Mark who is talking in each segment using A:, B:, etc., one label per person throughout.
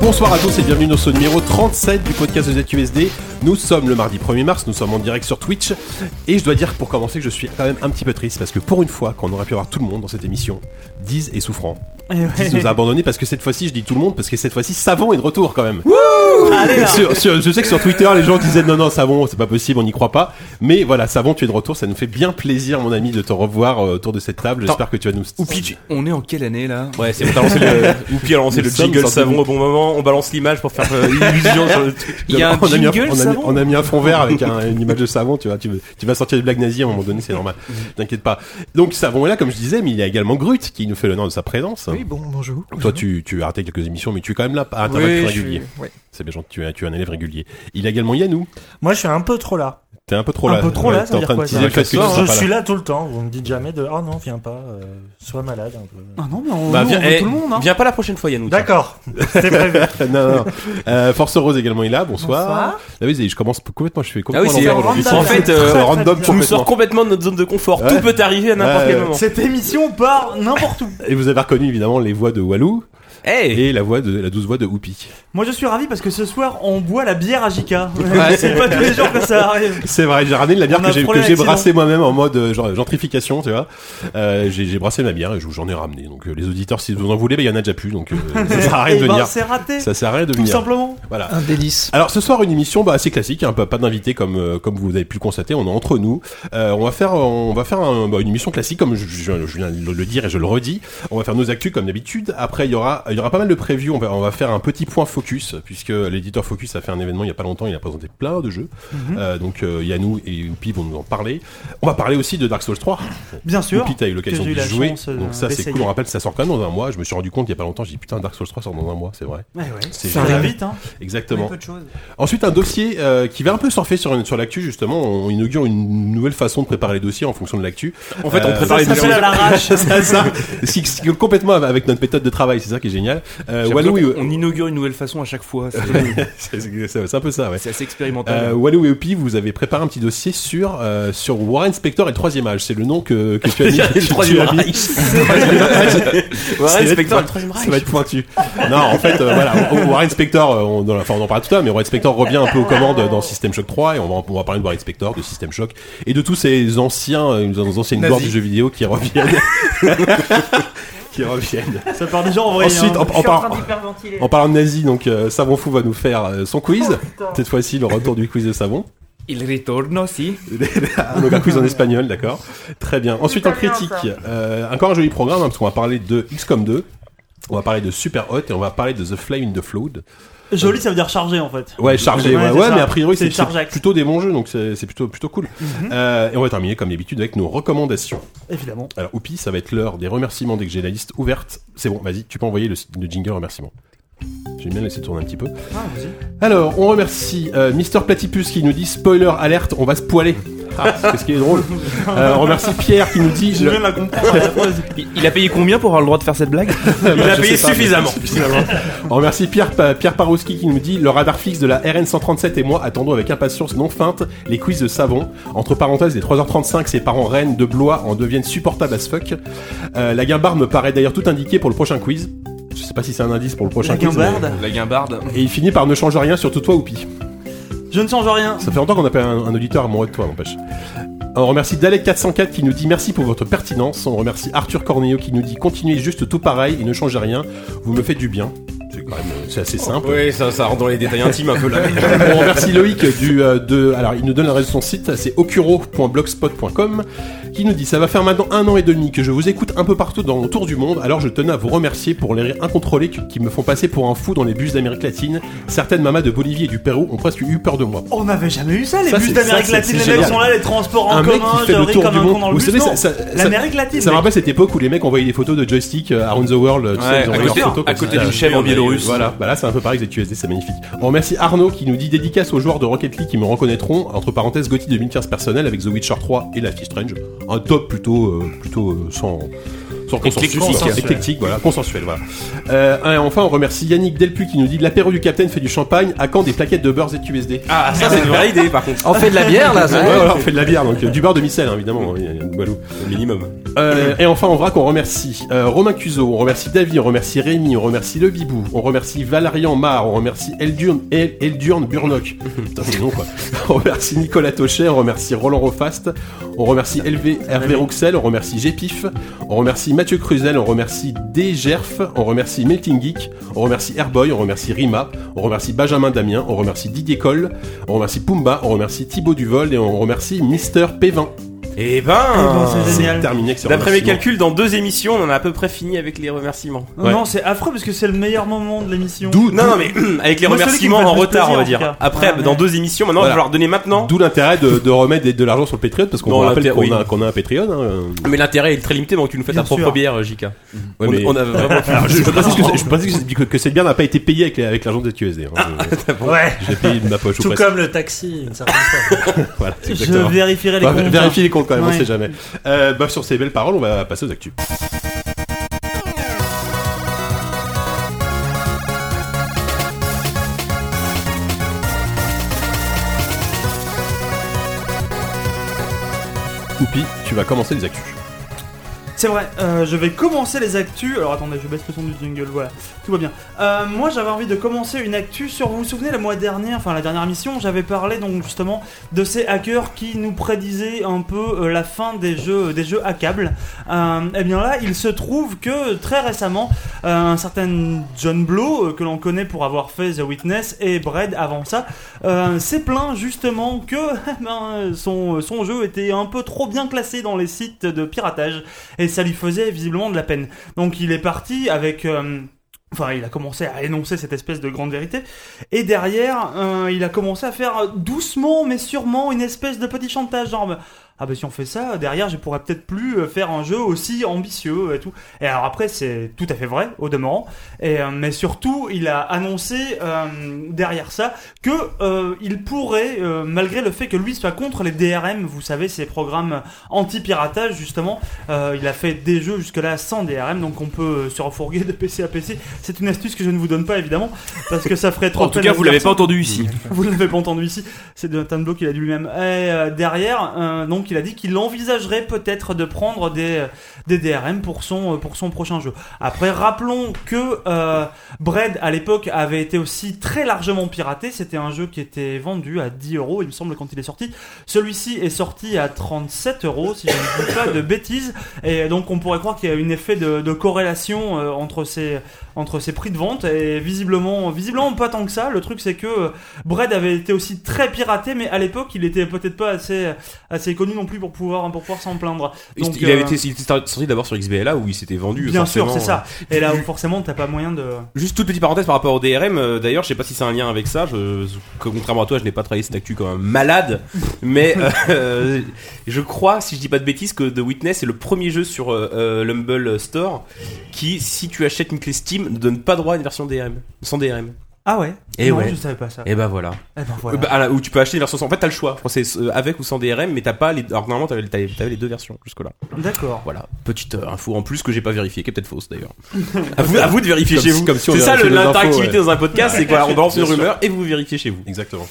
A: Bonsoir à tous et bienvenue dans ce numéro 37 du podcast de ZQSD. Nous sommes le mardi 1er mars, nous sommes en direct sur Twitch. Et je dois dire pour commencer que je suis quand même un petit peu triste parce que pour une fois, quand on aurait pu avoir tout le monde dans cette émission, Diz est souffrant.
B: Eh
A: Diz nous a abandonné parce que cette fois-ci, je dis tout le monde parce que cette fois-ci, Savon est de retour quand même.
B: Allez, là.
A: Sur- sur- je sais que sur Twitter, les gens disaient non, non, Savon, c'est pas possible, on n'y croit pas. Mais voilà, Savon, tu es de retour, ça nous fait bien plaisir, mon ami, de te revoir euh, autour de cette table. J'espère que tu vas nous.
C: Oupi, tu- on est en quelle année là
D: Ouais, c'est on t'a lancé le, Oupi a lancé
A: Nous
D: le
A: sommes
D: jingle
A: sortis
D: savon
A: de-
D: au bon moment, on balance l'image pour faire euh, une illusion sur le truc.
C: Il y a un
A: on a mis un-
C: jingle,
A: on a mis-
C: savon
A: on a mis un fond vert avec un- une image de savon, tu vois. Tu, veux- tu vas sortir des blagues nazies à un moment donné, c'est normal. T'inquiète pas. Donc, savon est là, comme je disais, mais il y a également Grut qui nous fait l'honneur de sa présence.
B: Oui, bon, bonjour.
A: Toi, tu, tu as raté quelques émissions, mais tu es quand même là, à intervalles
B: Oui, je suis-
A: réguliers.
B: ouais.
A: C'est bien, gentil, tu es, tu es un élève régulier. Il y a également Yannou.
E: Moi, je suis un peu trop là.
A: T'es un peu trop
E: un
A: Oh là.
E: peu trop là,
A: Ouais,
E: ça
A: T'es
E: veut
A: en
E: dire
A: train de
E: quoi ça
A: teaser le fait que tu
E: Je
A: seras pas
E: suis
A: là.
E: là tout le temps. Vous me dites jamais de oh non, viens pas, euh, sois malade un peu.
C: Ah non, mais on,
A: Bah,
C: nous,
A: viens-
C: on veut
D: eh,
C: tout le monde. Hein.
D: Viens pas la prochaine fois, Yannou. tiens.
E: D'accord, c'est prévu.
A: non, non. Euh, Force Rose également est là, bonsoir. Là, oui, je commence complètement, je fais
D: Ah oui,
A: complètement
D: c'est
A: l'envers aujourd'hui.
D: en fait, euh,
A: C'est random
D: tu nous sors
A: complètement.
D: complètement de notre zone de confort.
A: Ouais.
D: Tout peut arriver à n'importe
A: Ouais,
D: quel
A: ouais.
D: moment.
B: Cette émission part n'importe où.
A: Et vous avez reconnu évidemment les voix de Walou
D: Hey,
A: et la voix de la douce voix de Whoopi.
B: Moi, je suis ravi parce que ce soir, on boit la bière à JK. C'est pas tous les jours que ça arrive.
A: C'est vrai, j'ai ramené de la bière
B: On
A: que
B: a
A: j'ai
B: frôlé
A: que j'ai
B: l'accident.
A: brassée moi-même en mode euh, genre, gentrification, tu vois. Euh, j'ai j'ai brassé ma bière et je- j'en ai ramené. Donc euh, les auditeurs, si vous en voulez, bah, il y en a déjà plus, donc euh, ça sert à rien de
B: Eh ben,
A: venir.
B: c'est raté.
A: Ça sert à rien de
B: Tout
A: venir.
B: simplement.
A: Voilà.
C: Un délice.
A: Alors ce soir une émission bah, assez classique, hein, pas, pas d'invité comme euh, comme vous avez pu le constater, on est entre nous. Euh, on va faire euh, on va faire un- bah, une émission classique comme je, je- je viens de le dire et je le redis. On va faire nos actus comme d'habitude. Après il y aura il y aura pas mal de previews. On va on va faire un petit point focus puisque l'éditeur Focus a fait un événement il y a pas longtemps. Il a présenté plein de jeux.
B: Mhm.
A: Euh, donc euh, Yannou et Upi vont nous en parler. On va parler aussi de Dark Souls 3.
B: Bien sûr.
A: Upi t'as eu l'occasion
B: que j'ai
A: de
B: eu la
A: jouer.
B: chance, euh,
A: Donc ça c'est
B: d'essayer.
A: cool. On rappelle ça sort quand même dans un mois. Je me suis rendu compte il y a pas longtemps. J'ai dit putain Dark Souls 3 sort dans un mois. C'est vrai.
B: Ouais, ouais.
A: C'est
B: Ça arrive
A: génial.
B: vite, hein.
A: Exactement.
B: de choses.
A: Ensuite, un dossier euh, qui va un peu surfer sur, une- sur l'actu, justement. On inaugure une nouvelle façon de préparer les dossiers en fonction de l'actu.
D: en fait, on
A: Euh,
D: prépare
B: Ça
D: les
B: s'appelle
D: dossiers.
B: à l'arrache.
A: C'est ça. Ce qui- ce qui- complètement avec notre méthode de travail, c'est ça qui est génial. Euh,
D: J'ai l'impression
A: Walou, et-
D: qu'on- On inaugure une nouvelle façon à chaque fois. C'est
A: c'est c'est- c'est un peu ça, ouais.
D: c'est assez expérimental.
A: Euh, Walou et Upi, vous avez préparé un petit dossier sur, euh, sur Warren Spector et le troisième âge. C'est le nom que, que tu as mis. que tu
D: troisième
A: as mis.
D: Reich.
A: Troisième âge.
D: Warren
A: Ça va être-
D: Spector, le troisième
A: Ça va être pointu. non, en fait, euh, voilà, Warren Spector, euh, on, dans la- enfin, on en parle tout à l'heure, mais Warren Spector revient un peu aux commandes dans System Shock 3 et on va, en- on va parler de Warren Spector, de System Shock et de tous ces anciens, euh, nos anciennes
C: Nazis.
A: gloires du jeu vidéo qui reviennent. qui reviennent.
B: Ça part déjà en vrai.
A: Ensuite,
B: hein.
A: en, en par- en parlant de nazis, donc euh, Savon Fou va nous faire euh, son quiz. Cette fois-ci, le retour du quiz de Savon.
C: Il retourne aussi.
A: Donc un quiz en espagnol, d'accord. Très bien. Ensuite en critique, euh, encore un joli programme hein, parce qu'on va parler de XCOM 2. On va parler de Super Hot et on va parler de The Flame in the Flood.
B: Joli, ça veut dire chargé en fait.
A: Ouais, chargé.
B: Ouais,
A: Ouais,
B: c'est
A: ouais,
B: ça.
A: mais a priori
B: C'est
A: c'est c'est
B: chargeax. Mhm.
A: plutôt des bons jeux, donc c'est c'est plutôt plutôt cool. Euh, et on va terminer comme d'habitude avec nos recommandations.
B: Évidemment.
A: Alors Oupi, ça va être l'heure des remerciements dès que j'ai la liste ouverte. C'est bon, vas-y, tu peux envoyer le, le jingle remerciements. J'aime bien laisser tourner un petit peu.
B: Ah,
A: Alors, on remercie euh, Mister Platypus qui nous dit spoiler alerte, on va se poiler. Ah, c'est ce qui est drôle. Euh, on remercie Pierre qui nous dit
B: J'ai bien la comprendre. la phrase.
C: Il, il a payé combien pour avoir le droit de faire cette blague
D: Il a payé suffisamment.
A: On remercie Pierre, Pa- Pierre Parouski qui nous dit le radar fixe de la RN 137 et moi attendons avec impatience non feinte les quiz de savon. Entre parenthèses, les 3h35, ses parents reines de Blois en deviennent supportables as fuck. Euh, la guimbarde me paraît d'ailleurs tout indiquée pour le prochain quiz. Je sais pas si c'est un indice pour le prochain
B: La
A: quiz.
B: guimbarde.
C: La guimbarde.
A: mais- Et il finit par ne changer rien, surtout toi, Oupi.
B: Je ne change rien.
A: Ça fait longtemps qu'on appelle un, un auditeur amoureux de toi, n'empêche. On remercie Dalek404 qui nous dit merci pour votre pertinence. On remercie Arthur Corneo qui nous dit continuez juste tout pareil et ne changez rien. Vous me faites du bien. C'est quand même, c'est assez simple.
D: Oui, ça, ça rentre dans les détails intimes un peu là.
A: On remercie Loïc du euh, de alors il nous donne l'adresse de son site, c'est okuro.blogspot.com qui nous dit ça va faire maintenant un an et demi que je vous écoute un peu partout dans tour du monde, alors je tenais à vous remercier pour les rires incontrôlés qui qui me font passer pour un fou dans les bus d'Amérique latine. Certaines mamas de Bolivie et du Pérou ont presque eu peur de moi.
B: Oh, On n'avait jamais eu ça, les
A: Ça,
B: bus
A: c'est- ça,
B: d'Amérique
A: c'est-
B: latine,
A: c'est
B: les mecs
A: génial.
B: sont là, les transports en
A: Un mec
B: commun,
A: qui fait
B: je
A: le
B: ris
A: tour
B: comme
A: du
B: un con
A: monde.
B: dans le
A: Vous
B: bus.
A: savez,
B: non.
A: ça- ça-
B: L'Amérique latine.
A: Ça me
B: mec.
A: rappelle cette époque où les mecs envoyaient des photos de joystick euh, around the world. tu sais,
D: Ouais,
A: ils
D: à
A: envoyaient
D: côté-
A: leurs photos
D: à
A: comme
D: côté
A: ça.
D: d'une chèvre en Biélorusse.
A: Voilà, bah là c'est un peu pareil que ZQSD, c'est magnifique. On remercie Arnaud qui nous dit dédicace aux joueurs de Rocket League qui me reconnaîtront, entre parenthèses Gotti 2015 personnel avec The Witcher 3 et Life is Strange. Un top plutôt, euh, plutôt euh, sans, Sur consensus,
D: Éclectique.
A: quoi. éclectique, voilà, consensuel, voilà. Euh, et enfin, on remercie Yannick Delpu qui nous dit l'apéro du Capitaine fait du champagne. À quand des plaquettes de beurre ZQSD
D: Ah, ça, c'est une vraie idée, par contre.
F: On fait de la bière
D: Ah,
F: là, ça
A: Ouais, voilà, on fait de la bière, donc euh, du beurre de micelle, hein, évidemment. hein, Yannick Boilou.
D: Minimum.
A: Euh, et enfin, en vrac, on remercie euh, Romain Cuso, on remercie David, on remercie Rémi, on remercie Le Bibou, on remercie Valérian Mar, on remercie Eldurne, El, Eldurne Burnock. Putain, c'est long, quoi. On remercie Nicolas Tochet, on remercie Roland Rofast, on remercie LV, Hervé Rouxel, on remercie Gépif, on remercie Mathieu Cruzel, on remercie Dgerf, on remercie Melting Geek, on remercie Airboy, on remercie Rima, on remercie Benjamin Damien, on remercie Didier Coll, on remercie Pumba, on remercie Thibaut Duvol et on remercie Mister Pévin.
D: Eh
B: ben,
D: ben.
B: c'est génial.
A: Terminé avec ce
D: D'après mes
A: remerciement.
D: calculs, dans deux émissions, on en a à peu près fini avec les remerciements.
B: Non,
A: Ouais.
B: non, c'est affreux parce que c'est le meilleur moment de l'émission.
A: D'où
D: Non, non, mais avec les
B: Moi, celui qui me
D: remerciements
B: fait le
D: en
B: plus
D: retard,
B: plaisir,
D: on va
B: en tout
D: dire.
B: cas.
D: Après,
B: Ouais,
D: dans
B: mais-
D: deux émissions, maintenant,
A: Voilà.
D: je vais leur donner maintenant.
A: D'où l'intérêt de, de remettre des- de l'argent sur le Patreon parce qu'on
D: Non,
A: vous rappelle
D: l'intérêt,
A: qu'on
D: oui.
A: a, qu'on a un Patreon. hein.
D: Mais l'intérêt est très limité, donc tu nous fais
B: Bien
D: ta propre
B: sûr.
D: bière, JK.
A: Ouais,
D: on,
A: mais-
D: on a vraiment.
A: Alors, Ah, je, je précise que, c'est- je précise que c'est- que, que cette bière n'a pas été payée avec, les- avec l'argent de QSD. hein. Je-
E: Ah, Ouais.
A: J'ai payé de ma poche. ou
E: Tout
A: presque.
E: comme le taxi, une certaine fois.
A: Voilà, c'est
B: Je
A: exactement.
B: vérifierai les
A: Bah,
B: comptes. hein.
A: vérifiez les comptes quand même, on
B: Ouais.
A: sait jamais. Euh, bah, sur ces belles paroles, on va passer aux actus. Oupi, tu vas commencer les actus.
B: C'est vrai, euh, je vais commencer les actus. Alors attendez, je baisse le son du jingle, voilà, tout va bien. Euh, moi j'avais envie de commencer une actu sur, vous vous souvenez, la mois dernière, enfin la dernière mission, j'avais parlé donc justement de ces hackers qui nous prédisaient un peu euh, la fin des jeux, des jeux hackables. Euh, et bien là, il se trouve que très récemment, euh, un certain John Blow, euh, que l'on connaît pour avoir fait The Witness et Bread avant ça, euh, s'est plaint justement que ben, son, son jeu était un peu trop bien classé dans les sites de piratage et ça lui faisait visiblement de la peine. Donc il est parti avec... euh, Enfin, il a commencé à énoncer cette espèce de grande vérité, et derrière, euh, il a commencé à faire doucement, mais sûrement, une espèce de petit chantage, genre, ah bah si on fait ça, derrière, je pourrais peut-être plus euh, faire un jeu aussi ambitieux et tout. Et alors après, c'est tout à fait vrai, au demeurant, et, euh, mais surtout, il a annoncé euh, derrière ça que euh, il pourrait, euh, malgré le fait que lui soit contre les DRM, vous savez, ces programmes anti-piratage, justement, euh, il a fait des jeux jusque-là sans DRM, donc on peut euh, se refourguer de PC à PC. C'est une astuce que je ne vous donne pas, évidemment, parce que ça ferait trop
C: En tout
B: peine
C: cas,
B: à
C: vous l'avez pas
B: personne.
C: entendu ici.
B: Vous ne l'avez pas entendu ici, c'est de Blow qui l'a dit lui-même. Et euh, derrière, euh, donc il a dit qu'il envisagerait peut-être de prendre des, euh, des DRM pour son, euh, pour son prochain jeu. Après, rappelons que euh, Bread à l'époque avait été aussi très largement piraté. C'était un jeu qui était vendu à 10 euros, il me semble, quand il est sorti. Celui-ci est sorti à 37 euros, si je ne dis pas de bêtises. Et donc on pourrait croire qu'il y a un effet de, de corrélation euh, entre, ces, entre ces prix de vente. Et visiblement, visiblement pas tant que ça. Le truc c'est que... euh, Bread avait été aussi très piraté, mais à l'époque, il était peut-être pas assez, assez connu non plus pour pouvoir, pour pouvoir s'en plaindre. Donc,
D: il, avait
B: euh,
D: été, il était sorti d'abord sur XBLA où il s'était vendu.
B: Bien sûr,
D: forcément. euh.
B: c'est ça. Et là, où forcément, t'as pas moyen de.
D: Juste toute petite parenthèse par rapport au DRM, euh, d'ailleurs, je sais pas si c'est un lien avec ça, je, que contrairement à toi, je n'ai pas travaillé cette actu comme un malade, mais euh, je crois, si je dis pas de bêtises, que The Witness est le premier jeu sur euh, euh, l'Humble Store qui, si tu achètes une clé Steam, ne donne pas droit à une version DRM, sans DRM.
B: Ah ouais
D: Eh
B: non,
D: ouais.
B: je savais pas ça.
D: Et bah voilà.
B: Eh ben voilà.
D: Euh, bah, à la- où tu peux acheter une version sans. En fait, t'as le choix, je crois, c'est euh, avec ou sans DRM, mais t'as pas les. Alors normalement, t'avais t'avais- t'avais les deux versions jusque-là.
B: D'accord.
D: Voilà, petite euh, info en plus que j'ai pas vérifiée, qui est peut-être fausse d'ailleurs. à, vous, à vous de vérifier
A: Comme
D: chez
A: si-
D: vous.
A: comme si on
D: c'est ça le-
A: vérifiait nos
D: l'interactivité
A: infos,
D: dans un podcast, c'est quoi On balance une
A: Bien sûr.
D: rumeur et vous vérifiez chez vous.
A: Exactement.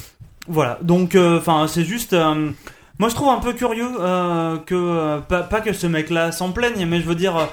B: Voilà. Donc, enfin, c'est juste. euh, moi, je trouve un peu curieux euh, que euh, pas, pas que ce mec-là s'en plaigne, mais je veux dire, euh,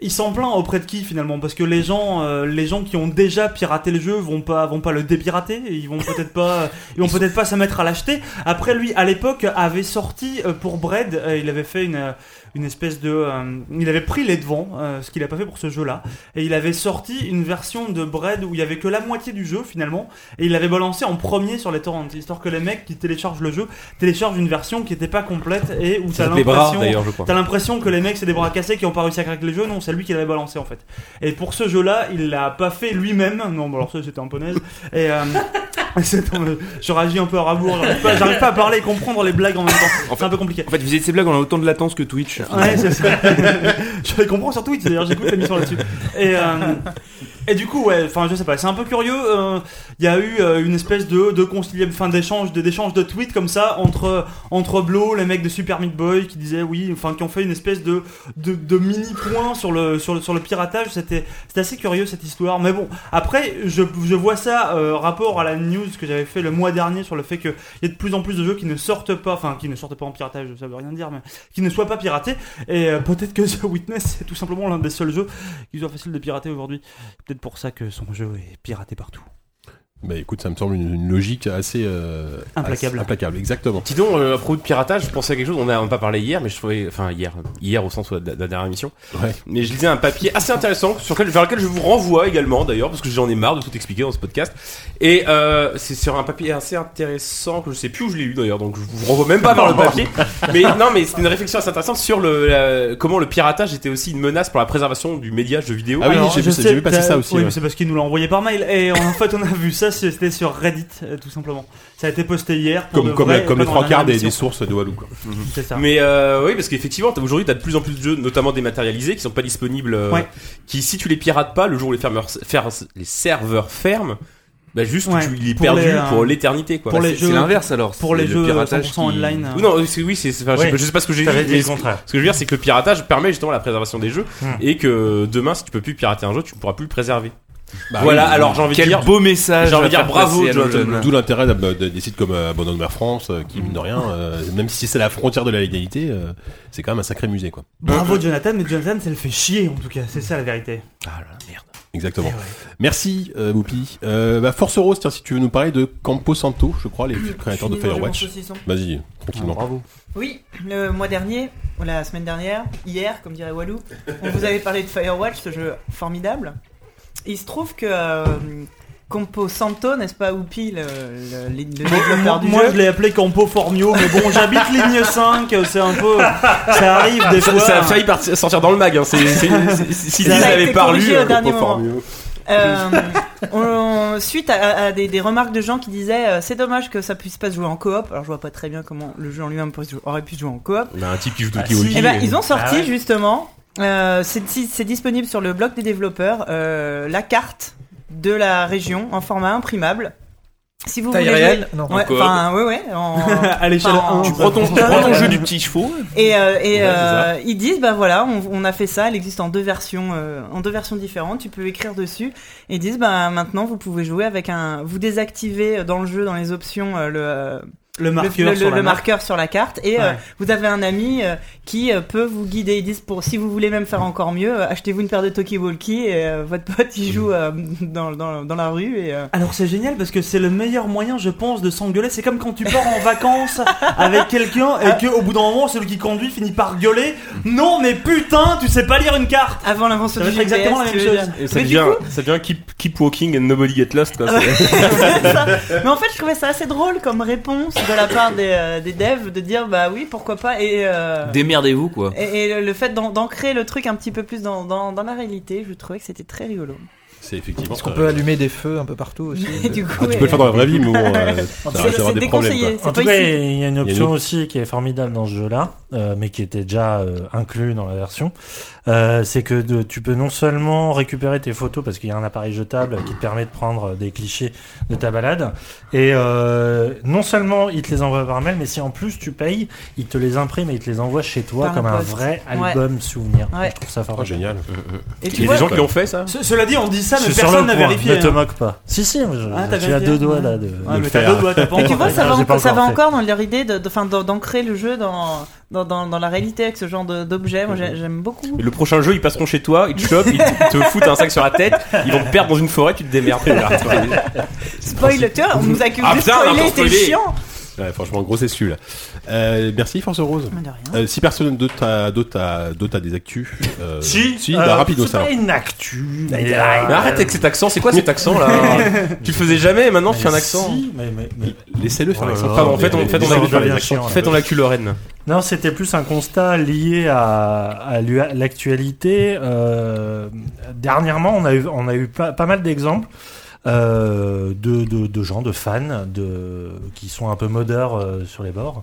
B: il s'en plaint auprès de qui finalement Parce que les gens, euh, les gens qui ont déjà piraté le jeu vont pas, vont pas le dépirater. et Ils vont peut-être pas, ils vont peut-être pas se mettre à l'acheter. Après, lui, à l'époque, avait sorti euh, pour Bread, euh, il avait fait une euh, une espèce de, euh, il avait pris les devants, euh, ce qu'il a pas fait pour ce jeu-là, et il avait sorti une version de Bread où il y avait que la moitié du jeu finalement, et il l'avait balancé en premier sur les torrents, histoire que les mecs qui téléchargent le jeu téléchargent une version qui était pas complète et où t'as
D: Ça les bras
B: l'impression
D: d'ailleurs, je crois.
B: T'as l'impression que les mecs c'est des bras cassés qui ont pas réussi à craquer les jeux, non, c'est lui qui l'avait balancé en fait. Et pour ce jeu-là, il l'a pas fait lui-même. Non, bon alors ça c'était un peu naze. Et euh, c'est- euh, je réagis un peu à rabours, j'arrive pas, j'arrive pas à parler et comprendre les blagues en même temps. C'est un peu compliqué.
C: En fait, vis-à-vis de ces blagues, on a autant de latence que Twitch.
B: Ouais, c'est ça. je les comprends sur Twitch d'ailleurs, j'écoute l'émission là-dessus. Et, euh, Et du coup, ouais, enfin, je sais pas, c'est un peu curieux. euh, Il y a eu euh, une espèce de, de conciliable, fin d'échange, de- d'échange de tweets comme ça entre entre Blo, les mecs de Super Meat Boy qui disaient oui, enfin, qui ont fait une espèce de de, de mini point sur le sur le sur le piratage. C'était c'était assez curieux cette histoire. Mais bon, après, je, je vois ça euh, rapport à la news que j'avais fait le mois dernier sur le fait que il y a de plus en plus de jeux qui ne sortent pas, enfin qui ne sortent pas en piratage, ça veut rien dire, mais qui ne soient pas piratés. Et euh, peut-être que The Witness c'est tout simplement l'un des seuls jeux qui soit facile de pirater aujourd'hui. C'est Peut-être pour ça que son jeu est piraté partout.
A: Bah écoute, ça me semble une, une logique assez euh,
B: Implacable.
A: assez- implacable, exactement.
D: Dis donc, euh, à propos de piratage, je pensais à quelque chose, on n'a pas parlé hier, mais je trouvais, enfin hier, hier au sens euh, de la, de la dernière émission,
A: Ouais.
D: mais je lisais un papier assez intéressant sur lequel, vers lequel je vous renvoie également d'ailleurs, parce que j'en ai marre de tout expliquer dans ce podcast, et euh, c'est sur un papier assez intéressant que je sais plus où je l'ai lu d'ailleurs, donc je vous renvoie même pas vers le papier, mais non, mais c'était une réflexion assez intéressante sur le, la- comment le piratage était aussi une menace pour la préservation du média jeu vidéo.
A: Ah oui,
B: Alors,
A: j'ai
B: je
A: vu,
B: sais
A: j'ai vu passer
B: que-
A: ça aussi.
B: Oui,
A: ouais.
B: mais c'est parce qu'il nous l'a envoyé par mail. Et en fait, on a vu ça, c'était sur Reddit, euh, tout simplement. Ça a été posté hier. pour
A: Comme,
B: de
A: comme,
B: vrai,
A: comme
B: pas
A: les
B: dans
A: trois
B: la
A: quarts des,
B: émission.
A: des sources de Walou. Quoi.
B: C'est ça.
D: Mais euh, oui, parce qu'effectivement, t'as- aujourd'hui, t'as de plus en plus de jeux, notamment dématérialisés, qui sont pas disponibles, euh,
B: Ouais.
D: qui si tu les pirates pas, le jour où les, fermeurs, fer- les serveurs ferment, bah juste
B: Ouais,
D: tu il est
B: pour
D: perdu
B: les, euh,
D: pour l'éternité, quoi.
B: pour
D: Bah,
B: les
D: c'est-
B: jeux-
C: C'est l'inverse alors.
B: pour
C: c'est
B: les
C: le
B: jeux
C: piratage
B: 100%
C: qui-
B: online.
D: Oui, non, c'est- oui, c'est, enfin, je, sais
E: Ouais.
D: pas, je sais pas ce que j'ai dit.
E: T'avais dit
D: mais
E: le
D: ce, que-
E: contraire.
D: ce que je veux dire, c'est que le piratage permet justement la préservation des jeux
E: Hmm.
D: et que demain, si tu peux plus pirater un jeu, tu ne pourras plus le préserver.
A: Bah
D: voilà.
A: oui,
D: alors j'ai envie de
C: Quel
D: dire,
C: beau message.
D: J'ai envie
C: à
D: de dire
C: faire
D: bravo,
C: passer à nos
D: Jonathan
C: jeunes.
A: D'où l'intérêt d'ab- de- des sites comme euh, Abandonnement France, euh, qui mine de rien, euh, même si c'est la frontière de la légalité, euh, c'est quand même un sacré musée, quoi.
B: Bravo Jonathan, mais Jonathan, ça le fait chier en tout cas. C'est ça la vérité.
D: Ah là, merde.
A: Exactement. Merci, euh, Whoopi. Euh, bah, Force Rose, tiens, si tu veux nous parler de Campo Santo, je crois, les créateurs de
F: Finis-moi, j'ai mon
A: Firewatch.
F: saucisson.
A: Vas-y, tranquillement.
G: Ah.
F: Oui, le mois dernier, ou la semaine dernière, hier, comme dirait Walou, on vous avait parlé de Firewatch, ce jeu formidable. Il se trouve que euh, Compo Santo, n'est-ce pas, Oupi, le, le- le développeur
B: Moi,
F: du
B: moi,
F: jeu
B: je l'ai appelé Campo Formio, mais bon, j'habite ligne 5, euh, c'est un peu. Ça arrive des fois.
D: Ça, ça a failli partir- sortir dans le mag. Hein. C'est, c'est, c'est- si
F: Ça
D: ils
F: a été
D: avaient parlé,
F: corrigé au
D: euh,
F: dernier
D: Copo
F: moment.
D: Formio.
F: Euh, on- suite à, à des, des remarques de gens qui disaient euh, c'est dommage que ça puisse pas se jouer en coop. Alors je vois pas très bien comment le jeu en lui-même pourrait se- aurait pu se jouer en coop.
D: On a un type qui joue tout
B: Ah,
D: qui
B: si.
F: Eh ben, ils ont sorti
B: Ah ouais.
F: justement, euh, c'est si- c'est disponible sur le blog des développeurs, euh, la carte de la région en format imprimable. Si vous
E: Taille
F: voulez
E: réelle Non.
F: jouer, ouais,
D: code.
F: enfin ouais ouais. en-
B: À l'échelle
F: Enfin,
B: 1.
F: tu
D: Prends ton, prends ton jeu du petit chevaux.
F: Et, euh, et,
D: Ouais, c'est
F: euh, ils disent bah voilà on, on a fait ça elle existe en deux versions euh, en deux versions différentes tu peux écrire dessus et ils disent bah maintenant vous pouvez jouer avec un vous désactivez euh, dans le jeu dans les options euh, le euh,
B: Le
F: le-
B: marqueur
F: le-
B: sur la
F: le
B: marque.
F: marqueur sur la carte et euh,
B: Ouais.
F: vous avez un ami euh, qui euh, peut vous guider ils disent pour si vous voulez même faire encore mieux euh, achetez-vous une paire de Toki Walkie et euh, votre pote il joue euh, dans, dans, dans la rue et euh,
B: Alors c'est génial parce que c'est le meilleur moyen, je pense, de s'engueuler. C'est comme quand tu pars en vacances avec quelqu'un et que au bout d'un moment, celui qui conduit finit par gueuler. Non, mais putain, tu sais pas lire une carte.
F: avant l'invention
B: Ça va
F: du
B: être
F: GPS
B: exactement la
F: tu
B: même
F: veux
B: chose.
F: dire.
D: Et ça
F: Mais du
D: devient, ça devient keep, keep walking and nobody get lost. Quoi. C'est-
F: C'est ça. Mais en fait, je trouvais ça assez drôle comme réponse de la part des, euh, des devs de dire bah oui, pourquoi pas. Et, euh,
C: Démerdez-vous quoi.
F: et, et le- le fait d'en- d'ancrer le truc un petit peu plus dans, dans, dans la réalité, je trouvais que c'était très rigolo.
A: C'est effectivement.
H: Parce qu'on
A: euh,
H: peut allumer des feux un peu partout aussi.
F: Et du coup,
A: ah, tu peux le faire dans la vraie vie, mais bon, euh, ça va
F: c'est-
A: avoir
F: c'est
A: des problèmes. quoi.
F: déconseillé.
E: En
F: C'est
E: tout
F: pas
E: cas,
F: ici.
E: il y a une
A: une
E: option aussi qui est formidable dans ce jeu-là, euh, mais qui était déjà euh, inclue dans la version. Euh, c'est que de- tu peux non seulement récupérer tes photos parce qu'il y a un appareil jetable qui te permet de prendre des clichés de ta balade, et euh, non seulement il te les envoie par mail, mais si en plus tu payes, il te les imprime et il te les envoie chez toi
F: Par
E: comme un
F: poste.
E: vrai
F: Ouais.
E: album souvenir.
F: Ouais.
E: Je trouve ça
A: Oh,
E: formidable.
A: génial.
F: Et
D: Il y
F: tu
D: a
F: vois,
D: des gens qui l'ont fait ça.
B: Ce- cela dit, on dit ça, mais
E: C'est sur le
B: personne n'a
E: point,
B: vérifié.
E: Ne te
B: hein.
E: moque pas. Si, si, je-
B: Ah, t'as
E: tu as
B: vérifié,
E: deux doigts
B: ouais.
E: là de.
B: Ouais, mais
A: le
B: t'as
A: faire.
B: deux doigts, t'as pas
F: Et Bah, tu
B: encore
F: vois,
B: fait.
F: ça va,
E: J'ai pas
F: encore, ça va
E: encore fait.
F: encore dans leur idée de, de- enfin, d'en- d'ancrer le jeu dans, dans, dans, dans la réalité avec ce genre de- d'objet. Moi,
E: Mhm.
F: j'ai- j'aime beaucoup.
D: Et le prochain jeu, ils passeront chez toi, ils te chopent, ils te, ils te foutent un sac sur la tête, ils vont te perdre dans une forêt, tu te démerdes.
F: Spoil, tu vois, on nous accuse
D: Ah,
F: de
D: putain, on a encore
F: spoiler, c'est
D: spoilé.
F: chiant.
A: Ouais, franchement, gros, c'est celui-là. Euh, merci, Force Rose.
F: Mais de rien.
A: Euh, si personne d'autre a, d'autre a- d'autre a des actus, euh,
E: Si,
A: si,
E: euh,
A: bah, rapido
E: C'est
A: ça.
E: pas une actu. mais,
D: Mais
E: euh,
D: arrête avec cet accent, c'est quoi cet accent là Tu le faisais jamais et maintenant tu fais un
E: mais
D: accent.
E: Bah, si, mais- mais- mais-
A: Laissez-le faire
E: Oh là
A: l'accent.
E: là.
D: Pardon, en fait, on-
A: Ah, Mais-
D: en fait,
A: mais-
D: on
A: mais-
D: a- on
A: mais-
D: a-
A: mais-
E: on a-
A: mais-
E: on a-
D: Faites en la cul Lorraine.
E: Non, c'était plus un constat lié à, à l'u- à l'actualité. Euh, dernièrement, on a eu, on a eu pas, pas mal d'exemples euh, de, de, de gens, de fans, de, qui sont un peu modeurs euh, sur les bords,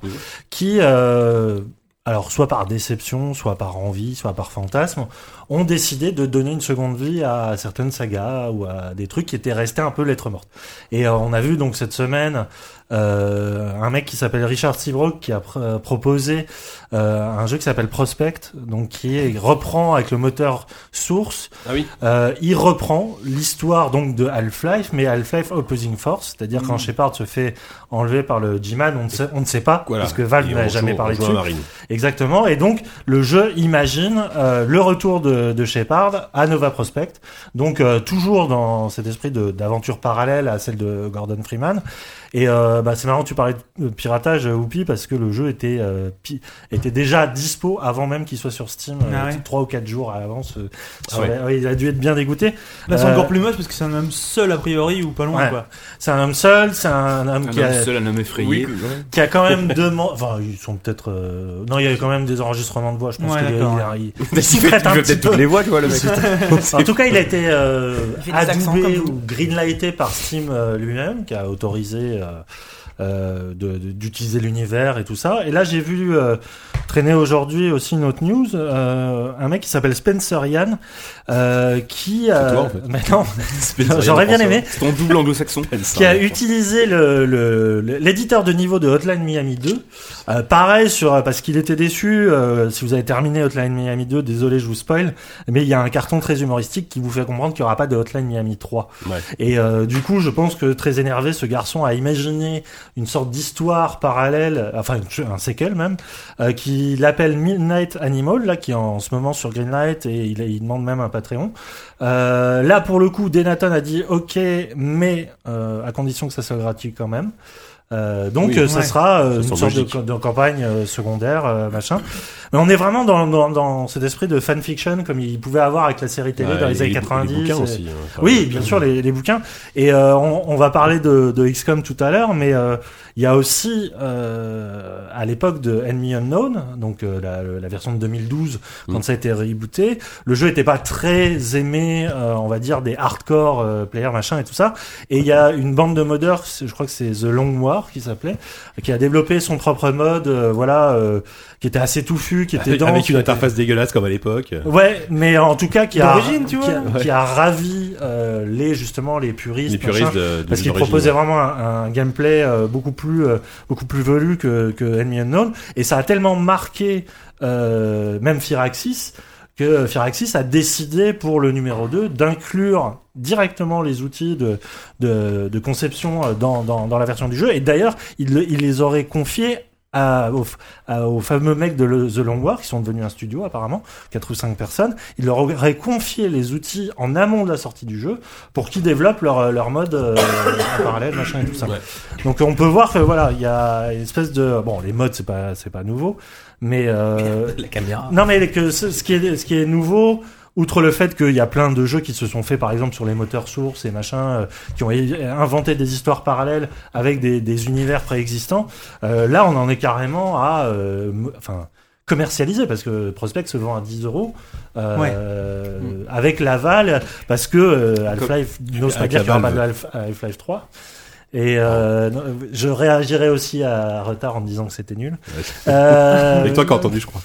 E: qui euh, alors soit par déception, soit par envie, soit par fantasme, ont décidé de donner une seconde vie à certaines sagas ou à des trucs qui étaient restés un peu lettres mortes. Et euh, on a vu donc cette semaine euh, un mec qui s'appelle Richard Seabrook qui a pr- euh, proposé euh, un jeu qui s'appelle Prospect, donc qui est- reprend avec le moteur source,
D: Ah oui.
E: euh, il reprend l'histoire donc de Half-Life, mais Half-Life Opposing Force,
D: Mmh.
E: c'est-à-dire quand Shepard se fait enlever par le G-Man, on ne sait, on ne sait pas,
A: Voilà.
E: parce que Valve
A: Et
E: n'a
A: on
E: jamais
A: joue-
E: parlé
A: on joue
E: dessus.
A: à Marine. Ah,
E: Exactement. Et donc, le jeu imagine euh, le retour de, de Shepard à Nova Prospect. Donc, euh, toujours dans cet esprit de- d'aventure parallèle à celle de Gordon Freeman. Et euh, bah, c'est marrant, tu parlais de piratage, euh, Whoopi, parce que le jeu était, euh, pi- était déjà dispo avant même qu'il soit sur Steam,
B: Ah ouais.
E: 3 ou 4 jours à l'avance. euh,
A: Ah
E: sur
A: ouais.
E: la- ouais, il a dû être bien dégoûté.
B: Là, c'est
E: Euh,
B: encore plus moche parce que c'est un homme seul, a priori, ou pas loin,
E: Ouais.
B: quoi.
E: C'est un homme seul, c'est un homme
C: Un
E: qui a...
C: homme seul, un homme effrayé.
E: qui a quand même demandé. Enfin, ils sont peut-être. euh, Non, il y avait quand même des enregistrements de voix. Je pense
B: Ouais,
E: qu'il est-
B: d'accord.
E: il, il,
D: Il
E: s'y prête un
D: veut
E: petit
D: peut-être toutes
E: peu.
D: les voix, tu vois, le mec.
E: en tout cas, il a été euh,
F: Il fait des accents
E: adoubé
F: comme
E: ou greenlighté par Steam euh, lui-même, qui a autorisé euh, euh, de- de- d'utiliser l'univers et tout ça. Et là, j'ai vu euh, traîner aujourd'hui aussi une autre news, euh, un mec qui s'appelle Spencer Yann, euh, qui... euh,
A: toi, en fait.
E: mais non, j'aurais bien aimé,
C: C'est ton double anglo-saxon.
E: qui a utilisé le- le- le- l'éditeur de niveau de Hotline Miami 2. Euh, pareil sur euh, parce qu'il était déçu. euh, si vous avez terminé Hotline Miami 2, désolé, je vous spoil, mais il y a un carton très humoristique qui vous fait comprendre qu'il n'y aura pas de Hotline Miami 3.
A: Ouais.
E: Et euh, du coup, je pense que très énervé, ce garçon a imaginé une sorte d'histoire parallèle, enfin une- un séquel même, euh, qui l'appelle Midnight Animal, là qui est en ce moment sur Greenlight et il, il demande même un Patreon. Euh, là, pour le coup, Denaton a dit OK, mais euh, à condition que ça soit gratuit quand même. Euh, donc,
A: Oui,
E: euh, ça
B: ouais.
E: sera euh,
A: Ça
E: une
A: semble
E: sorte de,
A: logique.
E: de campagne euh, secondaire, euh, machin. Mais on est vraiment dans, dans, dans cet esprit de fanfiction comme il pouvait avoir avec la série télé dans
A: Ouais,
E: les
A: et
E: années 90.
A: bouquins
E: et-
A: aussi, hein, enfin,
E: oui,
A: les-
E: bien sûr, les, les bouquins. Et euh, on, on va parler de, de XCOM tout à l'heure, mais euh, il y a aussi, euh, à l'époque de Enemy Unknown, donc euh, la, la version de 2012, quand
A: Mm.
E: ça a été rebooté, le jeu était pas très aimé, euh, on va dire, des hardcore euh, players, machin et tout ça. Et il y a une bande de modeurs, c'est- je crois que c'est The Long War qui s'appelait, qui a développé son propre mode, euh, voilà, euh, qui était assez touffu, qui était
A: Avec,
E: dense,
A: avec
E: qui
A: une
E: était-
A: interface dégueulasse comme à l'époque.
E: Ouais, mais en tout cas qui a,
B: euh, D'origine, tu vois.
E: qui a, qui a ravi euh, les justement les puristes,
A: Les puristes
E: machin,
A: euh, de, de
E: parce qu'il
A: l'origine.
E: proposait vraiment un, un gameplay euh, beaucoup plus euh, beaucoup plus velu que, que Enemy Unknown et ça a tellement marqué euh, même Firaxis que Firaxis a décidé pour le numéro 2 d'inclure directement les outils de, de, de conception euh, dans, dans, dans la version du jeu et d'ailleurs il, le- il les aurait confiés à, au, f- à- au fameux mec de le- The Long War qui sont devenus un studio apparemment quatre ou cinq personnes il leur aurait confié les outils en amont de la sortie du jeu pour qu'ils développent leur, leur mode euh, en parallèle, machin et tout ça.
A: Ouais.
E: Donc on peut voir que voilà, il y a une espèce de bon, les modes c'est pas c'est pas nouveau, mais euh,
D: La caméra.
E: non mais que ce, ce qui est ce qui est nouveau. Outre le fait qu'il y a plein de jeux qui se sont faits, par exemple, sur les moteurs sources et machin, euh, qui ont é- inventé des histoires parallèles avec des, des univers préexistants, euh, là, on en est carrément à, euh, mo- enfin, commercialiser parce que Prospect se vend à 10 euros euh, avec l'aval parce que euh, Half-Life n'ose pas
A: avec
E: dire qu'il n'y aura pas
A: l'aval
E: de Half- Half-Life 3. Et euh, non, je réagirai aussi à retard en disant que c'était nul. Euh,
A: Et toi qui as entendu, je crois.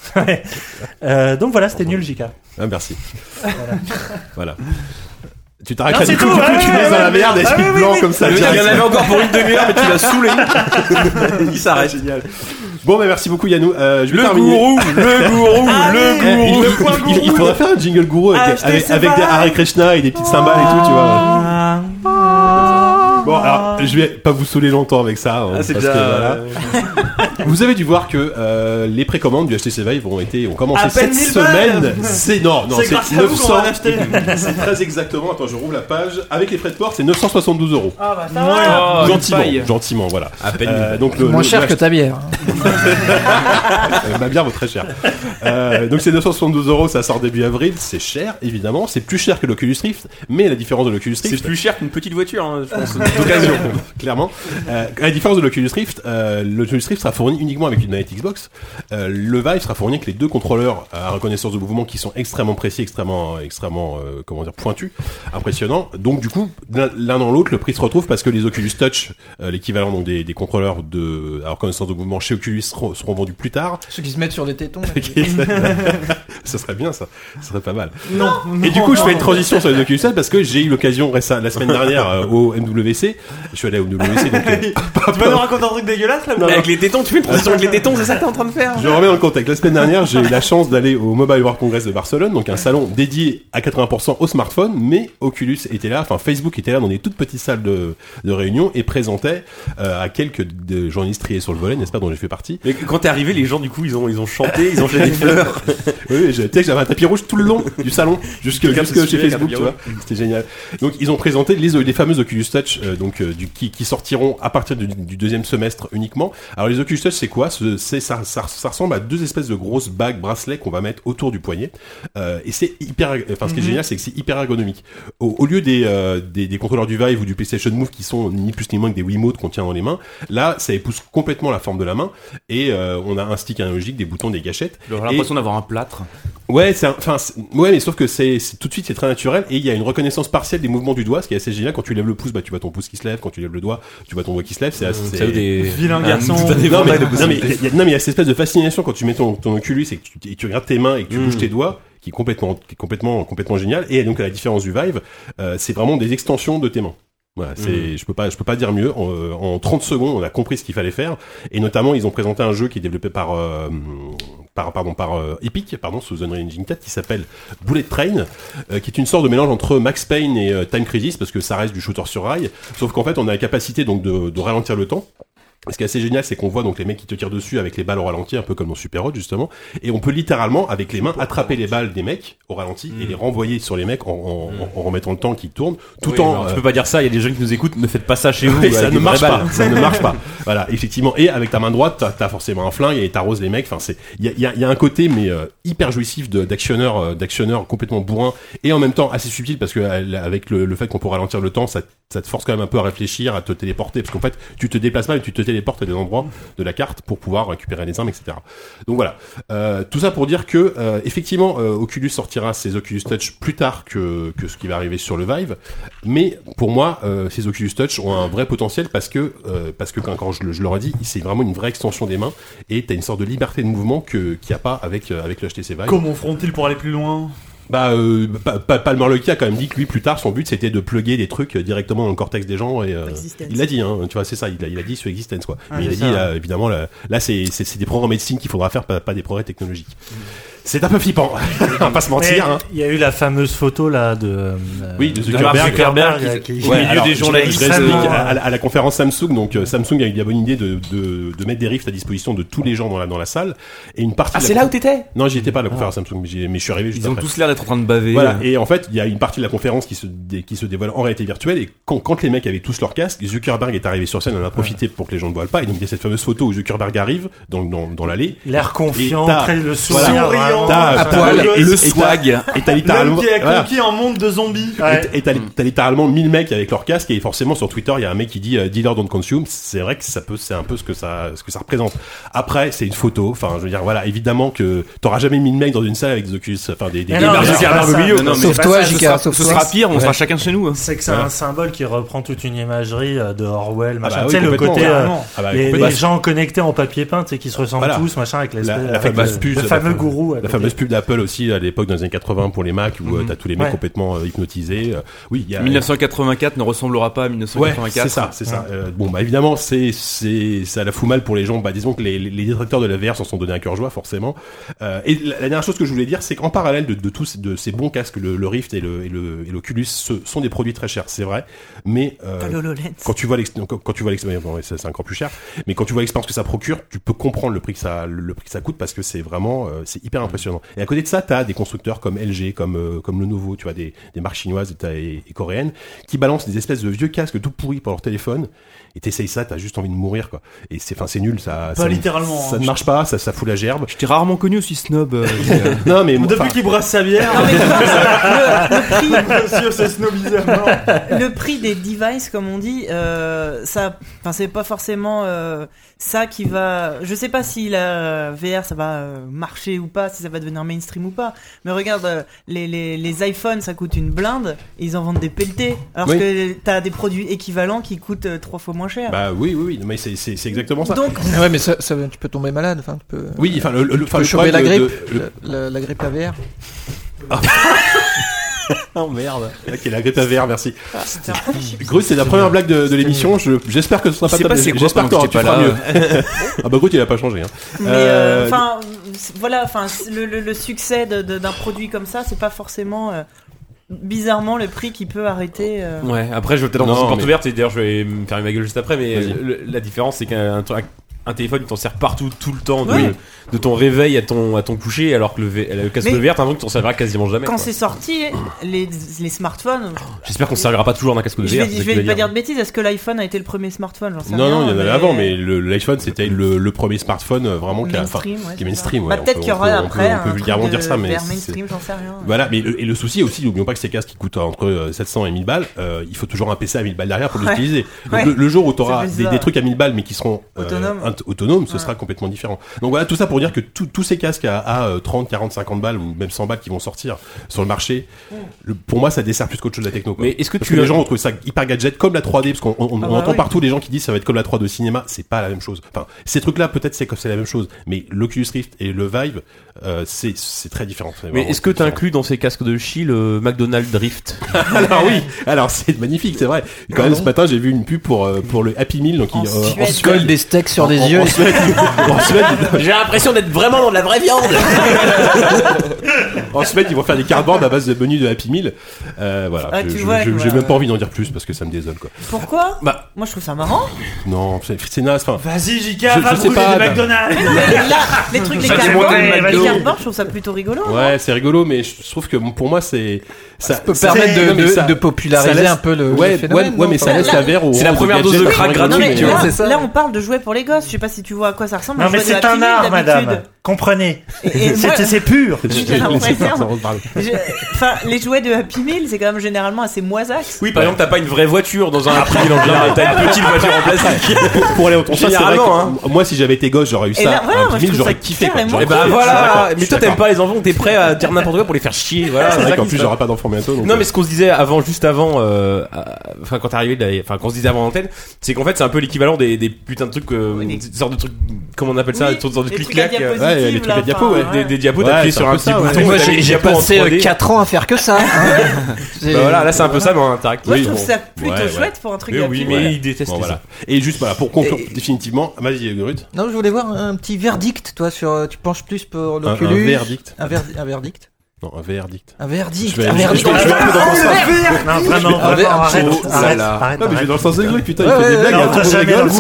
E: euh, donc voilà, c'était nul, JK.
A: Ah, merci. voilà. Tu t'arrêtes là,
E: c'est
A: du coup,
E: tout,
A: du coup,
E: ouais,
A: tu
E: ouais,
A: laisses dans la
E: ouais,
A: merde et
E: ouais,
A: tu
E: ouais,
A: blanc
E: ouais,
A: comme ça.
D: Il y en
A: direct.
D: avait encore pour une demi-heure, mais tu l'as saoulé. Il s'arrête.
A: Bon, bah merci beaucoup, Yannou. Euh, je vais
D: Le
A: terminer.
D: gourou, le gourou,
B: Ah,
D: le
A: Eh, il-
D: gourou.
A: il, il- il faudrait faire un jingle gourou avec,
F: Achetez
A: avec,
F: ses
A: avec des
F: balles.
A: Hare Krishna et des petites cymbales et tout, tu vois.
B: Ah.
A: Bon, alors, je vais pas vous saouler longtemps avec ça. hein,
D: Ah, c'est
A: parce
D: déjà.
A: que, voilà. Vous avez dû voir que euh, les précommandes du HTC Vive ont été ont commencé
B: À peine
A: cette
B: 1000 balles.
A: semaine. C'est non, non,
B: C'est
A: c'est
B: grâce à vous qu'on
A: 900.
B: va l'acheter.
A: C'est très exactement. Attends, je rouvre la page. Avec les frais de port, c'est 972 euros.
F: Ah bah ça va.
D: Oh,
A: gentiment,
D: une paille.
A: gentiment, voilà.
D: À peine.
A: Euh, donc le,
H: Moins
A: le-
H: cher
A: le-
H: que ta bière. hein.
A: euh, ma bière vaut très cher. Euh, donc c'est 972 euros, ça sort début avril. C'est cher, évidemment. C'est plus cher que l'Oculus Rift, mais la différence de l'Oculus Rift,
D: C'est plus cher qu'une petite voiture, hein, je pense, d'occasion.
A: clairement. Euh, à la différence de l'Oculus Rift, euh, l'Oculus Rift sera fourni uniquement avec une manette Xbox. Euh, le Vive sera fourni avec les deux contrôleurs à reconnaissance de mouvement qui sont extrêmement précis, extrêmement, euh, extrêmement, euh, comment dire, pointus, impressionnants. Donc du coup, l'un l'un dans l'autre, le prix se retrouve parce que les Oculus Touch, euh, l'équivalent donc des, des contrôleurs de à reconnaissance de mouvement chez Oculus, vendus, seront, seront vendus plus tard.
H: Ceux qui se mettent sur les tétons. là, qui-
A: ça serait bien, ça. Ça serait pas mal.
B: Non,
A: Et du coup, je fais une transition sur les docu-sales parce que j'ai eu l'occasion récem- la semaine dernière euh, au MWC. Je suis allé au MWC, donc euh,
B: tu vas nous raconter un truc dégueulasse là ou pas
D: Avec les tétons, tu fais une transition avec les tétons, c'est ça que t'es en train de faire
A: Je remets dans le contexte. La semaine dernière, j'ai eu la chance d'aller au Mobile World Congress de Barcelone, donc un salon dédié à 80% au smartphone, mais Oculus était là, enfin Facebook était là dans des toutes petites salles de, de réunion et présentait euh, à quelques de journalistes triés sur le volet, n'est-ce pas, dont j'ai fait partie.
D: Mais quand t'es arrivé, les gens du coup ils ont, ils ont chanté, ils ont jeté des fleurs.
A: Oui, oui, j'étais- j'avais un tapis rouge tout le long du salon, jusque,
D: Quelqu'un
A: jusque
D: se
A: chez
D: souvient
A: Facebook,
D: d'un
A: tu vois. C'était génial. Donc, ils ont présenté les, les fameuses Oculus Touch, euh, donc, euh, du, qui, qui sortiront à partir du, du deuxième semestre uniquement. Alors, les Oculus Touch, c'est quoi Ce- c'est, ça, ça, ça ressemble à deux espèces de grosses bagues bracelets qu'on va mettre autour du poignet. Euh, et c'est hyper, erg- enfin, ce
D: Mhm.
A: qui est génial, c'est que c'est hyper ergonomique. Au, au lieu des, euh, des, des contrôleurs du Vive ou du PlayStation Move qui sont ni plus ni moins que des Wiimotes qu'on tient dans les mains, là, ça épouse complètement la forme de la main et euh, on a un stick analogique, des boutons, des gâchettes.
C: J'ai l'impression d'avoir un plâtre.
A: Ouais, c'est un- enfin c'est- ouais, mais sauf que c'est c'est- tout de suite c'est très naturel et il y a une reconnaissance partielle des mouvements du doigt, ce qui est assez génial. Quand tu lèves le pouce, bah tu vois ton pouce qui se lève. Quand tu lèves le doigt, tu vois ton doigt qui se lève. C'est assez.
D: Mmh, Ça, ou des-
B: Vilain
D: un-
A: Ah,
B: garçon.
D: tout un
A: Non mais,
D: éventail de
A: non, mais
D: possibilités.
A: il y a- non, mais il y a cette espèce de fascination quand tu mets ton, ton Oculus et que tu, et tu regardes tes mains et que tu
D: Mm.
A: bouges tes doigts qui est complètement qui est complètement complètement génial et donc à la différence du Vive euh, c'est vraiment des extensions de tes mains voilà, c'est
D: Mmh.
A: je peux pas je peux pas dire mieux en, euh, en 30 secondes on a compris ce qu'il fallait faire et notamment ils ont présenté un jeu qui est développé par euh, par pardon par euh, Epic pardon sous Unreal Engine 4 qui s'appelle Bullet Train euh, qui est une sorte de mélange entre Max Payne et euh, Time Crisis parce que ça reste du shooter sur rail sauf qu'en fait on a la capacité donc de, de ralentir le temps ce qui est assez génial, c'est qu'on voit donc les mecs qui te tirent dessus avec les balles au ralenti, un peu comme dans Super Hot justement, et on peut littéralement avec les mains attraper les balles des mecs au ralenti et les renvoyer sur les mecs en, en, en- en remettant le temps qui tourne, tout
D: Oui,
A: en
D: alors,
A: euh,
D: Tu peux pas dire ça, il y a des jeunes qui nous écoutent, ne faites pas ça chez vous.
A: oui,
D: avec
A: ça
D: des
A: ne marche
D: vraies
A: pas.
D: balles.
A: Ça ne marche pas. Voilà, effectivement. Et avec ta main droite, t'as as forcément un flingue et t'arroses les mecs. Enfin, c'est il y a, il y a- il y a un côté mais euh, hyper jouissif de- d'actionneur, euh, d'actionneur complètement bourrin et en même temps assez subtil parce que euh, avec le, le fait qu'on peut ralentir le temps, ça, ça te force quand même un peu à réfléchir, à te téléporter parce qu'en fait, tu te déplaces pas mais tu te téléportes à des endroits de la carte pour pouvoir récupérer les armes, etc. Donc voilà. Euh, tout ça pour dire que euh, effectivement, euh, Oculus sortira ses Oculus Touch plus tard que que ce qui va arriver sur le Vive. Mais pour moi, euh, ces Oculus Touch ont un vrai potentiel parce que, euh, parce que quand, quand je, le- je le redis, c'est vraiment une vraie extension des mains et t'as une sorte de liberté de mouvement que qu'il n'y a pas avec, euh, avec le HTC Vive.
B: Comment feront-ils pour aller plus loin
A: Bah, euh, Pa- Pa- Palmer Lucky a quand même dit que lui, plus tard, son but c'était de plugger des trucs euh, directement dans le cortex des gens et euh,
F: Existence.
A: il l'a dit, hein, tu vois, c'est ça, il a, il a dit sur Existence quoi.
B: Ah,
A: Mais il a
B: c'est
A: dit,
B: ça.
A: là, évidemment, là, là, c'est c'est- c'est des progrès en médecine qu'il faudra faire, pas, pas des progrès technologiques. C'est un peu flippant, on va pas se
E: Mais
A: mentir. hein.
E: Il y a eu la fameuse photo là de. euh,
A: Oui, de
E: Mark
A: Zuckerberg.
E: Zuckerberg euh, qui.
D: Au milieu des journalistes.
A: Je l'explique
E: Extrêmement-
A: à, à la- à la conférence Samsung, donc euh, Samsung a eu la bonne idée de, de, de mettre des rifts à disposition de tous les gens dans la, dans la salle. Et une partie.
D: Ah,
A: de la
D: c'est là
A: conf-
D: où t'étais
A: Non, j'y étais pas à la conférence Samsung, mais, j'y- mais je suis arrivé juste
C: Ils ont
A: après.
C: tous l'air d'être en train de baver.
A: Voilà. Et en fait, il y a une partie de la conférence qui se, dé- qui se dévoile en réalité virtuelle. Et quand, quand les mecs avaient tous leur casque, Zuckerberg est arrivé sur scène, on en a profité pour que les gens ne voient pas. Et donc, il y a cette fameuse photo où Zuckerberg arrive dans, dans, dans l'allée.
E: L'air confiant,
A: Et t'as-
E: très le
A: Voilà.
E: sourire. vraiment.
A: T'as-
C: Oh, à
A: t'as-
C: poil,
A: et- et
C: le
A: t'as-
C: swag.
A: Et t'as
B: L'homme
A: littéralement.
B: qui a
A: voilà.
B: conquis un monde de zombies.
E: Ouais.
A: Et t'as t'as littéralement 1000 mecs avec leur casque et forcément sur Twitter il y a un mec qui dit euh, dealer don't consume. C'est vrai que ça peut, c'est un peu ce que ça, ce que ça représente. Après c'est une photo. Enfin je veux dire voilà évidemment que t'auras jamais 1000 mecs dans une salle avec des Oculus, enfin des, des
E: Mais
A: des
E: non,
A: marques
E: mais
A: de
E: c'est
A: Zuckerberg
E: pas ça.
A: milieu.
E: Non, non,
H: Sauf
E: mais c'est
H: toi,
E: pas ça,
H: JK,
E: ce sera-
H: sauf
C: Ce
E: ce
H: toi.
C: sera pire, on sera chacun chez nous. hein.
E: C'est que c'est un symbole qui reprend toute une imagerie euh, de Orwell, machin.
A: bah oui,
E: tu sais, le
A: complètement,
E: côté. euh,
B: carrément.
A: Ah bah,
E: les,
A: complètement.
E: les gens connectés en papier peint, tu sais, qui se ressemblent
A: Voilà.
E: tous, machin, avec
A: La,
E: l'espèce-
A: la
E: avec
A: fameuse
E: le-
A: pub,
E: le
A: la
E: fameux
A: fameuse-
E: gourou. à
A: la
E: côté. Mhm.
A: fameuse pub d'Apple aussi à l'époque dans les années 80 pour les Mac où euh, t'as tous les mecs
E: Ouais.
A: complètement euh, hypnotisés. Euh, Oui, il y a
C: 1984 ne ressemblera pas à
A: Ouais,
C: 1984.
A: c'est ça, c'est ça. Euh, bon, bah évidemment, c'est c'est ça la fout mal pour les gens. Bah disons que les, les- les détracteurs de la VR s'en sont donné un cœur joie forcément. Euh, et la, la dernière chose que je voulais dire, c'est qu'en parallèle de, de tous de ces bons casques, le, le Rift et le et le et l'Oculus ce sont des produits très chers, c'est vrai. Mais euh,
F: Pas l'HoloLens.
A: quand tu vois l'ex- quand quand tu vois l'expérience, bon, ouais, ça, c'est encore plus cher. Mais quand tu vois l'expérience que ça procure, tu peux comprendre le prix que ça le prix que ça coûte parce que c'est vraiment euh, c'est
B: Mmh.
A: hyper impressionnant. Et à côté de ça, t'as des constructeurs comme LG, comme euh, comme Lenovo, tu vois des des marques chinoises et, t'as- et- et coréennes qui balancent des espèces de vieux casques tout pourris pour leur téléphone. Et t'essayes ça, t'as juste envie de mourir quoi. Et c'est enfin c'est nul, ça
B: Pas
A: ça,
B: littéralement,
A: ça
B: hein.
A: ne marche pas, ça ça fout la gerbe.
C: Je t'ai rarement connu aussi snob. euh,
A: non mais moi,
B: Depuis
A: enfin,
B: qu'il brasse sa bière.
F: Non, mais le, le prix,
B: Monsieur, c'est snobisé.
F: le prix des devices, comme on dit, euh, ça, enfin, c'est pas forcément euh, ça qui va. Je sais pas si la VR ça va euh, marcher ou pas, si si ça va devenir mainstream ou pas. Mais regarde, euh, les, les, les iPhones, ça coûte une blinde, et ils en vendent des pelletés. Alors
A: Oui.
F: que t'as des produits équivalents qui coûtent euh, trois fois moins cher.
A: Bah oui, oui, oui, mais c'est- c'est c'est exactement ça.
F: Donc,
H: Ah Ouais, mais ça, ça- tu peux tomber malade. Enfin, tu peux.
A: oui, enfin, le, le, le-
H: tu
A: enfin,
H: peux
A: le
H: choper la
A: problème de-
H: grippe,
A: de- le-
H: la, la- la grippe AVR.
A: Oh merde. Ok, la grippe AVR, merci. Grut, c'est la première blague de, de l'émission. Je- J'espère que ce sera
C: Je sais
A: pas
C: pas
A: ta-
C: c'est quoi
A: J'espère que
C: pendant que
A: tu
C: j'étais
A: feras
C: pas
A: mieux. ah bah Grut, il a pas changé. Hein.
F: Mais
A: Euh,
F: euh, enfin, c'est- voilà, enfin, c'est- le, le- le succès de- de- d'un produit comme ça, c'est pas forcément euh, bizarrement le prix qui peut arrêter. euh.
D: Ouais, après, je vais peut-être en
A: Non,
D: une porte
A: mais-
D: ouverte et d'ailleurs, je vais me faire ma gueule juste après. Mais
A: Vas-y.
D: euh, le- la différence, c'est qu'un un- un téléphone, il t'en sert partout, tout le temps, de,
F: Oui.
D: de ton réveil à ton, à ton coucher, alors que le, vé- le casque
F: Mais-
D: vert, t'as l'impression que t'en serviras quasiment jamais.
F: Quand
D: quoi.
F: c'est sorti, les, les smartphones.
D: J'espère qu'on se servira pas toujours d'un casque de
F: Je
D: VR.
F: vais,
D: c'est
F: je
D: ce que
F: vais
D: je veux
F: pas dire de bêtises. Est-ce que l'iPhone a été le premier smartphone J'en sais
A: Non,
F: rien,
A: non, il y en avait avant, mais le- l'iPhone, c'était le, le premier smartphone euh, vraiment qui a. enfin,
F: mainstream, ouais,
A: qui est
F: c'est
A: mainstream,
F: ça.
A: ouais,
F: Bah,
A: on
F: peut-être
A: peut-
F: qu'il y
A: on
F: aura
A: peut- on
F: après.
A: peut
F: un truc
A: vulgairement
F: de-
A: dire ça, mais
F: vers
A: c'est-
F: mainstream, j'en sais rien.
A: Voilà, mais le, et le souci aussi, n'oublions pas que ces casques qui coûtent entre euh, 700 et 1000 balles, euh, il faut toujours un PC à 1000 balles derrière pour
F: Ouais.
A: l'utiliser. Donc
F: Ouais.
A: le, le jour où tu auras
F: C'est
A: des,
F: bizarre.
A: des trucs à 1000 balles mais qui seront euh,
F: Autonomes.
A: int- autonomes, ce
F: Ouais.
A: sera complètement différent. Donc voilà, tout ça pour dire que tout- tous ces casques à, à, euh, 30, 40, 50 balles ou même 100 balles qui vont sortir sur le marché, le- pour moi ça dessert plus qu'autre chose la techno. quoi.
D: Mais est-ce que
A: Parce
D: tu
A: que les
D: as-
A: gens ont trouvé ça hyper gadget comme la 3D, parce qu'on on- on
F: Ah bah
A: entend
F: oui.
A: partout les gens qui disent ça va être comme la 3D au cinéma, c'est pas la même chose. Enfin, ces trucs-là, peut-être c'est que c'est la même chose, mais l'Oculus Rift et le Vive, euh, c'est c'est très différent. C'est
D: Mais
A: vraiment
D: est-ce que
A: très
D: t'as
A: différent.
D: inclus dans ces casques de chi le McDonald's Drift
A: Alors oui, alors c'est magnifique, c'est vrai.
D: Ah
A: Quand même, ce matin, j'ai vu une pub pour, euh, pour le Happy Meal, donc
F: En
A: il, euh,
F: Suède.
H: Tu colles des steaks sur
A: en- en-
H: des yeux.
A: En Suède, en Suède,
D: J'ai l'impression d'être vraiment dans de la vraie viande
A: en Suède, ils vont faire des cardboards à base de menus de Happy Meal. Euh, voilà,
F: Ah,
A: je-
F: tu
A: je-
F: vois,
A: je-
F: ouais.
A: j'ai même pas envie d'en dire plus parce que ça me désole quoi.
F: Pourquoi
D: Bah.
F: Moi, je trouve ça marrant.
A: Non, c'est c'est naze. Enfin,
B: Vas-y, JK,
A: Je-
B: va
A: je sais
B: brûler
A: pas,
B: des
A: bah.
B: McDonald's.
F: Mais non, mais là, les trucs, les
D: Ça, c'est
F: cardboards,
D: monté,
F: les
D: McDo.
F: cardboards, je trouve ça plutôt rigolo.
A: ouais, c'est rigolo, mais je trouve que pour moi, c'est ça,
H: peut
A: ça-
H: permettre de,
A: non, mais
H: de-
A: ça-
H: de
A: ça
H: populariser
A: laisse-
H: un peu le, le
A: Ouais, ouais,
H: phénomène.
A: ouais, mais ça laisse la verre au.
D: C'est la
A: rang
D: première dose de
A: gadgets,
D: crack
A: enfin,
F: Non,
D: gratuit,
F: mais
A: tu
H: vois,
F: là,
H: c'est ça.
F: là, on parle de jouets pour les gosses. Je sais pas si tu vois à quoi ça ressemble.
E: Non,
F: un
E: mais
F: jouet de
E: c'est
F: la
E: un
F: pilule,
E: art,
F: d'habitude.
E: madame. Comprenez.
F: Et- et moi-
E: C'est c'est pur.
F: J'ai l'impression-
A: on reparle.
F: je- Enfin, les jouets de Happy Meal, c'est quand même généralement assez moisax.
D: Oui, par exemple, t'as pas une vraie voiture dans un Happy Meal en général, t'as une petite voiture en plastique.
A: Pour- Pour aller au concert, c'est vrai.
D: Généralement,
A: que hein. Moi, si j'avais été gosse, j'aurais eu
F: Et là,
A: ça.
F: voilà,
A: un
F: moi,
A: Happy
F: je
A: Meal,
F: trouve
A: j'aurais
F: ça
A: kiffé. quoi.
F: carrément
A: J'aurais
D: Et bah
A: kiffé, je suis
D: voilà
A: d'accord, je
D: Mais
A: suis
D: toi,
A: d'accord.
D: t'aimes pas les enfants, t'es prêt à dire n'importe quoi pour les faire chier, voilà.
A: C'est vrai
D: ça
A: qu'en
D: qui
A: plus
D: se
A: j'aurai pas d'enfant bientôt. donc,
D: Non
A: euh,
D: mais ce qu'on se disait avant, juste avant, euh, à- enfin quand t'es arrivé, là, enfin qu'on se disait avant l'antenne, c'est qu'en fait c'est un peu l'équivalent des, des putains de trucs, euh,
F: Oui, des-
D: des sortes de trucs, comment on appelle ça,
F: Oui,
D: des sortes de
F: les
D: trucs
F: trucs à
D: claques, euh,
F: diapositive,
A: ouais, les trucs à
F: là,
A: diapo,
F: enfin,
A: ouais,
D: des, des diapos,
A: Ouais,
D: t'appuies
A: c'est
D: sur
A: un
D: un,
A: peu
D: petit
A: ça, ouais.
D: bouton,
H: Moi,
D: t'as les
H: j'ai j'ai
D: diapos en
H: passé
D: 3D.
H: 4 ans à faire que ça. hein. J'ai-
D: Bah voilà, là c'est un peu ça, mais en interactif.
F: Moi, je
A: Oui,
F: trouve
A: bon.
F: ça plutôt
A: Ouais, ouais.
F: chouette pour un truc
D: Mais
F: Happy
D: oui,
F: Meal.
D: mais
A: Voilà.
D: ils détestent
A: Bon,
D: ça.
A: voilà. Et juste voilà, pour conclure
H: Et-
A: définitivement, ah, vas-y euh, Grut,
H: Non, je voulais voir un petit verdict, toi, sur. euh, Tu penches plus pour
A: un, un
H: l'Oculus.
A: verdict.
H: Un, ver- un verdict.
A: Non, un verdict.
H: Un verdict.
A: Je vais-
H: un
A: je- je-
H: verdict.
A: je- je-
E: Non, vraiment,
H: Ah,
E: vraiment,
H: merde,
E: arrête.
H: oh,
E: Arrête,
C: là.
E: arrête,
A: Non Ah, mais j'ai
E: arrête.
A: dans le sens de Grut, putain,
H: Ouais,
A: il fait des
H: ouais,
A: blagues,
H: ouais,
A: alors
E: non,
A: tout le monde
E: jamais
A: rigole.
E: dans le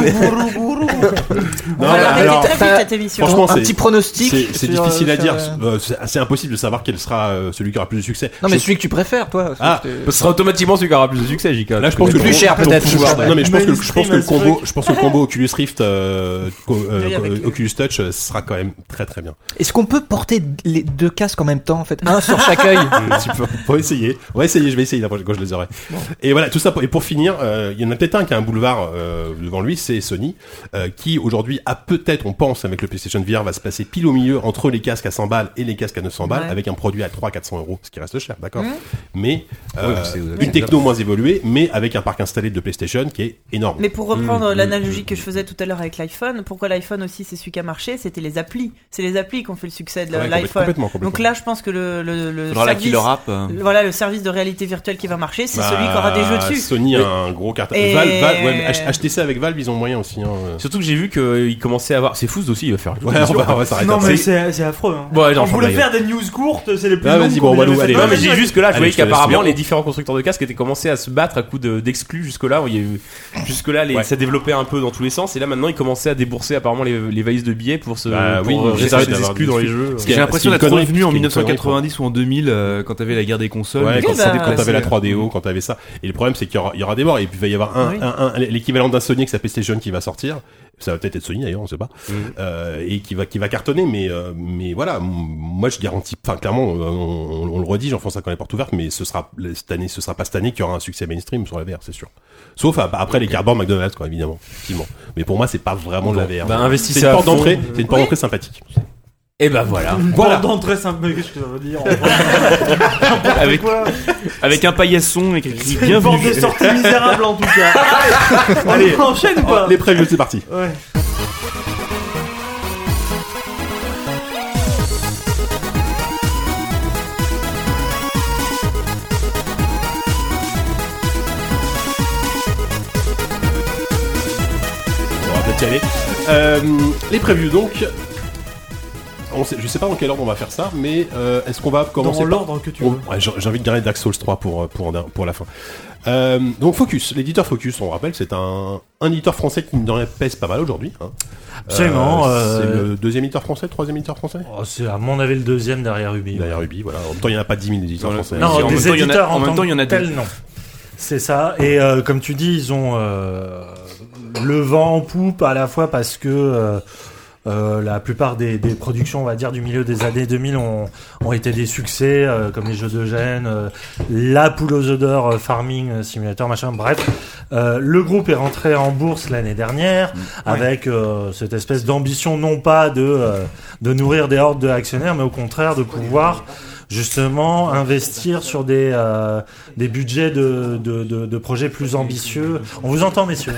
E: sens de Grut.
A: Non,
F: On va
A: alors,
F: l'arrêter
A: alors,
F: très vite
H: ça-
F: cette émission.
A: franchement,
H: un
A: c'est-
H: petit pronostic.
A: c'est c'est
H: sur-
A: difficile à
H: sur-
A: dire, Euh, c'est c'est impossible de savoir quel sera euh, celui qui aura plus de succès.
H: Non, mais
A: Je-
H: celui que tu préfères, toi.
A: Ah,
H: celui que-
D: Ce sera automatiquement celui qui aura plus de succès, JK.
A: Là, je pense que
H: Le plus
A: le-
H: cher,
A: le
H: peut-être,
A: pouvoir-
H: je sais pas.
A: Non, mais je pense que le- je
B: Mainstream,
A: pense que le
B: mainstream.
A: combo, je pense que le combo Oculus Rift, euh, co- euh,
F: Oui, avec-
A: Oculus Touch euh, sera quand même très très bien.
H: Est-ce qu'on peut porter les deux casques en même temps, en fait Un sur chaque œil.
A: Tu peux- faut essayer. On va essayer, je vais essayer la prochaine- quand je les aurai. Et voilà, tout ça. Pour, et pour finir, euh, il y en a peut-être un qui a un boulevard euh, devant lui, c'est Sony, euh, qui aujourd'hui a peut-être, on pense, avec le PlayStation VR, va se placer pile au milieu entre les casques à 100 balles et les casques à 900 balles,
F: Ouais.
A: avec un produit à 300-400 euros, ce qui reste cher, d'accord
F: Mhm.
A: Mais euh,
D: Ouais, c'est-
A: une techno moins évoluée, mais avec un parc installé de PlayStation qui est énorme.
F: Mais pour
A: hmm,
F: reprendre l'analogie que je faisais tout à l'heure avec l'iPhone, pourquoi l'iPhone aussi c'est celui qui a marché C'était les applis. C'est les applis qui ont fait le succès de
A: Ouais, complètement,
F: l'iPhone.
A: complètement, complètement.
F: Donc là, je pense que le, le, le
C: Faudra la
F: service,
C: killer app. euh.
F: le- voilà, le service de réalité virtuelle qui va marcher, c'est
A: Bah,
F: celui qui aura des jeux dessus.
A: Sony a un gros carton.
F: Et-
A: Valve, Valve- ouais, mais H- HTC avec Valve, ils ont moyen aussi. hein.
D: Surtout que j'ai vu qu'il commençait à avoir. C'est fou aussi, il va faire.
A: Ouais, on va, on va s'arrêter.
B: Non, mais
A: C'est-
B: c'est c'est affreux. Hein.
D: Bon, allez,
B: on
D: j'en fais
B: voulait
D: une
B: faire des news courtes, c'est les plus
A: Ah,
B: longues
A: vas-y,
B: qu'on
A: bon,
B: ait
A: Walou,
B: jamais
A: allez,
B: faites.
A: vas-y.
D: Non mais j'ai juste que là, je
A: Allez,
D: voyais
A: je te laisse
D: qu'apparemment
A: finir.
D: les différents constructeurs de casques étaient commencés à se battre à coups de- d'exclus jusque là. Jusque là,
A: Ouais.
D: ça développait un peu dans tous les sens et là maintenant ils commençaient à débourser apparemment les, les valises de billets pour se
A: Bah
D: pour
A: oui,
D: euh,
A: j'ai-
D: réserver
A: j'ai
D: des
A: d'avoir
D: exclus
A: des
D: dans les
A: exclus.
D: jeux.
A: Ce qui est-
C: J'ai l'impression
A: c'est une
C: d'être
A: connerie,
C: revenu en
A: parce que c'est une connerie,
C: 1990 ou en 2000 euh, quand t'avais la guerre des consoles.
A: Ouais,
F: Oui,
A: quand
F: bah,
A: quand
F: ouais,
A: t'avais la
C: c'est-
A: 3DO, quand t'avais ça. Et le problème, c'est qu'il y aura, il y aura des morts. Et puis, il va y avoir un,
F: Oui.
A: un- un- l'équivalent d'un Sony avec sa PlayStation qui va sortir. Ça va peut-être être Sony d'ailleurs, on sait pas.
D: Mhm.
A: Euh, et qui va, qui va cartonner. Mais, euh, mais voilà, m- moi, je garantis, enfin, clairement, on, on- on le redit, j'enfonce ça quand les portes ouvertes, mais ce sera, cette année, ce sera pas cette année qu'il y aura un succès mainstream sur la VR, c'est sûr. Sauf à- après les cardboards McDonald's, quoi, évidemment. Effectivement. Mais pour moi, c'est pas vraiment de la
D: Bah,
A: VR. c'est une
D: investissez à
A: porte
D: fond.
A: d'entrée, c'est une porte
F: Oui.
A: d'entrée sympathique.
D: Et ben voilà.
A: Voilà.
B: Pendant très simple, mais qu'est-ce que ça veut dire
C: Avec,
B: Quoi
C: avec un paillasson et qui crie
B: C'est une
C: bien
B: bande de
C: vu.
B: sortie misérable en tout cas.
A: Allez.
B: Allez, on enchaîne ou pas
A: Les prévus, c'est parti.
B: Ouais.
A: On va peut-être y aller. Euh, les previews donc. On sait- je sais pas dans quel ordre on va faire ça, mais euh, est-ce qu'on va commencer
B: Dans
A: par-
B: l'ordre que tu
A: On-
B: veux.
A: ouais, j'ai- J'ai envie de garder Dark Souls 3 pour, euh, pour, en- pour la fin. Euh, donc Focus, l'éditeur Focus, on rappelle, c'est un, un éditeur français qui mine de rien, pèse pas mal aujourd'hui. hein.
E: Absolument,
A: Euh, c'est
E: euh,
A: le deuxième éditeur français, le troisième éditeur français
E: Oh, c'est à mon avis le deuxième derrière Ubi.
A: D'ailleurs Ruby, voilà. En même temps, il n'y en a pas 10 000 éditeurs
C: Voilà.
A: français.
C: Et
E: Non,
C: en même
E: des
C: temps, il y en a-
E: éditeurs en,
C: en même
E: tant
C: temps, il y en a
E: que tels,
C: deux.
E: non. C'est ça. Et euh, comme tu dis, ils ont euh, le vent en poupe à la fois parce que euh, euh, la plupart des, des productions, on va dire, du milieu des années 2000 ont, ont été des succès, euh, comme les jeux de gêne, euh, la poule aux odeurs, euh, farming, euh, simulator, machin, bref. Euh, le groupe est rentré en bourse l'année
C: Mm.
E: dernière avec euh, cette espèce d'ambition non pas de, euh, de nourrir des hordes de actionnaires, mais au contraire de pouvoir justement investir sur des, euh, des budgets de, de, de, de projets plus ambitieux. On vous entend, messieurs.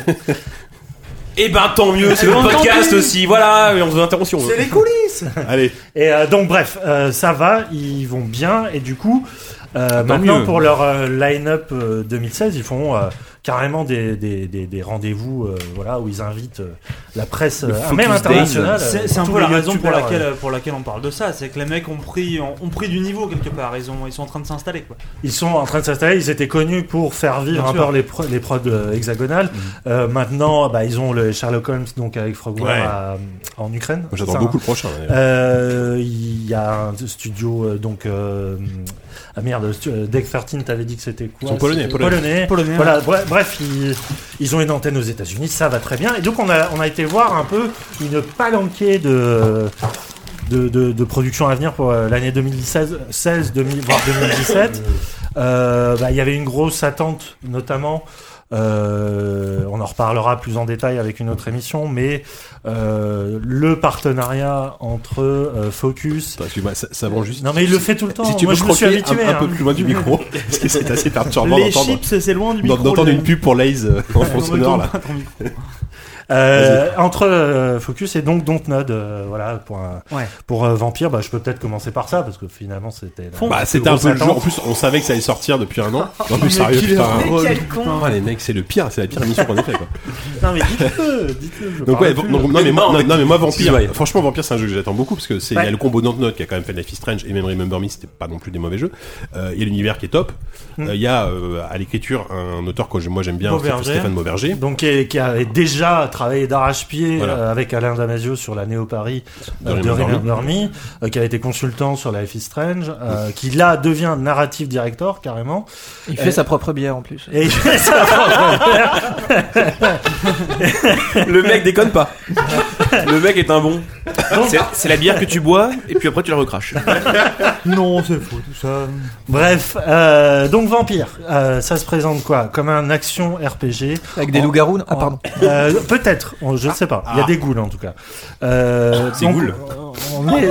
D: Et ben tant mieux, c'est
B: Et
D: le
B: on
D: podcast
B: continue.
D: aussi. Voilà, et on vous interrompt si on veut.
B: les coulisses
A: Allez,
E: Et euh, donc bref, euh, ça va, ils vont bien et du coup, euh, maintenant
C: mieux.
E: pour leur euh, line-up euh, 2016, ils font euh, carrément des, des, des, des rendez-vous euh, voilà où ils invitent euh, la presse, euh,
C: Focus
E: même
C: Days.
E: internationale. euh,
B: C'est c'est un
E: tous
B: peu la
E: les
B: raison pour
E: youtubeurs,
B: laquelle,
E: euh,
B: pour laquelle on parle de ça, c'est que les mecs ont pris, ont, ont pris du niveau quelque part, ils, ont, ils sont en train de s'installer quoi.
E: ils sont en train de s'installer. Ils étaient connus pour faire vivre
B: Bien
E: un
B: sûr.
E: peu les, pro- les prods euh, hexagonales. Euh, maintenant, bah, ils ont le Sherlock Holmes donc avec Frogware
A: Mm. Ouais.
E: à- en Ukraine.
A: j'adore
E: Ça, hein.
A: beaucoup le prochain. d'ailleurs.
E: Euh, Il y a un studio euh, donc euh, ah merde stu- euh, Deck 13 t'avais dit que c'était quoi
A: Ils sont polonais,
E: C'était
A: polonais.
B: Polonais,
E: voilà bref, bref, ils, ils ont une antenne aux États-Unis ça va très bien et donc on a on a été voir un peu une palanquée de de, de, de production à venir pour euh, l'année 2016 16 2000, voire 2017 Euh, bah, il y avait une grosse attente notamment euh, on en reparlera plus en détail avec une autre émission, mais euh, le partenariat entre euh, Focus.
A: Attends, Excuse-moi, ça, ça vend juste.
E: Non mais il le fait tout le temps.
A: Si tu
E: Moi
A: veux
E: je me suis
A: croquer
E: habitué.
A: un, un
E: hein.
A: peu plus loin du micro, parce que c'est assez perturbant
B: Les
A: d'entendre
B: chips, c'est loin du micro.
A: d'entendre
B: le-
A: une pub pour Lays euh, en fond
B: On retourne
A: sonore là.
B: pas ton micro.
E: Euh, entre euh, Focus et donc Dontnod, euh, voilà pour un-
B: Ouais.
E: pour euh, Vampire, bah, je peux peut-être commencer par ça parce que finalement c'était. la-
A: Bah,
E: plus
A: c'était un
E: grosse
A: peu le jeu. En
E: attente.
A: plus, on savait que ça allait sortir depuis un an. En plus,
B: Mais
A: sérieux,
B: quel
A: putain.
B: heureux,
F: Mais quel
B: putain.
F: con.
A: Ouais, les mecs, c'est le pire, c'est la pire émission qu'on ait fait quoi.
E: Non mais dites-le, dites-le. je
A: Donc
E: parle
A: ouais,
E: plus.
A: non, non, mais moi, non, non, mais moi Vampire,
D: Ouais.
A: franchement Vampire c'est un jeu que j'attends beaucoup parce que c'est il y a
E: Ouais.
A: le combo Don't Note qui a quand même fait Life is Strange et même Remember Me c'était pas non plus des mauvais jeux. Euh, il y a l'univers qui est top. Euh,
E: Hmm.
A: Il y a euh, à l'écriture un auteur que je- moi j'aime bien
B: Mauverger.
A: Stéphane- Stéphane Mauverger.
E: Donc qui, est- qui avait déjà travaillé d'arrache-pied
A: Voilà.
E: euh, avec Alain Damasio sur la Néo Paris
A: De
E: euh, de
A: Remember Me.
E: Remember Me, euh, qui a été consultant sur la Life is Strange, euh, qui là devient narrative director carrément.
H: Il
E: Euh,
H: fait sa propre bière en plus.
E: Et il fait sa propre-
D: Le mec déconne pas. Le mec est un bon.
E: Donc,
C: C'est- C'est la bière que tu bois et puis après tu la recraches.
B: Non, c'est faux tout ça.
E: bref, euh, donc Vampire, euh, ça se présente quoi Comme un action RPG.
H: Avec des loups-garous. non Ah, pardon.
E: Euh, Peut-être, on- je ne sais pas. Il y
A: Ah.
E: a des ghouls en tout cas. Euh,
D: C'est
E: donc,
D: cool.
E: On est,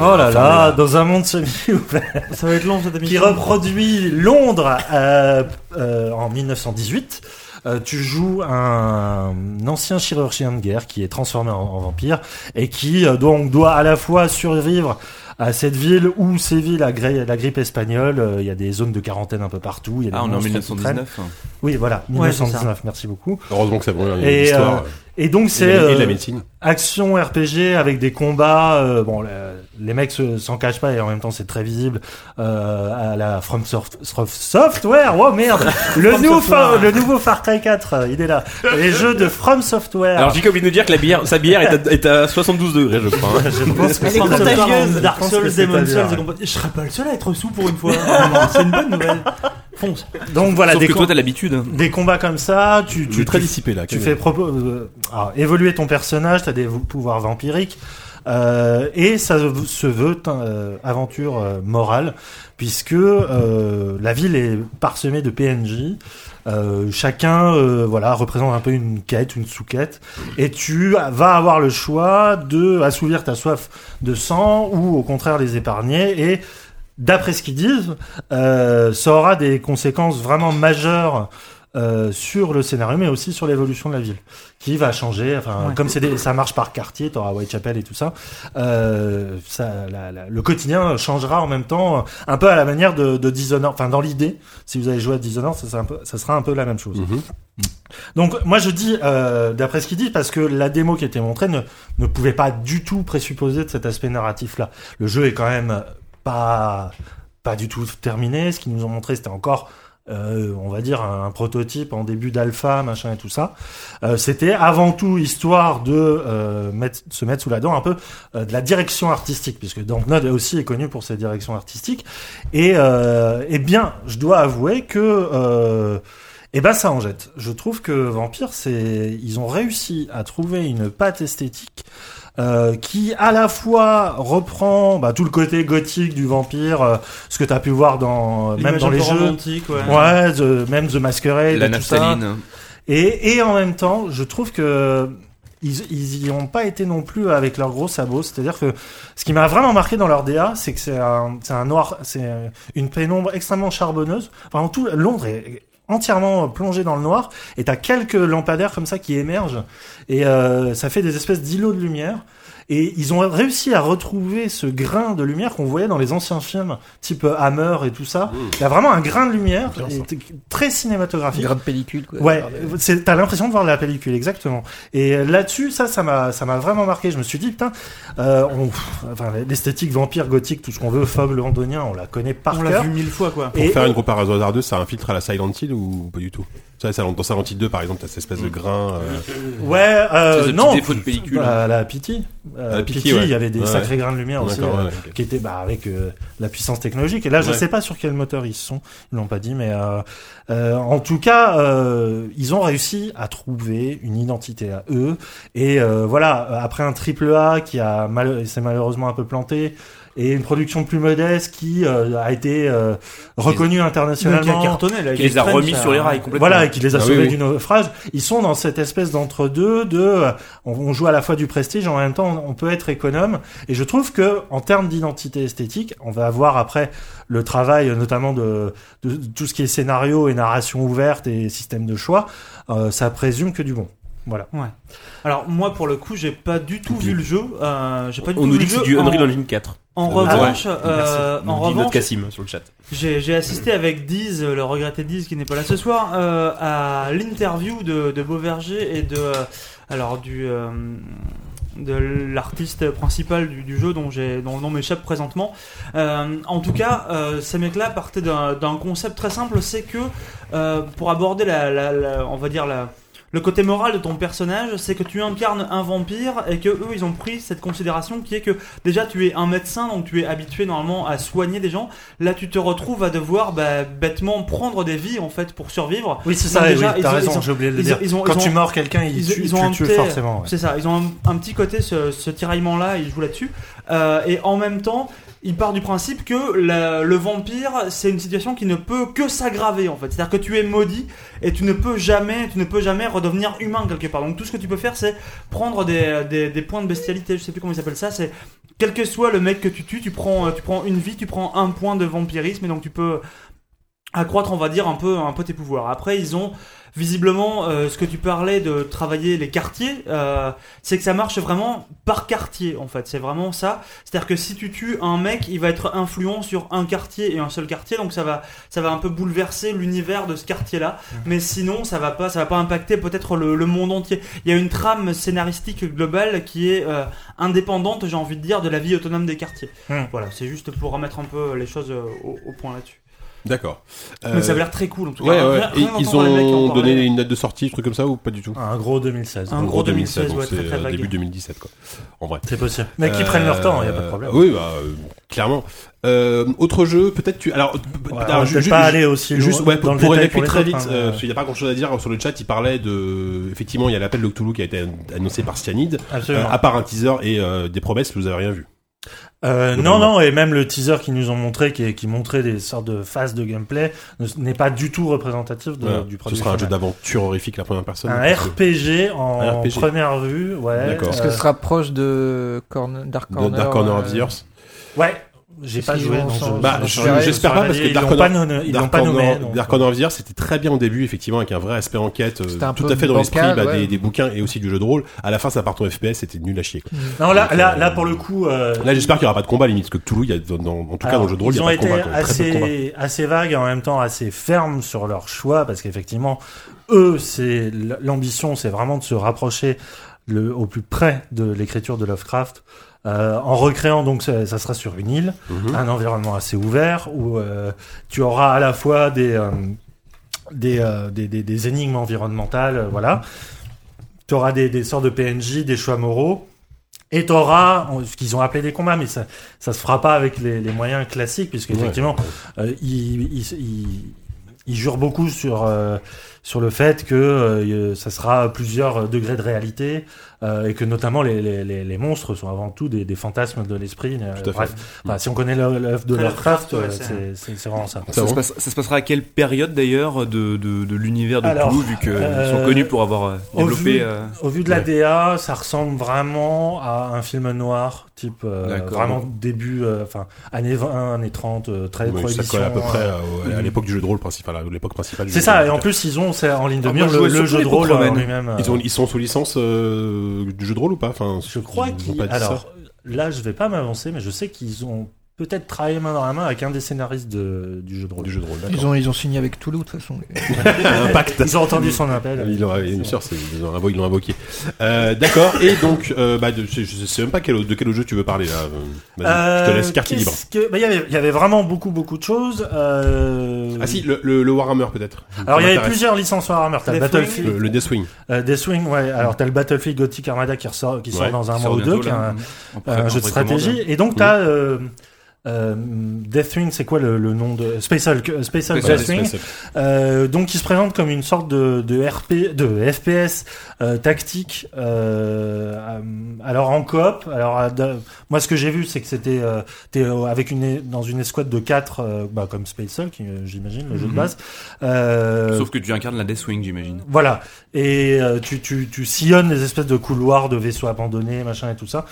E: oh là là, dans un monde semi-ouvert.
B: Ça va être long cette
E: qui
B: émission.
E: reproduit Londres euh, euh, en 1918. Euh, tu joues un ancien chirurgien de guerre qui est transformé en, en vampire et qui euh, donc doit à la fois survivre à cette ville où sévit la, gri- la grippe espagnole. Euh, Il y a des zones de quarantaine un peu partout. Il y a des
C: Ah, on est en
E: monstres qui traînent.
C: 1919.
E: Oui, voilà,
B: Ouais, c'est ça.
E: 1919. merci beaucoup.
A: Heureusement que ça brûle hein,
E: Et, euh,
A: l'histoire.
E: Et donc
A: Et
E: c'est
A: la- et la
E: euh,
A: médecine.
E: action RPG avec des combats. euh, bon, le- les mecs se- s'en cachent pas et en même temps c'est très visible euh, à la From Soft- Soft- Software. Oh merde, le
B: From
E: nouveau
B: Software.
E: Far- le nouveau Far Cry 4, euh, il est là. Les jeux de From Software.
D: Alors Jacob vient de nous dire que la bière, sa bière est à, est à 72 degrés, je crois. hein.
E: je pense que
F: Elle est
E: c'est
B: Sans
E: un peu
F: contagieuse.
E: tard,
B: contagieuse,
E: on-
B: Dark
E: je pense
B: Souls,
E: que c'est
B: Demon
E: pas
B: Souls et
E: bien.
B: compagnie. Je serais pas le seul à être sous pour une fois. Non, non, c'est une bonne nouvelle. Fonce.
E: Donc voilà,
C: Sauf
E: des,
C: que toi
E: com-
C: t'as l'habitude.
E: des combats comme ça, tu,
A: Tu
E: tu,
A: es très
E: tu
A: dissipé là.
E: Tu
A: quand
E: fais
A: même.
E: propo- euh, alors, évoluer ton personnage, t'as des vo- pouvoirs vampiriques. Euh, et ça v- se veut euh, aventure euh, morale, puisque euh, la ville est parsemée de PNJ. Euh, chacun euh, voilà représente un peu une quête, une sous-quête, et tu a- vas avoir le choix de assouvir ta soif de sang ou au contraire les épargner. Et d'après ce qu'ils disent, euh, ça aura des conséquences vraiment majeures euh, sur le scénario, mais aussi sur l'évolution de la ville, qui va changer. Enfin,
F: Ouais.
E: comme c'est des- ça marche par quartier, t'auras Whitechapel et tout ça. euh, ça la- la- le quotidien changera en même temps, euh, un peu à la manière de, de Dishonored. Enfin, dans l'idée, si vous avez joué à Dishonored, ça, sera un peu- ça sera un peu la même chose.
A: Mhm.
E: Donc moi je dis, euh, d'après ce qu'il dit, parce que la démo qui était montrée ne, ne pouvait pas du tout présupposer de cet aspect narratif-là. Le jeu est quand même pas, pas du tout terminé. Ce qu'ils nous ont montré, c'était encore, euh, on va dire, un, un prototype en début d'alpha, machin et tout ça. Euh, c'était avant tout histoire de euh, mettre, se mettre sous la dent un peu euh, de la direction artistique, puisque Dontnod aussi est connu pour ses directions artistiques. Et euh, eh bien, je dois avouer que... Euh, eh ben ça en jette. Je trouve que Vampire, c'est ils ont réussi à trouver une patte esthétique euh, qui à la fois reprend bah, tout le côté gothique du vampire, euh, ce que t'as pu voir dans même
B: L'image
E: dans
B: un
E: les
B: peu
E: jeux,
B: romantique, ouais.
E: ouais, The- même The Masquerade,
C: La
E: et tout ça.
C: naphtaline.
E: Et, et en même temps, je trouve que ils, ils y ont pas été non plus avec leurs gros sabots. C'est-à-dire que ce qui m'a vraiment marqué dans leur DA, c'est que c'est un, c'est un noir, c'est une pénombre extrêmement charbonneuse. Enfin, tout Londres est entièrement plongé dans le noir et t'as quelques lampadaires comme ça qui émergent et euh, ça fait des espèces d'îlots de lumière. Et ils ont réussi à retrouver ce grain de lumière qu'on voyait dans les anciens films, type Hammer et tout ça. Il y a vraiment un grain de lumière et t- très cinématographique.
H: Une grande pellicule, quoi.
E: Ouais, c'est- t'as l'impression de voir la pellicule, exactement. Et là-dessus, ça, ça m'a, ça m'a vraiment marqué. Je me suis dit, putain, euh, on- pff, enfin, l'esthétique vampire, gothique, tout ce qu'on veut, fauve londonien, on la connaît par
B: On l'a
E: cœur.
B: vu mille fois, quoi.
A: Pour
E: Et-
A: faire une comparaison hasardeuse, ça a un filtre à la Silent Hill ou pas du tout ça, ça, Dans Silent Hill 2, par exemple, t'as cette
E: Hmm.
A: espèce de grain. euh,
E: Ouais,
D: C'est ce
E: euh,
D: petit
E: non.
D: défaut de pellicule.
E: Bah, la Pity, euh,
A: La Pity,
E: Pity,
A: ouais.
E: il y avait des
A: Ouais.
E: sacrés grains de lumière aussi,
A: D'accord,
E: euh,
A: ouais, ok.
E: qui étaient bah, avec euh, la puissance technologique. Et là, je
A: Ouais.
E: sais pas sur quel moteur ils sont, ils l'ont pas dit, mais euh, euh, en tout cas, euh, ils ont réussi à trouver une identité à eux. Et euh, voilà, euh, après un triple A qui a mal, s'est malheureusement un peu planté. Et une production plus modeste qui euh, a été euh, reconnue
B: Donc, il a
E: internationalement.
B: cartonné, là.
C: Qui
B: il
C: les a
B: traîne,
C: remis
B: ça.
C: sur les rails complètement.
E: Voilà, et qui les a
A: Ah oui,
E: sauvés
A: oui.
E: du naufrage. Ils sont dans cette espèce d'entre-deux de, euh, on, on joue à la fois du prestige, en même temps, on, on peut être économe. Et je trouve que, en termes d'identité esthétique, on va avoir après le travail, euh, notamment de, de, de tout ce qui est scénario et narration ouverte et système de choix, euh, ça présume que du bon. Voilà.
B: Alors, moi, pour le coup, j'ai pas du tout vu le jeu. euh, j'ai pas du
D: On
B: tout
D: nous
B: vu
D: dit
B: le
D: que
B: jeu.
D: c'est du
B: En-
D: Unreal Engine 4.
B: En
D: Ouais.
B: revanche, euh,
D: Nous
B: en
D: dit notre
B: revanche,
D: Cassim sur le chat.
B: J'ai j'ai assisté avec Diz, euh, le regretté Diz qui n'est pas là ce soir, euh, à l'interview de, de Beauverger et de. euh, alors, du. euh, de l'artiste principal du, du jeu dont, j'ai- dont le nom m'échappe présentement. Euh, en tout cas, euh, ces mecs-là partaient d'un d'un concept très simple c'est que euh, pour aborder la, la- la- on va dire la, le côté moral de ton personnage, c'est que tu incarnes un vampire et que eux ils ont pris cette considération qui est que déjà tu es un médecin donc tu es habitué normalement à soigner des gens. Là tu te retrouves à devoir bah, bêtement prendre des vies en fait pour survivre.
E: Oui, c'est
B: ça,
E: ça,
B: oui, déjà, oui,
E: t'as
B: t'as ils ont-
E: raison,
B: raison, ils ont-
E: j'ai oublié de le
B: ils ont-
E: dire.
B: dire. ils ont-
E: Quand
B: ils
E: tu
B: ont-
E: mords quelqu'un, il
B: ils-
E: tue,
B: ils ont
E: tu le tues
B: opté-
E: forcément. ouais.
B: C'est ça, ils ont un, un petit côté ce, ce tiraillement-là, ils jouent là-dessus. Euh, et en même temps, ils partent du principe que la- le vampire, c'est une situation qui ne peut que s'aggraver en fait. C'est-à-dire que tu es maudit et tu ne peux jamais, tu ne peux jamais redevenir humain quelque part. Donc tout ce que tu peux faire, c'est prendre des, des- des points de bestialité. Je sais plus comment ils appellent ça. C'est quel que soit le mec que tu tues, tu prends, euh, tu prends une vie, tu prends un point de vampirisme et donc tu peux accroître, on va dire, un peu, un peu tes pouvoirs. Après, ils ont visiblement euh, ce que tu parlais de travailler les quartiers, euh, c'est que ça marche vraiment par quartier en fait. C'est vraiment ça. C'est-à-dire que si tu tues un mec, il va être influent sur un quartier et un seul quartier, donc ça va, ça va un peu bouleverser l'univers de ce quartier-là. Mais sinon, ça va pas, ça va pas impacter peut-être le, le monde entier. Il y a une trame scénaristique globale qui est euh, indépendante, j'ai envie de dire, de la vie autonome des quartiers.
E: Hmm.
B: Voilà, c'est juste pour remettre un peu les choses euh, au, au point là-dessus.
A: D'accord.
B: Mais ça
A: Euh,
B: avait l'air très cool en tout cas.
A: Ouais, ouais.
B: Rien-
A: Et
B: rien
A: ils
B: d'entendre les mecs qui en
A: ont
B: parlaient.
A: donné une date de sortie, un truc comme ça, ou pas du tout
E: Un gros 2016.
A: En
B: Un
E: ouais.
B: gros
A: gros 2016,
B: 2016,
A: donc
B: ouais, très,
A: c'est
B: très
A: euh,
B: vague.
A: début 2017, quoi. En vrai.
E: C'est possible. Mais qui Bah, prennent leur temps, il n'y a pas de
A: Euh,
E: problème.
A: Oui, bah, euh, clairement. Euh, autre jeu, peut-être tu. Alors,
E: Ouais,
A: alors,
E: on va
A: ju-
E: peut-être
A: ju-
E: pas
A: ju-
E: aller aussi loin
A: Juste, ouais, pour,
E: dans le
A: pour
E: détail
A: évacuer
E: les
A: très
E: autres,
A: vite,
E: hein,
A: euh,
E: euh,
A: parce qu'il n'y a pas grand-chose à dire sur le chat. Il parlait de, effectivement, il y a l'appel de Cthulhu qui a été an- annoncé par Cyanide. euh,
E: absolument.
A: à part un teaser et euh, des promesses, vous avez rien vu.
E: Euh, non,
A: globalement.
E: non, et même le teaser qu'ils nous ont montré, qui, qui montrait des sortes de phases de gameplay, ne- n'est pas du tout représentatif de-
A: Voilà.
E: du
A: Ce
E: produit.
A: sera un jeu
E: final.
A: d'aventure horrifique la première personne.
E: Un
A: Parce que-
E: RPG en
A: Un RPG.
E: première vue, ouais.
A: D'accord.
E: euh,
A: Est-ce
H: Est-ce que ce sera proche de Corn- Dark
A: de
H: Corner
A: Dark Corner of the
H: euh,
A: Earth.
E: Ouais, j'ai pas
H: Est-ce qu'ils
E: joué.
H: vont
E: donc
H: s'en-
E: je-
A: Bah,
E: je-
A: je-
E: je-
A: j'espère
E: je-
A: pas, parce que
E: ils
A: Dark
E: l'ont
A: Corner-
E: pas nommé- Euh, ils l'ont
A: Dark
E: pas nommé.
A: Corner,
E: donc, euh.
A: Dark Corner of the Earth, c'était très bien au début, effectivement, avec un vrai aspect enquête, euh,
H: C'était un
A: tout
H: peu
A: à fait dans l'esprit
H: bancal,
A: bah, des-
H: ouais.
A: des, bouquins et aussi du jeu de rôle. À la fin, ça part en FPS, c'était nul à chier. quoi.
E: Non, là,
A: Donc,
E: là,
A: euh,
E: là, pour le coup. euh,
A: Là, j'espère qu'il n'y aura pas de combat, limite, parce que Cthulhu, il y a, dans, dans- en tout cas, dans le jeu de rôle, il
E: ils
A: n'y a
E: ont
A: pas de combat.
E: été
A: quoi. Très peu de combat.
E: assez, assez vagues et en même temps assez fermes sur leur choix parce qu'effectivement, eux, c'est l- l'ambition, c'est vraiment de se rapprocher le, au plus près de l'écriture de Lovecraft. euh, en recréant donc ça, ça sera sur une île,
A: Mhm.
E: un environnement assez ouvert où euh, tu auras à la fois des euh, des, euh, des, des- des énigmes environnementales, euh, voilà. Tu auras des, des sortes de PNJ, des choix moraux. Et tu auras ce qu'ils ont appelé des combats, mais ça ça se fera pas avec les, les moyens classiques, puisque effectivement, euh, ils, ils- ils- ils jurent beaucoup sur, euh, sur le fait que euh, ça sera plusieurs degrés de réalité, euh, et que notamment les, les, les- les monstres sont avant tout des, des fantasmes de l'esprit. euh,
A: à fait.
E: bref, Enfin, si on connaît l'œuvre de
B: Très Lovecraft,
E: Lovecraft,
B: ouais,
E: euh,
B: c'est-
E: c'est- c'est c'est vraiment ça.
A: Ça
C: Ça,
A: va.
C: se passe- ça se passera à quelle période d'ailleurs de, de, de l'univers de
E: Alors,
C: Cthulhu vu qu'ils
E: euh,
C: sont connus pour avoir euh,
E: au vu-
C: développé euh,
E: Au vu de la
A: Ouais.
E: DA, ça ressemble vraiment à un film noir, type euh,
C: D'accord.
E: vraiment début, euh, enfin années 20, années 30, euh, très
A: Oui, ça
E: prohibition.
A: colle à peu près
E: euh,
A: euh, à l'époque du jeu de rôle principal, à l'époque principale. du
E: C'est
A: jeu de
E: ça,
A: rôle,
E: et
A: en
E: en
A: tout
E: plus ils ont c'est en ligne de
C: Ah,
E: mire
C: moi, je
E: le,
C: jouais
E: le
C: surtout
E: jeu
C: les
E: de rôle en
C: Pokémon.
E: lui-même. euh,
A: cas. ils, ont- ils sont sous licence euh, du jeu de rôle ou pas enfin,
E: je crois
A: ils ont
E: qu'ils.
A: pas dit
E: Alors là, je vais pas m'avancer, mais je sais qu'ils ont peut-être travaillé main dans la main avec un des scénaristes de- du jeu de
A: ça,
E: rôle.
A: du jeu de rôle.
H: Ils ont, ils ont signé avec Toulouse, de toute façon.
A: un pacte.
E: Ils ont entendu son appel.
A: Il aura- bien sûr, c'est- ils l'ont invo- ils l'ont invoqué. Euh, D'accord. Et donc, euh, bah, de- je, je sais même pas quel, autre- de quel autre jeu tu veux parler là. Euh, vas-y, je
E: Euh,
A: te laisse carte
E: qu'est-ce
A: libre.
E: que- bah, Il y avait- il y avait vraiment beaucoup, beaucoup de choses. euh,
A: Ah si, le, le- le Warhammer peut-être.
E: Alors
A: Ça
E: il y avait
A: m'intéresse.
E: plusieurs licences Warhammer. T'as le
B: Deathwing.
E: Battlefield,
A: Le, le Deathwing.
E: euh, Deathwing, ouais. Alors t'as le Battlefield Gothic Armada qui ressort, qui sort
A: Ouais,
E: dans un
C: qui
E: mois
C: sort
E: ou
C: bientôt,
E: deux, qui est
C: là,
E: un,
C: en pré-
E: un
C: en
E: jeu de
C: précommande.
E: stratégie. Et donc t'as euh, euh, Deathwing, c'est quoi le, le nom de Space Hulk, euh, Space Hulk
C: Space
E: Deathwing.
A: Space-
E: Euh, donc qui se présente comme une sorte de, de RP, de FPS euh, tactique. euh, euh, alors en coop. Alors à- de- moi ce que j'ai vu c'est que c'était euh, t'es euh, avec une dans une escouade de 4 bah, comme Space Hulk, euh, j'imagine le jeu de
C: Mhm.
E: base. Euh,
C: Sauf que tu incarnes la Deathwing, j'imagine.
E: voilà. Et euh, tu, tu, tu sillonnes les espèces de couloirs de vaisseaux abandonnés, machin et tout ça.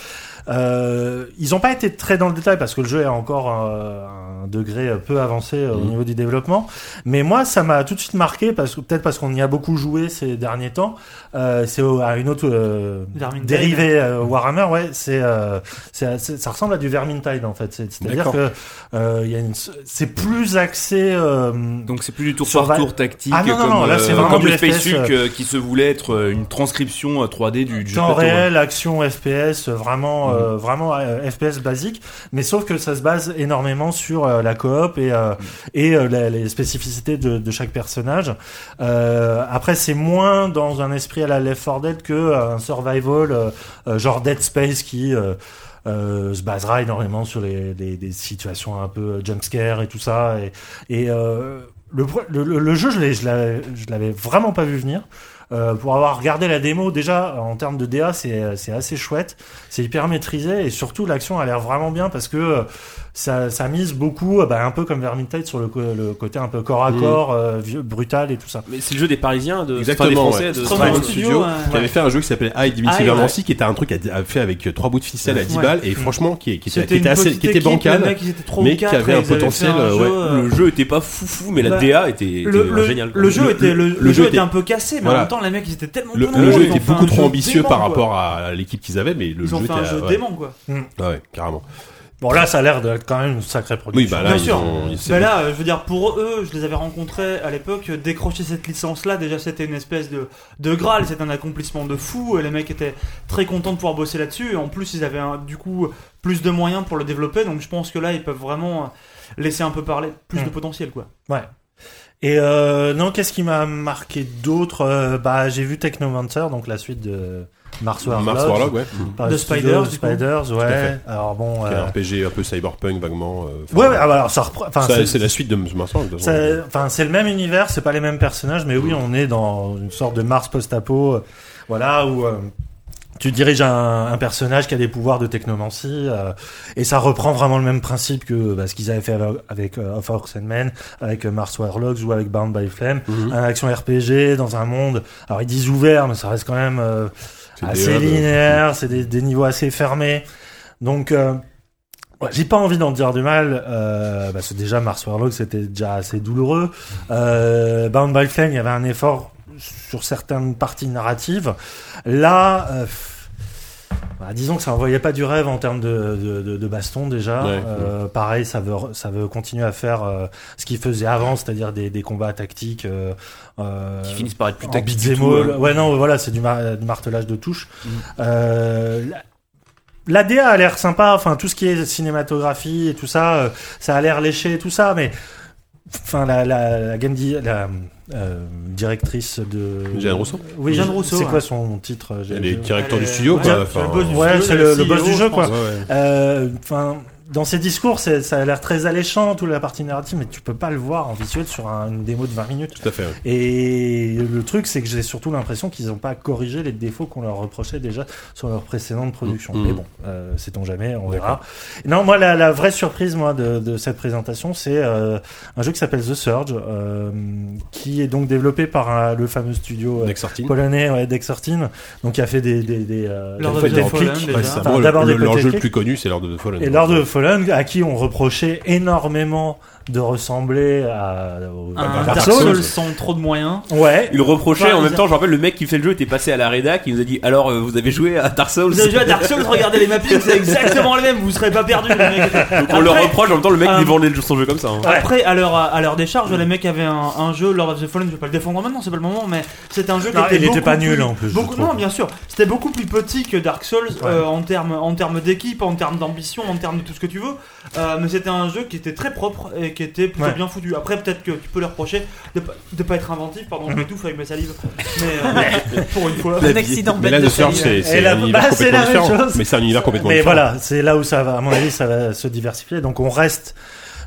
E: Euh, ils n'ont pas été très dans le détail parce que le jeu est encore euh, un degré peu avancé euh, au
A: Mhm.
E: niveau du développement. Mais moi, ça m'a tout de suite marqué parce que peut-être parce qu'on y a beaucoup joué ces derniers temps. Euh, c'est au- à une autre euh,
B: Vermintide.
E: dérivée euh, Warhammer. Ouais, c'est euh, c'est- c'est- ça ressemble à du Vermintide en fait. C'est- C'est-à-dire
A: D'accord.
E: que euh, il y a une- c'est plus axé. euh,
C: Donc c'est plus du tour
E: Sur
C: par
E: Val-
C: tour tactique
E: Ah non, non,
C: comme,
E: non, là, c'est
C: euh,
E: vraiment
C: comme
E: du
C: le Space
E: FPS,
C: Hulk, euh, qui se voulait être euh, une transcription euh, 3D du, du jeu de
E: Temps
C: plateau, ouais. Mm-hmm.
E: réel, action, FPS, euh, vraiment, euh, vraiment euh, FPS basique, mais sauf que ça se base énormément sur euh, la coop et
C: Mm-hmm.
E: euh, et euh, la- les spécificités de, de chaque personnage. Euh, après, c'est moins dans un esprit à la Left 4 Dead que euh, un survival euh, euh, genre Dead Space qui euh, euh, se basera énormément sur les, des- des situations un peu euh, jumpscare et tout ça. Et, et, euh, le, pro- le, le- le jeu, je l'ai- je l'avais je l'avais vraiment pas vu venir. Euh, pour avoir regardé la démo, déjà en termes de DA, c'est c'est assez chouette, c'est hyper maîtrisé et surtout l'action a l'air vraiment bien parce que euh, ça, ça mise beaucoup, euh, bah, un peu comme Vermintide, sur le, co- le côté un peu corps à
A: Mhm.
E: corps, euh, vieux- brutal et tout ça.
D: Mais c'est le jeu des Parisiens, de,
A: Exactement,
D: enfin, des
A: ouais.
D: Français. De...
B: Stronghold
A: Stronghold
B: Studio,
A: Studio,
B: ouais.
A: qui avait fait un jeu qui s'appelait High Divinity
B: High,
A: Verdancy, qui était un truc à, à- fait avec euh, trois bouts de ficelle à 10
B: Ouais.
A: balles et franchement qui, est- qui était, qui était assez, qui était bancal. mais qui avait un potentiel, euh, ouais,
D: Le jeu était pas foufou, mais la
B: Bah,
D: DA était, était
B: le, le-
D: géniale. quoi.
B: le jeu était le, le jeu
A: était-
B: était un peu cassé mais
A: voilà.
B: en même temps les mecs ils étaient tellement
A: Le,
B: bons,
A: le
B: ils ont
A: jeu était
B: fait un
A: beaucoup trop
B: jeu
A: ambitieux
B: dément,
A: par
B: quoi.
A: rapport à l'équipe qu'ils avaient, mais le
B: ils
A: jeu
B: ont
A: était
B: fait un
A: euh,
B: jeu
A: ouais.
B: dément quoi
A: Ah ouais, carrément.
E: Bon, là, ça a l'air d'être quand même une sacrée
A: Oui,
E: production.
A: bah là,
B: Bien
A: ils
B: sûr.
A: ont- ils- c'est-
B: Bah là, euh, je veux dire, pour eux, je les avais rencontrés à l'époque, euh, décrocher cette licence-là, déjà c'était une espèce de, de Graal, c'était un accomplissement de fou, et les mecs étaient très contents de pouvoir bosser là-dessus, et en plus ils avaient un- du coup plus de moyens pour le développer, donc je pense que là ils peuvent vraiment euh, laisser un peu parler, plus
A: Hmm.
E: Mm.
B: de potentiel quoi.
E: Ouais. Et euh, non, qu'est-ce qui m'a marqué d'autre Euh, Bah, j'ai vu Technomancer, donc la suite de Mars Warlord.
A: Mars Warlock, ouais.
E: Par
B: De
E: le studio
B: Spiders,
E: de
B: du coup.
E: Spiders,
A: à
E: ouais.
A: fait.
E: Alors bon.
A: Qui est
E: euh,
A: un RPG un peu cyberpunk, vaguement. euh, enfin,
E: Ouais, ouais, ah bah alors ça reprend. Enfin,
A: ça,
E: c'est-
A: c'est la suite de Mars Warlord, de toute façon.
E: ça- Enfin, c'est le même univers, c'est pas les mêmes personnages, mais oui, on est dans une sorte de Mars post-apo, euh, voilà, où euh, tu diriges un, un personnage qui a des pouvoirs de technomancie, euh, et ça reprend vraiment le même principe que bah, ce qu'ils avaient fait avec, avec euh, Of Orcs and Men, avec euh, Mars Warlocks ou avec Bound by Flame,
A: Mhm.
E: un action RPG dans un monde. Alors ils disent ouvert, mais ça reste quand même euh,
A: C'est des
E: assez
A: hubs.
E: linéaire, c'est des, des niveaux assez fermés. Donc euh, ouais, j'ai pas envie d'en dire du mal, euh, parce que déjà Mars Warlock c'était déjà assez douloureux. Euh, Bound by Flame, il y avait un effort sur certaines parties narratives. Là, euh, pff, bah, disons que ça envoyait pas du rêve en termes de, de, de- de baston déjà.
A: Ouais.
E: Euh, Pareil, ça veut, ça veut continuer à faire euh, ce qu'il faisait avant, c'est-à-dire des, des combats tactiques. euh, euh,
D: Qui finissent par être plus
E: en
D: tactiques
E: beat'em
D: du tout,
E: all.
D: hein.
E: Ouais, non, voilà, c'est du, mar- du martelage de touche. Euh, la- la DA a l'air sympa, enfin tout ce qui est cinématographie et tout ça, euh, ça a l'air léché et tout ça, mais enfin la, la, la game di- la euh, directrice de
A: Jane Rousseau
E: oui,
B: Jane
E: je-
B: Rousseau,
E: c'est
B: ouais.
E: quoi son titre euh, j'ai-
A: Elle est
E: j'ai- E
A: directeur
B: Allez,
A: du studio,
B: ouais,
A: quoi.
B: c'est le boss du
E: Ouais,
B: studio,
E: c'est
B: la
E: le, le
B: CEO,
E: boss du
B: je
E: jeu, quoi.
B: pense.
E: Euh, Enfin, dans ses discours, c'est- ça a l'air très alléchant, toute la partie narrative, mais tu peux pas le voir en visuel sur un- une démo de 20 minutes.
A: Tout à fait. ouais.
E: Et le truc, c'est que j'ai surtout l'impression qu'ils n'ont pas corrigé les défauts qu'on leur reprochait déjà sur leur précédente production.
A: Mhm.
E: Mais bon, euh, sait-on jamais, on verra. Non, moi, la, la vraie surprise moi, de, de cette présentation, c'est euh, un jeu qui s'appelle The Surge, euh, qui est donc développé par euh, le fameux studio euh,
A: Dexartine.
E: polonais ouais, Dexortin, donc qui a fait des, des, des, euh,
B: Lord of
E: des-
B: the
E: des
B: Fallen,
E: clics.
B: déjà.
A: Ouais, ça,
E: Enfin,
A: moi, le-
E: d'abord des
A: le- leur jeu
E: Pocket
A: le plus connu, c'est Lord of the Fallen.
E: Et Lord of Fallen, à qui on reprochait énormément de ressembler à, au- à
B: Un
A: Ah, Dark
B: Bah, Dark
A: Souls.
B: Souls sans trop de moyens.
E: Ouais,
D: Il reprochait,
B: Enfin,
D: en même
B: ils-
D: temps, je rappelle, le mec qui fait le jeu était passé à la rédac, il nous a dit Alors, euh, vous avez joué à Dark Souls
B: Vous avez joué à Dark Souls, regardez les mappings, c'est exactement les mêmes, vous serez pas perdus. les mecs.
D: Donc on leur
B: Après-
D: reproche, en même temps, le mec
B: euh,
D: il vendait le- son jeu comme ça. hein.
B: Après, à leur, à leur décharge,
E: Mm.
B: les mecs avaient un, un jeu, Lord of the Fallen, je vais pas le défendre maintenant, c'est pas le moment, mais c'était un jeu qui
E: Non,
B: était
E: il était
B: beaucoup
E: pas
B: plus-
E: nul, hein, en plus, je
B: Beaucoup,
E: trouve.
B: non, bien sûr. C'était beaucoup plus petit que Dark Souls euh, en termes en termes d'équipe, en termes d'ambition, en termes de tout ce que tu veux. Euh, mais c'était un jeu qui était très propre et qui était plutôt
E: Ouais.
B: bien foutu. Après, peut-être que tu peux leur reprocher de, pas- de pas être inventif, pardon,
E: Mm.
B: je m'étouffe avec ma salive. Mais euh, pour une fois.
F: Un accident
A: Mais
F: bête
A: là,
F: de
A: The Surge,
F: salive.
A: c'est c'est
E: Et la-
A: un univers
E: bah, c'est la
A: complètement
E: même
A: différent.
E: chose.
A: Mais c'est un univers complètement
E: Mais
A: différent.
E: voilà, c'est là où ça va, à mon avis, ça va se diversifier. Donc on reste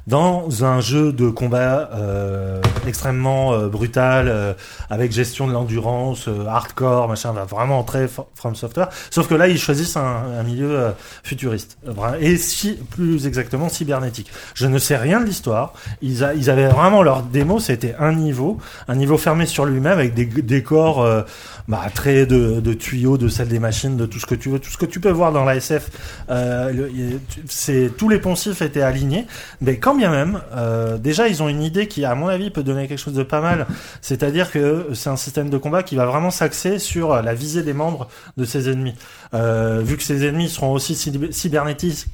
E: dans un jeu de combat euh, extrêmement euh, brutal, euh, avec gestion de l'endurance, euh, hardcore, machin, va vraiment très fo- From Software. Sauf que là, ils choisissent un, un milieu euh, futuriste. Vra- Et si, plus exactement, cybernétique. Je ne sais rien de l'histoire. Ils, a- ils avaient vraiment leur démo, c'était un niveau, un niveau fermé sur lui-même, avec des g- décors... euh, bah, trait de, de tuyaux, de salle des machines, de tout ce que tu veux, tout ce que tu peux voir dans la SF. Euh, le- il- tu- c'est tous les poncifs étaient alignés, mais quand bien même, euh, déjà ils ont une idée qui, à mon avis, peut donner quelque chose de pas mal. C'est-à-dire que c'est un système de combat qui va vraiment s'axer sur la visée des membres de ses ennemis. Euh, vu que ses ennemis seront aussi cyb- cybernétiques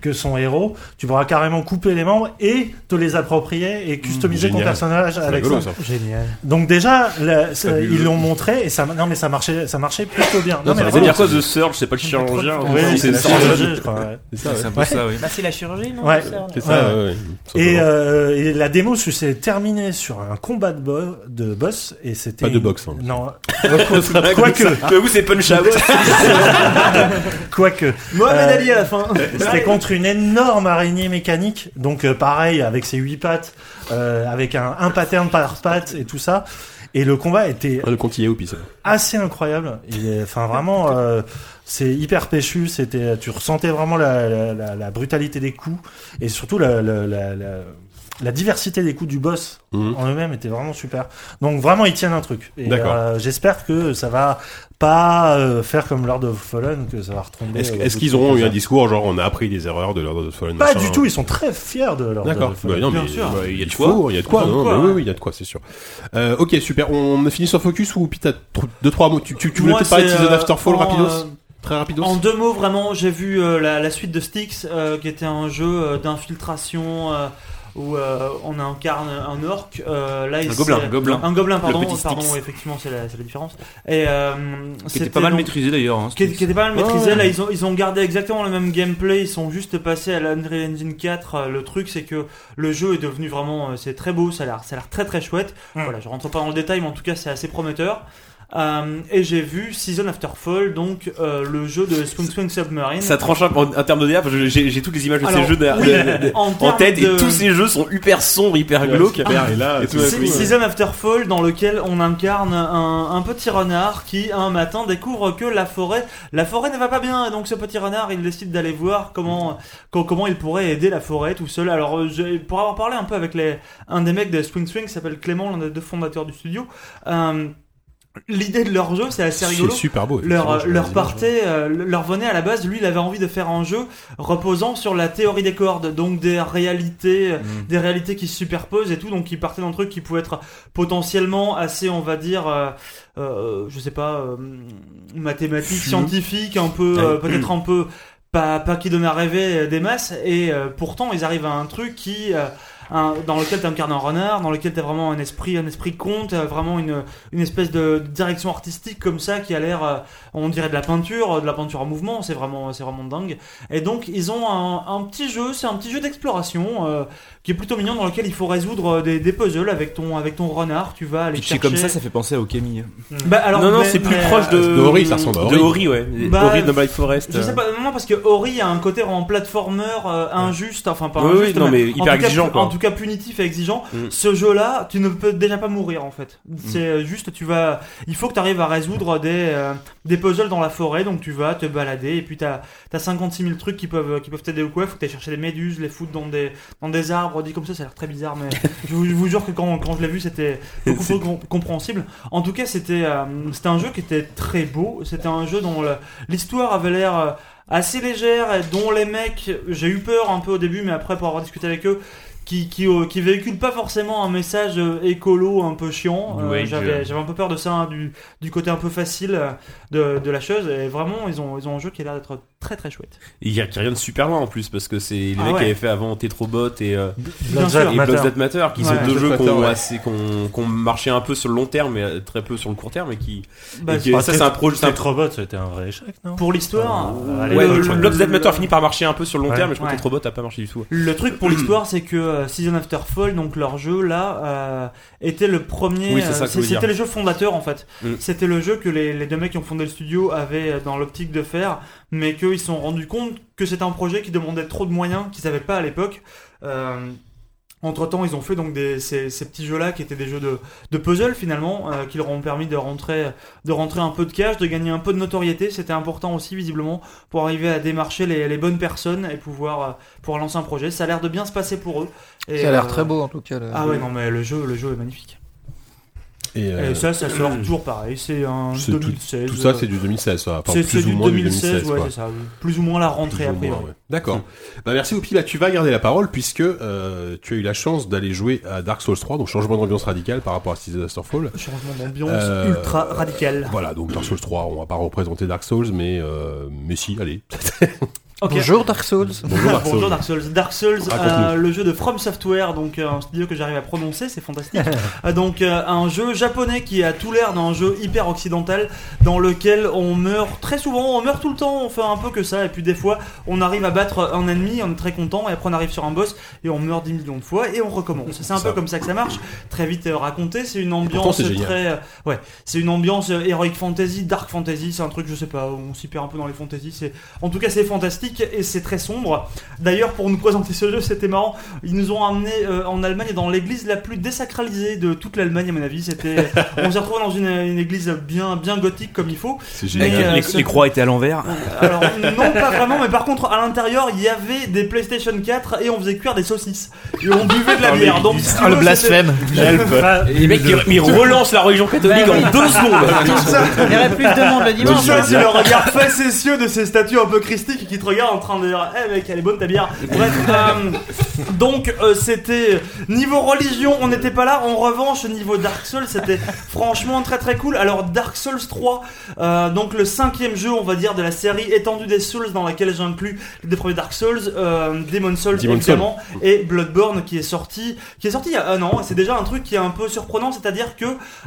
E: que son héros, tu pourras carrément couper les membres et te les approprier et customiser ton
A: génial.
E: personnage avec
A: rigolo,
E: ça.
A: ça.
H: Génial.
E: Donc déjà, la- ça-
A: Fabuleux.
E: ils l'ont montré et ça, non mais ça marchait, ça marchait plutôt bien. Non,
A: Non, ça
E: mais
A: va
D: C'est
E: vraiment,
D: dire quoi The Surge C'est pas le chirurgien
E: Oui,
D: hein, c'est
E: c'est la
D: ça.
E: chirurgie, je crois, ouais.
A: C'est ça, ouais.
C: C'est un peu ça, oui.
F: Bah, c'est la chirurgie, non
E: Ouais.
F: c'est ça,
A: C'est ça,
E: Ouais.
A: ouais, ouais.
E: Et,
A: Simplement.
E: euh, et la démo s'est terminée sur un combat de, bo- de boss et c'était
A: Pas de boxe, hein.
E: Non,
D: Quoique, vous c'est Punch Out.
E: quoique.
B: Mohamed
E: Euh,
B: Ali à la fin.
E: C'était contre une énorme araignée mécanique, donc euh, pareil avec ses huit pattes, euh, avec un, un pattern par patte et tout ça. Et le combat était
A: Rien de continuer Ah, au pis, ça.
E: assez incroyable. Il est- Enfin, vraiment, euh, c'est hyper péchu. C'était, tu ressentais vraiment la, la- la- la brutalité des coups et surtout la, la- la- la- la diversité des coups du boss
A: Mhm.
E: en eux-mêmes était vraiment super. Donc vraiment, ils tiennent un truc. Et,
A: D'accord.
E: euh, J'espère que ça va pas euh, faire comme Lord of Fallen, que ça va retomber. euh,
A: Est-ce
E: au
A: est-ce
E: bout
A: qu'ils
E: de
A: auront eu un
E: quelques
A: discours genre on a appris des erreurs de Lord of the Fallen
E: heures. Pas
A: machin,
E: du
A: hein.
E: tout. Ils sont très fiers de Lord
A: D'accord.
E: of
A: Bah,
E: Fallen.
A: non,
B: Bien
A: mais
B: sûr.
A: bah, il y a de
D: Il
A: quoi.
D: faut.
A: Il y a de quoi.
B: Il y a de
A: non,
B: quoi.
A: mais oui, oui, il y a de quoi, c'est sûr. Euh, ok, super. On a fini sur Focus ou Pete, t'as tr- deux trois mots. Tu, tu, tu voulais
B: Moi,
A: peut-être parler de
B: c'est,
A: Season
B: euh,
A: After Fall
B: en,
A: rapidos
B: euh,
A: Très rapidos.
B: En deux mots, vraiment, j'ai vu euh, la, la suite de Styx, euh, qui était un jeu euh, d'infiltration euh, où euh, on incarne un orc. euh, là, il
D: Un
B: s'est-
D: gobelin, un gobelin.
B: Un gobelin, pardon.
D: petit
B: pardon,
D: Styx.
B: effectivement, c'est la, c'est la différence. Et euh,
C: Qui était pas mal
B: donc-
C: maîtrisé d'ailleurs. hein,
B: qui,
C: c'était-
B: qui était pas mal maîtrisé.
C: Ouais, ouais.
B: Là, ils ont, ils ont gardé exactement le même gameplay. Ils sont juste passés à l'Unreal Engine 4. Euh, Le truc, c'est que le jeu est devenu vraiment, euh, c'est très beau. Ça a l'air, ça a l'air très très chouette.
E: Mm.
B: Voilà, je rentre pas dans le détail, mais en tout cas, c'est assez prometteur. Euh, et j'ai vu Season After Fall, donc euh, le jeu de Swing Swing Submarine.
D: Ça tranche un peu en en termes de DA, parce que j'ai j'ai toutes les images de
B: Alors,
D: ces jeux de-
B: oui,
D: de- de-
B: en,
D: en
B: termes
D: tête,
B: de-
D: et tous ces jeux sont hyper sombres, hyper
A: Ouais,
D: glauques.
A: super, et là,
D: Et
A: tout
D: tout
A: d'un
B: C'est
A: coup, euh,
B: Season After Fall dans lequel on incarne un, un petit renard qui un matin découvre que la forêt la forêt ne va pas bien et donc ce petit renard il décide d'aller voir comment co- comment il pourrait aider la forêt tout seul. Alors euh, j'ai- pour avoir parlé un peu avec les un des mecs de Swing Swing qui s'appelle Clément l'un des deux fondateurs du studio. euh, L'idée de leur jeu c'est assez
A: c'est
B: rigolo
A: super beau. effectivement,
B: leur,
A: je
B: leur
A: les
B: partait, euh, leur venait à la base, lui, il avait envie de faire un jeu reposant sur la théorie des cordes, donc des réalités, euh,
A: Mm.
B: des réalités qui se superposent et tout, donc il partait d'un truc qui pouvait être potentiellement assez, on va dire, euh, euh, je sais pas, euh, mathématique,
D: Flou.
B: scientifique, un peu, euh, peut-être un peu, pas, pas qui donne à rêver euh, des masses, et euh, pourtant ils arrivent à un truc qui, euh, un- dans lequel tu incarnes un renard, dans lequel tu as vraiment un esprit, un esprit conte, euh, vraiment une, une espèce de direction artistique comme ça qui a l'air, euh, on dirait de la peinture, euh, de la peinture en mouvement, c'est vraiment, c'est vraiment dingue. Et donc ils ont un, un petit jeu, c'est un petit jeu d'exploration euh, qui est plutôt mignon dans lequel il faut résoudre euh, des, des puzzles avec ton, avec ton renard, tu vas aller
C: Pitché
B: chercher.
C: comme ça, ça fait penser à Okami.
B: Bah, alors,
D: non, non,
B: mais-
D: c'est plus
B: mais,
D: proche de.
A: De Ori, ça ressemble à Ori.
D: euh, De Ori, ouais.
B: Bah,
D: Ori de Black Forest. euh.
B: Je sais pas, non, parce que Ori a un côté en platformer euh, injuste, enfin pas
D: Oui, oui,
B: injuste,
D: non, mais
B: en
D: hyper
B: tout cas-
D: exigeant, quoi.
B: En tout cas punitif et exigeant.
D: Mm.
B: Ce jeu-là, tu ne peux déjà pas mourir en fait. C'est euh, juste, tu vas, il faut que tu arrives à résoudre des, euh, des puzzles dans la forêt, donc tu vas te balader et puis t'as as 56 000 trucs qui peuvent qui peuvent t'aider ou quoi. Faut que t'ailles chercher des méduses, les foutre dans des dans des arbres, dit comme ça, ça a l'air très bizarre, mais je, vous, je vous jure que quand quand je l'ai vu, c'était beaucoup plus com- compréhensible. En tout cas, c'était euh, c'était un jeu qui était très beau. C'était un jeu dont le- l'histoire avait l'air euh, assez légère et dont les mecs, j'ai eu peur un peu au début, mais après pour avoir discuté avec eux, qui qui, euh, qui véhiculent pas forcément un message euh, écolo un peu chiant.
D: New
B: Euh,
D: Age.
B: J'avais j'avais un peu peur de ça, hein, du du côté un peu facile euh, de, de la chose. Et vraiment, ils ont ils ont un jeu qui a l'air d'être très très chouette.
D: Il y a qui revient de super loin en plus, parce que c'est les
B: Ah
D: mecs
B: ouais.
D: qui avaient fait avant Tetrobot et. euh,
B: Bien
E: Blood
B: sûr.
E: Jet
D: et
E: Matter.
D: Bloods That Matter qui
B: Ouais.
D: sont deux
A: Bloods
D: jeux
A: That
D: qu'on
A: Matter, ouais.
D: assez- qu'on- qu'on marchait un peu sur le long terme et euh, très peu sur le court terme et qui
B: Bah,
D: et qui-
E: Ah,
D: ça c'est un projet c'est un-
E: Tetrobot, c'était un vrai échec, non
B: pour l'histoire.
D: Oh.
E: Ah, allez,
D: ouais,
E: le-
D: le-
E: le-
D: Bloods That Matter finit par marcher un peu sur le long
E: Ouais.
D: terme mais je crois
B: Ouais.
D: que Tetrobot a pas marché du tout
B: Le truc pour l'histoire, c'est que euh, Season After Fall, donc leur jeu là, euh, était le premier.
D: Oui, c'est ça
B: euh,
D: que je veux
B: c'était
D: dire.
B: le jeu fondateur en fait.
D: Mm.
B: C'était le jeu que les, les deux mecs qui ont fondé le studio avaient euh, dans l'optique de faire, mais qu'ils se sont rendus compte que c'était un projet qui demandait trop de moyens qu'ils n'avaient pas à l'époque. entre temps, ils ont fait donc des, ces, ces petits jeux-là qui étaient des jeux de, de puzzle finalement, euh, qui leur ont permis de rentrer, de rentrer un peu de cash, de gagner un peu de notoriété. C'était important aussi visiblement pour arriver à démarcher les, les bonnes personnes et pouvoir euh, pour lancer un projet. Ça a l'air de bien se passer pour eux. Et,
H: Ça a l'air
B: euh,
H: très beau en tout cas. le-
B: Ah ouais, non, mais le jeu, le jeu est magnifique.
A: Et, euh,
B: Et ça, ça sort toujours pareil. C'est un
A: c'est tout-
B: 2016.
A: Tout ça,
B: euh,
A: c'est du 2016, ça. Enfin,
B: c'est- c'est
A: plus ou
B: du
A: moins
B: 2016,
A: du 2016,
B: ouais,
A: quoi.
B: c'est ça. Plus ou moins la rentrée
A: Plus ou
B: après.
A: moins, ouais. D'accord. Bah, merci Oupi, là tu vas garder la parole puisque euh, tu as eu la chance d'aller jouer à Dark Souls 3, donc changement d'ambiance radicale par rapport à Season of Starfall.
B: Changement d'ambiance
A: Euh,
B: ultra radical.
A: Voilà, donc Dark Souls 3, on va pas représenter Dark Souls, mais, euh, mais si, allez.
B: Ok.
H: Bonjour Dark Souls.
A: Bonjour Dark Souls.
B: Bonjour Dark Souls. Dark Souls,
A: Raconte-nous.
B: euh, le jeu de From Software, donc euh, un studio que j'arrive à prononcer, c'est fantastique. Euh, donc euh, un jeu japonais qui a tout l'air d'un jeu hyper occidental, dans lequel on meurt très souvent, on meurt tout le temps, on fait un peu que ça, et puis des fois on arrive à battre un ennemi, on est très content, et après on arrive sur un boss et on meurt 10 millions de fois et on recommence. C'est un
A: Ça.
B: peu comme ça que ça marche. Très vite euh, raconté, c'est une
A: pourtant,
B: ambiance
A: c'est génial.
B: très, euh, ouais, c'est une ambiance euh, heroic fantasy, dark fantasy, c'est un truc je sais pas, on s'y perd un peu dans les fantasy. C'est, en tout cas c'est fantastique et c'est très sombre. D'ailleurs, pour nous présenter ce jeu, c'était marrant. Ils nous ont amené euh, en Allemagne dans l'église la plus désacralisée de toute l'Allemagne, à mon avis. C'était, on s'est retrouvé dans une, une église bien, bien gothique comme il faut.
A: C'est
C: Les,
A: génial.
B: Mais, euh,
C: les-
B: ce-
C: les croix étaient à l'envers.
B: Alors non, pas vraiment, mais par contre, à l'intérieur, il y avait des PlayStation 4 et on faisait cuire des saucisses et on buvait de la bière. Donc,
A: Ah,
B: si tu veux, c'était-
D: les mecs ils relancent la religion catholique en deux secondes
F: Il y aurait plus de monde le
A: Non,
B: Tout
F: dimanche. hein,
A: je
B: ça,
A: veux
B: c'est le regard facétieux de ces statues un peu christiques qui te gars en train de dire Eh mec, elle est bonne ta bière. Bref, euh, donc euh, c'était. Niveau religion, on n'était pas là. En revanche, niveau Dark Souls, c'était franchement très très cool. Alors, Dark Souls 3, euh, donc le cinquième jeu, on va dire, de la série étendue des Souls, dans laquelle j'inclus les deux premiers Dark Souls, euh, Demon Souls,
A: Demon's
B: évidemment, et Bloodborne qui est sorti, qui est sorti il y a un an. Et C'est déjà un truc qui est un peu surprenant, c'est-à-dire que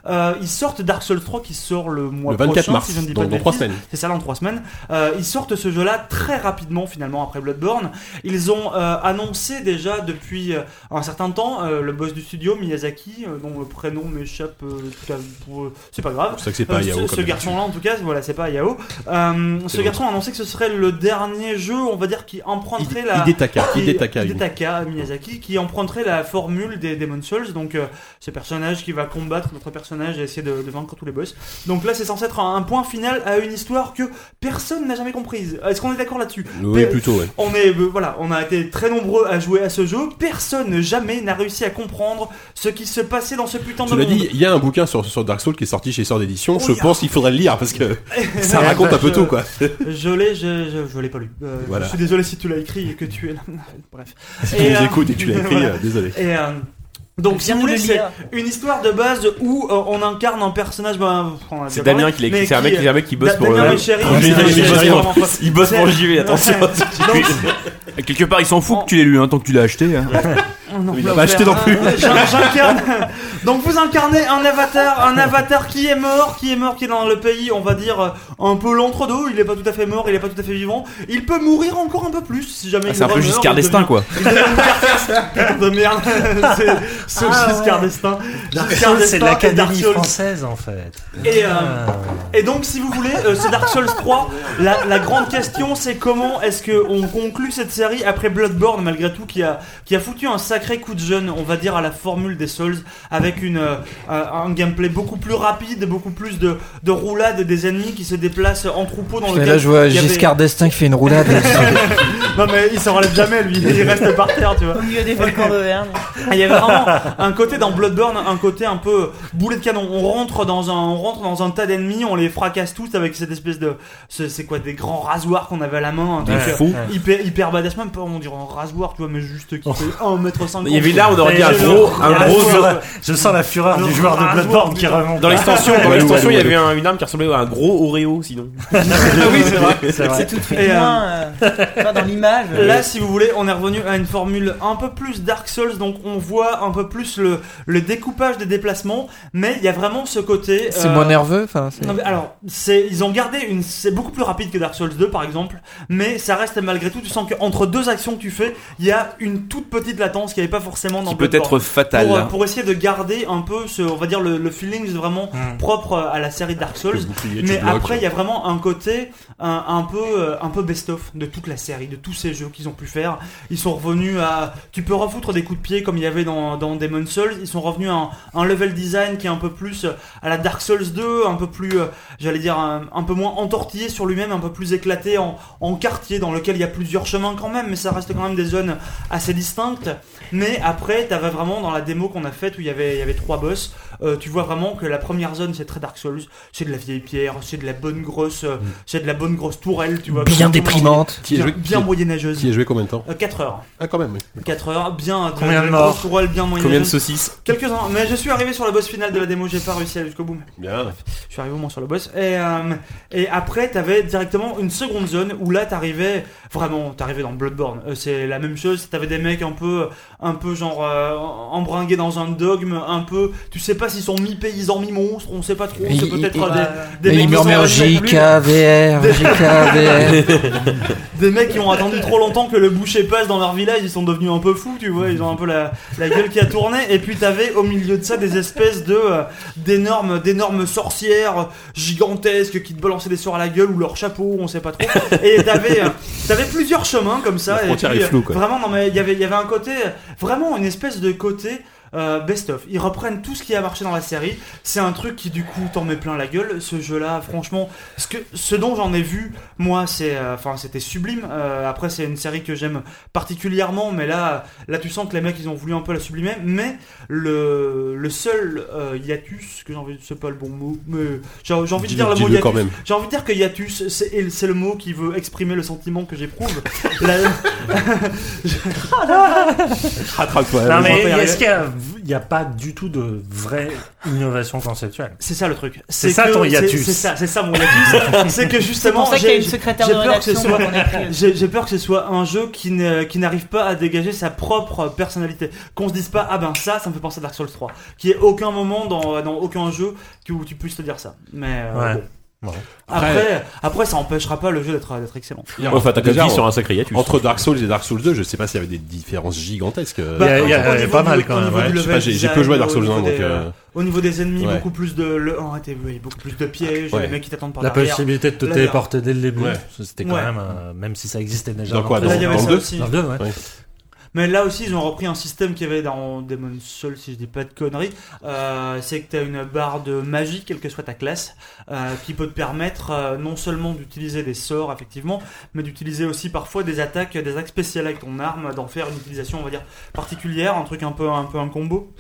B: euh, ils sortent Dark Souls 3 qui sort le mois
A: Le 24
B: prochain,
A: mars,
B: si je ne dis pas
A: dans
B: de
A: 3
B: bêtises.
A: semaines.
B: C'est ça, là, en trois semaines. Euh, ils sortent ce jeu-là très rapidement, finalement, après Bloodborne. Ils ont euh, annoncé déjà depuis euh, un certain temps euh, le boss du studio, Miyazaki, euh, dont le prénom m'échappe euh, tout à pour- euh, C'est pas
A: C'est
B: grave.
A: pour ça que c'est pas
B: Euh,
A: Yahoo
B: ce-
A: comme
B: ce
A: d'habitude.
B: garçon-là, en tout cas, voilà, c'est pas Yao. Euh, ce
A: bon.
B: garçon a annoncé que ce serait le dernier jeu, on va dire, qui emprunterait la.
A: Hidetaka,
B: qui-
A: Hidetaka, oui.
B: Hidetaka Miyazaki, qui emprunterait la formule des Demon Souls, donc euh, ce personnage qui va combattre d'autres personnages et essayer de, de vaincre tous les boss. Donc là, c'est censé être un, un point final à une histoire que personne n'a jamais comprise. Euh, Est-ce qu'on est d'accord là-dessus
A: Oui,
B: Pe-
A: plutôt, ouais.
B: on est, euh, voilà, on a été très nombreux à jouer à ce jeu. Personne jamais n'a réussi à comprendre ce qui se passait dans ce putain de
A: Tu l'as
B: monde.
A: dit, il y a un bouquin sur, sur Dark Souls qui est sorti chez Sœur d'édition.
B: Oh,
A: je
B: il y a-
A: pense qu'il faudrait le lire parce que ça
B: Ouais,
A: raconte
B: bah,
A: un peu
B: je-
A: tout, quoi.
B: Je l'ai, je, je, je l'ai pas lu. Euh,
A: Voilà.
B: Je suis désolé si tu l'as écrit et que tu es là. Bref.
A: Si tu nous
B: euh,
A: écoutes et que tu l'as écrit,
B: voilà.
A: euh, désolé.
B: Et euh, donc, si
F: Viens
B: vous
F: de
B: voulez,
F: le
B: c'est
F: lire.
B: une histoire de base où euh, on incarne un personnage. ben, on a
D: C'est
B: déjà
D: Damien
B: parlé,
D: qui Bah, l'a
B: mais
D: écrit. C'est un mec,
B: qui,
D: c'est un mec qui bosse
B: Da-
D: pour
B: Damien
D: le.
B: Méchéry,
A: pour
B: c'est-
A: Damien
B: c'est-
A: Méchéry,
B: c'est
A: en
B: vraiment fou.
D: Il bosse pour
B: C'est-
D: JV, attention.
C: Quelque part, ils s'en foutent que tu l'aies lu, hein, tant que tu l'as acheté. hein.
B: Non,
A: Il l'a pas acheté non plus.
B: Euh, j'in- j'incarne- Donc vous incarnez un avatar, un avatar qui est mort, qui est mort, qui est dans le pays, on va dire euh, un peu l'entre-deux. Il est pas tout à fait mort, il est pas tout à fait vivant. Il peut mourir encore un peu plus si jamais.
C: Ah,
B: il
C: c'est un peu
B: remeurt,
C: Giscard
B: il devient-
C: d'Estaing, quoi.
B: Il devient Giscard d'Estaing, putain de merde. c'est c'est
H: Ah, ouais.
B: Giscard d'Estaing.
E: Dark
B: Giscard
E: Souls, c'est de
B: d'Estaing et Dark
E: l'académie
B: Souls.
E: française en fait.
B: Et, euh,
E: Ah.
B: et donc, si vous voulez, euh, c'est Dark Souls 3. La, la grande question, c'est comment est-ce qu'on conclut cette série après Bloodborne, malgré tout, qui a, qui a foutu un sacré coup de jeune, on va dire, à la formule des Souls, avec une, euh, euh, un gameplay beaucoup plus rapide, beaucoup plus de, de roulade des ennemis qui se déplacent en troupeau dans le
H: Putain, là, je vois
B: il y avait-
H: Giscard d'Estaing qui fait une roulade.
B: Non, mais il s'en relève jamais, lui, il reste par terre, tu vois.
F: Au milieu des E volcans d'Auvergne.
B: Ah, Il y avait vraiment un côté dans Bloodborne, un côté un peu boulet de canon. On rentre dans un, on rentre dans un tas d'ennemis, on les fracasse tous avec cette espèce de, ce- c'est quoi, des grands rasoirs qu'on avait à la main, un truc
E: Ouais.
B: euh,
E: Ouais.
B: hyper, hyper badass, même pas, on dirait un rasoir, tu vois, mais juste qui
E: Oh.
B: fait 1 m 50
D: Il y avait là, on aurait dit un gros,
E: Il y a
D: un
E: la
D: gros.
E: fureur- Je sens la fureur
B: Le
E: du joueur de
B: rasoir,
E: Bloodborne qui
B: putain.
E: remonte.
D: Dans l'extension, dans
A: Ouais,
D: l'extension,
A: ouais,
D: il y
A: ouais.
D: avait un- une arme qui ressemblait à un gros Oreo, sinon. Ah
B: oui, c'est vrai.
E: C'est vrai.
F: C'est tout de suite
B: Et, euh,
F: moins euh, enfin, dans l'image. euh,
B: Là, si vous voulez, on est revenu à une formule un peu plus Dark Souls, donc on voit un peu plus le, le découpage des déplacements, mais il y a vraiment ce côté.
H: C'est
B: euh,
H: moins nerveux. Enfin, c'est-
B: Non, mais alors, c'est, ils ont gardé une, c'est beaucoup plus rapide que Dark Souls 2 par exemple, mais ça reste malgré tout, tu sens qu'entre deux actions que tu fais, il y a une toute petite latence qu'il n'y avait pas forcément dans
C: Qui peut
B: Bloodborne.
C: être fatal.
B: pour, euh, pour essayer de garder un peu ce, on va dire le, le feeling vraiment
E: Mm.
B: propre à la série Dark Souls.
A: Le bouclier, tu
B: Mais
A: bloques.
B: après, il y a vraiment un côté un, un peu, euh, un peu best-of de toute la série, de tous ces jeux qu'ils ont pu faire. Ils sont revenus à. Tu peux refoutre des coups de pied comme il y avait dans, dans Demon Souls. Ils sont revenus à un, un level design qui est un peu plus euh, à la Dark Souls 2, un peu plus, euh, j'allais dire, un, un peu moins entortillé sur lui-même, un peu plus éclaté en, en quartier dans lequel il y a plusieurs chemins quand même, mais ça reste quand même des zones assez distinctes. Mais après, t'avais vraiment dans la démo qu'on a faite où il y avait, il y avait trois boss, euh, tu vois vraiment que la première zone c'est très Dark Souls, c'est de la vieille pierre, c'est de la bonne grosse, euh, c'est de la bonne grosse tourelle, tu vois.
H: Bien
B: Comment-
H: déprimante.
A: Qui est
B: Bien,
A: joué-
B: bien
A: qui-
B: moyenâgeuse.
A: Qui a joué combien de temps
B: 4 heures.
A: Ah, quand même.
B: 4 heures, bien.
E: Combien de
B: une
E: morts
B: grosse tourelle, bien
D: Combien de
B: moyenâgeuse.
D: saucisses
B: Quelques-uns, mais je suis arrivé sur le boss final de la démo, j'ai pas réussi à aller jusqu'au bout. mais
A: Bien.
B: je suis arrivé au moins sur le boss. Et, euh, et après, t'avais directement une seconde zone où là, t'arrivais vraiment, t'arrivais dans Bloodborne. Euh, c'est la même chose. T'avais des mecs un peu, un peu genre euh, embringués dans un dogme, un peu. Tu sais pas s'ils sont mi paysans, mi monstres. On sait pas trop.
H: Et-
B: C'est
H: et-
B: peut-être
H: et-
B: des, des
H: Et
B: mecs
H: il
B: qui sont
H: murmure
B: restés plus-
H: JKVR,
B: Des-
H: JKVR.
B: des mecs qui ont attendu trop longtemps que le boucher passe dans leur village, ils sont devenus un peu fous, tu vois, ils ont un peu la, la gueule qui a tourné. Et puis t'avais au milieu de ça des espèces de euh, d'énormes d'énormes sorcières gigantesques qui te balançaient des sorts à la gueule ou leur chapeau, on sait pas trop. Et t'avais euh, t'avais plusieurs chemins comme ça.
A: La
B: et
A: frontière
B: puis, euh,
A: est floue, quoi.
B: Vraiment, non mais il y avait il y avait un côté vraiment une espèce de côté euh, best-of. Ils reprennent tout ce qui a marché dans la série. C'est un truc qui, du coup, t'en met plein la gueule. Ce jeu-là, franchement, ce, que, ce dont j'en ai vu, moi, c'est, euh, enfin, c'était sublime. Euh, après, c'est une série que j'aime particulièrement, mais là, là, tu sens que les mecs, ils ont voulu un peu la sublimer. Mais le, le seul euh, hiatus, que j'ai envie de, c'est pas le bon mot, mais j'ai, j'ai envie de dire le mot
A: Dis-le
B: hiatus.
A: quand même.
B: J'ai envie de dire que hiatus, c'est et c'est le mot qui veut exprimer le sentiment que j'éprouve. La-
A: Rattrape-toi.
E: Non, mais
B: on va pas y
E: est-ce qu'il y a- il n'y a, pas du tout de vraie innovation conceptuelle
B: C'est ça le truc.
E: C'est ça
B: que-
E: ton
B: c'est-
E: hiatus.
B: C'est ça, c'est ça mon hiatus. c'est que
F: C'est
B: justement,
F: pour ça qu'il y a
B: j'ai
F: une secrétaire de
B: j'ai peur que ce
F: rédaction
B: soit-
F: qu'on a pris. euh,
B: j'ai j'ai peur que ce soit un jeu qui ne- qui n'arrive pas à dégager sa propre personnalité. Qu'on se dise pas, ah ben ça, ça me fait penser à Dark Souls 3. Qu'il n'y ait aucun moment dans, dans aucun jeu qui- où tu puisses te dire ça. Mais euh,
E: Ouais.
B: bon.
E: Ouais.
B: Après,
A: Après-
B: après, ça empêchera pas le jeu d'être d'être excellent.
G: Enfin, t'as
A: Déjà,
G: déjà dit
A: on-
D: hein.
G: sur un sacré hiatus.
A: Entre Dark Souls et Dark Souls 2, je sais pas s'il y avait des différences gigantesques. euh,
E: Bah, y a- y a-
B: au
E: y a
B: niveau
E: pas
B: du-
E: mal quand
B: au
E: même,
B: niveau
A: ouais.
B: du
A: Je sais
B: level
A: pas, j'ai- j'ai peu
B: design,
A: joué à Dark
B: au
A: Souls
B: niveau
A: 1, donc,
B: des,
A: euh,
B: Au niveau des ennemis,
A: ouais.
B: beaucoup plus de. Le, en réalité, oui, beaucoup plus de pièges,
A: Ouais.
B: les mecs qui t'attendent par
E: La
B: derrière.
E: possibilité de te
B: la-
E: téléporter dès le début,
A: Ouais.
E: c'était quand
B: Ouais.
E: même, euh, même si ça existait déjà.
A: Dans quoi,
E: le
B: Là,
E: jeu.
B: il y
A: dans-
B: avait
A: dans
B: ça
A: le
B: aussi.
E: Dans le deux, ouais.
B: Mais là aussi, ils ont repris un système qu'il y avait dans Demon Souls, si je dis pas de conneries. Euh, c'est que tu as une barre de magie, quelle que soit ta classe, euh, qui peut te permettre euh, non seulement d'utiliser des sorts, effectivement, mais d'utiliser aussi parfois des attaques, des attaques spéciales avec ton arme, d'en faire une utilisation, on va dire, particulière, un truc un peu un, peu un combo.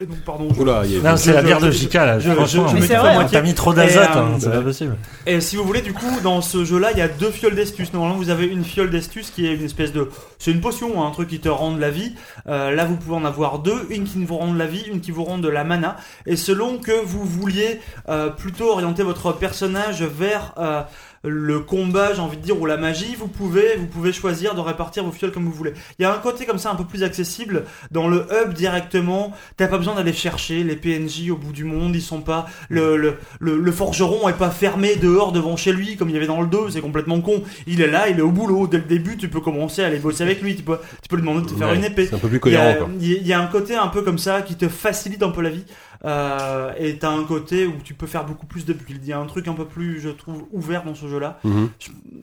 B: Et donc, pardon, je-
A: Oula, il y a-
E: Non, c'est la
B: je-
E: bière de
B: je-
E: Jika là.
B: je-
E: franchement,
B: je-
F: mais
E: mais
F: c'est
E: t'as-
F: vrai,
E: T'as mis trop d'azote,
B: Et, euh,
E: hein, c'est
A: ouais.
E: pas possible.
B: Et si vous voulez, du coup, dans ce jeu-là, il y a deux fioles d'estus. Normalement, vous avez une fiole d'estus qui est une espèce de. C'est une potion, hein, un truc qui te rend de la vie. Euh, là, vous pouvez en avoir deux. Une qui vous rend de la vie, une qui vous rend de la mana. Et selon que vous vouliez euh, plutôt orienter votre personnage vers. euh, le combat, j'ai envie de dire, ou la magie, vous pouvez, vous pouvez choisir de répartir vos fioles comme vous voulez. Il y a un côté comme ça un peu plus accessible dans le hub directement. T'as pas besoin d'aller chercher les PNJ au bout du monde. Ils sont pas le, le, le, le forgeron est pas fermé dehors devant chez lui comme il y avait dans le 2, c'est complètement con. Il est là, il est au boulot. Dès le début, tu peux commencer à aller bosser avec lui. Tu peux, tu peux lui demander de te faire
A: Ouais,
B: une épée.
A: c'est un peu plus
B: Il y,
A: cohérent,
B: a,
A: quoi.
B: il y a- il y a un côté un peu comme ça qui te facilite un peu la vie. Euh, et t'as un côté où tu peux faire beaucoup plus de builds. Il y a un truc un peu plus, je trouve, ouvert dans ce jeu-là.
A: Mhm.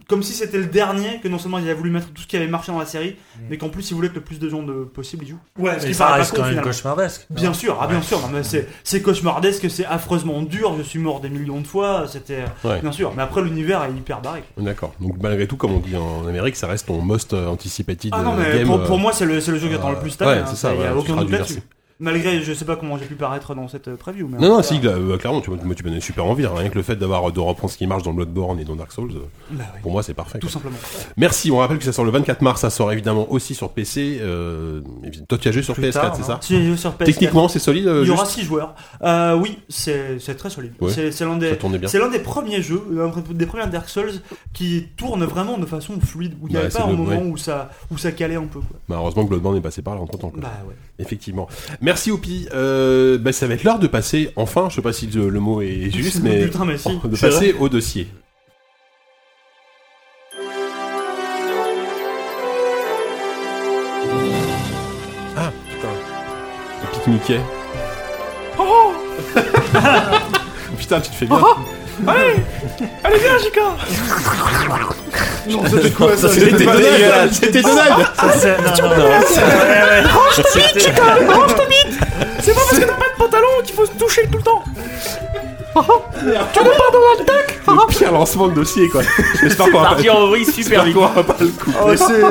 B: Comme si c'était le dernier, que non seulement il a voulu mettre tout ce qui avait marché dans la série, mais qu'en plus il voulait que le plus de gens de possible y jouent.
E: Ouais,
B: ce
E: mais
B: qui
E: ça
B: paraît pas
E: reste
B: con,
E: quand même
B: finalement.
E: cauchemardesque.
B: Bien sûr, ah bien sûr, non, mais c'est, c'est cauchemardesque, c'est affreusement dur, je suis mort des millions de fois, c'était...
A: Ouais.
B: Bien sûr, mais après l'univers est hyper barré.
A: D'accord. Donc malgré tout, comme on dit en Amérique, ça reste ton most euh, anticipated
B: Ah non,
A: euh,
B: mais
A: game.
B: pour,
A: euh,
B: pour moi c'est le, c'est le jeu que j'attends le plus cette
A: ouais,
B: année,
A: c'est
B: hein,
A: ça,
B: il y
A: voilà,
B: a
A: tu
B: aucun
A: seras
B: doute
A: du
B: là-dessus. Malgré, je sais pas comment j'ai pu paraître dans cette euh, preview, mais...
A: Non, non, si, euh, clairement, tu, moi, tu me donnes super envie. hein. Rien que le fait d'avoir de reprendre ce qui marche dans Bloodborne et dans Dark Souls, euh,
B: Bah oui,
A: pour moi, c'est parfait.
B: tout
A: quoi.
B: simplement.
A: Merci. On rappelle que ça sort le 24 mars. Ça sort évidemment aussi sur PC. Euh, évidemment. toi, tu as joué sur
E: Plus
A: PS4,
E: tard,
A: c'est
E: non
A: ça
B: Si j'ai sur PS4,
A: Techniquement, c'est solide. euh,
B: il y aura
A: juste
B: 6 joueurs. Euh, oui, c'est, c'est très solide.
A: Ouais.
B: C'est, c'est l'un des...
A: Ça tournait bien.
B: C'est l'un des premiers jeux, l'un des premiers Dark Souls qui tourne vraiment de façon fluide, où il n'y
A: Bah,
B: avait
A: c'est
B: pas un
A: le-
B: moment
A: ouais.
B: où, ça, où ça calait un peu. Quoi.
A: Bah, heureusement que Bloodborne est passé par là en 30 ans. quoi.
B: Bah ouais.
A: Effectivement. Merci Oupi. Euh, bah, ça va être l'heure de passer, enfin, je sais pas si le, le mot est juste, mais
B: Putain, mais si.
A: de passer au dossier. Ah putain. Le pic Mickey. putain, tu te fais bien.
B: Non, c'était quoi ça
A: C'était Donald. C'était Donald.
E: Ah, Ça, c'est- non, non, non. Ouais, ouais. Oh,
A: Le pire lancement de dossier quoi. J'espère qu'on va pas.
D: Parti en vrille super
A: j'espère
D: vite.
A: qu'on va pas le
E: Oh,
A: couper.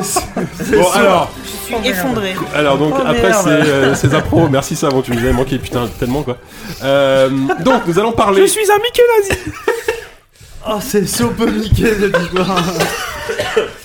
A: bon alors,
F: Je suis effondré.
A: alors donc
E: Oh,
A: après
E: merde.
A: ces, euh, ces impros, merci ça, bon, tu nous avais manqué putain tellement quoi. Euh, donc nous allons parler.
B: suis un Mickey nazi Oh, c'est Sopo Mickey de l'histoire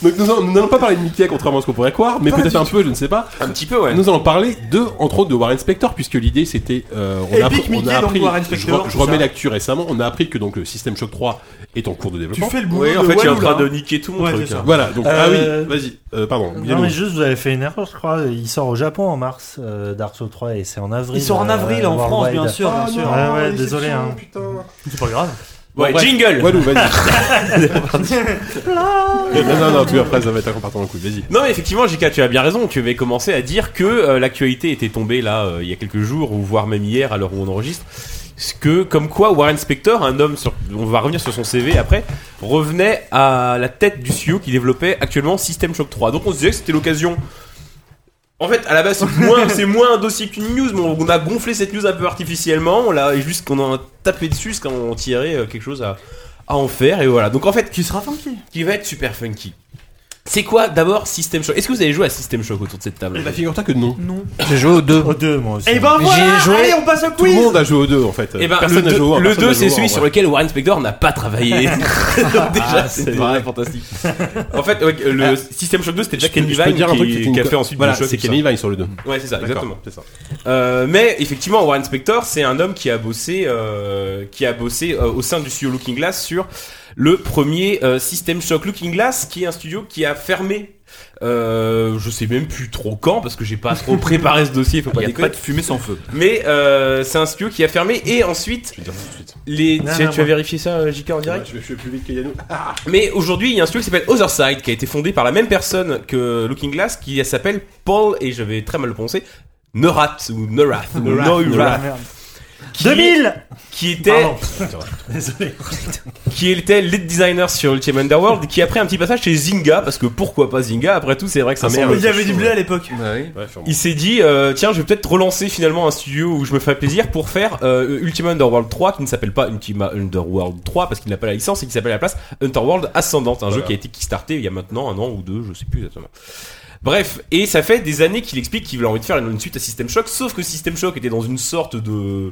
A: Donc nous en- nous n'allons pas parler de Mickey contrairement à ce qu'on pourrait croire, mais peut-être un peu, je ne sais pas.
D: Un petit peu, ouais.
A: Nous allons parler de, entre autres, de Warren Spector, puisque l'idée c'était, euh, on,
B: Epic
A: a appris- on
B: Mickey,
A: a
B: donc
A: appris,
B: Warren
A: je,
B: Spector,
A: re- je
B: tout
A: remets
B: ça.
A: l'actu récemment, on a appris que donc le System Shock 3 est en cours de
B: Tu
A: développement.
B: fais le boulot
D: Ouais, en
B: de
D: fait, il est en
B: Walou,
D: train
B: là.
D: de niquer tout mon
B: Ouais,
D: truc.
B: c'est ça.
D: hein.
A: Voilà, donc
E: Euh,
A: ah oui, vas-y, euh, pardon,
E: Non,
A: Guillaume.
E: mais juste, vous avez fait une erreur, je crois. Il sort au Japon en mars, euh, Dark Souls 3, et c'est en avril.
B: Ils sont en
E: euh,
B: avril en France,
E: worldwide.
B: bien sûr,
D: Ah,
B: Ah bien sûr.
E: Ah Ouais, ouais, désolé. Hein.
B: C'est pas grave.
A: Bon,
D: Ouais,
A: bref.
D: jingle
A: Walou, vas-y. Euh, non, non, non, puis après ça va être un compartiment dans le couille, vas-y.
D: Non mais effectivement JK tu as bien raison, tu avais commencé à dire que euh, l'actualité était tombée là euh, il y a quelques jours ou voire même hier à l'heure où on enregistre ce que comme quoi Warren Spector, un homme sur on va revenir sur son CV après, revenait E à la tête du studio qui développait actuellement System Shock 3. Donc on se disait que c'était l'occasion En fait, à la base, c'est moins, c'est moins un dossier qu'une news, mais on, on a gonflé cette news un peu artificiellement. On l'a juste qu'on en a tapé dessus, parce qu'on tirait euh, quelque chose à, à en faire. Et voilà. Donc en fait,
B: Qui sera funky
D: qui va être super funky. C'est quoi d'abord System Shock Est-ce que vous avez joué à System Shock autour de cette table
A: Bah, figure-toi que non.
F: Non.
H: J'ai joué aux deux.
E: Aux Oh, deux, moi aussi.
B: Et ben
H: J'y ai
B: voilà
H: joué.
B: Allez, on passe au
A: Tout le
B: quiz
A: monde a joué aux deux en fait.
D: Eh ben,
A: personne
D: le
A: n'a
D: deux-
A: joué au un,
D: Le
A: personne
D: 2,
A: n'a
D: c'est
A: joué au un,
D: celui sur
A: ouais.
D: lequel Warren Spector n'a pas travaillé. Donc déjà, Ah, c'est Ah. déjà fantastique. En fait, ouais, le System Shock 2, c'était déjà
A: Je peux-
D: Kenny
A: je peux
D: Vine
A: dire un truc,
D: qui,
A: c'était une
D: qui a
A: co-
D: fait ensuite
A: Voilà,
D: Bioshock,
A: c'est
D: tout
A: Kenny Vine sur le 2.
D: ça. Ouais, c'est ça, exactement.
A: C'est ça.
D: Euh, mais effectivement, Warren Spector, c'est un homme qui a bossé, euh, qui a bossé euh, au sein du studio Looking Glass sur le premier euh, System Shock Looking Glass, qui est un studio qui a fermé. Euh, je sais même plus trop quand parce que j'ai pas trop préparé ce dossier, faut pas
C: Il n'y a
D: déconner.
C: pas de fumée sans feu.
D: Mais euh, c'est un studio qui a fermé et ensuite
A: Je vais dire ça tout de suite.
D: les.
E: Non,
D: tu
E: non,
D: tu
E: moi-
D: as vérifié ça, euh, JK en direct
A: Ouais, je, vais, je vais plus vite que Yannou.
D: mais aujourd'hui, il y a un studio qui s'appelle Otherside, qui a été fondé par la même personne que Looking Glass, qui s'appelle Paul, et je vais très mal le prononcer, Neurath, ou Neurath, ou Neurath,
B: Merde.
D: qui-
B: 2000
D: qui était,
E: Désolé.
D: qui était lead designer sur Ultimate Underworld, qui a pris un petit passage chez Zynga, parce que pourquoi pas Zynga, après tout, c'est vrai que ça
A: Ah,
D: merde.
A: merde.
B: Il y avait du blé à l'époque.
C: Bah
A: Ouais, sûrement.
D: Il s'est dit, euh, tiens, je vais peut-être relancer finalement un studio où je me ferai plaisir pour faire euh, Ultima Underworld 3, qui ne s'appelle pas Ultima Underworld 3 parce qu'il n'a pas la licence et qui s'appelle à la place Underworld Ascendant, un jeu
A: Voilà.
D: qui a été kickstarté il y a maintenant un an ou deux, je sais plus exactement. Bref, et ça fait des années qu'il explique qu'il a envie de faire une, une suite à System Shock, sauf que System Shock était dans une sorte de...
C: Euh,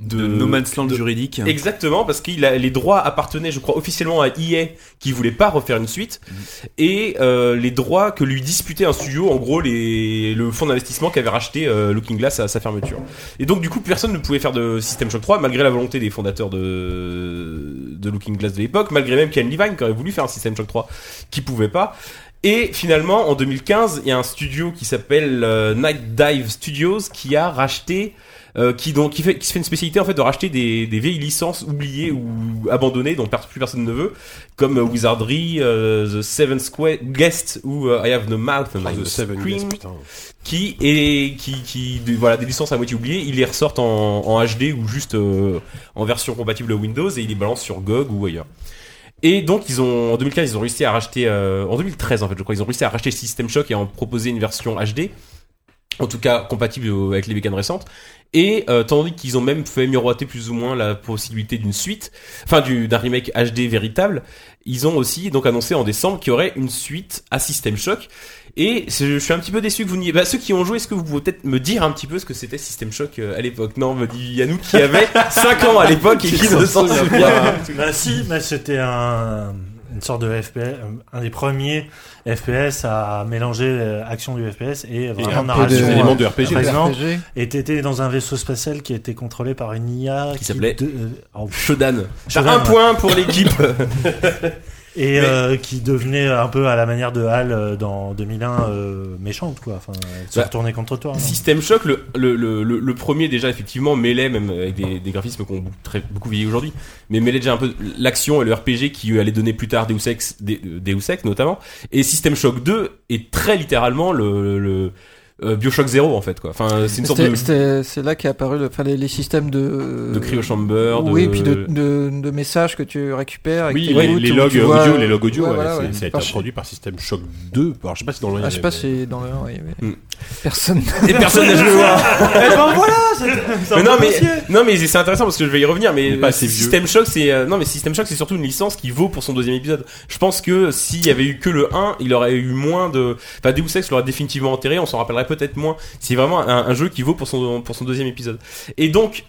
C: De No Man's Land juridique.
D: Exactement, parce qu'il a les droits appartenaient, je crois, officiellement à EA, qui voulait pas refaire une suite, et euh, les droits que lui disputait un studio, en gros, les, le fonds d'investissement qu'avait racheté euh, Looking Glass à sa fermeture. Et donc, du coup, personne ne pouvait faire de System Shock 3, malgré la volonté des fondateurs de, de Looking Glass de l'époque, malgré même Ken Levine qui aurait voulu faire un System Shock 3, qui pouvait pas. Et finalement, en 2015, il y a un studio qui s'appelle euh, Night Dive Studios qui a racheté euh, qui donc qui fait qui se fait une spécialité en fait de racheter des, des vieilles licences oubliées ou abandonnées dont per- plus personne ne veut comme euh, Wizardry, euh, The Seven Square Guest ou euh, I Have No Mouth and I
A: Ah, The
D: Must
A: Seven
D: Scream,
A: Guests, putain.
D: qui est qui qui des- voilà des licences à moitié oubliées ils les ressortent en, en HD ou juste euh, en version compatible Windows et ils les balancent sur GOG ou ailleurs et donc ils ont en 2015 ils ont réussi à racheter euh, en 2013 en fait je crois ils ont réussi à racheter System Shock et à en proposer une version HD en tout cas compatible au- avec les bécanes récentes et euh, tandis qu'ils ont même fait miroiter plus ou moins la possibilité d'une suite enfin du- d'un remake HD véritable ils ont aussi donc annoncé en décembre qu'il y aurait une suite à System Shock et c'est- je suis un petit peu déçu que vous n'y bah, ceux qui ont joué est-ce que vous pouvez peut-être me dire un petit peu ce que c'était System Shock euh, à l'époque non me dit Yannou qui avait 5 ans à l'époque et qui ne s'en souvient pas
E: Bah si, bah, c'était un, une sorte de FPS, euh, un des premiers FPS à mélanger euh, action du FPS et
A: Et
E: vraiment
A: un peu
E: narration.
A: des
E: euh,
A: éléments de RPG.
E: Par exemple,
H: RPG.
E: Et t'étais dans un vaisseau spatial qui était contrôlé par une IA
D: Qui s'appelait
E: de- euh, oh, pff,
D: Shodan T'as
E: Shodan,
D: un
E: ouais.
D: point pour l'équipe
E: et euh, qui devenait un peu à la manière de HAL euh, dans 2001 euh, méchante quoi. Enfin, elle se
D: Bah,
E: retournait contre toi. non
D: System Shock, le, le, le, le- le premier déjà effectivement mêlait même avec des, des graphismes qu'on très beaucoup vieilli aujourd'hui, mais mêlait déjà un peu l'action et le RPG qui allait donner plus tard Deus Ex, De- Deus Ex notamment. Et System Shock 2 est très littéralement le, le- euh, Bioshock 0 en fait quoi. Enfin c'est une sorte
H: C'était-
D: de,
H: c'était- C'est là qu'est apparu le, enfin, les, les systèmes de.
D: de cryo chamber. De...
H: euh, Oui, et puis de, de, de messages que tu récupères. Et
A: Oui,
H: que
A: ouais,
H: t'écoutes,
A: les
H: ou
A: logs
H: tu vois-
A: audio, les logs audio,
H: ouais,
A: ouais,
H: voilà,
A: c'est-
H: ouais.
A: ça a été euh,
H: Enfin, je-
A: introduit par System Shock 2. Alors, je sais pas si dans le
H: ah, je sais pas si dans le. oui, oui.
D: Hmm.
H: Personne.
D: Et personne n'a joué au un.
B: Eh ben voilà c'est- c'est
D: Mais
B: un
D: non
B: bon
D: mais
B: dossier.
D: non mais c'est intéressant parce que je vais y revenir mais euh,
A: Il est pas assez vieux.
D: System Shock c'est euh, non mais System Shock c'est surtout une licence qui vaut pour son deuxième épisode. Je pense que s'il y avait eu que le 1, il aurait eu moins de enfin Deus Ex l'aurait définitivement enterré, on s'en rappellerait peut-être moins. C'est vraiment un, un jeu qui vaut pour son pour son deuxième épisode. Et donc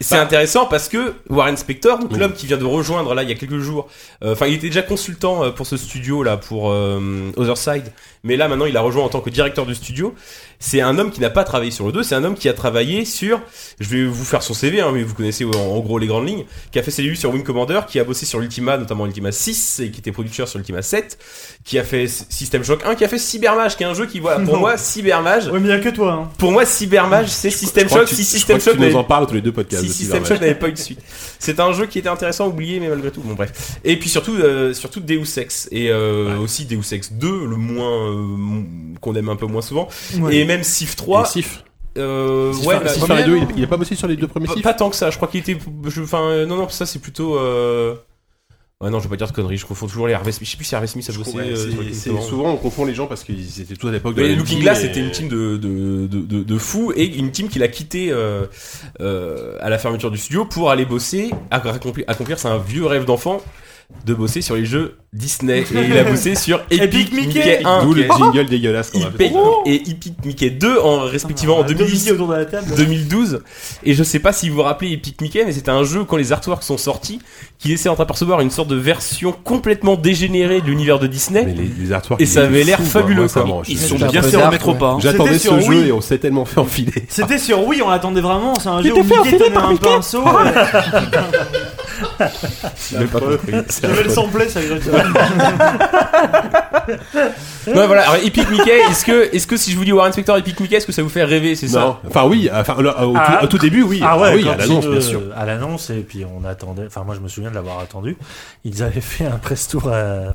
D: c'est intéressant parce que Warren Spector, donc
A: Bah. Oui.
D: l'homme qui vient de rejoindre là il y a quelques jours, euh, enfin il était déjà consultant euh, pour ce studio là pour euh, Other Side, mais là maintenant il a rejoint en tant que directeur du studio. C'est un homme qui n'a pas travaillé sur le 2, c'est un homme qui a travaillé sur je vais vous faire son CV, hein, mais vous connaissez en, en gros les grandes lignes, qui a fait ses débuts sur Wing Commander, qui a bossé sur l'Ultima, notamment l'Ultima 6, et qui était producteur sur l'Ultima 7, qui a fait S- System Shock 1, qui a fait Cybermage, qui est un jeu qui, voilà, pour
B: Non.
D: moi, Cybermage,
B: Ouais, mais y'a que toi. hein.
D: pour moi, Cybermage, c'est
A: Je
D: System
A: crois
D: Shock,
A: que tu-
D: si
A: je crois
D: System
A: que
D: Shock
A: tu nous
D: n'avait-
A: en parles tous les deux podcasts.
D: si
A: de
D: System Shock
A: Cyberman.
D: n'avait pas eu de suite. C'est un jeu qui était intéressant, oublié, mais malgré tout, bon bref. Et puis surtout, euh, surtout Deus Ex, et euh, aussi Deus Ex 2, le moins, euh, m- qu'on aime un peu moins souvent,
B: Ouais.
D: et même Sif 3,
A: Et Sif.
D: euh,
A: Sif
D: ouais,
A: par-
D: bah,
A: Sif
D: premier-
A: par les deux, il- il a pas bossé sur les deux premiers
D: pas,
A: Sif.
D: pas tant que ça, je crois qu'il était. je- Enfin, euh, non, non, ça c'est plutôt. Euh... Ouais, non, je vais pas dire de conneries, je confonds toujours les Harvey Smith. Je sais plus si Harvey Smith a bossé.
A: Ouais,
D: euh, sur
A: c'est-
D: les
A: c'est-
D: Kings, non.
A: souvent on confond les gens parce qu'ils étaient tous à l'époque de
D: Mais
A: la même
D: Looking
A: team,
D: Glass,
A: et-
D: c'était une team de, de, de, de, de fous et une team qu'il a quitté euh, euh, à la fermeture du studio pour aller bosser, accomplir, accomplir c'est un vieux rêve d'enfant de bosser sur les jeux Disney. Et il a bossé sur Epic, Mickey, 1
A: D'où le
D: et
A: jingle dégueulasse qu'on a fait.
D: Epic et Epic Mickey 2 en respectivement en
B: Putain, on a deux Mickey
D: 2010
B: autour de la table.
D: 2012 et je sais pas si vous vous rappelez Epic Mickey mais c'était un jeu quand les artworks sont sortis qui laissait entreapercevoir une sorte de version complètement dégénérée de l'univers de Disney
A: Mais les, les artworks,
D: et
A: ils
D: ça
A: étaient
D: avait l'air
A: fous, quoi.
D: fabuleux
A: Moi, ça
D: quoi.
A: m'en-
D: ils
A: je-
D: sont
H: j'étais un
D: bien
H: peu
D: fait en
H: dark,
D: mettre au
H: ouais.
D: pas hein.
A: J'attendais
B: C'était
A: ce
B: sur
A: jeu
B: Wii.
A: et on s'est tellement fait enfiler.
B: C'était sur Wii, on l'attendait vraiment. C'est un jeu
H: t'es
B: où
H: fait
B: Mickey tenait un pinceau.
A: J'ai pas compris. C'est
B: J'avais le
A: affreux.
B: samplé, ça exactement.
D: Non, voilà, alors, Epic Mickey, est-ce que, est-ce que si je vous dis Warren Spector Epic Mickey, est-ce que ça vous fait rêver, c'est ça
A: Non, enfin oui, enfin, là, au, tout,
E: Ah.
A: au tout début, oui.
E: Ah ouais,
A: oui,
E: quand
A: à l'annonce,
E: ils,
A: bien
E: euh,
A: sûr.
E: À l'annonce, et puis on attendait. Enfin, moi, je me souviens de l'avoir attendu. Ils avaient fait un press tour à,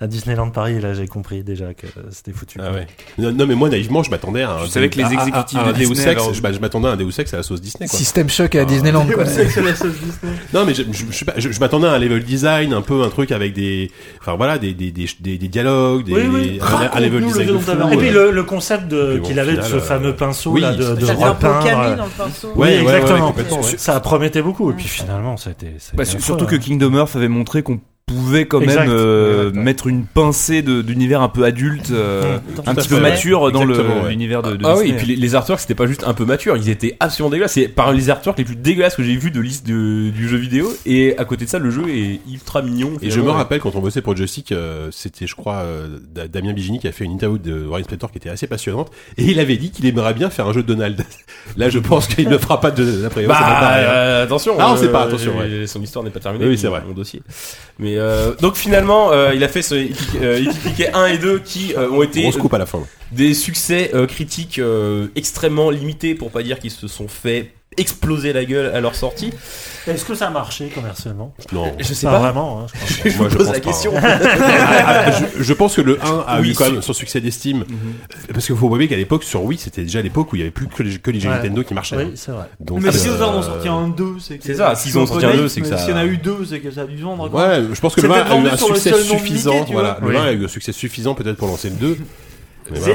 E: à Disneyland Paris, et là, j'ai compris déjà que c'était foutu.
A: Ah ouais. Non, non, mais moi naïvement je m'attendais à un.
C: Je savais que les
A: à- à-
C: exécutifs
A: à
C: de
A: un Deus
C: Disney,
A: Ex,
C: alors-
A: je bah, je m'attendais à un Deus Ex à la sauce Disney quoi.
H: Système choc à Disneyland. quoi.
A: Non mais je, je, je sais pas, je- je m'attendais à un level design, un peu un truc avec des, enfin voilà, des des des, des, des dialogues, des,
B: Oui, oui.
A: un- un, level
B: Raconte-nous le
A: design
B: jeu
A: de
B: dont
A: fou,
B: t'avais
A: euh.
E: Et puis le, le concept de-
A: Puis bon,
E: qu'il
A: au
E: avait de
A: final,
E: ce
A: euh,
E: fameux pinceau
A: oui,
E: là de, de
A: ça
F: Ça faisait un peu
E: repeindre.
A: hein.
F: Camille dans le pinceau.
A: Ouais,
E: Oui,
A: ouais, ouais,
E: exactement.
A: complètement, ouais.
E: Ça promettait beaucoup. Et puis finalement, ça a été. ça a
C: Bah,
E: été
C: sur-
E: affreux,
C: surtout que
E: hein.
C: Kingdom Hearts avait montré qu'on pouvait quand
E: Exact.
C: même euh,
E: Exact, ouais.
C: mettre une pincée de- d'univers un peu adulte, euh,
E: Mm.
C: un
A: Tout à
C: petit peu
A: fait,
C: mature
A: ouais.
C: dans le-
A: Exactement, ouais.
C: l'univers de, de
D: Ah oui,
C: Disney.
D: et puis les, les artworks, c'était pas juste un peu mature, ils étaient absolument dégueulasses. C'est parmi les artworks les plus dégueulasses que j'ai vu de liste de- du jeu vidéo. Et à côté de ça, le jeu est ultra mignon.
A: Et je me
D: finalement.
A: rappelle quand on bossait pour Joystick, euh, c'était je crois euh, Da- Damien Bigini qui a fait une interview de Warren Spector qui était assez passionnante et il avait dit qu'il aimerait bien faire un jeu de Donald. Là je pense qu'il ne fera pas de Donald après.
D: Bah, euh, attention.
A: Ah, on
D: euh,
A: sait pas, attention,
D: euh, Son histoire n'est pas terminée.
A: Oui, c'est vrai.
D: Mon dossier. Mais euh, donc finalement, euh, il a fait ce Epic, euh, Epic Mickey 1 et 2 qui euh, ont été
A: Grosse coupe à la fin.
D: des succès euh, critiques euh, extrêmement limités, pour pas dire qu'ils se sont fait exploser la gueule à leur sortie. Ah.
E: Est-ce que ça marchait commercialement
A: Non.
D: Je sais
E: Pas,
D: pas.
E: vraiment. hein, je crois.
D: Je
A: Moi,
D: vous
A: je
D: pose
A: pense
D: la
A: pas,
D: question.
A: Ah, je, je pense que le 1 a
D: Oui,
A: eu quand
D: si.
A: même son succès d'estime.
B: Mhm.
A: Euh, Parce qu'il faut oublier qu'à l'époque, sur Wii, c'était déjà l'époque où il n'y avait plus que les, que les jeux
E: Ouais.
A: Nintendo qui marchaient.
E: Oui, c'est vrai.
A: Donc,
B: Mais
A: euh,
B: si aux en ont sorti un 2, c'est que.
D: C'est ça, s'ils en ont sorti un deux, c'est que
B: mais
D: ça-
B: S'il y en a eu 2, c'est que ça a dû se vendre. quoi.
A: Ouais, je pense que le 1
B: C'était
A: a eu
B: vendu
A: un
B: sur le
A: succès
B: seul nom de
A: suffisant.
B: Mickey, tu
A: voilà.
E: vois.
A: Le 1
E: Oui.
A: a eu un succès suffisant peut-être pour lancer le 2. Mais voilà.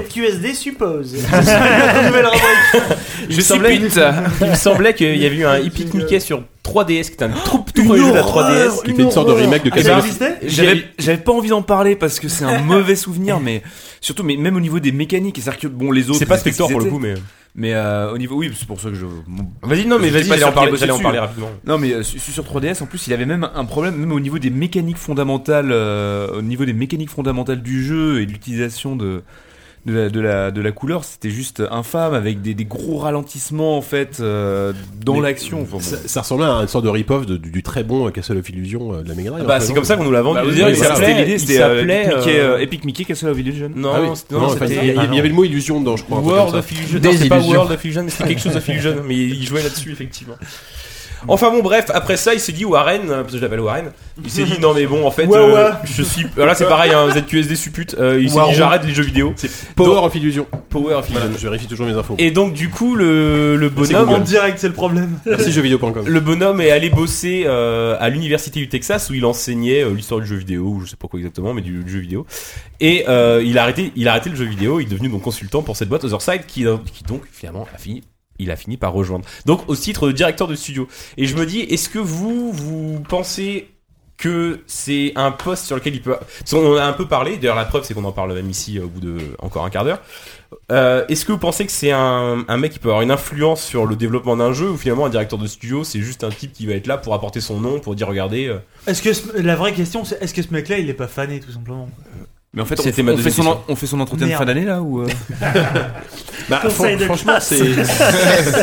B: ZQSD suppose. C'est la nouvelle rubrique.
D: Il me semblait, il me semblait qu'il y avait eu un Epic Mickey sur 3DS qui était un tout, tout premier jeu de la 3DS.
A: Qui était une sorte de remake de
B: Ah, ça
A: Castlevania.
B: existait
C: J'avais j'avais pas envie d'en parler parce que c'est un mauvais souvenir, mais surtout, mais même au niveau des mécaniques, c'est-à-dire que bon, les autres.
D: C'est pas
C: ils étaient
D: Spector
C: ce
D: pour le
C: qu'ils
D: coup, mais.
C: étaient, Mais euh, au niveau, oui, c'est pour ça que je. bon.
D: Vas-y, non, mais
C: J'étais
D: vas-y,
C: pas
D: j'allais
C: sûr
D: en parler,
C: qu'il
D: j'allais en
C: bossait
D: parler
C: dessus.
D: rapidement.
C: Non, mais euh, su- sur 3DS, en plus, il avait même un problème, même au niveau des mécaniques fondamentales, euh, au niveau des mécaniques fondamentales du jeu et de l'utilisation de. De la, de, la, de la couleur, c'était juste infâme avec des, des gros ralentissements en fait euh, dans
A: Mais
C: l'action. Enfin, bon.
A: Ça, ça ressemblait à une sorte de rip-off de- du, du très bon Castle of Illusion euh, de la Mega Drive.
D: Bah,
A: en fait,
D: c'est
A: non
D: comme ça qu'on nous l'a vendu.
C: Bah
D: Je
C: oui,
D: veux dire,
C: mais
D: il
C: voilà.
D: s'appelait-
C: c'était l'idée,
D: il
C: c'était euh,
D: s'appelait,
C: Epic Mickey,
D: euh,
C: euh, Epic Mickey Castle of Illusion.
A: Ah oui.
D: Non, c'était- Ah
A: Non,
D: non,
A: enfin, il y a-
D: c'était.
A: il y avait le mot illusion dedans, je crois. un truc
D: World
A: comme ça.
D: of Illusion.
H: Des
D: Non, c'est pas
H: illusions.
D: World of Illusion, mais c'était quelque chose of Illusion. Mais il jouait là-dessus, effectivement. Enfin bon, bref, après ça, il s'est dit Warren, euh, parce que je l'appelle Warren, il s'est dit non, mais bon, en fait,
B: Ouais,
D: euh,
B: ouais.
D: je suis. Là, c'est pareil, hein, ZQSD suppute, euh, il s'est
A: Warren.
D: dit j'arrête les jeux vidéo.
A: Power of Illusion.
D: Power of
A: Voilà,
D: Illusion.
A: je vérifie toujours mes infos.
D: Et donc, du coup, le, le
B: En
D: bonhomme.
B: direct, c'est le problème.
A: Merci jeuxvideo.com.
D: Le bonhomme est allé bosser euh, à l'université du Texas où il enseignait euh, l'histoire du jeu vidéo, ou je sais pas quoi exactement, mais du, du jeu vidéo. Et euh, il a arrêté, il a arrêté le jeu vidéo. Il est devenu donc consultant pour cette boîte Otherside, qui, euh, qui donc finalement a fini, il a fini par rejoindre. Donc au titre de directeur de studio. Et je me dis, est-ce que vous vous pensez que c'est un poste sur lequel il peut. parce qu'on en a un peu parlé. D'ailleurs, la preuve, c'est qu'on en parle même ici euh, au bout de encore un quart d'heure. Euh, Est-ce que vous pensez que c'est un, un mec qui peut avoir une influence sur le développement d'un jeu ou finalement un directeur de studio c'est juste un type qui va être là pour apporter son nom pour dire regardez euh,
B: Est-ce que ce- la vraie question, c'est est-ce que ce mec-là, il est pas fané tout simplement
C: Mais en fait, on,
D: C'était
C: fait-
D: ma
C: on fait
D: deuxième
C: son,
D: question.
C: on fait son entretien de
B: Merde.
C: fin d'année là ou euh
A: Bah,
E: Conseil
A: fran-
E: de
A: franchement,
E: classe.
A: c'est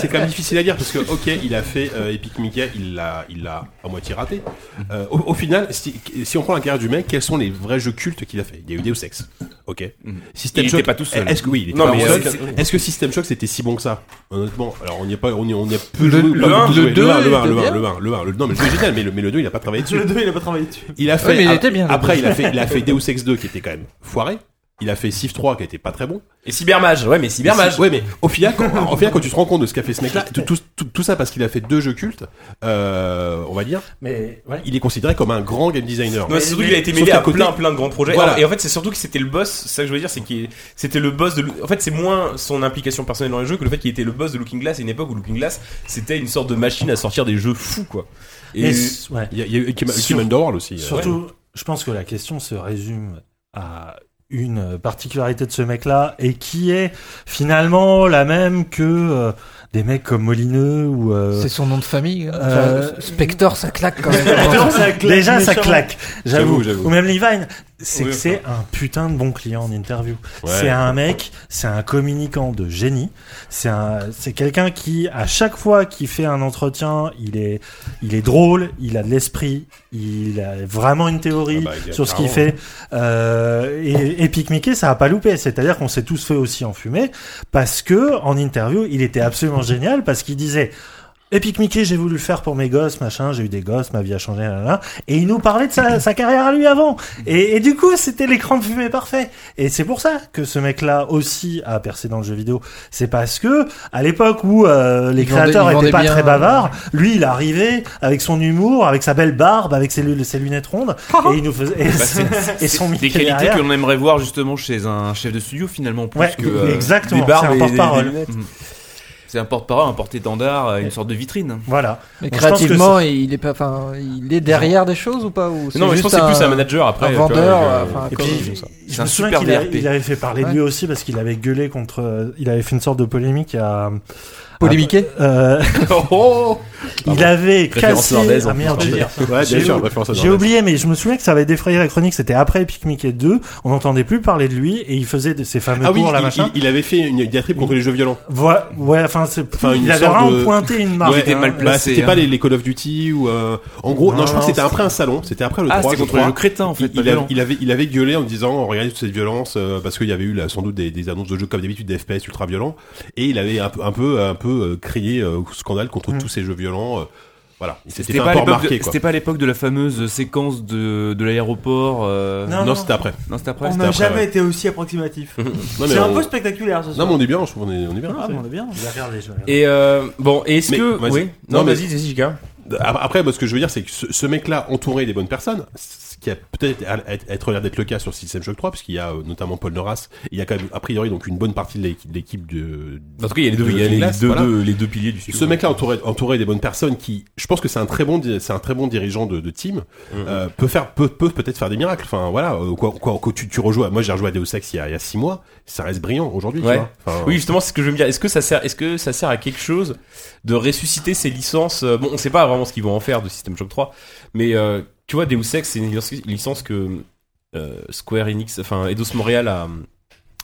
A: c'est quand même difficile à dire parce que, ok, il a fait euh, Epic Mickey, il l'a, il l'a à moitié raté. Euh, au, au final, si, si on prend la carrière du mec, quels sont les vrais jeux cultes qu'il a fait Il y a eu Deus Ex, ok.
C: Mhm.
A: System
D: Il
A: Shock-
D: était pas tout seul.
A: Est-ce que oui, il était
D: Non,
A: pas
D: mais,
A: tout
D: euh,
A: seul.
D: c'est-
A: Est-ce que System Shock c'était si bon que ça Honnêtement, alors on n'y est pas, on y, on y a peu
H: Le-
A: joué,
H: le
A: pas
H: un,
A: beaucoup joué.
H: le deux,
A: le 1,
H: il
A: le 1, le
H: était
A: 1, le 1, le 1, le 2. Non, mais le jeu est génial, mais le, mais le 2, il a pas travaillé dessus.
B: Le 2, il a pas travaillé dessus.
A: Il a fait.
H: Ouais, mais il
A: a-
H: était bien, le
A: Après,
H: deux.
A: il a fait, il a fait Deus Ex 2 qui était quand même foiré. Il a fait Civ 3 qui était pas très bon.
D: Et Cybermage, ouais, mais Cybermage.
A: Ouais, mais au final, quand, au final, quand tu te rends compte de ce qu'a fait ce mec-là, tout, tout- tout- tout ça parce qu'il a fait deux jeux cultes, euh, on va dire,
E: Mais ouais.
A: il est considéré comme un grand game designer.
D: Non, c'est surtout
A: Mais-
D: qu'il a été
A: sauf
D: mêlé
A: qu'à
D: à
A: côté-
D: plein plein de grands projets.
A: Voilà.
D: Et en fait, c'est surtout que c'était le boss, c'est ça que je veux dire, c'est qu'il c'était le boss de Loo- en fait, c'est moins son implication personnelle dans les jeux que le fait qu'il était le boss de Looking Glass à une époque où Looking Glass, c'était une sorte de machine à sortir des jeux fous quoi. Et
E: Et s- ouais.
A: Il y a, il y a eu Ultima,
E: Sur-
A: Ultima Underworld aussi. euh,
E: Surtout, je pense que la question se résume à une particularité de ce mec-là et qui est finalement la même que euh, des mecs comme Molineux ou euh,
H: C'est son nom de famille. hein.
E: Euh,
H: Enfin, Spector, ça claque quand même.
B: Spector, ça claque
E: déjà ça
B: méchamment.
E: claque, j'avoue.
A: J'avoue, j'avoue.
E: Ou même Levine, c'est
D: Oui,
E: que c'est un putain de bon client en interview.
A: Ouais.
E: C'est un mec, c'est un communicant de génie. C'est un, c'est quelqu'un qui à chaque fois qu'il fait un entretien, il est, il est drôle, il a de l'esprit, il a vraiment une théorie
A: Ah bah, il y a
E: sur ce qu'il
A: carrément.
E: fait. Euh, et Epic Mickey, ça a pas loupé. C'est-à-dire qu'on s'est tous fait aussi enfumer parce que en interview, il était absolument génial parce qu'il disait. Epic Mickey, j'ai voulu le faire pour mes gosses, machin, j'ai eu des gosses, ma vie a changé, là, là. Et il nous parlait de sa, sa carrière à lui avant. Et, et du coup, c'était l'écran de fumée parfait. Et c'est pour ça que ce mec-là aussi a percé dans le jeu vidéo. C'est parce que, à l'époque où euh, les
H: Il vendait-
E: créateurs
H: il
E: étaient
H: vendait
E: pas
H: bien,
E: très
H: euh,
E: bavards, lui, il arrivait avec son humour, avec sa belle barbe, avec ses, lu- ses lunettes rondes, et il nous faisait, et, et son
C: Bah, Des
E: micro
C: qualités
E: derrière.
C: que l'on aimerait voir justement chez un chef de studio finalement plus
E: Ouais,
C: que euh,
E: exactement,
C: des barbes
E: c'est un
C: et des-
E: porte-parole.
C: des lunettes. Mhm. C'est un porte-parole, un porte-étendard, euh, une sorte de vitrine.
E: Voilà.
H: Mais
E: Donc, je pense que
H: créativement, il est pas, enfin, il est derrière des choses ou pas ou c'est
D: Non, mais je pense
H: juste
D: que c'est plus
H: un-
D: un manager après.
H: un
D: tu vois,
H: vendeur,
D: je-
H: euh, enfin,
E: Et
H: quoi.
E: puis,
C: C'est
E: je
C: un
E: me souviens
C: super
E: qu'il avait,
C: DRP.
E: il avait fait parler de lui aussi parce qu'il avait gueulé contre, euh, il avait fait une sorte de polémique à,
H: Polémiqué
E: euh,
D: Oh
E: il avait
D: Référence
E: cassé,
D: nordaise,
E: ah
D: on
E: merde,
D: peut
E: j'ai-
D: dire.
A: Ouais, bien
E: J'ai
A: sûr,
E: ou-
A: référence à
E: J'ai
A: Norman.
E: oublié, mais je me souviens que ça avait défrayé la chronique. C'était après Epic Mickey 2. On n'entendait plus parler de lui et il faisait de ses fameux
A: Ah oui,
E: tours là,
A: il-
E: machin.
A: il, il avait fait une diatribe contre les jeux violents.
E: Voilà, ouais, enfin, c'est,
A: Enfin, une
E: il avait
A: sorte
E: vraiment
A: de-
E: pointé une marque.
A: Ouais,
C: était mal
A: bah,
C: placé,
A: c'était
C: hein.
A: pas les, les Call of Duty ou. euh, En gros, non, je crois
E: Non,
A: que
E: non,
A: c'était
E: c'est-
A: après un salon, c'était après le
C: Ah,
A: 3.
C: c'était
A: je
C: contre le
A: crois.
C: jeu crétin en fait.
A: il,
C: pas
A: il avait,
C: violent.
A: il, avait, il avait gueulé en disant regardez toute cette violence euh, parce qu'il y avait eu là, sans doute des, des annonces de jeux comme d'habitude des FPS ultra violents et il avait un peu un peu, un peu euh, crié euh, scandale contre tous ces jeux violents euh, voilà il s'était fait
C: C'était
A: un
C: pas,
A: peu
C: l'époque de-
A: remarquer quoi
C: c'était pas à l'époque de la fameuse séquence de, de l'aéroport. euh,
E: Non,
A: non c'était après
C: non, c'était après.
B: On
A: c'était
B: n'a
A: après,
B: jamais
A: ouais.
B: été aussi approximatif.
A: non mais,
B: C'est un
A: on...
B: peu spectaculaire ce
A: non,
B: soir.
A: mais on est bien je trouve on est, on est bien
B: Ah, mais on est bien.
E: Il a regardé, je regarde.
D: Et euh, bon, et est-ce
A: Mais,
D: que
A: vas-y.
D: oui.
A: Non,
D: Non,
A: mais-
D: vas-y, vas-y, Jika.
A: Ap- Après, moi, ce que je veux dire, c'est que ce, ce mec-là, entouré des bonnes personnes, ce qui a peut-être à- à- être l'air d'être le cas sur System Shock 3, puisqu'il y a euh, notamment Paul Noras, il y a quand même, a priori, donc une bonne partie de l'équipe- de l'équipe de.
D: En tout cas, il y a les deux,
A: De
D: il y a les
A: Glass,
D: deux,
A: voilà.
D: deux- les deux piliers du studio.
A: Ce mec-là, entouré, entouré des bonnes personnes, qui, je pense que c'est un très bon, di- c'est un très bon dirigeant de, de team,
D: Mm-hmm.
A: euh, peut faire, peut, peut peut-être faire des miracles. Enfin, voilà, euh, quoi, quoi, quoi, tu, tu rejoues, à- moi, j'ai rejoué à Deus Ex il y a, il y a six mois, ça reste brillant aujourd'hui, tu
D: Ouais.
A: vois. Enfin,
D: Oui, justement, c'est ce que je veux me dire. Est-ce que ça sert, est-ce que ça sert à quelque chose de ressusciter ces licences euh, Bon, on sait pas vraiment ce qu'ils vont en faire de System Shock 3, mais euh, tu vois, Deus Ex, c'est une licence- licence que euh, Square Enix, enfin Eidos Montréal a,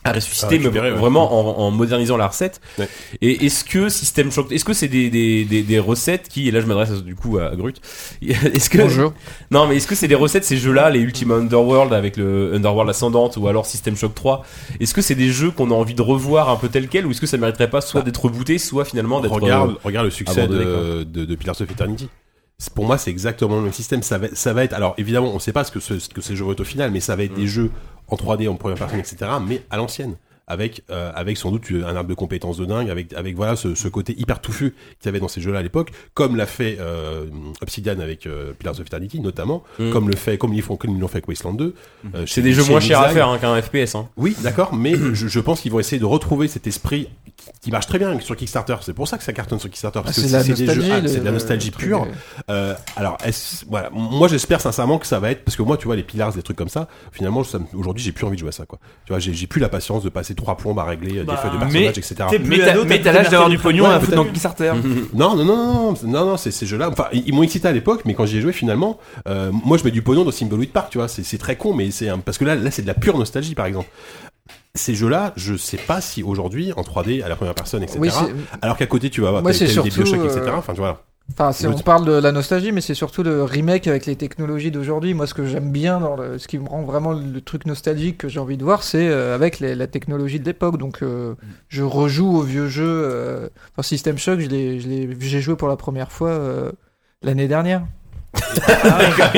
D: a ressuscité,
A: A
D: mais
A: récupéré, ouais.
D: vraiment en, en modernisant la recette.
A: Ouais.
D: Et est-ce que System Shock, est-ce que c'est des, des, des, des recettes qui, et là je m'adresse euh, du coup à, à Grut, est-ce que
H: Bonjour.
D: non, mais est-ce que c'est des recettes ces jeux-là, les Ultima Underworld avec le Underworld Ascendante ou alors System Shock 3 Est-ce que c'est des jeux qu'on a envie de revoir un peu tels quels ou est-ce que ça mériterait pas soit d'être rebooté, soit finalement d'être euh,
A: Regarde, regarde le succès
D: abandonné,
A: de, de, de Pillars of Eternity. C'est- Pour moi, c'est exactement le même système. Ça va, ça va être. Alors, évidemment, on ne sait pas ce que, ce, ce que ces jeux vont être au final, mais ça va être
D: Mm.
A: des jeux en 3D, en première personne, etc., mais à l'ancienne. Avec, euh, avec sans doute un arbre de compétences de dingue, avec, avec voilà ce, ce côté hyper touffu qu'il y avait dans ces jeux-là à l'époque, comme l'a fait euh, Obsidian avec euh, Pillars of Eternity notamment,
D: Mm.
A: comme le fait, comme ils font, comme ils l'ont fait avec Wasteland 2. euh,
D: C'est
A: chez-
D: des jeux
A: chez
D: moins chers à
A: Inexile.
D: faire hein, qu'un FPS. Hein.
A: Oui, d'accord, mais je, je pense qu'ils vont essayer de retrouver cet esprit qui, qui marche très bien sur Kickstarter. C'est pour ça que ça cartonne sur Kickstarter.
H: Ah,
A: Parce que
H: C'est de la
A: c'est des jeux-
H: nostalgie.
A: ah,
H: le-
A: c'est de la
H: le
A: nostalgie
H: truc,
A: pure.
H: euh,
A: Euh, alors, est-ce- voilà, moi j'espère sincèrement que ça va être parce que moi, tu vois, les pillars, des trucs comme ça, finalement, ça me- aujourd'hui, j'ai plus envie de jouer à ça, quoi. Tu vois, j'ai j'ai plus la patience de passer trois plombes à régler euh, des
B: Bah,
A: feuilles de
C: mais-
A: personnages, etc.
B: t'es-
C: Mais
B: Plus
C: t'as-
B: ado, t'as
C: mais
B: plus
C: t'as
B: de
C: l'âge d'avoir du
B: mercredi
C: pognon à
B: prochain. Ouais,
C: foutre
B: tout à
C: dans
B: fait.
C: Kickstarter.
E: Mm.
A: Non, non, non, non, non, non, non, c'est ces jeux-là. Enfin, ils, ils m'ont excité à l'époque, mais quand j'y ai joué, finalement, euh, moi, je mets du pognon dans Thimbleweed Park, tu vois. C'est c'est très con, mais c'est un- parce que là, là, c'est de la pure nostalgie, par exemple. Ces jeux-là, je sais pas si aujourd'hui, en 3D, à la première personne, etc.
H: Oui, c'est-
A: alors qu'à côté, tu vas avoir
H: Moi,
A: t'as-
H: c'est
A: t'as eu des
H: surtout,
A: Bioshock, etc.
H: euh,
A: Enfin, tu vois.
H: Enfin, c'est-
A: Le-
H: on parle de la nostalgie, mais c'est surtout le remake avec les technologies d'aujourd'hui. Moi, ce que j'aime bien, dans le- ce qui me rend vraiment le truc nostalgique que j'ai envie de voir, c'est euh, avec les- la technologie de l'époque. Donc, euh, je rejoue aux vieux jeux. euh, enfin, System Shock, je l'ai- je l'ai- j'ai joué pour la première fois euh, l'année dernière.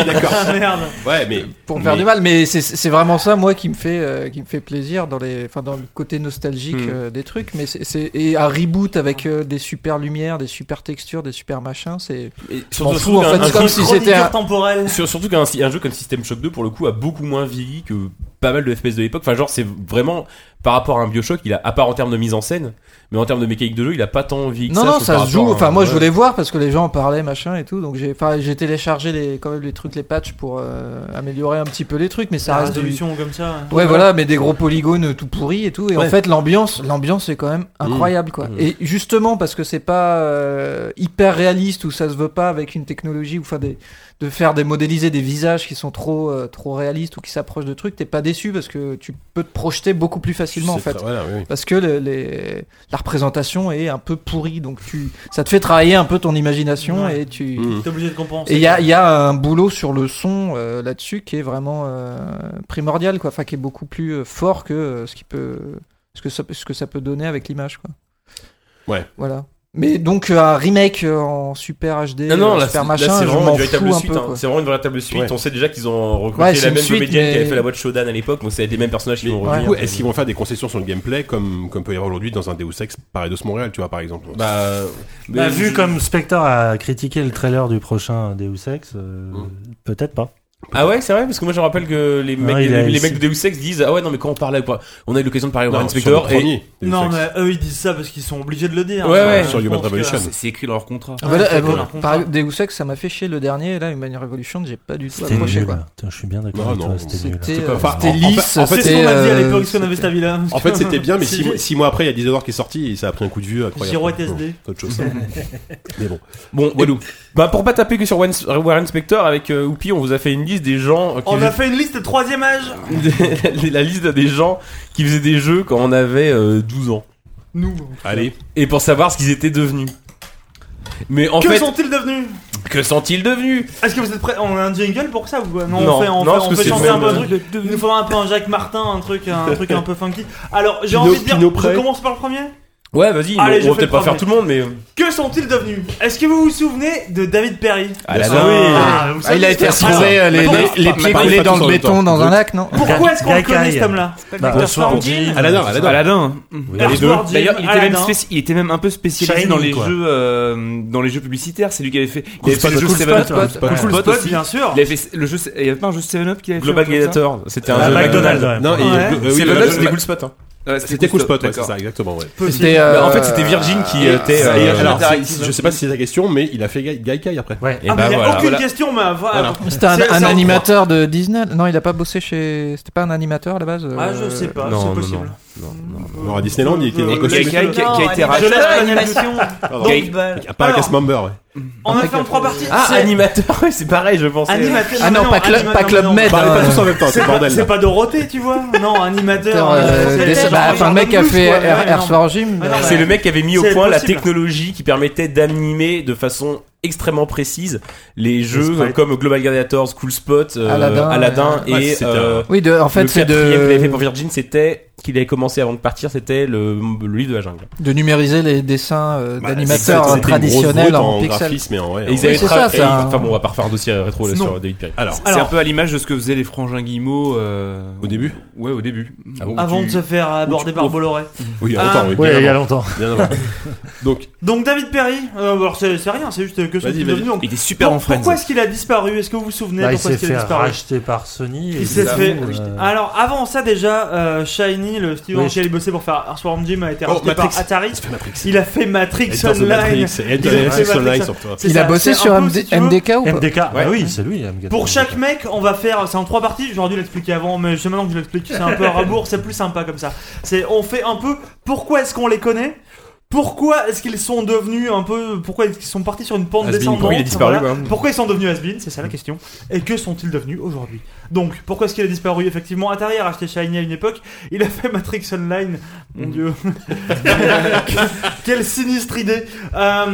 A: D'accord.
B: Ah merde.
A: Ouais, mais
H: pour me faire
A: Mais-
H: du mal, mais c'est- c'est vraiment ça, moi, qui me fait, euh, qui me fait plaisir dans, les, enfin, dans le côté nostalgique
D: Hmm.
H: euh, des trucs. Mais c'est- c'est et un reboot avec euh, des super lumières, des super textures, des super machins, c'est.
D: Et
H: m'en
D: surtout,
H: fous, en
D: qu'un-
H: fait,
D: un
H: c'est comme
D: jeu-
H: si c'était un-
B: Chroniqueur temporel.
D: sur- surtout qu'un un jeu comme System Shock 2 pour le coup a beaucoup moins vieilli que pas mal de FPS de l'époque. Enfin, genre c'est vraiment par rapport à un BioShock, il a à part en termes de mise en scène, mais en termes de mécanique de jeu, il a pas tant vieilli. que
H: Non, non,
D: sauf par
H: ça se joue.
D: rapport à un-
H: Enfin, moi, je
D: ouais.
H: voulais voir parce que les gens en parlaient, machin et tout. Donc, j'ai enfin, j'ai téléchargé les, quand même les trucs, les patchs pour euh, améliorer un petit peu Ah, les trucs, mais ça
B: La
H: reste du.
B: résolution Ah, comme ça.
H: Ouais, voilà, mais des gros polygones tout pourris et tout. Et en
D: Ouais.
H: fait, l'ambiance, l'ambiance est quand même incroyable, quoi.
D: Mmh.
H: Et justement, parce que c'est pas euh, hyper réaliste ou ça se veut pas avec une technologie ou enfin des, de faire des modéliser des visages qui sont trop, euh, trop réalistes ou qui s'approchent de trucs, t'es pas déçu parce que tu peux te projeter beaucoup plus facilement, en
A: c'est
H: fait.
A: très- voilà, oui, oui.
H: Parce que le- les, la représentation est un peu pourrie, donc tu, ça te fait travailler un peu ton imagination
B: Ouais.
H: et tu,
A: Mm.
B: T'es obligé de compenser.
H: et il y a, il y a un boulot sur le son euh, là-dessus qui est vraiment euh, primordial, quoi. Enfin, qui est beaucoup plus euh, fort que euh, ce qui peut, ce que ça, ce que ça peut donner avec l'image, quoi.
A: Ouais.
H: Voilà. Mais donc euh, un remake euh, en super HD,
D: Non, non,
H: euh,
D: là, c'est-
H: super
D: là,
H: machin,
D: c'est
H: je
D: vraiment
H: m'en
D: une véritable
H: fous un
D: suite.
H: peu.
D: hein.
H: quoi.
D: C'est vraiment une véritable suite.
A: Ouais.
D: On sait déjà qu'ils ont recruté
H: Ouais, c'est
D: la
H: une
D: même
H: suite,
D: comédienne qui
H: mais-
D: avait fait la voix de Shodan à l'époque. Donc c'est les mêmes personnages qui
A: Mais
D: vont
A: du
D: revenir.
A: coup, est-ce qu'ils vont faire des concessions sur le gameplay comme, comme peut y avoir aujourd'hui dans un Deus Ex pareil de ce Montréal, tu vois, par exemple
D: Bah,
E: Bah,
D: mais-
E: vu comme Spectre a critiqué le trailer du prochain Deus Ex, euh,
A: Hmm.
E: peut-être pas.
D: Ah ouais, c'est vrai, parce que moi je rappelle que les mecs,
E: Ouais, il
D: les,
E: a-
D: les mecs de Deus Ex disent Ah ouais, non, mais quand on parlait, on a eu l'occasion de parler au
A: Non,
D: Ryan
A: sur le
D: Spector et.
A: premier, Deus
B: Non,
A: Ex.
B: mais eux ils disent ça parce qu'ils sont obligés de le dire.
D: Ouais, ouais.
B: Je
A: Sur Human
B: pense que-
A: Revolution.
D: C'est- C'est écrit dans leur contrat.
H: Ah, voilà,
B: c'est
H: euh,
B: cool,
H: bon,
B: un contrat.
H: par Deus Ex, ça m'a fait chier le dernier. Là, Human Revolution, j'ai pas du tout
E: C'était
H: accroché.
E: nul.
H: quoi.
E: Putain, je suis bien d'accord
A: Non,
E: avec
A: non,
E: toi, c'était nul.
H: C'était
A: pas-
H: euh,
A: enfin,
H: c'était
A: en- en
H: lisse.
A: fait- en fait,
B: C'est ce
H: c'était,
B: qu'on m'a dit à
H: euh,
B: l'époque sur Navesta Villa.
A: En fait, c'était bien, mais
B: Si,
A: six,
B: j'ai-
A: mois- six mois après, il y a Dishonored qui est sorti et ça a pris un coup de vue incroyable.
B: Girouette
A: Bon,
B: SD.
A: c'est autre chose. mais bon.
D: Bon, Walou. Bah, pour pas taper que sur Warren- Warren Spector, avec euh, Whoopi, on vous a fait une liste des gens. euh, qui
B: On
D: faisaient-
B: a fait une liste de troisième âge.
D: la liste des gens qui faisaient des jeux quand on avait euh, 12 ans.
B: Nous.
A: Allez,
D: Et pour savoir ce qu'ils étaient devenus. Mais en
B: que
D: fait,
B: sont-ils devenus
D: que sont-ils devenus
B: Est-ce que vous êtes prêts On a un jingle pour ça ou quoi
D: Non,
B: on fait,
D: non,
B: on fait-
D: parce
B: on
D: que
B: fait
D: c'est
B: chanter un
D: même,
B: peu un truc. Il nous faudra un peu un Jacques Martin, un truc, un truc un peu funky. Alors, j'ai
A: Pino-
B: envie de dire,
A: Pino
B: je
A: Prêt.
B: commence par le premier.
D: Ouais, vas-y,
B: Allez, je
D: on va
B: fais le
D: peut-être pas faire
B: premier.
D: tout le monde, mais. euh,
B: Que sont-ils devenus Est-ce que vous vous souvenez de David Perry
D: Ah là
A: Ah
D: là.
B: Ah, vous
H: Ah, il
B: savez,
H: a été
B: c'est-
H: retrouvé euh, les,
B: Attends,
H: les- les pieds
A: pas-
H: coulés
A: pas
H: dans
A: tous
H: le
A: en même
H: béton
A: temps.
H: dans un lac, non
B: Pourquoi est-ce qu'on le
E: Gaikai.
B: connaît ce homme-là
E: Bah, bonsoir,
B: Swordin.
E: Jim.
A: Aladin, Aladin.
C: Mmh. Aladdin.
B: Les deux. Edward Jim,
C: D'ailleurs, il, était même
B: Aladdin.
C: spéci- il était même un peu spécialisé
E: Shining,
C: dans les
E: quoi.
C: jeux, euh, dans les jeux publicitaires. C'est lui qui avait fait. Il
E: Cool
C: avait fait le
E: Spot,
C: jeu
E: Cool
C: 7
E: Spot,
C: Up.
E: Cool
C: Cool
E: Spot
C: Spot aussi.
B: bien sûr.
C: Il avait fait le jeu. Il y avait pas un jeu 7 Up qui avait
D: Global
C: fait. un truc comme ça
D: Gladiator, bah, c'était
A: Ah,
B: Euh,
D: un jeu.
E: McDonald's, ouais.
A: Non, et,
B: Ouais.
A: euh, oui,
D: C'est
A: le-
D: le-
A: le-
D: c'était
A: le-
D: Cool Spot. hein.
C: Ouais,
A: C'était cool spot, ouais, c'est
C: d'accord.
A: ça, exactement, ouais.
B: Ah,
H: C'était,
D: Bah, en
H: euh,
D: fait, c'était Virgin qui
H: et-
D: était.
A: Et
D: euh,
A: alors,
C: interactive.
A: si- je sais pas si c'est ta question, mais il a fait Gai- Gaikai après.
E: Ouais.
D: Et
B: Ah, mais
D: bah
B: il y a
D: voilà.
B: aucune
D: Voilà.
B: question, mais.
D: Voilà.
H: C'était un,
B: C'est-
H: un
B: c'est en
H: animateur de Disney Non, il a pas bossé chez. C'était pas un animateur à la base euh,
B: Ah, je sais pas,
D: non,
B: c'est
D: non,
B: possible.
D: non,
A: Alors, à Disneyland, il était dans le
B: Euh,
A: costume.
B: Gaikai,
C: Qui a- qui a- qui a été
B: Je
C: racheté.
B: lâche l'animation.
A: Pardon. À part la
B: Alors.
A: cast member, ouais.
B: On a fait en trois parties.
D: Ah,
B: C'est-
D: animateur, ouais, c'est pareil, je pensais.
B: Animateur.
H: Ah non, pas Club-
B: animateur,
H: pas Club
B: non. Bah,
H: Med.
A: On parlait
H: euh,
A: pas tous en même temps, c'est
B: C'est
A: le
B: pas,
A: bordel.
B: c'est
A: là.
B: pas Dorothée, tu vois Non, animateur.
H: euh,
B: euh,
H: des-
B: c'est-
H: bah, enfin, le mec a
B: Blues,
H: fait
B: quoi, ouais,
H: Air
B: non.
H: Force Gym.
B: Ouais,
H: euh,
B: non,
D: C'est le mec qui avait mis au
B: C'est
D: point la
B: possible.
D: technologie qui permettait d'animer de façon extrêmement précise les jeux
E: sprites.
D: euh, comme Global Gladiators, Cool Spot, euh,
H: Aladdin,
D: Aladdin,
A: ouais. Ouais,
D: et
A: c'était
D: euh,
A: un-
H: Oui, de, en fait,
D: le
H: c'est
D: quatrième qu'il avait fait pour
H: de,
D: Virgin, c'était qu'il avait commencé avant de partir, c'était le, le livre de la jungle.
H: de numériser les dessins euh,
A: Bah,
H: d'animateurs
A: c'était-
H: euh,
A: c'était une grosse
H: traditionnels
A: brute
H: en pixels.
A: graphisme et en ouais,
D: Et
A: en-
D: ils avaient
H: c'est
D: tra-
H: ça, hein.
D: et-
H: c'est un-
D: Enfin bon, on va pas refaire un dossier euh, rétro là,
B: Non.
D: sur David Perry.
A: Alors,
C: C'est un
B: Alors,
C: peu à l'image de ce que faisaient les frangins Guimau. euh,
A: au début
C: Ouais, au début.
A: Ah bon
C: Où
B: avant
C: tu-
B: de se faire aborder par Bolloré.
A: Oui, il y a
B: Ah.
A: longtemps, oui.
E: Ouais,
A: bien
E: il y a
A: avant.
E: longtemps.
A: Bien avant. Donc,
B: Donc David Perry, euh, alors c'est c'est rien, c'est juste que
A: Vas-y,
B: sont-ils
A: vas-y.
B: devenus donc,
C: Il était super en
B: pour-
C: friends.
B: Pourquoi est-ce qu'il a disparu Est-ce que vous vous souvenez
E: Bah, il
B: pourquoi
E: s'est
B: est-ce qu'il
E: fait
B: a disparu
E: racheter par Sony. et
B: Il s'est
E: du
B: fait-
E: coup, euh,
B: Alors avant ça déjà, euh, Shiny, le studio
E: Oui.
B: dans lequel il bossait pour faire Earthworm Jim a été
A: Oh,
B: racheté par
A: Matrix.
B: Atari.
A: c'est Matrix.
B: Il a fait Matrix
A: Enter the
B: Online.
A: Matrix,
B: Ils ont
A: Enter
B: fait
A: the Matrix Online,
B: Matrix.
A: surtout.
B: C'est
H: Il a
B: ça,
H: bossé
B: c'est un
H: sur
B: peu,
H: MD
B: si tu veux,
H: MDK ou pas
E: MDK, bah
D: Ouais.
E: oui, c'est lui. MDK.
B: Pour chaque mec, on va faire. C'est en trois parties. J'aurais dû l'expliquer avant, mais c'est maintenant que je l'explique. C'est un peu à rebours, c'est plus sympa comme ça. C'est on fait un peu. Pourquoi est-ce qu'on les connaît Pourquoi est-ce qu'ils sont devenus un peu Pourquoi est-ce qu'ils sont partis sur une pente
D: Has-been,
B: descendante
D: pourquoi il a disparu, hein.
B: voilà.
D: quoi.
B: Pourquoi ils sont devenus has C'est ça la question. Et que sont-ils devenus aujourd'hui Donc pourquoi est-ce qu'il a disparu Effectivement, Atari a racheté Shiny à une époque. Il a fait Matrix Online. Mon
D: Mm.
B: Dieu. Quelle sinistre idée. Euh,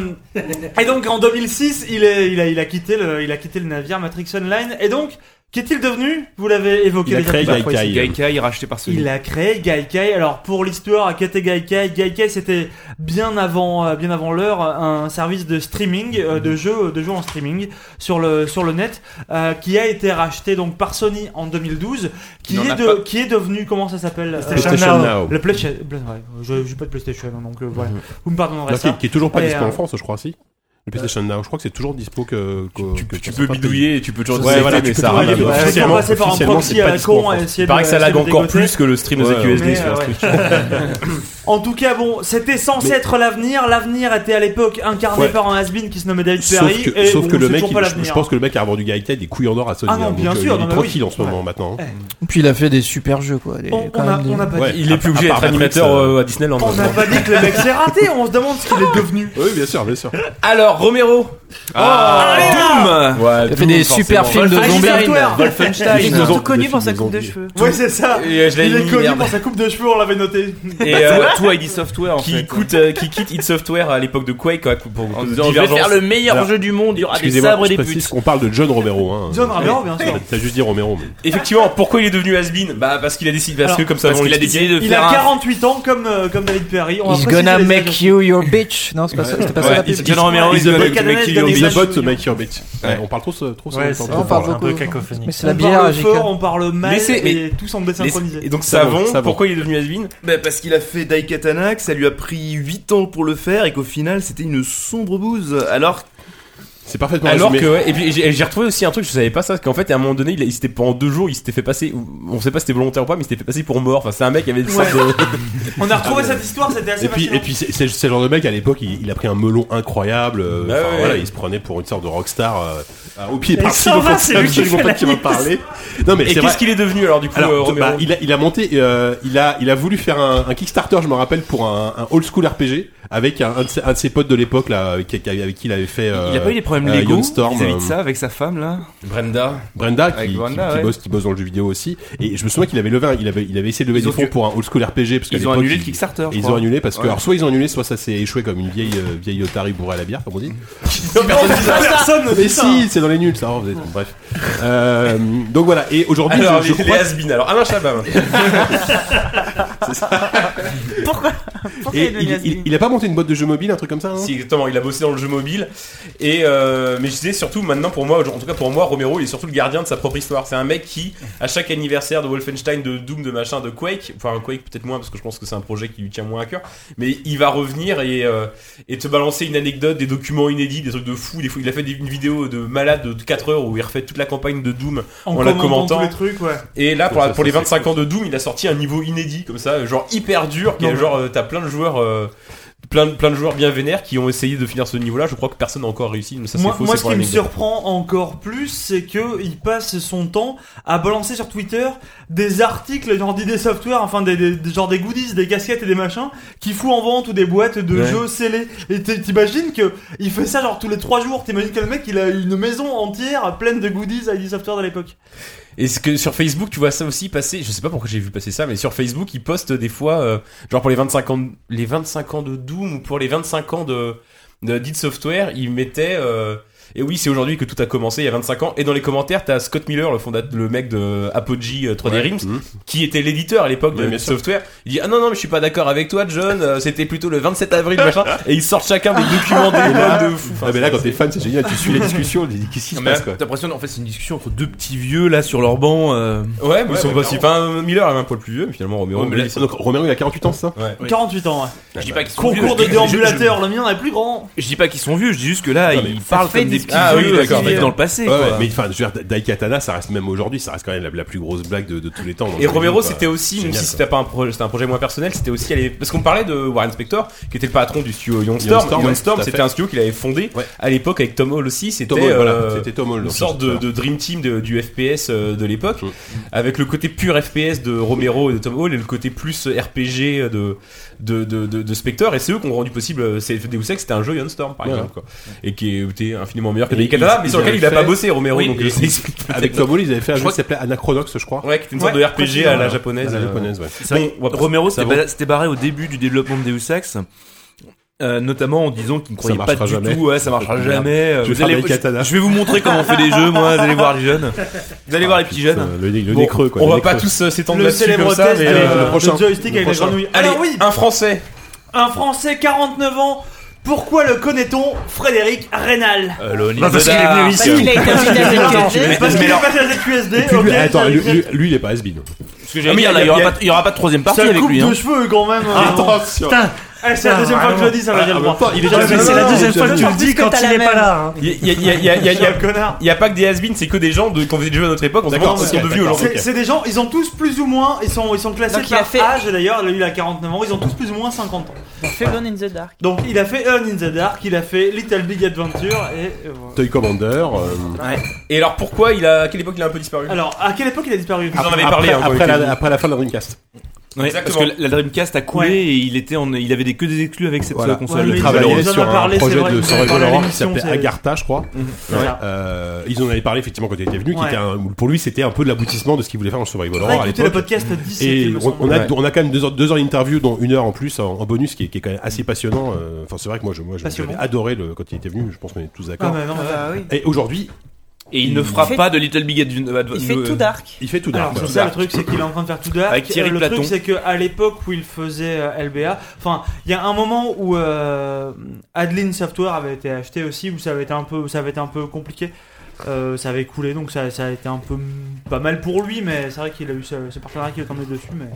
B: et donc en 2006, il, est, il, a, il, a quitté le, il a quitté le navire Matrix Online. Et donc, Qu'est-il devenu Vous l'avez évoqué
A: Il a
B: déjà
A: créé
B: tout à l'heure.
A: Gaikai.
C: Gaikai racheté par Sony.
B: Il a créé Gaikai. Alors pour l'histoire, Akate Gaikai, Gaikai c'était bien avant, euh, bien avant l'heure, un service de streaming, euh, de jeux, de jeux en streaming sur le sur le net, euh, qui a été racheté donc par Sony en 2012, qui
C: Il en
B: est
C: a
B: de,
C: pas-
B: qui est devenu comment ça s'appelle
A: PlayStation Now.
B: Le PlayStation. ouais, je j'ai pas de PlayStation donc euh, voilà. Vous me pardonnerez
A: Non, qui,
B: ça.
A: qui est toujours pas
B: Et,
A: dispo
B: euh,
A: en France, je crois, si. Le PlayStation Now, je crois que c'est toujours dispo que. que-
C: Tu,
A: que-
C: tu
A: que
C: peux
A: ça soit
C: bidouiller, et tu peux toujours
A: Ouais,
C: dire
A: voilà,
C: mais
A: tu peux
C: ça
A: tout
D: Ah,
C: ramène.
D: bah,
A: bidouiller.
B: Ouais,
A: officiellement-
B: effectivement, passer par un
A: officiellement,
B: proxy
A: c'est pas
B: à la
A: dispo en
B: con
A: France.
B: et essayer
D: Il paraît
B: de-
D: que ça lag
B: essayer de
D: encore
B: dégoter.
D: plus que le stream de
A: Ouais,
D: ZQSD
B: ouais.
D: sur
B: Mais, euh,
D: un
B: ouais.
D: Twitch.
B: En tout cas, bon, c'était censé être l'avenir. L'avenir était à l'époque incarné
A: Ouais.
B: par un has-been qui se nommait David Perry.
A: Sauf que,
B: et
A: sauf
B: bon,
A: que le
B: c'est
A: mec,
B: toujours
A: il-
B: pas
A: je,
B: l'avenir.
A: je pense que le mec a revendu Gaikai des couilles en or à Sony.
B: Ah non,
A: hein,
B: bien
A: donc, euh,
B: sûr,
A: il est
B: non, mais
A: tranquille
B: oui.
A: en ce moment maintenant. hein.
H: Puis il a fait des super jeux, quoi. des-
B: On,
H: quand
B: on a,
H: même des-
B: on a pas
A: Ouais.
B: dit.
D: Il est plus obligé
A: À part
D: d'être
A: Animex,
D: animateur
A: euh,
D: euh, à Disneyland.
B: On n'a
D: maintenant.
B: pas dit que le mec s'est raté, on se demande ce qu'il est devenu.
A: Oui, bien sûr, bien sûr.
D: Alors, Romero Ah, Doom
H: Il a fait des super films
D: Ah,
H: de
B: Wolfenstein.
H: zombies.
B: Wolfenstein.
D: Wolfenstein
F: Il est surtout
A: ont-
F: connu
A: les
F: pour sa
A: films
F: coupe
A: nous ont
F: de
A: dit.
F: cheveux.
B: Ouais, c'est ça.
D: Et je l'ai
B: Il est
D: mis,
B: connu
D: merde.
B: pour sa coupe de cheveux, on l'avait noté.
D: Et euh,
C: toi, ID Software en
D: qui,
C: fait.
D: coûte, euh, qui quitte id Software à l'époque de Quake euh, pour
C: En
D: cause de
C: disant, je vais
D: divergence.
C: faire le meilleur
A: Alors,
C: jeu du monde, il y aura des
A: Excusez-moi,
C: sabres et
A: je
C: des
A: précise
C: putes.
A: qu'on parle de John Romero. Hein.
B: John Romero, bien sûr.
A: T'as juste dit Romero, mais.
D: Effectivement, pourquoi il est devenu Asbin Bah parce qu'il a décidé, parce
B: Alors,
D: que comme ça,
C: Parce
D: on
C: qu'il a
D: l'expliquait.
C: décidé de
B: Il
C: faire
B: a
C: un
B: 48 ans comme, euh, comme David Perry. On va
H: He's
B: préciser
H: gonna
B: les
H: make
B: âges.
H: you your bitch. Non, c'est pas ça. C'était pas ça.
A: Ouais,
H: la pub.
A: il-
C: John Romero is
A: He's a
C: gonna
A: bot,
B: make
A: make
B: you
A: your
B: your
A: bitch.
B: bitch.
A: The bot, make your bitch. Ouais, On parle trop, ce- trop,
E: Ouais,
A: sur
E: c'est
A: le
H: on
A: temps.
H: parle
E: un peu
H: beaucoup.
E: cacophonique.
H: Mais c'est la
B: on
H: bière
B: parle
H: à
B: fort, on parle mal
D: Laissez-
B: et tout semble synchronisé.
D: Et donc
A: Savon,
D: Savon,
A: Savon.
D: pourquoi il est devenu Asbin
G: Bah parce qu'il a fait Daikatana, que ça lui a pris 8 ans pour le faire et qu'au final c'était une sombre bouse. Alors
A: C'est parfaitement
D: Alors
A: résumé.
D: que ouais, et puis j'ai j'ai retrouvé aussi un truc, je savais pas ça, qu'en fait à un moment donné, il, a- il s'était pendant deux jours, il s'était fait passer, ou- on sait pas si c'était volontaire ou pas, mais il s'était fait passer pour mort. Enfin, c'est un mec qui avait une sorte
B: Ouais.
D: de-
B: On a retrouvé cette histoire, c'était assez
A: Et puis,
B: fascinant.
A: et puis c'est- c'est c'est le genre de mec à l'époque, il, il a pris un melon incroyable. euh,
D: Bah
A: enfin,
D: ouais.
A: voilà, il se prenait pour une sorte de rockstar euh, euh, au pied
B: Et
A: par
B: ça va, c'est lui qui fait la
A: qui m'a parlé. Non mais
D: Et
A: c'est vrai.
D: qu'est-ce qu'il est devenu alors du coup
A: Alors,
D: euh, Romero
A: bah, il, a, il a monté, euh, il a, il a voulu faire un, un Kickstarter, je me rappelle, pour un, un old school RPG avec un, un de ses, un de ses potes de l'époque là, avec, qui- avec qui il avait fait. euh,
C: Il a pas eu des problèmes
A: euh,
C: légaux
A: Young Storm,
C: vis-à-vis de
A: euh,
C: ça avec sa femme là
D: Brenda.
A: Brenda, qui,
C: Avec
A: qui-
C: Brenda,
A: qui
C: ouais.
A: bosse, qui bosse dans le jeu vidéo aussi. Et je me souviens qu'il avait levé, un- il avait, il avait essayé de lever
C: Ils
A: des
C: ont
A: fonds
C: dû-
A: pour un old school RPG parce qu'à
C: Ils ont
A: l'époque
C: annulé le
A: il-
C: Kickstarter. je
A: ils ont
C: crois.
A: annulé parce que
C: Ouais.
A: alors soit ils ont annulé, soit ça s'est échoué comme une vieille euh, vieille otarie bourrée à la bière, comme on dit.
B: Personne ne
A: Mais
B: dit ça.
A: si, c'est dans les nuls, ça. oh, vous êtes- Bref. Euh, donc voilà. Et aujourd'hui,
D: Alors
A: je, je
D: les, les
A: crois-
D: Asbin. Alors Alain Chabat.
F: Pourquoi il
A: et
F: est
A: il,
F: devenu
A: il,
F: lesbienne
A: il a pas monté une boîte de jeux mobile, un truc comme ça. hein
D: Si, exactement, il a bossé dans le jeu mobile. Et euh, mais je disais surtout maintenant pour moi, en tout cas pour moi, Romero, il est surtout le gardien de sa propre histoire. C'est un mec qui, à chaque anniversaire de Wolfenstein, de Doom, de machin, de Quake, enfin Quake peut-être moins parce que je pense que c'est un projet qui lui tient moins à cœur, mais il va revenir et, euh, et te balancer une anecdote, des documents inédits, des trucs de fou. Des fou. Il a fait des- une vidéo de malade de 4 heures où il refait toute la campagne de Doom
B: En
D: en la commentant.
B: commentant tous les trucs, ouais.
D: et là, pour,
A: Ça,
D: la-
A: ça,
D: pour
A: ça,
D: les
A: c'est
D: 25 ans de Doom, il a sorti un niveau inédit comme ça, genre hyper dur, qui est
B: Non, mais-
D: genre euh, t'as plein de joueurs. euh, Plein de, plein de joueurs bien vénères qui ont essayé de finir ce niveau-là. Je crois que personne n'a encore réussi, mais ça c'est
B: moi,
D: faux.
B: moi,
D: c'est
B: ce
D: pour
B: qui me
D: l'anecdote.
B: surprend encore plus, c'est que il passe son temps à balancer sur Twitter des articles genre des software, enfin des, des- des- genre des goodies, des casquettes et des machins, qui fout en vente ou des boîtes de
C: Ouais.
B: jeux scellés. Et t'- t'imagines que il fait ça genre tous les trois jours. T'imagines que le mec il a une maison entière pleine de goodies ID Software de l'époque.
D: Est-ce que sur Facebook, tu vois ça aussi passer Je sais pas pourquoi j'ai vu passer ça, mais sur Facebook, ils postent des fois, euh, genre pour les 25 ans, de- les 25 ans de Doom ou pour les 25 ans de, de d'id Software, ils mettaient. euh, et oui, c'est aujourd'hui que tout a commencé, il y a 25 ans. Et dans les commentaires, t'as Scott Miller, le fondateur, le mec de Apogee euh, 3D Realms,
A: Mhm.
D: qui était l'éditeur à l'époque de
A: Ouais, bien
D: Id
A: sûr.
D: Software. Il dit ah non non, mais je suis pas d'accord avec toi, John. euh, C'était plutôt le 27 avril machin. Et ils sortent chacun des documents d'époque de fou.
A: Ah, mais là, quand t'es fan, c'est génial. Tu suis les discussions, tu dis qu'est-ce qui se
G: non, mais là,
A: passe quoi.
G: t'as l'impression en fait c'est une discussion entre deux petits vieux là sur leur banc.
D: Ouais,
G: euh,
D: bah, mais ils
G: Ouais,
D: sont
G: ouais,
A: bah,
D: pas si. Enfin, Miller est un poil plus vieux, mais finalement Romero.
A: Ouais, mais là,
D: oui,
A: donc Romero, il a 48 ans, c'est ça
D: ouais.
G: Oui.
B: 48 ans. ouais.
A: Ah,
G: Je
A: bah,
G: dis pas qu'ils sont vieux,
B: Concours
G: je
B: de
G: dis- je- je-
B: déambulateur, le mien est plus grand.
G: Je dis pas qu'ils sont vieux, je dis juste que là
A: Non, Ah, mais
G: ils
A: ça
G: parlent
F: fait
G: comme des
F: des
G: petits
D: Ah oui,
G: vieux euh,
D: d'accord,
G: qui vivent
D: d'accord.
G: dans le passé.
A: Ouais,
G: quoi.
A: ouais, mais enfin, je veux dire, Daikatana, ça reste même aujourd'hui, ça reste quand même la, la plus grosse blague de, de tous les temps. dans le
D: Et
A: jeu vidéo,
D: Romero,
A: quoi.
D: c'était aussi, même
A: bah, Génial,
D: si
A: ça.
D: c'était pas un projet, c'était un projet moins personnel, c'était aussi allé- parce qu'on parlait de Warren Spector, qui était le patron du studio Young Storm.
A: Storm,
D: Young
A: ouais,
D: Storm,
A: tout à
D: c'était
A: fait.
D: un studio qu'il avait fondé
A: Ouais.
D: à l'époque avec Tom Hall aussi. C'était
A: Tom Hall, voilà,
D: euh,
A: c'était Tom Hall,
D: une
A: donc,
D: sorte
A: c'est
D: de,
A: ça.
D: de dream team de- du FPS euh, de l'époque,
A: Mm.
D: avec le côté pur FPS de Romero et de Tom Hall et le côté plus RPG de de, de, de, de Spector. Et c'est eux qui ont rendu possible euh, CFD ou que c'était un jeu Young Storm par
A: Ouais.
D: exemple, quoi. et qui était infiniment meilleur que
A: Et
D: Daikatana,
A: ils-
D: mais sur
A: ils
D: lequel il a
A: avaient
D: pas
A: fait-
D: bossé Romero,
G: Oui,
D: donc
G: et-
D: euh, ça explique
A: Avec Tom Hall, ils avaient fait un jeu
G: crois
A: qui s'appelait Anachronox, je crois.
D: Ouais, qui était une sorte
B: Ouais,
D: de RPG à la
B: effectivement.
A: À
D: japonaise.
A: la
D: euh,
A: japonaise, ouais.
G: C'est vrai
D: Bon, on va
G: que Romero
D: ça
G: s'était
D: va.
G: ba- s'était barré au début du développement de Deus Ex.
C: Euh, notamment en disant qu'ils ne croyaient pas
A: marchera
C: du
A: jamais.
C: tout, ouais, ça marchera
A: Merde.
C: jamais. euh,
A: Tu veux
C: vous
A: faire
C: allez-
A: des katanas
C: je, je vais vous montrer comment on fait les jeux, moi, vous allez voir les jeunes. Vous allez voir les petits jeunes.
A: Le, nez- le
C: Bon,
A: nez creux, quoi.
C: on
A: le
C: va
A: nez
C: pas
A: creux.
C: tous euh, s'étendre
B: Le
C: là-dessus
B: célèbre
C: comme ça,
B: test
C: mais
B: de-
C: euh,
A: le prochain.
B: de joystick
A: Le
B: avec la
A: prochain.
B: grenouille.
C: allez,
B: Alors oui,
C: un français.
B: un Français, 49 ans. Pourquoi le connaît-on Frédéric Rénal
E: parce qu'il est venu
F: Parce qu'il a été invité à
B: Mais non,
A: Euh,
F: Zénith.
A: mais-
B: Parce
A: mais
B: qu'il est
A: alors-
B: passé à la QSD.
A: Et puis,
B: ok,
A: lui, attends,
B: ça-
A: lui, lui- lui, il est pas has-been.
C: Ce que j'allais dire, là, Ah, il y aura pas- il y aura pas de troisième partie
B: ça
C: avec
B: coupe
C: lui. hein.
B: de cheveux quand même.
F: Ah,
B: euh,
A: Attention
B: Eh, c'est la
A: Ah,
E: Putain,
B: deuxième fois que je le dis, ça va dire le droit.
A: il est
E: Ah, mais C'est la deuxième fois que tu le
F: Parce
E: dis
F: que
E: quand
F: t'as
E: il
F: la
E: est
F: même.
E: pas là. hein.
C: Il y a- il y a- il y a- il y a- il y a- il y
B: C'est un
C: a-
B: connard.
C: il y a pas que des has c'est que des gens de, qui ont fait des jeux à notre époque, on se
A: D'accord,
C: demande ce qu'ils
A: ok,
C: sont devenus
A: d'accord.
C: aujourd'hui.
B: C'est c'est des gens, ils ont tous plus ou moins, ils sont, ils sont classés
F: Donc, il
B: par
F: a fait-
B: âge d'ailleurs, lui il a 49 ans, ils ont tous plus ou moins 50 ans.
F: Fallon in the Dark.
B: Donc il a fait Alone in the Dark, il a fait Little Big Adventure et... euh, voilà.
A: Toy Commander. euh,
C: Et alors pourquoi il a, à quelle époque il a un peu disparu
B: Alors, à quelle époque il a disparu
C: Vous en avez
F: Ah,
A: après,
C: parlé hein, quand
A: après
C: il était-
A: la, après la fin de la Dreamcast.
C: Ouais, parce
D: Exactement.
C: que la la Dreamcast a coulé
B: Ouais.
C: et il était en, il avait des que des exclus avec cette
A: Voilà.
C: euh, console.
B: Ouais, mais
A: Ils
B: ils
A: travaillaient
B: en ont
A: sur un
B: parlé,
A: projet
B: c'est vrai,
A: de
B: ils en ont
A: Survival
B: parlé à
A: Horror qui
B: l'émission,
A: s'appelait
B: c'est-
A: Agartha, je crois.
B: Voilà.
A: Euh, ils en avaient parlé effectivement quand il était venu, qui
B: Ouais.
A: était un- pour lui c'était un peu de l'aboutissement de ce qu'il voulait faire en Survival
B: On a
A: Horror à
B: écouté le
A: l'époque.
B: podcast 17 il
A: Et
B: me
A: on,
B: semble.
A: on a,
C: Ouais.
A: on a quand même deux heures, deux heures d'interview, dont une heure en plus en, en bonus, qui est, qui est quand même assez passionnant. euh, Enfin, c'est vrai que moi, je, moi, je-
B: Passionnant.
A: j'avais adoré le, quand il était venu. Je pense qu'on est tous
B: Ah,
A: d'accord.
B: mais non, mais-
F: Ah, bah oui.
A: Et aujourd'hui,
C: Et il ne
F: Il
C: fera
F: fait-
C: pas de Little euh, Big Adventure.
F: Il fait tout dark.
A: il fait tout
B: Alors
A: d'un
B: c'est ça le truc, c'est qu'il est en train de faire tout dark.
C: Avec Thierry
B: Euh, le
C: Platon.
B: truc c'est qu'à l'époque où il faisait euh, LBA, enfin il y a un moment où euh, Adeline Software avait été acheté aussi où ça avait été un peu, ça avait été un peu compliqué. Euh, ça avait coulé donc ça, ça a été un peu mm, pas mal pour lui mais c'est vrai qu'il a eu ce, ce partenariat qui est tombé dessus mais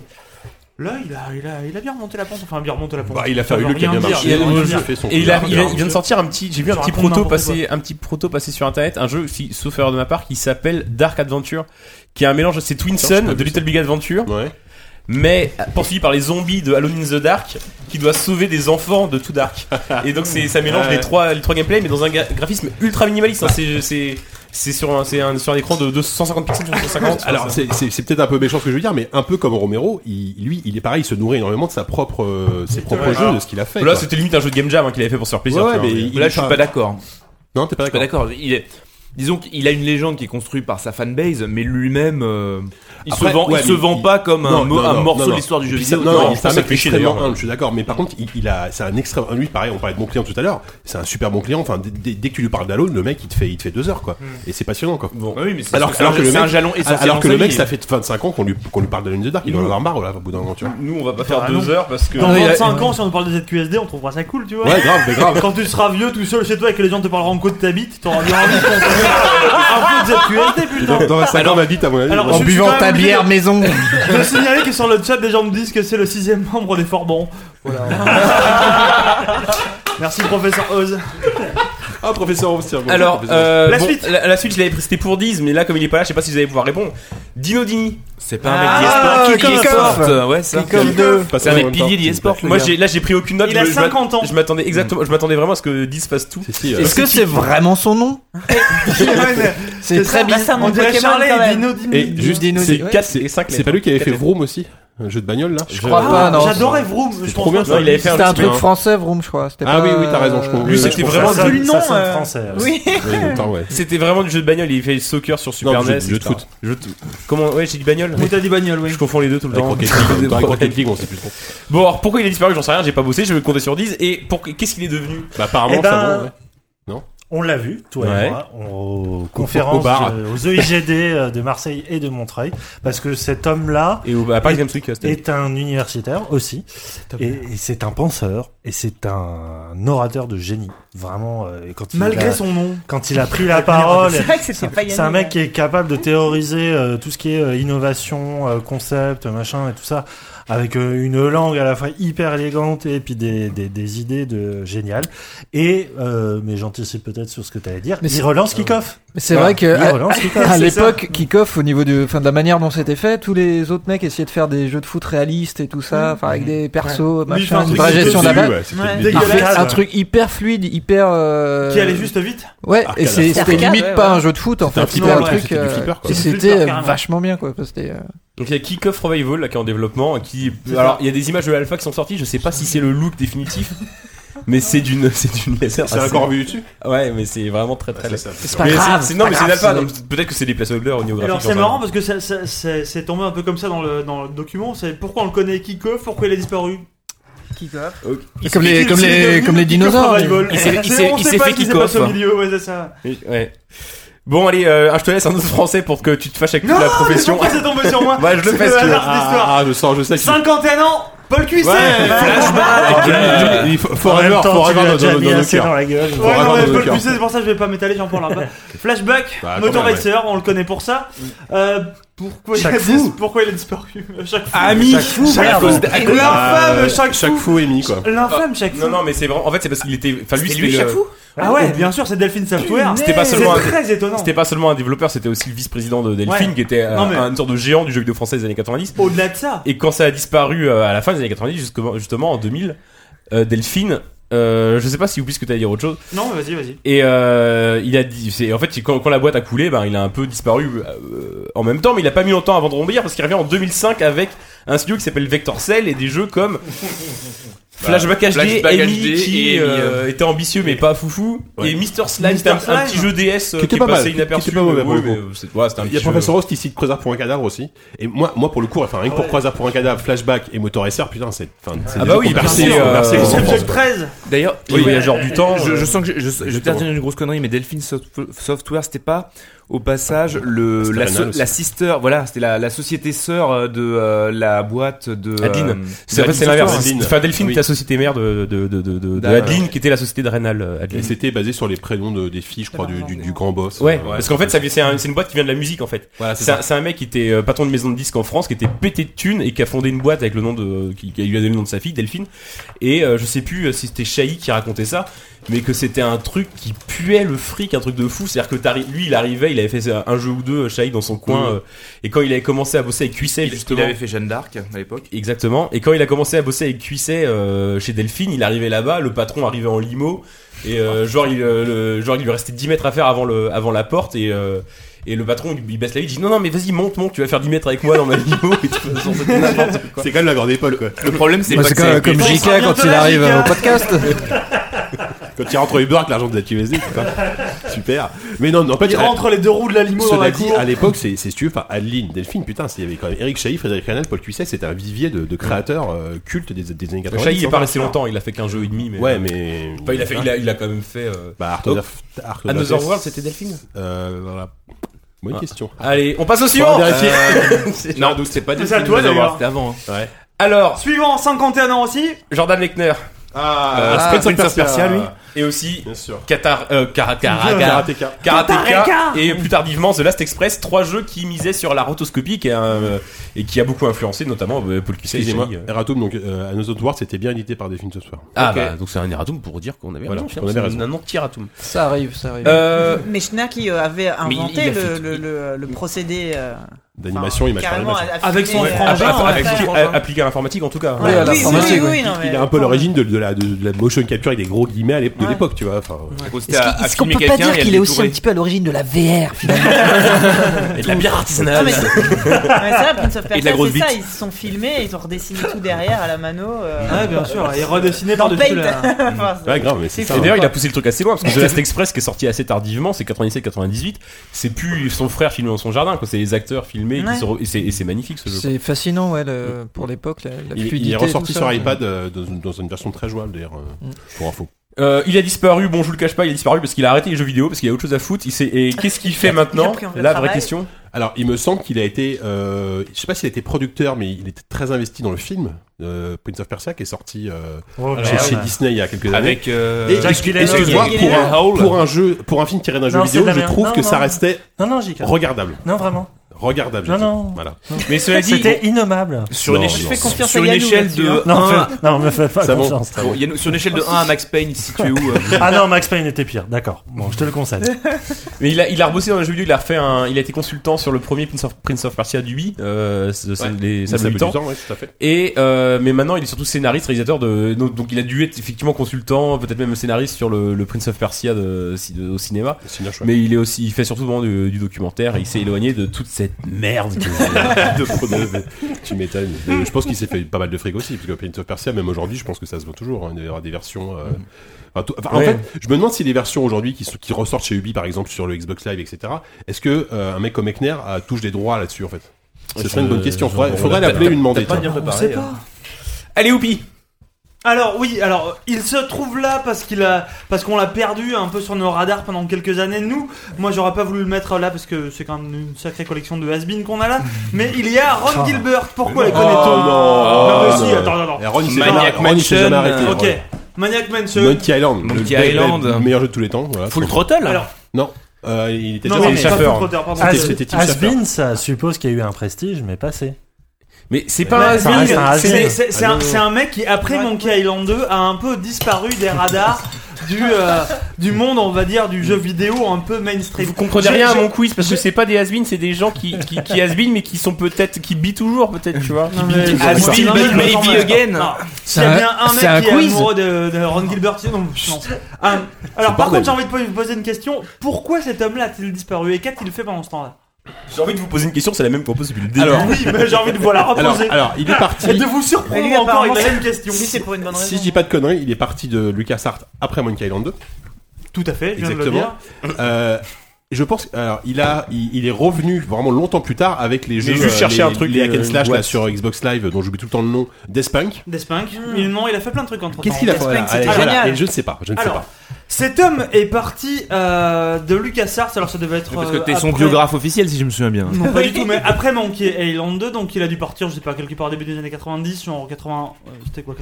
B: là il a, il a, il a bien remonté la pente enfin bien remonté la pente
A: Bah, il a fait
B: Ça veut
A: une qui a
B: rien
A: bien
B: dire,
A: marché.
B: ça veut rien
A: Il
B: dire.
A: a fait son
D: Et il, a-
A: coup
D: il a- il vient de sortir un petit, j'ai vu un
B: Je
D: petit
B: raconte
D: proto
B: n'importe
D: passer, un petit proto passer sur internet, un jeu, si, sauf erreur de ma part, qui s'appelle Dark Adventure, qui est un mélange, c'est Twin
A: Attends, j'ai pas
D: Sun de
A: vu
D: Little Big Adventure,
A: Ouais.
D: mais poursuivi par les zombies de Alone in the Dark, qui doit sauver des enfants de tout Dark. Et donc c'est, ça mélange les trois, les trois gameplays, mais dans un gra- graphisme ultra minimaliste. hein. c'est, c'est, c'est sur un, c'est un, sur un écran de 250 pixels sur 150.
A: Alors
D: Enfin,
A: c'est- c'est c'est peut-être un peu méchant ce que je veux dire, mais un peu comme Romero, il- lui, il est pareil, il se nourrit énormément de sa propre, euh, ses propres jeux, de ce qu'il a fait.
D: Là,
A: quoi.
D: c'était limite un jeu de game jam hein, qu'il avait fait pour se faire plaisir.
A: Ouais,
D: tu vois.
A: mais il-
C: Là, je suis pas d'accord.
A: Non, t'es pas
C: Je suis pas
A: d'accord.
C: d'accord. Il est- Disons qu'il a une légende qui est construite par sa fanbase, mais lui-même, euh, il
A: Après,
C: se vend,
A: ouais,
C: il se
A: mais
C: vend
A: il-
C: pas comme
A: Non,
C: un, mo-
A: non,
C: un
A: non,
C: morceau
A: non,
C: de l'histoire du jeu
A: Puis ça-
C: vidéo.
A: Non,
C: tu vois.
A: non, c'est un
D: ça
A: mec
D: fait chier,
A: extrêmement
D: d'ailleurs.
A: humble, je suis d'accord, mais par contre, il, il a, c'est un extrême, lui, pareil, on parlait de mon client tout à l'heure, c'est un super bon client, enfin, dès- dès dès que tu lui parles d'Alone, le mec, il te fait, il te fait deux heures, quoi. Et c'est passionnant, quoi.
C: Hmm. Bon. Oui, mais c'est-
A: Alors-
C: c'est
A: alors
C: un-
A: que le
C: c'est un
A: mec-
C: jalon essentiel
A: Alors
C: dans
A: que
C: sa
A: le mec,
C: vie.
A: ça fait 25 ans qu'on lui, qu'on lui parle d'Alone in the Dark, il doit en avoir marre, là, au bout d'un moment, tu vois.
C: Nous, on va pas faire
B: Ah,
C: deux
B: non.
C: heures parce que.
B: dans
A: Non, il a-
B: 25 ans si on nous parle de ZQSD on trouvera ça cool tu vois
A: Ouais, grave, mais grave.
B: Quand tu seras vieux tout seul chez toi et que les gens te parleront en code ta bite, t'auras bien envie de consommer un peu de ZQSD, putain.
A: Dans- Dans 5 ans, ma vie, à mon avis.
B: Alors,
A: ouais.
B: je- je suis quand même obligé de-
H: maison.
B: Je veux signaler que sur le chat, des gens me disent que c'est le sixième membre des Forbans. Voilà. Merci, professeur Oz.
A: Ah, professeur Austin, bonjour,
D: Alors,
A: professeur Austin.
D: euh,
B: La
D: bon,
B: suite.
D: La, la suite, je l'avais pris, c'était pour 10, mais là, comme il est pas là, je sais pas si vous allez pouvoir répondre. Dino Dini.
C: C'est pas
B: Ah,
C: un mec
H: Kick-Off.
C: d'e-sport. Ouais, ça.
H: Kick-Off deux.
C: C'est un des piliers d'e-sport. le
D: Moi,
C: gars.
D: j'ai, là, j'ai pris aucune note.
B: Il a
D: je- je m'a-
B: 50 ans.
D: Je m'attendais exactement, je m'attendais vraiment à ce que 10 fasse tout.
A: Si, si, euh,
H: Est-ce que c'est vraiment son nom C'est très
F: Bah,
H: bizarre.
F: ça
B: On
F: mon
B: dirait
F: Pokémon
B: Charlie
F: quand
B: et
F: même.
B: Dino Dini.
A: euh, Et juste,
H: Dino-
A: c'est
H: ouais.
A: quatre- c'est-
D: Cinq
A: c'est
D: lettres.
A: pas lui qui avait fait
D: Quatre
A: Vroom aussi Un jeu de bagnole là
H: Je crois pas, non.
B: Ah, J'adorais Vroom. Je
A: trop
B: pense
A: bien,
B: pas
A: ça,
B: que-
D: il avait fait
H: C'était un truc
D: hein.
H: français, Vroom, je crois. C'était
A: Ah
H: pas,
A: oui, oui, t'as raison, je
H: euh,
A: comprends.
D: Lui,
A: Oui,
D: c'était
A: je comprends.
D: vraiment
E: Ça
D: du
E: sonne-
F: nom,
E: ça sonne
F: euh,
E: français. euh.
F: Oui.
A: Oui, autant, ouais.
D: C'était vraiment du jeu de bagnole. Il fait soccer sur Super
A: Non, du jeu-
D: NES.
A: jeu de
D: etc.
A: foot.
D: Jeu de- Comment Ouais, j'ai dit bagnole.
B: Oui, t'as dit bagnole, oui.
D: Je confonds les deux tout le
A: Avec
D: temps.
A: Rocket League, avec Rocket League, on sait plus trop.
D: Bon, alors pourquoi il a disparu J'en sais rien. J'ai pas bossé. Je vais compter sur 10. Et pour qu'est-ce qu'il est devenu
A: Bah, apparemment,
E: Eh
A: ça
E: ben,
A: vend, ouais.
E: On l'a vu, toi
D: Ouais.
E: et moi, on- aux conférences,
A: au bar.
E: de- aux EIGD euh, de Marseille et de Montreuil, parce que cet homme-là
D: Et bah, pas le même truc. c'était-
E: est un universitaire aussi, et, et c'est un penseur, et c'est un orateur de génie, vraiment. euh, et quand il
B: Malgré
E: a-
B: son nom.
E: quand il a pris la
B: Oh,
E: parole,
F: C'est vrai que c'était pas
E: c'est un
F: Yannick.
E: mec qui est capable de théoriser euh, tout ce qui est euh, innovation, euh, concept, machin et tout ça, avec euh, une langue à la fois hyper élégante et puis des, des, des idées de génial. Et euh, mais j'anticipe peut-être sur ce que tu allais dire.
H: Mais
E: Mais il
H: c'est-
E: relance Kickoff.
H: Mais C'est
A: Bah,
H: vrai que
A: Euh,
E: Il
A: ah,
H: à-
E: relance Kickoff.
H: à
E: C'est ça.
H: l'époque, Kickoff, au niveau de, enfin, de la manière dont c'était fait, tous les autres mecs essayaient de faire des jeux de foot réalistes et tout ça, enfin, avec des persos,
B: enfin,
H: machin, une
B: c'est
H: vraie
B: juste
H: gestion de la
A: C'était
H: balle.
A: lui, ouais, c'était
F: Ouais.
A: le début.
H: Un
B: Dégueulasse.
H: truc- Un truc hyper fluide, hyper. euh,
B: Qui allait juste vite.
H: Ouais, et
A: Arcade.
H: c'est- c'était
F: Arcade,
H: limite
F: ouais,
H: pas
F: ouais.
H: un jeu de foot en
A: C'était un
H: fait, c'était
A: flipper,
H: un
A: ouais,
H: truc.
A: c'était du
H: euh,
A: flipper, quoi.
H: Et
B: C'était du
H: c'était
B: flipper, carrément.
H: vachement bien quoi. Enfin, c'était, euh,
D: Donc il y a Kickoff Revival là qui est en développement, qui
B: C'est
D: alors
B: ça.
D: il y a des images de l'alpha qui sont sorties, je sais pas si c'est le look définitif, mais c'est d'une c'est d'une laser.
A: C'est
D: assez-
A: encore vu dessus
D: Ouais, mais c'est vraiment très très. laid.
H: C'est pas
D: Mais
H: grave.
D: c'est- c'est- non mais
H: pas
D: c'est
H: grave,
D: l'alpha,
H: c'est-
D: donc peut-être que c'est des placeholders au niveau graphique.
B: Alors c'est
D: j'en sais
B: marrant
D: rien.
B: parce que ça- ça- c'est c'est tombé un peu comme ça dans le, dans le document, c'est pourquoi on le connaît Kikoff, pourquoi il a disparu
F: Kick off.
G: Ok.
H: Comme les, comme les, comme les dinosaures.
D: Il s'est- il
B: C'est-
D: s'est-
B: on
D: il
B: sait
D: s'est
B: pas
D: fait
B: ce qui s'est
D: kick-off.
B: passé au milieu, ouais, c'est ça.
D: Ouais. Bon, allez, euh, je te laisse un autre français pour que tu te fâches avec toute
B: Non,
D: la profession.
B: Pourquoi c'est tombé sur moi
G: Bah, je le
B: C'est
G: fais, si tu veux.
B: hasard de l'histoire.
A: Ah, je sens, je sais. que-
B: 51 ans, Paul Cuisset
A: Ah, je- je- il faut- Forever, forever dans- dans- dans nos cœurs.
E: dans la gueule.
A: Faut
B: Ouais, non,
A: avoir
B: mais
A: nos
B: Paul
A: cœurs.
B: Cuisset, c'est pour ça que je vais pas m'étaler, j'en parlerai pas. Flashback,
A: Bah, quand même,
B: Motorrider, on le connaît pour ça. Euh, pourquoi, il a
E: Chaque
B: dis-
E: fou.
B: pourquoi il a disparu Chaque fou.
D: Ami,
B: chaque fou. L'infâme
A: Euh,
B: chaque
A: Chaque
B: fou.
A: fou est mis, quoi.
B: L'infâme chaque fou.
D: Non, non, mais c'est vraiment. En fait, c'est parce qu'il était. Enfin, lui,
G: C'était
D: c'était
G: lui,
D: le-
G: chaque fou
B: Ah ouais, bien sûr, c'est Delphine Software.
D: C'était pas
B: C'est
D: seulement un-
B: très étonnant.
D: C'était pas seulement un développeur, c'était aussi le vice-président de Delphine,
B: Ouais.
D: qui était euh,
B: Non, mais-
D: un sorte de géant du jeu vidéo français des années 90.
B: Au-delà de ça.
D: Et quand ça a disparu euh, à la fin des années 90, jusqu'au- justement en 2000, euh, Delphine, euh, je sais pas si vous ce que t'as à dire autre chose,
B: Non, mais vas-y, vas-y.
D: et euh, il a dit, c'est- en fait, quand, quand la boîte a coulé, ben, il a un peu disparu euh, en même temps, mais il a pas mis longtemps avant de rebondir parce qu'il revient en 2005 avec un studio qui s'appelle Vector Cell et des jeux comme Flashback HD,
G: Flashback
D: Amy,
G: HD,
D: qui
G: et Amy, euh,
D: euh, était ambitieux mais pas foufou,
A: Ouais.
D: et Mr. Slime,
B: Mr.
D: c'était un,
B: Slime.
D: un petit jeu DS euh,
A: Qui
D: qui,
A: était
D: est
A: pas mal,
D: passé
A: qui- qui
D: inaperçu.
A: était pas mauvais
D: mais
A: pour
D: ouais,
A: le
D: mais euh, c'est- ouais, c'était un
A: Il y a
D: petit jeu.
A: Professor Ross qui cite Croisard pour un cadavre aussi. Et moi, moi pour le coup, enfin, rien que pour Croisard pour un cadavre, Flashback et Motor SR, putain, c'est. enfin, c'est
D: Ah
A: des
D: bah
A: jeux
D: oui,
A: qu'on perçait,
D: bien sûr,
A: qu'on perçait
D: euh,
A: en France,
B: Subject
A: quoi.
B: 13.
C: D'ailleurs,
D: Oui, voyageur du temps,
C: Je,
D: euh,
C: je sens que je, Oh, je, je vais peut-être dire une grosse connerie, mais Delphine Soft- Software, c'était pas au passage le
A: C'était
C: la,
A: Renal
C: so-
A: aussi.
C: la sister, voilà, c'était la, la société sœur euh, de euh, la boîte de euh,
D: Adeline.
C: de
D: C'est en fait, c'est
C: Adeline
D: l'inverse.
C: Software.
A: Adeline.
D: Enfin, Delphine,
A: Oui.
D: était la société mère de, de, de, de, de, de
C: D'accord.
D: Adeline, qui était la société de Rénal. euh,
A: Et
D: Adeline.
A: c'était basé sur les prénoms de- des filles, je crois, du, du, du grand boss.
D: Ouais,
A: Euh,
D: parce qu'en fait, ça- c'est un- c'est une boîte qui vient de la musique en fait.
G: Ah,
A: Voilà, c'est
D: C'est
A: ça.
D: un, c'est un mec qui était euh, patron de maison de disques en France, qui était pété de thunes et qui a fondé une boîte avec le nom de, qui, qui lui a donné le nom de sa fille, Delphine. Et euh, je sais plus euh, si c'était Chahi qui racontait ça, mais que c'était un truc qui puait le fric, un truc de fou. C'est-à-dire que t'arri- lui, il arrivait, il avait fait un jeu ou deux, euh, Chahi dans son coin,
G: Mhm.
D: euh, et quand il avait commencé à bosser avec Cuisset,
G: Il,
D: justement.
G: il avait fait Jeanne d'Arc à l'époque.
D: Exactement. Et quand il a commencé à bosser avec Cuisset euh, chez Delphine, il arrivait là-bas, le patron arrivait en limo et euh, genre il euh, le- genre il lui restait 10 mètres à faire avant le avant la porte et euh, et le patron il, il baisse la vie, il dit non non mais vas-y monte monte, tu vas faire 10 mètres avec moi dans ma limo et tout, de toute façon, c'était n'importe quoi.
A: C'est quand même la grande époque, quoi.
G: Le problème, c'est
H: Bah,
G: pas
H: c'est
G: que
H: comme,
G: c'est
H: comme
B: Bon, on sera
H: JK quand
B: bientôt
H: il
B: là,
H: arrive
B: JK.
H: euh, au podcast.
A: Quand il rentre Uber avec l'argent de la QSD, putain. Super. Mais non, non, en fait,
B: Il
A: à-
B: rentre les deux roues de la limo dans
A: Cela
B: la
A: dit,
B: cour.
A: à l'époque, c'est c'est si tu veux, enfin, Adeline, Delphine, putain, c'est- il y avait quand même Eric Chahi, Frédéric Renal, Paul Cuisset, c'était un vivier de, de créateurs euh, cultes des, des années 90.
D: Chahi il est pas
A: hein.
D: resté longtemps, il a fait qu'un jeu et demi mais euh,
A: Ouais, mais.
D: Enfin, il a fait il a, il a quand même fait euh,
A: Bah, Art of the- Art of the
D: Another
A: Death.
D: World, c'était Delphine
A: Euh, voilà. Bonne
D: Ah.
A: question.
D: Allez, on passe au
A: On va
D: suivant. Euh,
A: vérifier.
D: C'est-
G: Non, c'est pas
B: C'est à toi, d'ailleurs.
G: C'était avant. hein.
D: Alors,
B: Suivant, 51 ans aussi.
D: Jordan Lechner
A: Ah,
D: Ah,
A: Prince of
D: Prince of
A: Persia,
D: Persia,
A: lui.
D: et aussi
A: Bien sûr.
D: Qatar euh, Karateka.
A: Karateka.
D: Karateka
B: Karateka
D: et plus tardivement The Last Express, trois jeux qui misaient sur la rotoscopie qui est un, euh, et qui a beaucoup influencé notamment euh, Paul Cuisset. et
A: Excusez-moi,
D: Shelley, euh.
A: Eratum, donc euh, Another World, c'était bien édité par Delphine Software.
D: Ah
G: Ok.
D: bah donc c'est un erratum pour dire qu'on avait
A: Voilà,
D: raison.
A: on avait
D: c'est
A: raison.
D: Un anti-erratum.
H: Ça arrive, ça arrive.
D: Euh,
F: Mais Schnacky euh, avait inventé
D: il a
F: le,
D: fait-
F: le, le, le procédé. euh,
A: D'animation,
F: enfin,
A: il m'a
F: carrément
A: carrément.
F: affiné,
B: Avec son
F: euh,
B: frangin,
F: avec son
D: avec-
F: frangin.
D: a- euh, appliqué à l'informatique en tout cas.
H: Ouais, à la
F: Oui, oui,
H: pharmacie,
F: oui,
H: quoi.
F: oui, non, mais-
A: Il est un peu l'origine de, de la, de, de la motion capture avec des gros guillemets à l'ép- de
F: Ouais.
A: l'époque, tu vois. Enfin,
G: C'était
I: Est-ce
G: à-
I: qu'il-
G: à
I: est-ce qu'on peut
G: filmer
I: pas
G: quelqu'un
I: dire
G: et à
I: qu'il
G: le
I: est aussi un
G: détourer.
I: petit peu à l'origine de la VR finalement
D: Et de la bière
F: Non,
D: artisanale.
F: mais- Ouais, c'est vrai, Prince of
D: Et de la
F: Persia,
D: grosse
F: c'est ça,
D: bite.
F: ils se sont filmés, ils ont redessiné tout derrière à la mano. euh,
B: Ouais, Ah, bien sûr, et redessiné
F: Dans
B: par-dessus
F: Paint.
B: la-
F: enfin, c'est-
A: ouais, grave, mais c'est
F: C'est
A: ça.
D: Et
A: hein.
F: fou.
D: d'ailleurs, il a poussé le truc assez loin parce que The Last Express qui est sorti assez tardivement, c'est 97-98. C'est plus son frère filmé dans son jardin, quoi. C'est les acteurs filmés qui
F: Ouais.
D: se re- et c'est- et c'est magnifique ce jeu.
H: C'est fascinant, ouais, le- pour l'époque, la, la
A: Il, il
H: fluidité.
A: est
H: et tout
A: ressorti
H: ça.
A: sur iPad euh, dans, une- dans une version très jouable, d'ailleurs, euh,
H: Mm.
A: pour info.
D: Euh, il a disparu, bon je vous le cache pas, il a disparu parce qu'il a arrêté les jeux vidéo, parce qu'il y a autre chose à foutre. Il s'est- et qu'est-ce qu'il fait maintenant
F: pris un vrai
D: La vraie
F: travail.
D: question.
A: Alors, il me semble qu'il a été, euh, je sais pas s'il a été producteur, mais il était très investi dans le film euh, Prince of Persia qui est sorti euh,
E: Oh,
A: chez, chez Disney il y a quelques années.
G: Avec. euh,
A: Et
G: Jack
A: ex- excuse-moi,
F: Jacques
A: pour un,
G: Gyllenhaal.
A: pour un jeu, pour un film tiré d'un jeu
E: Non, c'est
A: vidéo,
E: de la
A: je
E: merde.
A: trouve
E: Non,
A: que
E: non.
A: ça restait
E: Non, non, JK.
A: regardable,
E: Non, vraiment.
A: regardable. je
E: Non,
A: dis.
E: non.
A: Voilà.
G: Mais cela dit,
E: C'était innommable.
G: sur une
A: Non,
G: échelle-
A: non.
F: Fais confiance
G: sur
F: à
G: une
F: Yannou
G: échelle
F: là-dessus,
G: de
F: hein.
E: Non,
G: 1
A: Ah.
E: fais- non, me fais pas
A: Ça monte.
E: confiance.
G: Bon, Yannou, sur une échelle de 1 à Max Payne, si tu es où euh,
E: Ah non, Max Payne était pire. D'accord. Bon, je te le conseille.
D: Mais il a, il a rebossé dans les jeux vidéo, il a refait un, il a été consultant sur le premier Prince of, Prince of Persia du Wii, euh, ce- ce- les
A: Ça
D: Sables
A: fait
D: du
A: du
D: Temps.
A: temps, ouais, tout à fait.
D: Et euh, mais maintenant, il est surtout scénariste, réalisateur de. Donc, donc il a dû être effectivement consultant, peut-être même scénariste sur le, le Prince of Persia de- si- de- au cinéma.
A: C'est bien chouette.
D: Mais il est aussi, il fait surtout vraiment du, du documentaire. Et il s'est éloigné de toute cette merde. que-
A: De pronos, tu m'étonnes. Mais Je pense qu'il s'est fait pas mal de fric aussi, parce que Prince of Persia, même aujourd'hui, je pense que ça se vend toujours. hein. Il y aura des versions. euh, enfin, tout- enfin, En
D: Ouais.
A: fait, je me demande si les versions aujourd'hui qui, sont- qui ressortent chez Ubi, par exemple, sur le Xbox Live, etc., est-ce que euh, un mec comme Eckner a- touche des droits là-dessus, en fait
G: Euh,
A: Ce serait une bonne question. Faudrait, faudrait l'appeler et lui demander. tiens.
B: On sait pas.
D: Allez, Oupi
B: Alors oui, alors il se trouve là parce qu'il a parce qu'on l'a perdu un peu sur nos radars pendant quelques années. Nous, moi j'aurais pas voulu le mettre là parce que c'est quand même une sacrée collection de has qu'on a là. Mais il y a
D: Ah.
B: Ron Gilbert. Pourquoi les
D: Oh,
B: connaît-on
A: non,
B: mais si, attends, attends,
A: Et Ron, il s'est
D: Maniac
A: jamais- Ron, il s'est jamais
D: Mansion,
A: arrêté.
B: attends. Ok,
A: voilà.
B: Maniac Mansion.
A: Monkey Island.
C: Monkey
A: le- le-
C: Island.
A: le meilleur jeu de tous les temps. Voilà.
D: Full Throttle
B: Alors,
A: Non, euh, il était
B: non,
A: déjà
B: mais
A: dans le
B: pas
A: chauffeur.
B: Full Trotter, pardon.
A: Ah,
B: C'est-
A: c'est- c'était Tim Schafer.
E: Asbin, ça suppose qu'il y a eu un prestige, mais passé.
D: Mais c'est
E: Ouais,
B: Ah,
D: pas un
E: ça reste
D: Asbin,
E: un
D: c'est-
E: Asbin.
B: C'est- C'est c'est un, c'est un mec qui, après Monkey Island 2, a un peu disparu des radars du, euh, du monde, on va dire, du jeu vidéo un peu mainstream.
D: Vous comprenez
B: J'ai-
D: rien à
B: j'ai-
D: mon quiz parce que c'est pas des has c'est des gens qui, qui, qui has mais qui sont peut-être, qui bient toujours peut-être, tu vois.
B: Non, mais-
D: Has been,
B: Non,
D: but
B: mais-
D: maybe
B: non, mais-
D: again.
B: Non.
I: C'est
B: S'il y a
I: un-
B: bien un mec qui
I: c'est un
B: est
I: quiz.
B: amoureux de, de Ron Gilbert, c'est- non, je pense. Ah, alors par
A: bordel.
B: contre, j'ai envie de po- poser une question. Pourquoi cet homme-là a-t-il disparu et qu'a-t-il fait pendant ce temps-là
G: J'ai envie de vous poser une question, c'est la même qu'on pose depuis le début.
A: Alors,
B: Oui, mais j'ai envie de vous la
A: alors,
B: reposer.
A: alors, il est parti.
B: Et de vous
F: Mais lui,
B: surprendre encore avec la
F: apparemment,
B: même question.
F: Lui, c'est pour une bonne raison.
A: Si je dis pas de conneries, il est parti de LucasArts après Monkey Island 2.
B: Tout à fait, je viens de le
A: Exactement.
B: dire.
A: Euh, je pense alors il a il, il est revenu vraiment longtemps plus tard avec les jeux
G: juste
A: euh,
G: chercher
A: les,
G: un truc,
A: les hack and
G: euh,
A: slash là
G: ouais.
A: sur Xbox Live dont j'oublie tout le temps le nom Despunk
B: Despink,
F: Hmm.
B: il, non, il a fait plein de trucs entre
A: qu'est-ce qu'il a fait
F: Despunk,
A: voilà,
F: c'était
A: allez, voilà,
F: génial.
A: et je ne sais pas je ne sais
B: Alors,
A: pas
B: cet homme est parti euh, de LucasArts, alors ça devait être.
C: Parce que
B: euh,
C: t'es son
B: après-
C: biographe officiel, si je me souviens bien.
B: Non, pas du tout, mais après Monkey Island 2, donc il a dû partir, je sais pas, quelque part début des années 90, genre 80. euh, C'était quoi,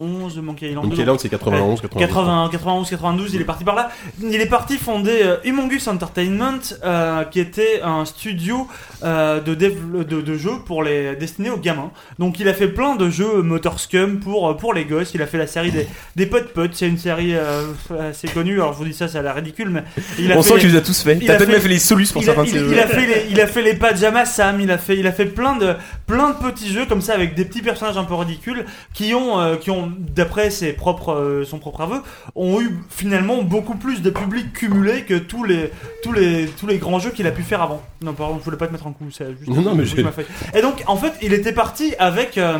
B: 91 Monkey Island 2
A: Monkey Island c'est 91 92
B: 80, 91, 92, il est parti par là. Il est parti fonder euh, Humongous Entertainment, euh, qui était un studio euh, de, dév- de, de jeux pour les destinés aux gamins. Donc il a fait plein de jeux euh, Motor Scum pour, euh, pour les gosses. Il a fait la série des, des Pot Pot, c'est une série euh, assez connue. Alors je vous dis ça, ça a l'air ridicule, mais il a
G: On
B: fait
G: sent
B: les-
G: qu'il les a tous fait.
B: il
G: T'as
B: a
G: peut-être
B: fait-
G: même fait les solus pour
B: il a,
G: certains de
B: il-
G: ces
B: il
G: jeux.
B: a fait les, il a fait les pajamas Sam, il a fait, il a fait plein de, plein de petits jeux comme ça avec des petits personnages un peu ridicules qui ont, euh, qui ont, d'après ses propres, euh, son propre aveu, ont eu finalement beaucoup plus de public cumulé que tous les, tous les, tous les grands jeux qu'il a pu faire avant. Non, pardon, je voulais pas te mettre un coup, c'est juste.
A: Non, non, mais
B: c'est
A: j'ai-
B: ma faute. Et donc, en fait, il était parti avec. euh,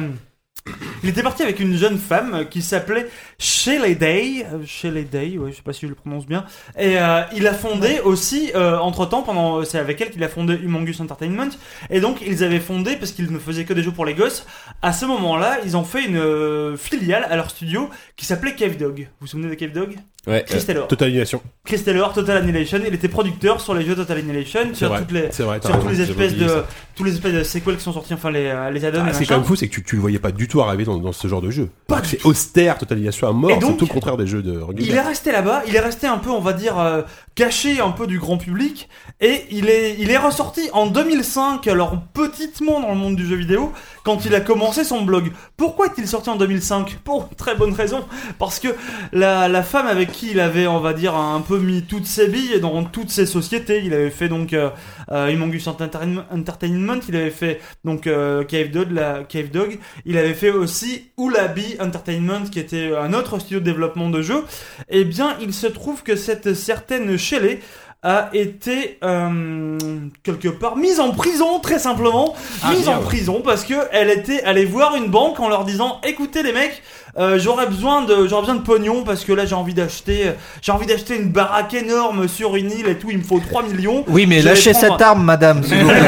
B: il était parti avec une jeune femme qui s'appelait Shelley Day, euh, Shelley Day, ouais, je sais pas si je le prononce bien, et euh, il a fondé aussi, entre temps, pendant, euh, c'est avec elle qu'il a fondé Humongous Entertainment. Et donc, ils avaient fondé, parce qu'ils ne faisaient que des jeux pour les gosses, à ce moment-là, ils ont fait une euh, filiale à leur studio qui s'appelait Cave Dog. Vous vous souvenez de Cave
A: Euh,
B: Dog
D: Ouais.
B: Chris Taylor.
A: Total Annihilation
B: Chris Taylor, Total Annihilation. Il était producteur sur les jeux Total Annihilation,
A: c'est
B: sur
A: vrai
B: toutes les,
A: c'est vrai t'as
B: sur tous
A: raison,
B: les
A: j'avais
B: espèces
A: oublié
B: de,
A: ça.
B: tous les espèces de sequels qui sont sortis, enfin les, euh, les add-ons.
A: Ah,
B: et
A: c'est
B: machin.
A: quand même fou c'est que tu, tu le voyais pas du tout arriver dans, dans ce genre de jeu c'est austère Total Annihilation à
B: Et
A: mort
B: donc,
A: c'est tout le contraire des jeux de
B: Il
A: Regular.
B: est resté là-bas, il est resté un peu, on va dire, euh, caché un peu du grand public, et il est, il est ressorti en 2005, alors petitement dans le monde du jeu vidéo, quand il a commencé son blog. Pourquoi est-il sorti en 2005 Pour une très bonne raison, parce que la, la femme avec qui il avait, on va dire, un peu mis toutes ses billes dans toutes ses sociétés, il avait fait donc euh, euh, Humongous Entertain- Entertainment, il avait fait donc euh, Cave, Dog, la, Cave Dog, il avait fait aussi Ulabi Entertainment, qui était un autre studio de développement de jeux. Eh bien, il se trouve que cette certaine Shelley a été euh, quelque part mise en prison très simplement
C: Ah,
B: mise en prison parce que elle était allée voir une banque en leur disant écoutez les mecs euh, j'aurais besoin de j'aurais besoin de pognon parce que là j'ai envie d'acheter euh, j'ai envie d'acheter une baraque énorme sur une île et tout il me faut 3 millions
H: Oui, mais
B: Je vais
H: lâchez
B: prendre-
H: cette arme, madame. s'il vous plaît.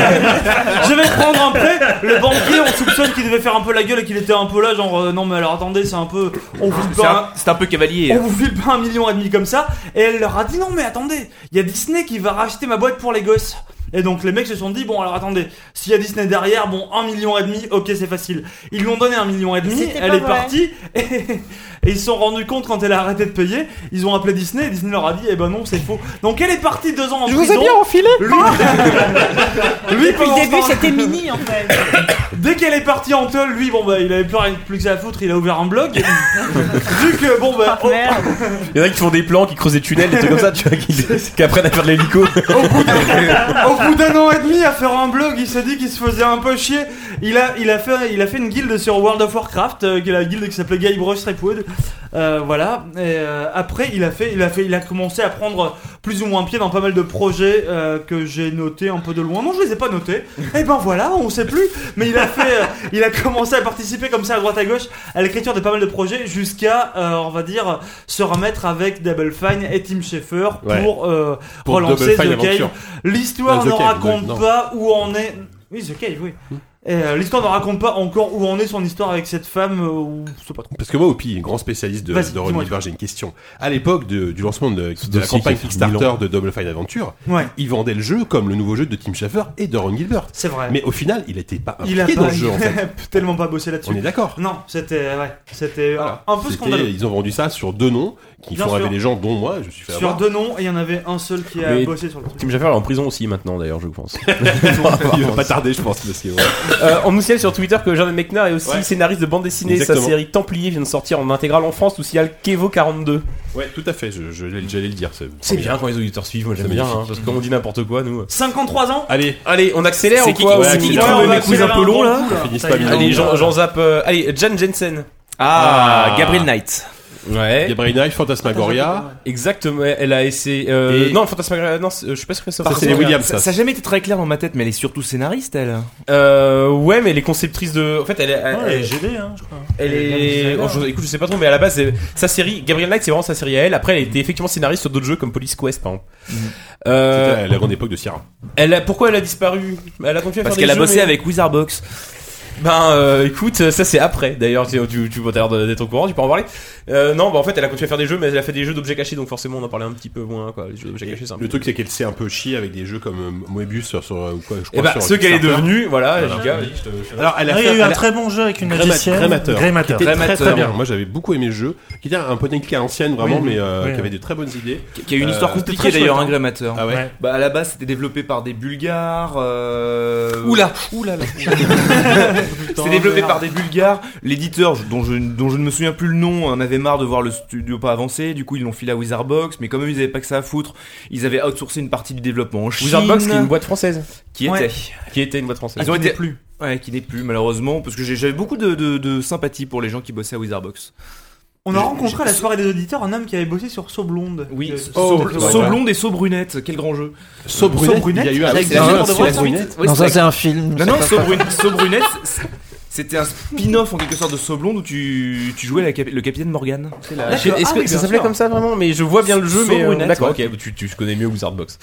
B: je vais prendre un prêt. Le banquier, on soupçonne qu'il devait faire un peu la gueule et qu'il était un peu là, genre euh, non mais alors attendez, c'est un peu, on vous file
C: C'est
B: pas,
C: un, c'est un peu
B: un-
C: cavalier.
B: on vous file pas un million et demi comme ça. Et elle leur a dit non mais attendez, il y a Disney qui va racheter ma boîte pour les gosses. Et donc les mecs se sont dit bon alors attendez, s'il y a Disney derrière, bon un million et demi, ok c'est facile. Ils lui ont donné un million et demi,
F: C'était
B: elle
F: pas
B: est
F: vrai.
B: partie et, et ils se sont rendus compte quand elle a arrêté de payer, ils ont appelé Disney et Disney leur a dit eh ben non c'est faux. Donc elle est partie deux ans en
H: Je vous
B: prison.
H: ai bien enfilé.
B: Lui,
F: Ah. Depuis
B: pendant
F: le
B: ce
F: début,
B: temps-
F: c'était mini en fait.
B: Dès qu'elle est partie en tôle, lui, bon bah, il avait plus rien plus que ça à foutre, il a ouvert un blog. Vu que, bon bah, au,
F: Merde.
G: Il y en a qui font des plans, qui creusent des tunnels, des trucs comme ça, tu vois, qui, qui apprennent à faire de l'hélico.
B: au bout d'un an et demi à faire un blog, il s'est dit qu'il se faisait un peu chier. Il a, il a, fait, il a fait une guilde sur World of Warcraft, euh, qui est la guilde qui s'appelait Guybrush Threepwood. Euh, voilà. Et euh, après, il a fait, il a fait, il a commencé à prendre plus ou moins pied dans pas mal de projets euh, que j'ai notés un peu de loin. Non, je les ai pas notés. Et ben voilà, on sait plus. Mais il a fait, euh, il a commencé à participer comme ça à droite à gauche à l'écriture de pas mal de projets jusqu'à, euh, on va dire, se remettre avec Double Fine et Tim Schafer
A: Ouais.
B: pour, euh,
A: Pour Double Fine
B: relancer The Cave.
A: Aventure.
B: L'histoire
A: Ah, The
B: ne
A: Cave, Hmm.
B: raconte
A: oui, non.
B: pas où on est. Oui, The Cave, oui. Et euh, l'histoire ne raconte pas encore où en est son histoire avec cette femme, euh, ou je sais pas trop.
A: Parce que moi, Opi, grand spécialiste de,
B: Vas-y,
A: de
B: dis-moi
A: Ron Gilbert, j'ai une question. À l'époque de- du lancement de, de la
J: dossier
A: campagne
J: qui a fait mille
A: Kickstarter de Double Fine Adventure,
B: Ouais,
A: ils vendaient le jeu comme le nouveau jeu de Tim Schafer et de Ron Gilbert.
B: c'est vrai.
A: Mais au final, il était pas
B: il a
A: impliqué
B: pas-
A: dans le jeu, en fait.
B: tellement pas bossé
A: On
B: là-dessus.
A: est d'accord.
B: Non, c'était euh, ouais, c'était
A: Voilà.
B: un peu
A: C'était-
B: scandaleux.
A: Ils ont vendu ça sur deux noms qui
B: Bien
A: font rêver
B: sûr.
A: les gens, dont moi, je me suis fait
B: Sur
A: avoir.
B: deux noms, et il y en avait un seul qui a
D: Mais-
B: bossé sur le truc.
D: Tim Jaffer est en prison aussi maintenant d'ailleurs je pense.
A: Ils vont pas tarder, je pense. parce que, ouais.
D: Euh, on nous signale sur Twitter que Jordan McNair est aussi
A: Ouais.
D: scénariste de bande dessinée.
A: Exactement.
D: Sa série Templier vient de sortir en intégrale en France, nous signale Kevo42.
A: Ouais, tout à fait, je- je- j'allais le dire. C'est
D: quand les auditeurs suivent, moi
A: j'aime bien, hein,
D: parce qu'on dit n'importe quoi nous.
B: 53 ans
D: Allez, allez, on accélère
C: C'est
D: ou
C: qui-
D: quoi
C: ouais,
D: On
C: accélère.
D: finit
B: Ouais,
D: tous
B: on
D: les
B: va
D: mecs coups
B: accélérer
D: un peu
B: un
D: longs
B: grand
D: là
B: coup, là.
A: finissent
B: Ça
A: pas
B: y est.
A: bien.
D: Allez, Jean, Jean Zapp, euh, allez, Jan Jensen.
C: Ah,
D: Gabriel Knight. Ouais.
A: Gabriel Knight, Fantasmagoria.
D: Exactement, elle a essayé. euh,
A: Et-
D: Non, Fantasmagoria, non, c'est- euh, je sais pas si c'est
A: Ça, c'est les
D: Fantasmagoria.
A: Williams,
G: Ça
A: ça.
G: ça a jamais été très clair dans ma tête, mais elle est surtout scénariste, elle.
D: Euh, ouais, mais les conceptrices de. En fait, elle est. Elle,
A: Eh,
E: Ouais,
D: elle-
E: GD, hein, je crois.
D: elle
E: elle est
D: est.
E: bien
D: oh, je, écoute, je sais pas trop, mais à la base, c'est- sa série. Gabriel Knight, c'est vraiment sa série à elle. Après, elle était effectivement scénariste sur d'autres jeux comme Police Quest, par exemple. Euh,
A: C'était à la grande époque de Sierra.
D: elle a, pourquoi elle a disparu Elle a continué à faire
G: Parce
D: des
G: qu'elle a
D: jeux,
G: bossé
D: mais-
G: avec Wizardbox.
D: Ben euh, écoute, ça c'est après. D'ailleurs, tu, tu, tu as l'air de- d'être au courant, tu peux en parler. Euh, non, bah en fait, elle a continué à faire des jeux, mais elle a fait des jeux d'objets cachés, donc forcément, on en parlait un petit peu moins. Quoi. Les jeux d'objets cachés, c'est un peu-
A: Le truc, c'est qu'elle s'est un peu chiée avec des jeux comme euh, Moebius sur, sur, euh, ou quoi, je crois.
D: Eh bah,
A: sur
D: ce qu'elle est
A: Kickstarter.
D: devenue, voilà,
A: Voilà.
D: Giga.
A: Alors, elle a
E: Ah, il y
A: fait
E: a eu un
A: elle a-
E: très bon jeu avec une
A: Gréma-
E: magicienne.
A: Grémateur.
E: Grémateur.
A: C'était
E: Très, très bien.
A: Moi, j'avais beaucoup aimé le jeu, qui était un peu technique à l'ancienne, vraiment,
E: Oui,
A: mais euh,
E: oui,
A: qui
E: oui.
A: avait de très bonnes idées.
G: Qui a eu une
A: Euh,
G: histoire
A: c'était
G: compliquée
A: très
G: d'ailleurs, un
A: chouette,
B: Oh,
G: grémateur.
A: Ah ouais.
E: Ouais.
G: hein. Bah à la base c'était développé par des Bulgares. Euh...
D: Oula.
G: Oula là. C'était développé par des Bulgares. L'éditeur je- dont je, dont je ne me souviens plus le nom en avait marre de voir le studio pas avancer. Du coup ils l'ont filé à Wizardbox. Mais comme eux ils avaient pas que ça à foutre, ils avaient outsourcé une partie du développement en Chine.
D: Wizardbox, qui est une boîte française.
G: qui était.
B: Ouais.
D: Qui était une boîte française.
G: Ils ont
B: qui
G: été
B: n'est plus.
G: Ouais, qui n'est plus malheureusement parce que j'ai- j'avais beaucoup de, de, de sympathie pour les gens qui bossaient à Wizardbox.
B: On a rencontré à la soirée des auditeurs un homme qui avait bossé sur Saut Blonde.
G: Oui,
B: Qui-
A: Oh,
G: Saut
A: ouais.
G: Saut blonde et Saut brunette, quel grand jeu.
A: Saubrunette,
B: Saubrunette,
A: il y a eu un
B: avec
A: c'est un
B: des
A: jeu
B: gens de
A: sur
B: vrai
A: Saubrunette.
G: Oui,
I: non,
G: c'est
I: ça c'est un film.
G: Non,
I: c'est
G: non,
I: pas-
G: Saubrun- Saubrunette, c'est- c'était un spin-off en quelque sorte de Saublonde où tu, tu jouais la cap- le capitaine Morgan. C'est la-
B: D'accord.
D: Je- Est-ce
B: Ah
D: que
B: oui,
D: ça
B: bien
D: s'appelait
B: sûr.
D: comme ça vraiment Mais je vois bien le jeu, mais euh,
G: Saurunette,
D: d'accord,
G: ouais.
D: ok, tu, tu connais mieux Wizardbox.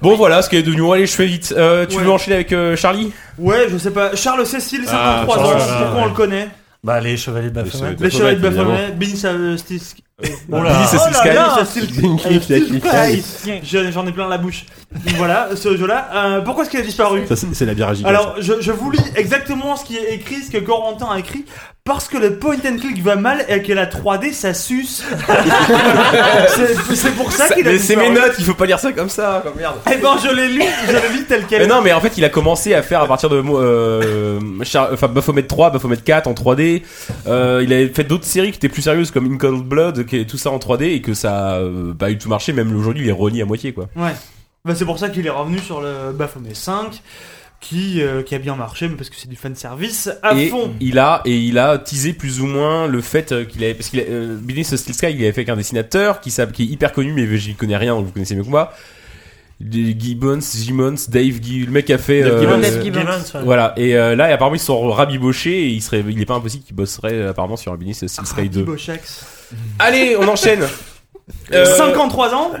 D: Bon voilà, ce qui est devenu. Allez, je fais vite. Euh, tu
B: Ouais.
D: veux enchaîner avec euh, Charlie
B: Ouais, je sais pas. Charles Cécile, 53
A: Ah,
B: ans,
E: Charles,
B: pourquoi
E: ouais, ouais.
B: on le connaît
E: Bah, les chevaliers de
A: Les
E: Baphomet.
A: Chevaliers
B: Les chevaliers de
A: Baphomet,
B: Baphomet, Bin Sastisk.
E: Oh là.
B: euh, Oh là là, Cécile.
A: Linky, Linky, Linky.
B: Je- J'en ai plein la bouche. Voilà, ce jeu-là. Euh, pourquoi est-ce qu'il a disparu
A: Ça, c'est c'est la bière à giga, ça.
B: Alors, je, je vous lis exactement ce qui est écrit, ce que Corentin a écrit, parce que le point and click va mal et que la 3D, ça suce. c'est c'est pour ça hein. qu'il a
D: Mais c'est
B: disparu.
D: mes notes, il faut pas lire ça comme ça, comme merde.
B: Eh ben, je l'ai lu, je l'ai lu tel quel.
D: Mais non, mais en fait, il a commencé à faire à partir de euh, Char- enfin, Baphomet 3, Baphomet 4 en 3D. Euh, il avait fait d'autres séries qui étaient plus sérieuses comme In Cold Blood, qui est tout ça en 3D et que ça a euh, pas eu tout marché. Même aujourd'hui, il est renié à moitié, quoi.
B: Ouais. Bah, c'est pour ça qu'il est revenu sur le Baphomet 5, qui, euh, qui a bien marché, mais parce que c'est du fanservice à
D: et
B: fond.
D: il a et il a teasé plus ou moins le fait euh, qu'il avait parce qu'il a- euh, Beneath the Steel Sky il avait fait qu'un dessinateur qui, s'app- qui est hyper connu mais j'y connais rien donc vous connaissez mieux que moi Des Gibbons Gibbons Dave Gibbons le mec qui a fait
A: Dave
D: euh,
A: Gibbons.
D: euh,
F: Dave Gibbons.
E: Gibbons, ouais.
D: voilà et euh, là apparemment ils se sont rabibochés et il serait il est pas impossible qu'il bosserait euh, apparemment sur un Beneath the
E: Ah,
D: Steel Sky 2
B: Bochax.
D: allez on enchaîne Euh,
B: 53 ans euh,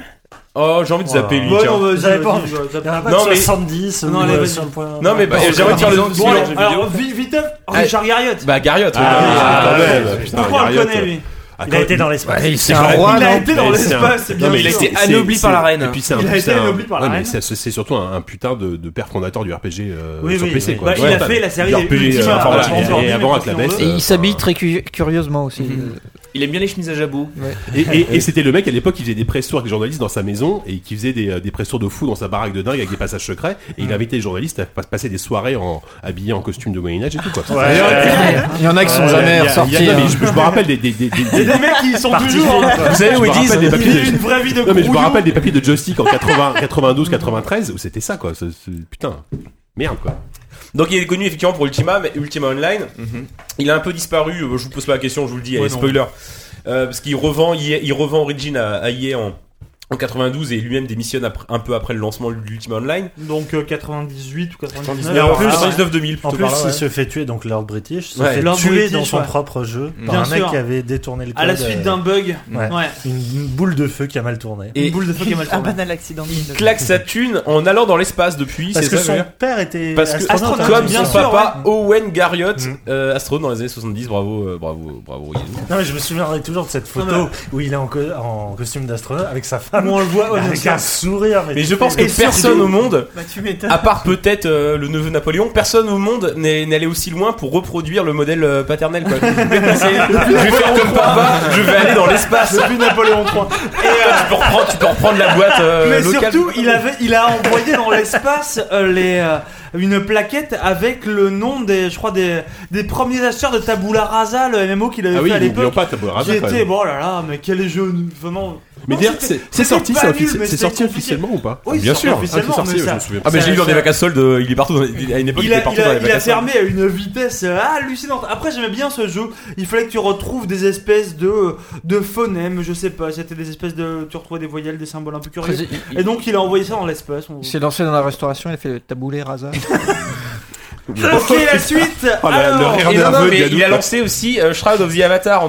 D: oh j'ai envie de zapper lui
B: Ouais,
D: tiens.
B: non, vas-y,
E: Vous avez
B: vas-y,
E: pas
B: vas-y, vas-y.
E: Il y en a pas
D: Non,
E: de
D: mais-
E: 70
B: Non,
E: ou,
B: allez,
E: euh,
B: vas-y.
E: sur le point.
D: non mais bah, j'ai envie de dire le
B: Bon,
D: suivant.
B: allez, alors, vi- vite, Richard Garriott.
D: bah Garriott
A: Ah,
D: oui.
A: quand même, putain,
B: Pourquoi on le
A: Garriott.
B: connaît, lui
A: Ah,
E: Il a
A: quand-
E: été dans l'espace.
I: Ouais, il- c'est
A: quand
I: un
D: Ah,
A: même-
I: roi,
B: Il a
I: non
B: été dans
A: mais c'est un-
B: l'espace, c'est
A: Non,
B: bien
A: mais il
B: sûr.
A: c'est-
G: anobli
A: c'est-
G: par la reine.
A: Et puis c'est un-
B: Il a été
A: c'est un-
B: anobli par la
A: ouais, mais
B: reine.
A: c'est- C'est surtout un, un putain de, de père fondateur du RPG euh,
B: Oui,
A: sur
B: oui,
A: PC.
B: oui.
A: Quoi.
B: Bah, il a fait la série
A: Du
B: des
A: RPG
B: Ultima,
A: informatique.
B: voilà,
A: euh, Et,
B: Ultima,
A: avant avec la
B: Ultima.
A: baisse.
I: Et
A: euh,
I: il s'habille
A: enfin,
I: très cu- curieusement aussi.
G: Mhm. Il aime bien les chemises à jabot.
A: Et, et- et c'était le mec à l'époque qui faisait des pressoirs avec les journalistes dans sa maison et qui faisait des, des pressoirs de fou dans sa baraque de dingue avec des passages secrets. Et il invitait les journalistes à pas- passer des soirées en, habillés en costume de Moyen-Âge et tout quoi.
E: Ouais, ouais.
I: Il y en a qui sont
A: Il y a- il y
I: jamais
A: a- il
I: ressortis.
A: y a- non, mais
I: hein.
A: je, je me rappelle des, des, des, des-
B: Il
A: des-
B: y a des mecs qui sont
E: Parti.
B: toujours en
D: vous savez où ils
A: Je me
D: disent
A: rappelle des papiers
B: une
A: de-
B: vraie vie de
A: Non mais je me
B: grouillon.
A: rappelle des papiers de Joystick en 80, 92, 93 où c'était ça quoi. ce- ce- putain, merde quoi.
D: Donc il est connu effectivement pour Ultima, mais Ultima Online, il a un peu disparu. euh, Je vous pose pas la question, je vous le dis,
B: Ouais,
D: allez,
B: non.
D: spoiler, Euh, parce qu'il revend, EA il revend Origin à, à EA en en 92 et lui-même démissionne après- un peu après le lancement de l'Ultima Online.
B: Donc euh, 98 ou 99.
D: Ah,
E: Et en plus,
D: 99 2000
E: En
D: plutôt
E: plus,
D: par là,
E: il
D: ouais.
E: se fait tuer, donc Lord British, se
D: Ouais.
E: fait
B: Lord
E: tuer
B: British,
E: dans son
B: ouais.
E: propre jeu par
B: Bien
E: un mec
B: sûr.
E: qui avait détourné le code.
B: à la suite
E: euh,
B: d'un bug.
E: ouais.
B: Ouais.
E: Une boule de feu qui a mal tourné.
D: Et
B: Une boule de feu qui est mal
F: Un
B: tournée.
F: banal accident. de
D: il
F: Windows.
D: claque sa thune en allant dans l'espace depuis.
E: Parce
D: c'est
E: que
D: ça, je veux
E: son
D: dire.
E: père était
D: Parce que,
B: hein,
E: astronaute, hein,
D: comme
E: il
D: son
E: me semble.
D: papa Owen Garriott,
B: Mm.
E: Mhm.
D: euh, astronaute dans les années 70, bravo, euh, bravo, bravo. Yannou.
E: Non, mais je me souviendrai toujours de cette
B: Non,
E: photo où il est en, co- en costume d'astronaute avec sa femme.
B: Comment on le voit, ouais, bien
E: avec
B: sûr.
E: un sourire. Mais,
D: Mais je
E: tu fais-
D: pense que
E: Et
D: personne
E: surtout-
D: au monde,
F: Bah, tu m'étonnes.
D: à part peut-être euh, le neveu Napoléon, personne au monde n'est n'est allé aussi loin pour reproduire le modèle euh, paternel. Quoi. C'est- je vais faire comme papa, je vais aller dans l'espace. Depuis Napoléon III. Et euh, tu, peux reprendre, tu peux reprendre la boîte euh,
B: Mais
D: locale.
B: surtout, il, avait, il a envoyé dans l'espace euh, les, euh, une plaquette avec le nom des, je crois, des, des premiers acheteurs de Tabula Rasa, le MMO qu'il avait
A: Ah
B: fait
A: oui,
B: Euh, à
A: n'oublions
B: l'époque.
A: pas Tabula Rasa,
B: Qui
A: quand
B: était,
A: même.
B: bon oh là là, mais quel jeu vraiment.
A: Mais
B: Non,
A: d'ailleurs,
B: c'était-
A: c'est c'est sorti,
B: pas
A: ça,
B: nul,
A: offici-
B: mais
A: c'est
B: c'était
A: sorti
B: compliqué.
A: officiellement ou pas
B: Oui,
A: Ah, Bien
B: c'est
A: sûr,
B: sorti
A: ah, c'est
B: officiellement,
A: sorti,
B: mais
A: ouais, je
B: ça-
A: me souviens.
D: Ah mais j'ai
B: Ça-
D: lu dans des
B: ça-
D: Solde, euh, il est partout, dans les- à une époque il,
B: Il
D: était
B: a,
D: partout
B: il a-
D: dans les
B: il a
D: Solde.
B: fermé à une vitesse euh, hallucinante. Après, j'aimais bien ce jeu. Il fallait que tu retrouves des espèces de, de phonèmes, je sais pas. C'était des espèces de. Tu retrouvais des voyelles, des symboles un peu curieux. Et donc, il a envoyé ça dans l'espace. On-
H: Il s'est lancé dans la restauration, il a fait le taboulé rasa.
B: Ok, la suite
A: Ah, la-
B: Alors,
A: le rire
D: Et non, non,
A: nerveux de
D: mais
A: Gadou,
D: il a
A: quoi.
D: lancé aussi euh, Shroud of the Avatar en 2013-2014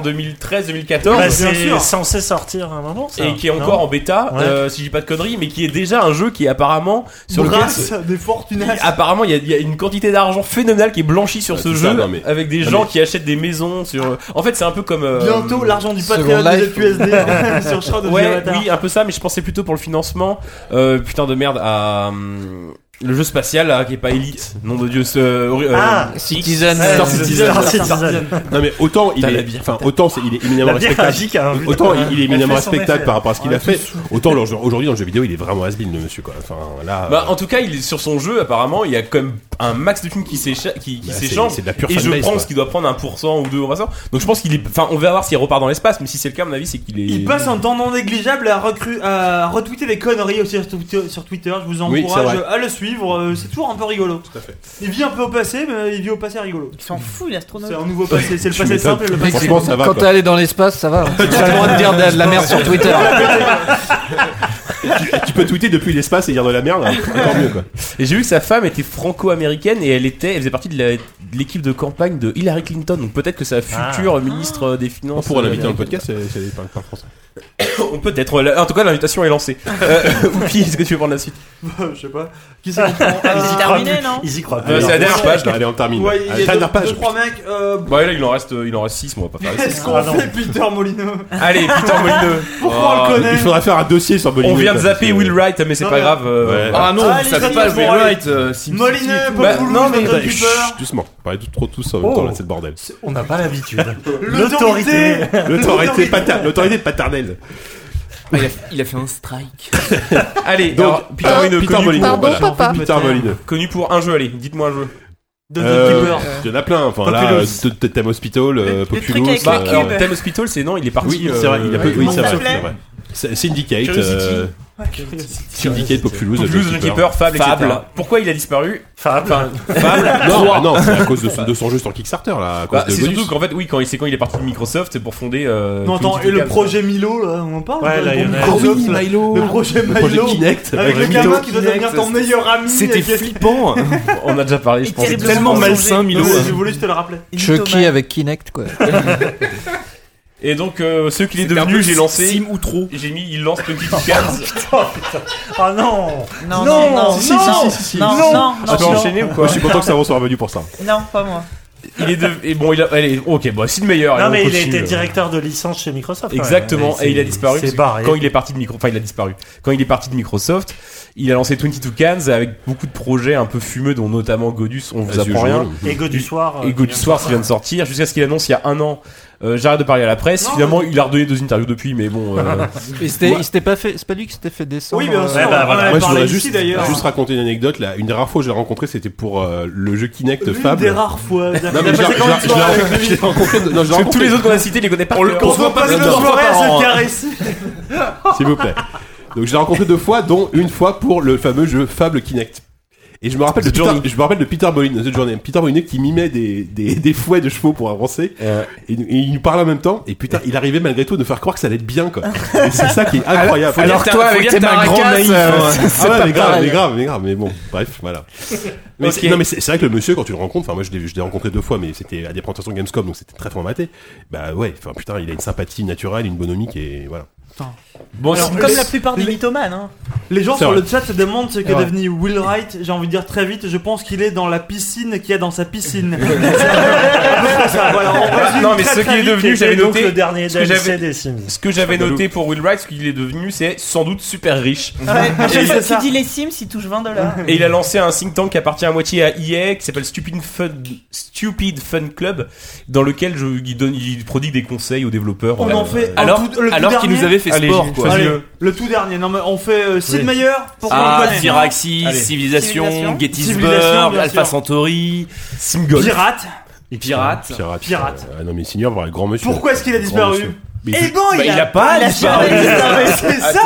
E: Bah,
B: bien
E: c'est
B: sûr.
E: censé sortir à un moment, ça.
D: et qui est
E: non
D: encore en bêta,
E: Ouais.
D: euh, si je dis pas de conneries, mais qui est déjà un jeu qui est apparemment sur ah, lequel
B: Brasse des Fortunas.
D: apparemment il y a- il y, a une quantité d'argent phénoménale qui est blanchie sur
A: Ah,
D: ce
A: c'est
D: jeu
A: ça, non, mais-
D: avec des
A: non,
D: gens
A: mais-
D: qui achètent des maisons sur. En fait c'est un peu comme. euh,
B: Bientôt l'argent du
H: Second
B: Patreon de
H: Life.
B: QSD euh, sur Shroud of the
D: Ouais,
B: Avatar.
D: oui, un peu ça, mais je pensais plutôt pour le financement. euh, putain de merde à. hum, le jeu spatial là, qui est pas élite, nom de dieu, ce. euh,
E: Ah,
D: X-
H: Citizen.
D: Star
E: Ouais,
D: Citizen.
E: Star Citizen.
A: Non mais autant il
D: T'as la
A: est,
D: bière.
A: enfin autant c'est- il est éminemment
E: La bière
A: respectable.
E: magique a un-
A: Autant il- il est
E: Elle
A: éminemment
E: fait son
A: respectable
E: effet.
A: par rapport à ce qu'il
E: Ouais,
A: a fait. Autant le- aujourd'hui dans le jeu vidéo il est vraiment has le monsieur quoi. Enfin là.
D: Bah,
A: euh,
D: en tout cas, il est sur son jeu, apparemment, il y a quand même un max de films qui s'écha- qui, qui
A: bah, c'est
D: s'échangent.
A: c'est de la pure
D: Et je
A: fanbase, quoi.
D: pense qu'il doit prendre un pourcent ou deux en passant. Donc je pense qu'il est. Enfin, on va voir s'il repart dans l'espace, mais si c'est le cas, à mon avis, c'est qu'il est.
B: Il passe un temps non négligeable à, recru- à retweeter les conneries aussi sur Twitter. sur Twitter. Je vous
A: Oui, c'est
B: encourage
A: vrai.
B: à le suivre. euh, C'est toujours un peu rigolo.
A: Tout à fait.
B: Il vit un peu au passé, mais il vit au passé rigolo.
F: Il s'en fout,
B: C'est
F: l'astronaute.
B: un nouveau passé. C'est le passé
A: m'étonnes.
B: simple et le passé.
A: Franchement ça va.
H: Quand t'es
A: Quoi.
H: allé dans l'espace, ça va. Tu as le droit de dire de la merde sur Twitter.
A: Tu peux tweeter depuis l'espace et dire de la merde. hein. Encore mieux quoi.
D: Et j'ai vu que sa femme était franco-américaine et elle était, elle faisait partie de la- de l'équipe de, campagne de Hillary Clinton. Donc peut-être que sa future ministre euh, des Finances.
A: On pourrait l'inviter
D: euh,
A: dans le podcast. c'est- C'est pas pas français.
D: On- Peut-être. ouais, la- En tout cas, l'invitation est lancée. Euh, Oupi, est-ce que tu veux prendre la suite
B: Je sais pas. Qui c'est qui prend
F: C'est
B: Ah,
F: terminé, non
E: Ils y croient
D: Euh, c'est la
E: plus.
D: dernière page là.
A: Allez on termine.
B: Ouais, il y
A: Allez,
B: a deux,
A: Dernière Ah, page.
B: deux, trois mecs. euh,
D: Bah là, il en reste, il en reste 6 moi, pas faire les six.
B: Qu'est-ce qu'on
E: Ah, non.
B: fait, Peter Molyneux
D: Allez, putain, Molineux.
B: Pourquoi on le connaît
A: Ah, Il faudra faire un dossier sur Bollywood.
D: On vient de
A: quoi,
D: zapper
A: parce que-
D: Will Wright, mais c'est
B: Non,
D: pas
B: mais-
D: grave. euh,
A: Ouais.
D: ah,
G: Ah non,
B: Ah, les
G: vous savez
B: traductions,
G: pas, Will
B: ouais.
G: Wright, euh, Sim City et
B: Molineux,
G: tout.
D: Bah,
B: Bob
D: non, mais-
B: Boulouse, Don
A: Bah, chut,
B: Cooper.
A: Doucement. On parlait trop tous dans
B: Oh.
A: cette bordel.
E: On n'a pas l'habitude.
B: L'autorité
A: L'autorité pater- l'autorité paternelle.
G: Ah, il, a, il a fait un strike.
D: Allez,
A: Donc,
D: alors, Peter
A: euh,
D: Molineux,
A: Peter
D: connu,
A: Molineux,
D: pour-
H: Pardon,
A: voilà.
H: papa.
A: Peter Molineux.
D: connu pour un jeu, allez, dites-moi un jeu.
B: Don
A: Euh,
B: Keeper.
A: Il y en a plein, enfin là,
B: Populous.
A: euh, Th- Th- Thème Hospital, euh,
F: Le- le
A: Populous.
F: truc avec
A: euh,
F: les
D: Bah, alors,
F: cubes.
D: Thème Hospital, c'est non, il est parti.
A: oui, c'est vrai, il y a peu,
D: euh,
A: oui,
F: comment
A: c'est
F: ça
A: vrai,
F: s'appelait
A: c'est vrai. C'est- Syndicate,
D: Curiosity.
A: euh, Syndicate, Populous,
D: Populous, The
A: The
D: Keeper, Fable, etc. Pourquoi il a disparu
E: Fable.
D: Fable
A: Non, ah non, c'est à cause de, son- de son jeu sur Kickstarter là, à cause
D: Bah,
A: de
D: c'est
A: bonus.
D: surtout qu'en fait, oui, quand il, c'est quand il est parti de Microsoft, c'est pour fonder. Euh,
B: Non, attends,
D: Trinity
B: et le
D: Games.
B: projet Milo, là, on en parle
E: Ouais,
B: ou pas,
E: là,
B: le
E: il y en
B: gros
E: a-
A: Ah oui,
B: Microsoft, là.
A: Milo.
B: Le projet
A: Le projet
B: Milo
A: Kinect.
B: Avec le
A: Milo.
B: gamin qui doit devenir ton
G: Kinect,
B: meilleur ami
G: C'était
B: et qui est-
G: flippant.
D: On a déjà parlé, je
F: Et
D: pense.
F: terriblement
G: tellement
F: changé.
G: malsain, Milo.
B: Non, mais
G: hein.
B: J'ai voulu, je te le rappelais.
H: Chucky avec Kinect, quoi.
D: Et donc, euh, ce qu'il est
G: C'était un
D: devenu,
G: peu
D: j'ai lancé.
G: Sim ou trop.
D: J'ai mis, il lance Trinity Games.
E: Ah non
F: Non,
E: Non,
F: non, non,
E: si,
F: non,
E: si, si, si, si.
F: non, non,
D: Ah, tu peux
F: non,
D: enchaîner ou
A: Moi
D: quoi
A: je suis content que ça soit revenu pour ça.
F: non, pas moi.
D: Il est devenu. Et bon, il a. Allez, ok, bon, c'est le meilleur.
E: Non,
D: allez,
E: mais
D: on
E: il a
D: continue.
E: été directeur de licence chez Microsoft.
D: Exactement,
E: quand même.
D: et il a disparu. parce
E: C'est
D: que
E: barré.
D: Quand il est parti de Micro, enfin il a disparu. Quand il est parti de Microsoft, il a lancé 22 Cans avec beaucoup de projets un peu fumeux, dont notamment Godus. On vous
A: As
D: apprend rien.
A: usual.
E: Ego du soir. euh,
D: Et Godus Soir, ça vient de sortir. Jusqu'à ce qu'il annonce il y a un an. euh, J'arrête de parler à la presse.
B: Non.
D: Finalement, il a redonné deux interviews depuis, mais bon. euh,
H: Et c'était, il s'était pas fait, c'est pas lui qui s'était fait descendre.
B: Oui, bien sûr,
E: Ouais,
B: on
E: bah,
B: en
E: voilà.
B: avait
A: Moi, je
B: parlé
A: voudrais
B: ici,
A: juste,
B: d'ailleurs.
A: juste raconter une anecdote. Là. Une des rares fois où je l'ai rencontré, c'était pour euh, le jeu Kinect
B: L'une
A: Fable.
B: des rares fois.
A: Non, mais je l'ai- je l'ai- je l'ai rencontré- je l'ai rencontré. Non, je l'ai
D: parce que tous
A: rencontré.
D: les autres qu'on a cités, les connaît pas.
B: On se voit passer
A: deux
B: nos
A: fois
B: soirées à
A: par an,
B: se
A: hein.
B: caresser.
A: S'il vous plaît. Donc je l'ai rencontré deux fois, dont une fois pour le fameux jeu Fable Kinect.
D: The
A: Peter,
D: Journey.
A: je me rappelle de Peter Bolin The Journey Peter Bolin qui mimait des, des, des fouets de chevaux pour avancer
D: Euh,
A: et, et il nous parlait en même temps et putain il arrivait malgré tout de faire croire que ça allait être bien quoi et c'est ça qui est incroyable
D: faut dire que t'as- faut dire que t'as un grand naïf,
B: Euh.
D: hein.
A: ah ouais, mais grave, mais grave, mais grave, mais bon, bref, voilà. Mais
D: Ok.
A: c'est- non, mais c'est c'est vrai que le monsieur, quand tu le rencontres, enfin, moi, je l'ai je l'ai rencontré deux fois, mais c'était à des présentations Gamescom, donc c'était très formaté. Bah ouais, enfin, putain, il a une sympathie naturelle, une bonhomie qui est, voilà.
D: Bon,
B: Alors,
D: si-
B: le-
F: Comme la plupart des
B: les-
F: mythomanes. Hein.
B: Les gens
A: C'est
B: sur
A: vrai.
B: le chat se demandent ce qu'est
I: Ouais.
B: devenu Will Wright. J'ai envie de dire très vite, je pense qu'il est dans la piscine qu'il y a dans sa piscine.
D: non, mais ce qui est devenu, j'avais noté.
E: le dernier
D: ce que
E: DLC
D: j'avais-
E: des Sims.
D: Ce que j'avais noté pour Will Wright, ce qu'il est devenu, c'est sans doute super riche.
F: Ouais, à chaque
B: c'est
F: fois
B: ça.
F: qu'il dit les Sims, il touche 20 dollars.
D: Et il a lancé un think tank qui appartient à moitié à EA, qui s'appelle Stupid Fun, Stupid Fun Club, dans lequel je, il, donne, il prodigue des conseils aux développeurs.
B: On
D: Euh,
B: en fait un
C: Alors,
B: tout- le tout
C: alors qu'il
B: dernier.
C: nous avait fait
D: Allez,
C: sport,
D: Gilles,
C: quoi.
B: Allez, le tout dernier. Non mais on fait euh, Sid
E: Oui.
B: Meier pour
C: Ah,
B: qu'on le connaisse.
C: Firaxis,
D: Allez.
C: Civilisation,
F: Civilisation.
B: Civilisation,
C: Gettysburg,
B: bien
C: Alpha
B: sûr.
C: Centauri,
D: Single.
B: Pirate.
C: et Pirate.
A: Pirate.
B: Pirate.
A: euh, ah non, mais Senior, voilà, grand monsieur.
B: Pourquoi est-ce qu'il a
A: Grand
B: disparu
A: monsieur. Mais
B: Eh
A: il-
B: ben,
D: Bah,
B: il,
D: il a pas
B: il a
D: disparu.
B: jamais disparu, C'est ça.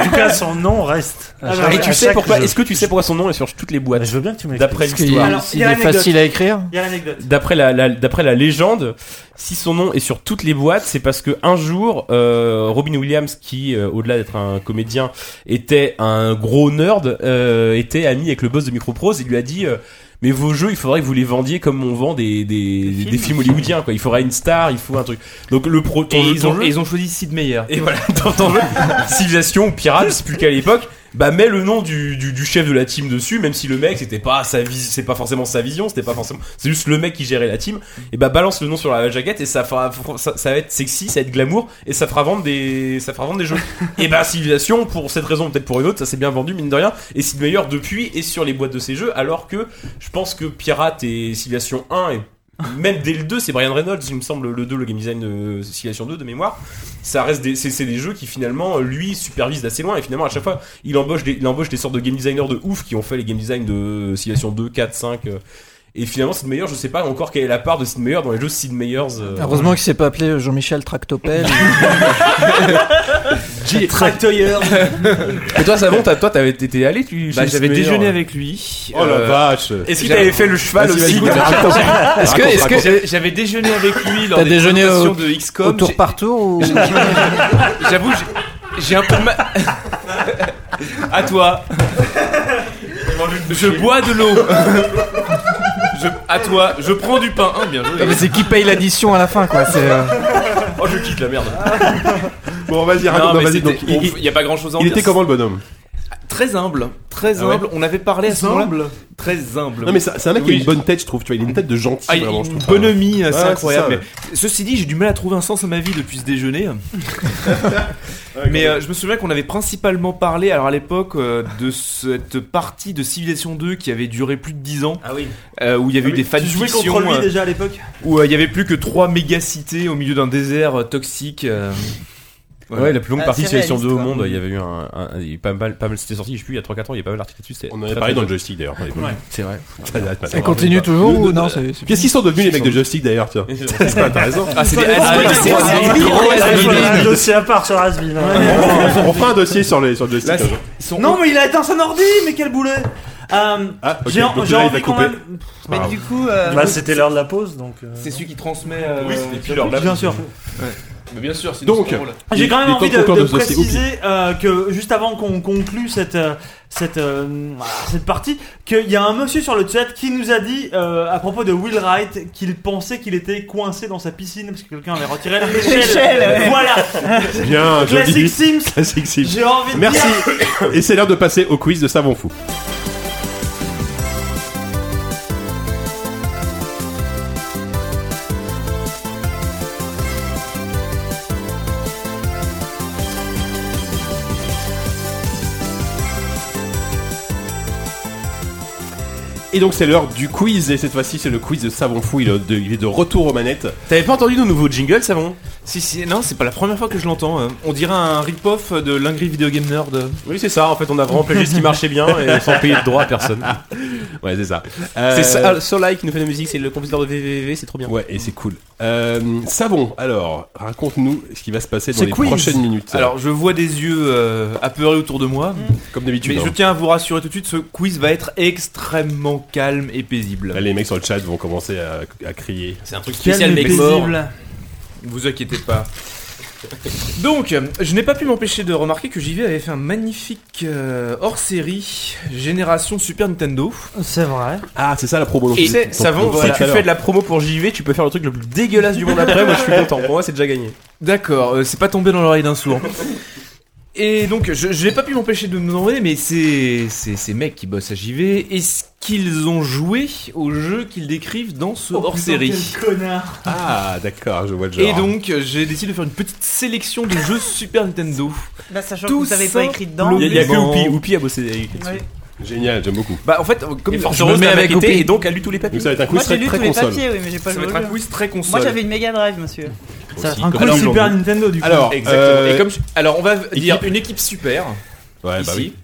E: En tout cas, son nom reste. à
B: Ah,
E: chaque-
D: Et
E: à
D: tu sais
E: chaque
D: pourquoi
E: jeu.
D: Est-ce que tu sais pourquoi son nom est sur toutes les
E: Bah,
D: boîtes
E: Je veux bien que tu m'expliques.
D: D'après
H: Parce qu'il
D: l'histoire.
B: Alors, il y
H: il
B: a
H: est
B: l'anecdote.
H: facile à écrire.
B: Il y a l'anecdote.
D: D'après la, la- d'après la légende, si son nom est sur toutes les boîtes, c'est parce que un jour, euh, Robin Williams, qui euh, au-delà d'être un comédien, était un gros nerd, euh, était ami avec le boss de Microprose et lui a dit. euh, mais vos jeux, il faudrait que vous les vendiez comme on vend des, des, des films. hollywoodiens, quoi. Il faudra une star, il faut un truc. Donc le pro, ton
C: Et
D: jeu-
C: ils,
D: ton
C: ont,
D: jeu-
C: et ils ont choisi Sid Meier.
D: et voilà, dans ton jeu, civilisation ou pirate, c'est plus qu'à l'époque, bah mets le nom du, du, du chef de la team dessus, même si le mec c'était pas sa vision, c'est pas forcément sa vision, c'était pas forcément, c'est juste le mec qui gérait la team. Et bah balance le nom sur la jaquette et ça fera, ça, ça va être sexy, ça va être glamour et ça fera vendre des, ça fera vendre des jeux. et bah civilisation pour cette raison peut-être pour une autre, ça s'est bien vendu mine de rien. Et Sid Meier depuis est sur les boîtes de ces jeux, alors que je pense que pirate et civilisation 1 et même dès le 2, c'est Brian Reynolds, il me semble, le 2, le game design de Civilization 2 de mémoire ça reste des, c'est, c'est des jeux qui finalement lui supervise d'assez loin et finalement à chaque fois il embauche des, il embauche des sortes de game designers de ouf qui ont fait les game design de Civilization 2, 4, 5 euh, et finalement Sid Meier je sais pas encore quelle est la part de Sid Meier dans les jeux Sid Meier euh,
H: Heureusement qu'il s'est pas appelé Jean-Michel Tractopelle.
B: Tracteur.
D: et toi Savon t'as, toi t'avais, t'étais allé tu,
C: Bah, j'avais déjeuné avec lui.
A: Oh la
C: euh,
A: vache.
D: est-ce que t'avais fait le cheval
A: Vas-y,
D: aussi
A: vas-y, raconte,
C: Est-ce que,
A: raconte,
C: est-ce que
A: raconte.
C: j'avais- j'avais déjeuné avec lui lors
H: T'as
C: des
H: déjeuné
C: présentations
H: au-
C: de
H: au
C: XCOM
H: tour
C: j'ai-
H: par tour ou...
C: J'avoue, j'ai- j'ai un peu mal. à toi. Je bois de l'eau. Je, à toi, je prends du pain. Ah, bien
I: Ah,
C: joué.
I: mais c'est qui paye l'addition à la fin, quoi. C'est, euh,
C: Oh, je quitte la merde.
A: Bon, vas-y, raconte,
C: Non,
A: non,
C: mais
A: vas-y,
C: c'était-
A: donc,
C: on-
A: il,
C: il y a pas grand chose à en
A: il
C: dire.
A: était comment le bonhomme?
C: Très humble, très
D: Ah ouais.
C: humble. On avait parlé à ce moment-là. Très humble.
A: Non, mais c'est c'est un mec qui a
C: Oui.
A: une bonne tête, je trouve, tu vois, il a une tête de gentil,
C: Ah, il-
A: vraiment, je
C: une
A: trouve.
C: bonhomie, c'est
A: c'est
C: incroyable.
A: ça, ouais.
C: Mais Ceci dit, j'ai du mal à trouver un sens à ma vie depuis ce déjeuner. mais euh, je me souviens qu'on avait principalement parlé, alors à l'époque, euh, de cette partie de Civilization 2 qui avait duré plus de 10 ans,
D: ah oui
C: euh, où il y avait eu des
B: Tu jouais
C: fanfictions,
B: contre lui
C: euh,
B: déjà à l'époque.
C: où euh, il y avait plus que 3 méga-cités au milieu d'un désert euh, toxique. euh, voilà.
D: ouais la plus longue
F: Ah,
D: partie de
F: c'est
D: Civilization 2 au
F: réaliste,
D: monde il y avait eu un, un- un- il y a pas mal, pas mal c'était sorti je sais plus il y a 3-4 ans il y a pas mal d'articles dessus c'était
A: On en
D: très,
A: avait parlé
D: très
A: dans le joystick d'ailleurs.
C: C'est vrai.
A: Ça date maintenant.
H: Elle continue toujours
A: Le-
H: ou
A: le-
H: non c'est- c'est-
A: Qu'est-ce qu'ils sont devenus les mecs de joystick d'ailleurs, tiens
D: bien.
A: C'est pas intéressant.
C: Ah, c'est des
B: Ah,
C: ah,
B: oui,
C: c'est-
B: c'est-
C: c'est-
B: c'est-
E: Ah,
C: c'est-
E: je ferai un dossier à part sur Asbin.
A: on, on fera un dossier sur les sur le
C: Là,
A: joystick. un jour.
C: ils sont-
B: Non mais il a éteint son ordi, mais quel boulet. Euh,
A: Ah, ok,
B: j'ai en-
A: donc
B: j'ai
A: là, il va
B: envie quand
A: couper.
B: même.
F: Mais
A: Ah.
F: du coup, euh,
E: Bah, c'était l'heure de la pause, donc. euh,
C: C'est celui qui transmet. euh,
D: Oui, c'était puis leur lap-
B: Bien sûr.
C: Mais bien sûr, sinon
A: Donc,
C: c'est drôle.
B: Ah, J'ai quand
A: Il
B: même
A: est temps
B: envie de,
A: encore
B: de
A: de se laisser, ok.
B: préciser euh, que juste avant qu'on conclue cette euh, cette euh, cette partie, qu'il y a un monsieur sur le chat qui nous a dit euh, à propos de Will Wright qu'il pensait qu'il était coincé dans sa piscine parce que quelqu'un avait retiré la
F: L'échelle, ouais.
B: Voilà,
A: Bien, joli
B: classique
A: bis.
B: Sims.
A: Classique Sims.
B: J'ai envie de
A: Merci.
B: dire.
A: Et c'est l'heure de passer au quiz de Savon Fou. Et donc c'est l'heure du quiz et cette fois-ci c'est le quiz de Savon Fou, il est de, il est de retour aux manettes.
D: t'avais pas entendu nos nouveaux jingles Savon
C: Si, si, non, c'est pas la première fois que je l'entends. euh. On dirait un rip-off de l'Ingrid Video Game Nerd.
D: oui c'est ça en fait on a vraiment plagié ce qui marchait bien et sans payer de droit à personne
A: Ouais, c'est ça. Euh,
D: C'est Sa- Solai qui nous fait la musique, c'est le compositeur de VVV, c'est trop bien.
A: Ouais, et c'est cool. Euh, savon, alors, raconte-nous ce qui va se passer dans
G: C'est
A: les
G: quiz.
A: prochaines minutes.
G: Alors, je vois des yeux euh, apeurés autour de moi.
A: comme
G: Mais
A: d'habitude,
G: je
A: hein.
G: tiens à vous rassurer tout de suite, ce quiz va être extrêmement calme et paisible.
A: Là, les mecs sur le chat vont commencer à, à crier.
D: C'est un truc
B: Calme
D: spécial,
B: et
D: mec mort.
B: paisible.
G: Vous inquiétez pas. Donc, je n'ai pas pu m'empêcher de remarquer que JV avait fait un magnifique euh, hors-série Génération Super Nintendo.
B: C'est vrai.
A: Ah, c'est ça la promo. dont
G: Et
A: tu-
G: c'est-
A: dont
G: ça
A: on
G: vaut-
A: parlait
D: Si
G: Voilà,
D: tu
A: tout à
D: fais de la promo pour JV, tu peux faire le truc le plus dégueulasse du monde après. Moi, je suis content. Pour moi, c'est déjà gagné.
G: D'accord, euh, c'est pas tombé dans l'oreille d'un sourd. Et donc, je, je n'ai pas pu m'empêcher de nous envoyer, mais c'est c'est ces mecs qui bossent à JV, est-ce qu'ils ont joué au jeu qu'ils décrivent dans ce hors-série
B: Quel connard.
A: l'heure. Ah, d'accord, je vois le genre.
G: Et donc, euh, j'ai décidé de faire une petite sélection de jeux Super Nintendo.
F: Là, sachant que
G: Tout
F: vous n'avez pas écrit dedans.
G: simplement.
D: Il y a, il y a que
G: Bon.
D: Oupi. Oupi a bossé avec là-dessus.
F: Ouais.
A: Génial, j'aime beaucoup.
G: Bah, en fait, comme
D: Et
G: je
D: Force Rose
G: me mets
D: l'a
G: avec
D: maquetté
G: OP,
D: et donc a lu tous les papiers.
A: Donc ça va être un
F: Moi,
A: quiz
F: j'ai
A: très,
F: lu
A: très
F: tous les
A: console.
F: papiers, oui, mais j'ai pas
G: ça va
F: joué.
G: être un
F: au jeu.
G: quiz très console.
F: Moi, j'avais une Mega Drive, monsieur.
B: Ça va
A: Aussi,
B: être un
A: comme-
B: coup de
A: Alors,
B: Super Nintendo du coup.
A: Alors,
G: Exactement.
A: euh,
G: Et comme je- Alors, on va dire
A: équipe.
G: une équipe super
A: Ouais,
G: ici.
A: bah oui.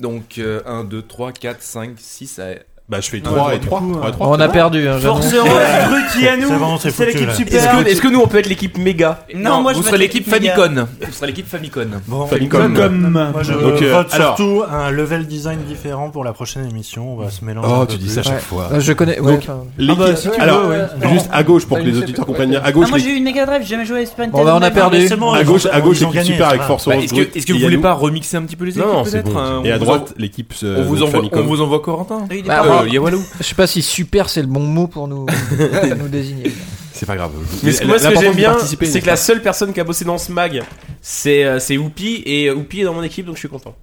G: Donc, euh, 1, 2, 3, 4, 5, 6.
A: Bah, je fais 3 et 3.
B: coup, euh,
H: On a perdu, hein, j'avoue.
B: Force Rose, Ruki à
E: C'est bon,
B: nous.
E: c'est
B: C'est
E: foutu,
B: l'équipe
E: là.
B: Super.
G: Est-ce que, est-ce que nous, on peut être
D: L'équipe méga.
F: Non, moi, je
G: vous
F: vais
G: serez
F: être
G: l'équipe
F: Mega.
G: Famicom. Vous serez l'équipe Famicom.
E: Bon,
A: Famicom.
B: Comme.
E: moi je
A: Donc, euh,
E: vote
A: alors-
E: surtout un level design différent pour la prochaine émission. On va se mélanger.
A: Oh,
E: un
A: tu
E: peu
A: dis
E: plus.
A: ça à chaque
H: Ouais.
A: fois.
H: Euh, Je connais. ouais,
A: Donc,
H: enfin,
A: L'équipe-
E: bah, si tu
A: alors,
E: veux, ouais.
A: juste à gauche pour que
H: Ah,
A: les
H: je sais
A: auditeurs
H: pas,
A: comprennent bien. À
F: Ah,
A: gauche,
F: moi,
A: les-
F: j'ai eu une Mega Drive, j'ai jamais joué à Super
H: Bon,
F: Nintendo.
H: bah, on a
F: mais-
H: perdu.
E: c'est bon,
A: à
E: ils
A: gauche,
E: ont-
A: à gauche,
E: ils ont
A: l'équipe
E: gagné,
A: super avec
E: ça va.
A: Force
G: Bah,
A: Rose.
G: est-ce, que, est-ce que vous
A: Yannou.
G: voulez pas remixer un petit peu les équipes
A: Non, c'est
G: peut-être
A: bon.
G: hein, on
A: Et à
G: vous
A: droite, l'équipe
G: envoie- on,
A: euh,
G: vous
A: donc
G: envoie, on
A: Famicom.
G: vous envoie Corentin.
F: Il est
H: Bah,
F: pas
H: moi-
G: Euh, Yawalou.
H: Je sais pas si super c'est le bon mot pour nous, pour nous désigner.
A: C'est pas grave.
D: Mais ce que- moi, ce que
A: L'important,
D: j'aime
A: de
D: bien,
A: participer,
D: c'est
A: n'est-ce
D: que la
A: pas
D: seule personne qui a bossé dans ce mag, c'est euh, c'est Oupi. Et euh, Oupi est dans mon équipe, donc je suis content.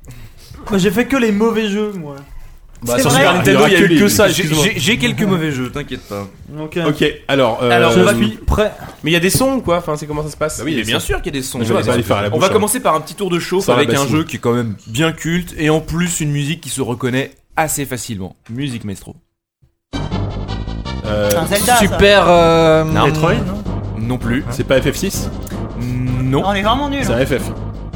B: Moi, J'ai fait que les mauvais jeux moi.
D: Bah,
F: C'est
D: sur
F: vrai.
D: Super Nintendo, il y a eu que ça.
G: J'ai,
D: excuse-moi.
G: j'ai- j'ai quelques mauvais jeux, t'inquiète pas.
B: Donc.
A: Ok, alors. euh,
G: Alors, on va-
A: je-
G: oui,
B: prêt.
D: Mais il y a des sons ou quoi Enfin, c'est comment ça se passe
A: Bah oui,
G: mais
A: c'est
G: bien
A: ça.
G: sûr qu'il y a des sons.
A: Je vais
G: Voilà.
A: pas les faire à la
G: on
A: bouche,
G: va
A: hein.
G: commencer par un petit tour de chauffe
A: Sans la
G: avec un
A: bassine.
G: jeu qui est quand même bien culte et en plus une musique qui se reconnaît assez facilement. Musique maestro.
A: euh,
F: C'est un Zelda. ça.
H: super. euh,
G: Non.
E: Metroid, non
G: Non plus.
A: C'est pas FF6
G: Non.
F: On est vraiment nuls.
A: C'est un FF.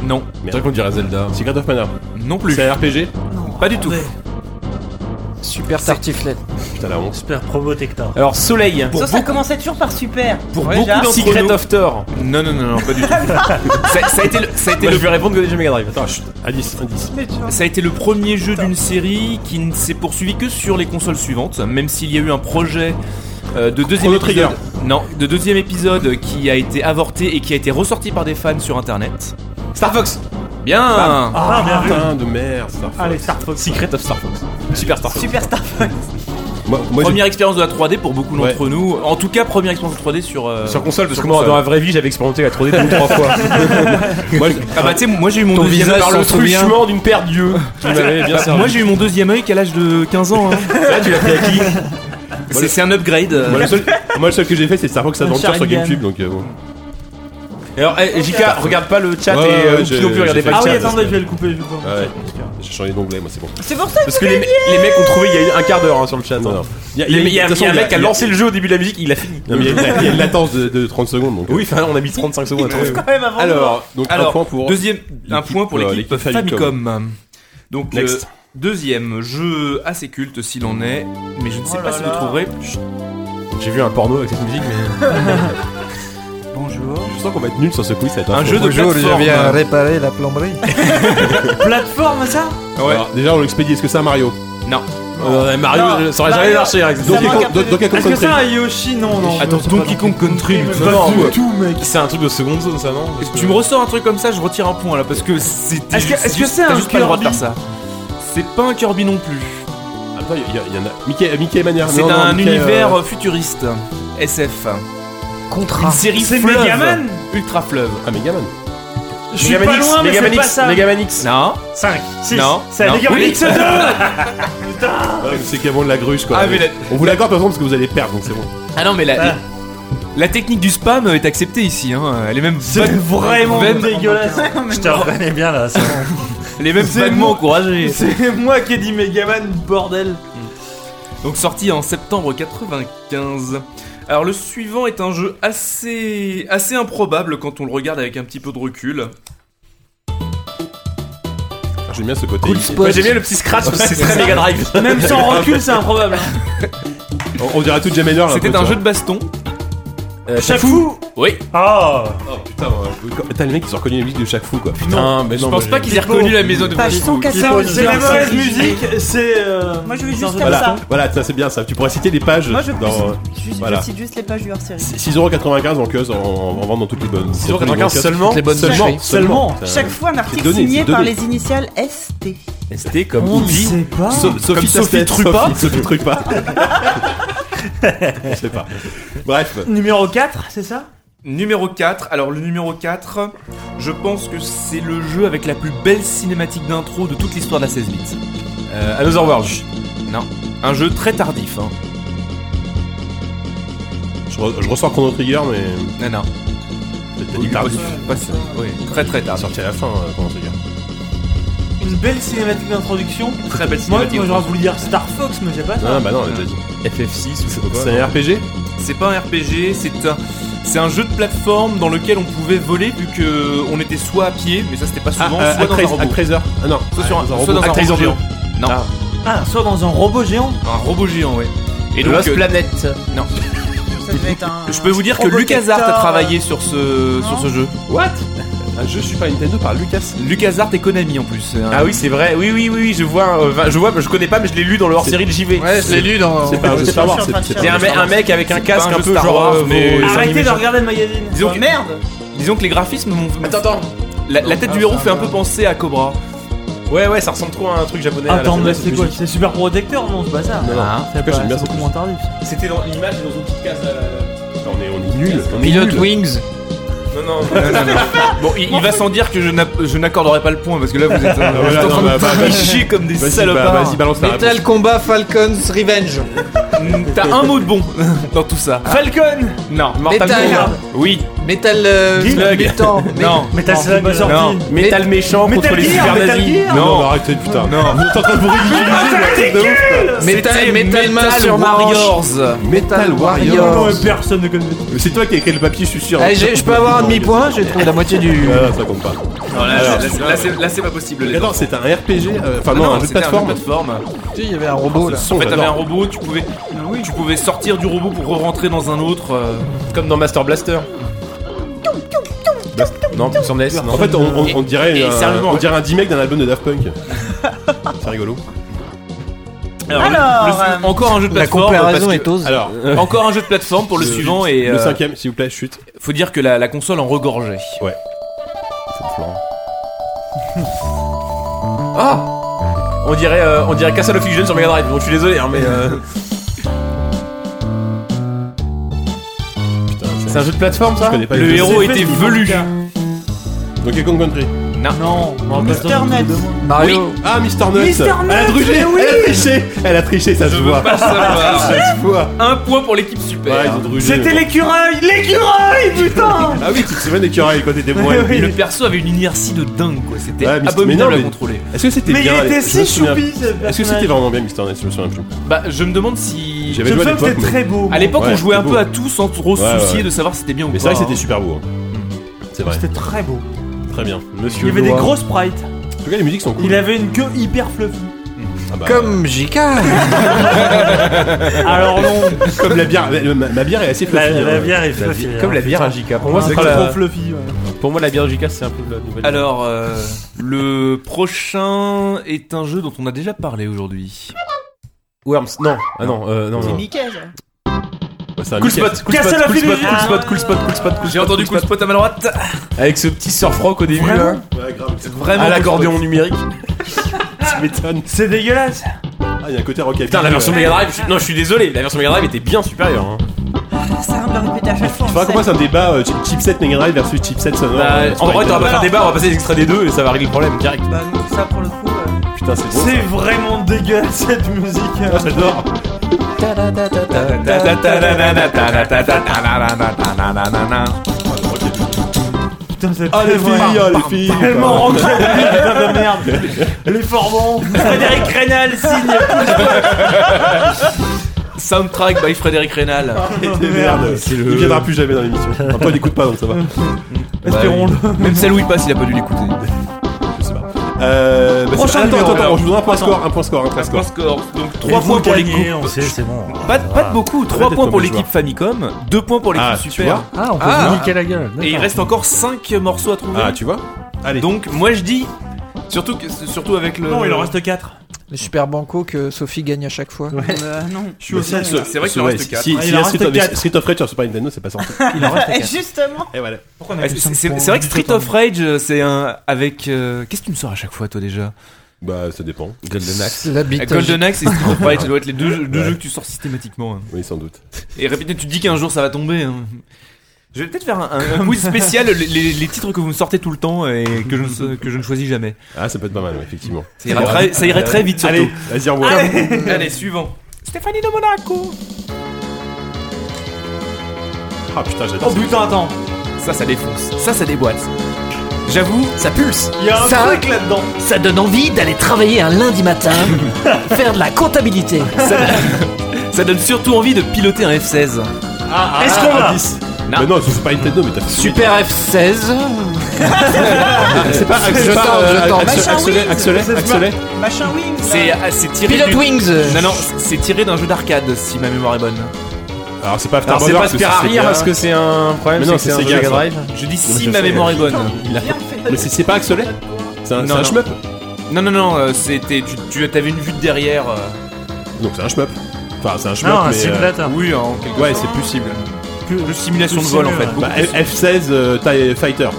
G: Non.
A: C'est vrai qu'on dirait Zelda. Secret of Mana.
G: Non plus.
A: C'est un RPG
G: Pas du tout.
H: Super tartiflette.
A: Putain, la honte.
E: Super Probotector.
D: Alors, Soleil.
F: Ça, ça commençait toujours par Super.
G: Pour
F: Ouais,
G: beaucoup
F: déjà.
G: d'entre
D: Secret
G: nous-
D: of Thor.
G: Non, non, non, non, pas du tout. ça, ça a été le, ça a été
D: Moi,
G: le-
D: je vais répondre que déjà Mega Drive. Attends,
A: Indice, indice.
G: ça a été le premier jeu d'une série qui ne s'est poursuivi que sur les consoles suivantes, même s'il y a eu un projet euh, de deuxième
A: Chrono Trigger.
G: épisode. Non, de deuxième épisode qui a été avorté et qui a été ressorti par des fans sur internet.
D: Star Fox.
G: Bien
B: Ah bien vu.
A: Putain de merde, Star Fox.
B: Allez Star Fox.
D: Secret of Star Fox. Ah, Super Star Fox.
F: Super Star Fox.
A: Moi, moi, j'ai-
G: Première expérience de la 3D pour beaucoup d'entre nous. En tout cas, première expérience de 3D sur. euh,
D: Ah, Sur console, parce
G: sur
D: que moi,
G: console.
D: dans la vraie vie, j'avais expérimenté la 3D deux ou trois fois.
G: Moi, je- ah bah tu sais, moi j'ai eu mon
H: Ton
G: deuxième
H: visage
G: par
H: s'en
G: le
H: souvient.
G: truchement.
D: Truchement d'une paire d'yeux qui m'avait bien
G: Bah,
D: servi.
G: moi j'ai eu mon deuxième œil qu'à l'âge de 15 ans. hein.
D: Là, tu l'as pris à qui
G: C'est c'est un upgrade. euh.
A: moi, le seul, moi, le seul que j'ai fait, c'est Star Fox Adventure sur
B: Uncharted
A: GameCube. Donc, euh, bon.
D: Alors, eh, JK, regarde pas le chat
A: Ouais, ouais,
D: et euh,
A: ouais,
D: Oupi
A: j'ai-
D: non plus,
A: j'ai
D: regardez
A: fait
D: pas
B: Ah
D: le
B: oui
D: chat.
B: attendez je vais le couper. Je vais le couper.
A: Ah Ouais. j'ai changé d'onglet, moi, c'est bon.
F: C'est pour ça que
D: Parce que les, me- les mecs ont trouvé, il y a eu un quart d'heure hein, sur le chat.
A: Non,
D: hein.
A: non. Il y a-
D: Les-
A: il y a-
D: Il y a
A: de toute façon,
D: un
A: il y a-
D: mec qui a lancé le jeu au début de la musique, il a fini.
A: Non, mais il y a il y a une latence de, de 30 secondes. Donc, euh.
D: Oui, enfin, on a mis 35 secondes. à trouver.
F: quand même avant.
A: Alors, donc un point
G: Alors,
A: pour.
G: deuxième, un
A: l'équipe,
G: point pour
A: euh,
G: l'équipe
A: l'équipe Famicom.
G: Famicom. Donc,
A: Next.
G: euh, deuxième jeu assez culte s'il en est, mais je ne sais
F: Oh
G: pas
F: là
G: si
F: là.
G: vous trouverez.
D: J'ai vu un porno avec cette musique, mais.
F: Bonjour.
A: Je sens qu'on va être nul sur ce quiz. ça va être
G: Un
A: affreux.
G: jeu de
H: Bonjour, je
G: plateforme.
H: viens réparer la plomberie.
B: Plateforme ça.
G: Ouais.
A: Alors, déjà, on l'expédie. Est-ce que c'est un Mario
D: Euh, Mario,
F: Non.
D: ça aurait jamais
F: Mario.
D: marché, hein. par exemple.
F: Ça
A: Donkey
F: manque
A: Kong-
F: un peu de-
A: Donkey Kong
B: Est-ce que c'est
A: Country.
B: un Yoshi Non non.
G: Attends, Donkey Kong Country, mais
A: Non, ouais.
B: Tout mec.
D: C'est un truc de seconde zone, ça, non Parce que-
G: Tu me ressors un truc comme ça, je retire un point là parce que c'était.
B: Est-ce que-
G: juste-
B: est-ce que c'est
G: t'as
B: un
G: juste pas le droit de faire
B: Kirby
G: ça C'est pas un Kirby non plus.
A: Attends, il y, a- il y en a. Mickey, Mickey Mania.
G: C'est
A: Non, non,
G: un
A: Mickey, euh,
G: univers futuriste. SF. Une
H: Contrat.
G: série
B: C'est
G: fleuve.
B: Megaman
G: Ultra fleuve.
A: Ah, Megaman.
B: Je suis pas loin mais c'est pas ça.
D: Megaman X.
G: Non.
B: 5, 6.
G: Non.
B: C'est
G: Non.
B: Megaman
G: Oui.
B: X 2.
A: euh, C'est qu'avant de la gruche, quoi.
G: Ah, mais la-
A: On vous l'accorde, par exemple, parce que vous allez perdre, donc c'est bon.
G: Ah non, mais la,
B: Ah.
G: la technique du spam est acceptée ici. Hein. Elle est même,
B: C'est
G: vague-
B: vraiment
G: même-
B: dégueulasse.
I: Ah,
E: Je te reconnais bien là. c'est bon.
G: elle est même
B: C'est
G: vaguement
B: mon-
G: encouragée.
B: C'est moi qui ai dit Megaman, bordel.
G: Donc sorti en septembre 95. Alors le suivant est un jeu assez assez Ah, improbable quand on le regarde avec un petit peu de recul.
A: J'aime bien ce côté.
H: Cool
A: il-
H: spot.
B: Bah,
D: Ouais, J'aime bien le petit scratch parce que c'est très Mega Drive.
B: Même sans recul, c'est improbable.
A: On, on dirait tout Jammer là.
G: C'était un jeu de baston.
B: Euh, Chaque fou
D: Oui.
E: Oh
A: Oh putain, ouais. Putain, les mecs ils ont reconnu la musique de chaque fou quoi.
D: Putain, mais
G: Je pense pas qu'ils aient reconnu la maison de
F: Page
G: Bashful.
B: C'est
F: 114.
B: c'est la mauvaise musique, c'est. euh,
F: Moi, je vais
B: c'est
F: juste
B: un jeu
F: faire
B: de-
A: Voilà,
F: ça.
A: voilà, ça c'est bien ça. Tu pourrais citer des pages
F: Moi, je,
A: dans
F: je- je
A: voilà.
F: cite juste les pages du hors-série.
A: 6,95€ en queue en, en, en vente dans toutes les bonnes.
D: 95 seulement.
H: les bonnes
A: Seulement,
H: boucheries.
A: seulement.
F: Chaque fois, un article
A: donné,
F: signé
A: c'est
F: par
A: donné.
F: les initiales ST.
D: C'était comme
B: On
D: Oupi.
B: sait pas.
A: So- Sophie,
D: Comme Sophie
A: Tastet,
D: Trupa.
A: Sophie, Sophie Trupa. Je sais pas. Bref.
B: Numéro 4, c'est ça
G: Numéro 4. Alors, le numéro 4, je pense que c'est le jeu avec la plus belle cinématique d'intro de toute l'histoire de la 16 bits. Euh, Another World. Non. Un jeu très tardif. Hein.
A: Je, re- je ressors Chrono Trigger, mais
G: Non, non.
A: il tarde.
G: Pas ça. Oui, très très
A: à
G: tardif.
A: sortir à la fin, euh, Chrono Trigger.
B: Une belle cinématique d'introduction.
G: Très belle
B: Moi,
G: cinématique.
B: moi j'aurais voulu dire Star Fox, mais j'ai pas
A: Non,
B: ça.
A: bah non, on l'a déjà dit.
G: FF6 ou je sais pas Ah. quoi.
A: C'est un RPG
G: C'est pas un RPG, c'est un, c'est un jeu de plateforme dans lequel on pouvait voler vu que on était soit à pied, mais ça c'était pas souvent,
A: Ah, euh,
G: soit dans un
A: Actraiser-
G: robot,
A: Actraiser. Ah non.
G: soit sur un,
A: dans un
G: soit
A: robot.
G: dans un
A: Actraiser
G: robot géant.
A: géant.
G: Non,
B: Ah, soit dans un robot géant.
G: un robot géant, ouais. Et donc,
D: Lost
G: euh,
D: Planet.
F: Ça devait être un.
G: je peux vous dire que
F: Robocopter,
G: LucasArts a
F: euh,
G: travaillé sur ce,
F: non.
G: sur ce jeu.
A: What Un jeu Super Nintendo par Lucas.
G: LucasArts et Konami en plus. c'est un-
D: Ah oui, c'est vrai. Oui, oui, oui, oui, je vois. euh, enfin, je vois, mais je connais pas, mais je l'ai lu dans le hors-série de JV.
H: Ouais, je l'ai lu dans.
A: C'est pas un jeu Star Wars, c'est- c'est
D: C'est un,
A: pas
D: me- un mec avec un
G: C'est pas
D: casque
G: un
D: un,
G: jeu
D: peu
G: Star
D: genre.
G: Wars,
D: euh,
G: mais-
D: mais-
B: Arrêtez
G: animés,
B: de
G: ça.
B: regarder le magazine.
G: Disons
F: Ah,
G: que,
F: Merde
G: disons que les graphismes m'ont-
D: Oh, Attends, attends.
G: La, la tête
H: Non,
G: du
H: non,
G: héros
H: ça
G: fait un
H: va.
G: peu penser à Cobra.
D: Ouais, ouais, ça ressemble trop à un truc japonais. à la
B: Attends,
D: fin de
B: mais
D: la
B: c'est
D: sociologie.
B: quoi C'est super protecteur, non C'est pas ça.
A: Non, non.
G: Ah.
B: C'est
A: tout cas,
B: pas-
A: j'aime bien
B: c'est
A: ça.
B: beaucoup moins tardif. ça.
D: C'était dans l'image dans une petite case. euh,
A: On est, on est nul.
H: Pilot Wings.
D: Non, non.
G: Bon, il, il va sans dire que je n'app- je n'accorderai pas le point parce que là vous êtes, euh, vous êtes
A: voilà,
G: en train
A: non,
G: de
A: bah, bah,
G: tricher comme des
A: Vas-y, bah,
G: salopards.
A: vas-y, balance la réponse.
H: Metal Combat Falcons Revenge.
G: Mm, T'as un mot de bon dans tout ça. Falcon Non. Mortal
H: Metal.
G: Kombat Oui.
H: Metal. euh,
G: Slug.
H: Mutant. Mais-
G: Non.
B: Metal
E: Slug,
B: Slug,
E: euh,
B: sorti.
D: Métal méchant contre
B: Metal
D: les
B: Gear,
D: super
B: Metal
D: nazis.
B: Gear.
A: Non, arrêtez, putain.
G: Non.
A: Vous êtes en train de vous ridiculiser, mais c'est de ouf,
H: Metal, Metal Main
G: Metal
H: sur ma hanche.
G: Warriors.
H: Metal
B: Non,
H: Warrior.
B: mais personne ne connaît.
A: quoi. C'est toi qui as écrit le papier, je suis sûr.
H: Allez, j'ai- Ah, je peux avoir un demi-point, j'ai trouvé la moitié du.
A: Ah, ça compte pas.
G: Non, là, là, c'est- là, c'est- là, c'est pas possible. les
A: Mais non,
G: enfants.
A: c'est un RPG, euh, enfin
G: Ah
A: non, un jeu de
G: c'était
A: plateforme.
G: plateforme.
H: Tu sais, Il y avait un robot là.
G: En fait, t'avais un robot, tu pouvais, tu pouvais sortir du robot pour rentrer dans un autre. euh,
D: Comme dans Master Blaster. Non, plus en S.
A: En fait, on, on- on dirait,
G: et
A: un-
G: sérieusement,
A: on dirait un remake d'un album de Daft Punk. C'est rigolo.
G: alors, le-
F: Alors,
G: le-
F: euh,
G: encore un jeu de
H: La
G: plateforme.
H: comparaison
G: parce
H: est ose.
A: Alors,
G: que- Encore un jeu de plateforme pour le, suivant et
A: le
G: euh,
A: cinquième, s'il vous plaît, chute.
G: faut dire que la, la console en regorgeait.
D: Ah! On dirait, euh, on dirait Castle of Illusion sur Mega Drive. Bon, je suis désolé, hein, mais euh,
A: Putain,
D: c'est un jeu de plateforme,
A: je
D: ça.
A: connais pas
G: Le
A: les
G: héros
B: C'est
G: était
B: fait,
G: velu.
D: hein.
B: c'est
A: Donkey Kong Country.
B: Non,
F: Mister Nuts.
H: Mario.
A: Ah, Mister Nuts.
B: Mister
A: Elle a
B: Nuts,
A: triché.
B: mais oui.
A: Elle a triché. Elle a triché, ça se voit.
G: Pas savoir.
A: Ça se voit.
G: un point pour l'équipe
A: Ouais, ils
G: super.
A: ont drugé.
B: C'était l'écureuil L'écureuil, putain
A: Ah oui, tu te souviens des querelles quand t'étais moins.
G: Et le perso avait une inertie de dingue, quoi. C'était
A: Ouais, mais- mais non,
G: abominable à
A: mais-
G: contrôler.
A: Est-ce que c'était
B: Mais il
A: bien
B: était
A: je me
B: si
A: souviens-
B: choupi ce
A: Est-ce que c'était
B: personnage.
A: vraiment bien Mister Nuts Je me souviens plus.
G: Bah, je me demande si.
A: J'avais
B: Je me
A: joué à
B: souviens que
A: l'époque.
B: c'était
A: mais-
B: très beau.
G: À l'époque,
A: Ouais,
G: on jouait un
A: c'était
G: peu
A: beau.
G: à tout sans trop se
A: Ouais,
G: soucier
A: ouais.
G: de savoir si c'était bien ou
A: Mais c'est
G: pas.
A: vrai que c'était super beau. hein. C'est vrai.
B: C'était très beau.
A: Très bien.
B: Il y
A: Monsieur.
B: avait des
A: Loa.
B: gros sprites.
A: En tout cas, les musiques sont cool.
B: Il avait une queue hyper fluffy.
A: Ah bah,
H: Comme JK.
B: Alors non,
A: Comme la bière, la- ma, ma bière est assez
E: La,
A: fluffy.
E: la
A: hein.
E: bière est fluffy. hein.
D: Comme la bière Agica. Pour moi,
B: c'est
D: c'est
B: trop
D: la...
B: fluffy. ouais.
D: Pour moi, la bière Agica, c'est un peu la nouvelle.
G: Alors, euh, le prochain est un jeu dont on a déjà parlé aujourd'hui.
D: Worms. Non. Ah non. euh, non.
F: C'est
D: non.
F: Mickey, ça.
A: Ouais, c'est un
D: Cool
A: Mickey.
D: spot, cool
B: Castle
D: spot,
B: of
D: cool spot,
B: Illusion.
D: cool spot, cool spot, cool spot, cool
G: J'ai
D: spot,
G: entendu coup
D: cool
G: de spot à ma droite.
D: spot. Avec ce petit surf rock au début, là.
A: Ouais, grave.
G: Vraiment.
D: À
G: coup de
D: l'accordéon
G: spot.
D: numérique.
A: Tu m'étonnes.
B: C'est dégueulasse.
A: Ah, il y a un côté rockabilly.
D: Putain, la version
A: Ouais.
D: Mega Drive. je suis- Non, je suis désolé. La version Mega Drive était bien supérieure. hein.
F: Ça arrive de répéter à chaque fois. on
A: Faudra qu'on
F: le sait.
A: fasse un débat euh, chip- chipset Mega Drive versus chipset sonore.
D: Bah,
A: euh,
D: en vrai, t'auras pas faire
B: Alors-
D: débat, on va passer les extraits des deux et ça va régler le problème direct.
F: Bah, donc, ça, pour le coup. euh,
A: Putain, c'est bon.
B: C'est vraiment dégueulasse cette musique.
A: Ah, J'adore.
B: Putain, c'est
A: Ah, les filles, ah, les filles.
B: Tellement rentré, putain de merde. Les formants. Frédéric Reynal signe.
G: Soundtrack by Frédéric Reynal.
A: Putain, Merde.
D: C'est
A: Il viendra plus jamais dans l'émission. Enfin, toi, il écoute pas, donc ça va.
B: Espérons-le.
G: Même celle où il passe, il a pas dû l'écouter.
A: Je sais pas. Euh, bah, c'est-
B: Prochain
A: attends,
B: numéro,
A: attends, attends,
B: alors.
A: je vous donne un point
B: Attends.
A: score, un point score, un point
G: Un point
A: score.
G: score. Donc
E: Et
G: 3
E: vous
G: points
E: le
G: pour l'équipe. Ah.
E: gagnez, on sait, c'est bon.
G: Pas, de- pas de beaucoup, 3
A: Peut-être
G: points
A: le
G: pour
A: bon
G: l'équipe
A: joueur.
G: Famicom, 2 points pour l'équipe
A: Ah, tu
G: Super.
A: vois
E: Ah, on peut
G: Ah.
E: vous niquer la gueule.
G: Et il
E: D'accord.
G: reste encore 5 morceaux à trouver.
A: Ah, tu vois Allez.
G: Donc moi je dis, surtout, que- surtout avec le...
B: Non, il en reste 4.
H: Le super banco que Sophie gagne à chaque fois.
B: non, je suis
A: Mais
B: au
A: si,
B: 7.
A: ce-
G: C'est vrai qu'il
A: ce-
G: en
A: ouais,
G: reste
A: si-
G: quatre.
A: Si,
B: Ah,
A: si
B: il
A: y a
B: en reste
A: Street of-
B: quatre.
A: Street of Rage sur Super Nintendo, c'est pas sorti.
E: Il en reste
F: Et
E: quatre.
F: justement,
A: Et voilà.
B: Pourquoi on
G: Ah,
B: a
G: c'est-
B: vu
G: c'est
B: ça
G: c'est vrai que Street of Rage, euh, c'est un avec. euh, Qu'est-ce que tu me sors à chaque fois, toi déjà
A: Bah, ça dépend.
D: Golden Axe.
H: La bite.
G: Golden Axe et Street of Rage, ça doit être les deux, deux
A: Ouais.
G: jeux que tu sors systématiquement. hein.
A: Oui, sans doute.
G: Et répétez, tu dis qu'un jour ça va tomber. hein. Je vais peut-être faire un, un- un quiz spécial les, les- les titres que vous me sortez tout le temps et que je ne, so- que je ne choisis jamais.
A: Ah, ça peut être pas mal, effectivement.
G: Ça irait très, ça irait très vite surtout.
A: Allez, vas-y, envoie.
G: Allez, suivant. Stéphanie de Monaco.
A: Ah putain, j'adore.
B: Oh putain, attends.
G: Ça, ça défonce. Ça, ça déboîte. J'avoue,
J: Ça pulse.
B: Il y a un
J: Ça-
B: truc là-dedans.
J: Ça donne envie d'aller travailler un lundi matin, faire de la comptabilité.
G: ça donne surtout envie de piloter un F16.
B: Ah. Est-ce qu'on
A: Ah,
B: l'a
A: Non. Mais non, c'est pas Nintendo, mais t'as
J: Super F16.
A: C'est pas Axel-
H: Je
A: pas,
H: tente,
A: euh,
H: je tente.
A: Axel-
F: Machin
A: Axelet,
F: Wings.
A: Axelet, Axelet.
F: machin Wings.
G: C'est ah, c'est tiré.
J: Pilot
G: du-
J: Wings.
G: Non, non, c'est tiré d'un jeu d'arcade, si ma mémoire est bonne.
A: Alors, c'est pas After
D: Alors c'est
A: Burger,
D: pas
A: parce que
D: Super
A: c'est
D: Arrière,
A: Sega.
D: est-ce que c'est un problème
A: Mais non,
D: c'est que
A: c'est
D: c'est un
A: Sega,
D: Mega
A: ça.
D: Drive
G: Je dis
A: Mais
G: si
A: je
G: ma
A: sais,
G: mémoire est
A: je-
G: bonne.
A: Il a-
F: Viens, on fait
A: Mais c'est c'est pas Axelet C'est un, c'est
G: Non,
A: un
G: non.
A: shmup
G: Non, non, non, euh, c'était. Tu, tu avais une vue de derrière. euh.
A: Donc c'est un shmup. Enfin, c'est un shmup,
E: Non, un
A: mais. euh,
E: simulateur.
G: Oui, en quelque
A: Ouais, c'est plus cible.
G: plus, plus simulation de
E: plus
G: vol en
E: simul,
G: fait.
E: ouais.
G: beaucoup
A: Bah,
G: plus.
A: F- F16 euh, TIE Fighter.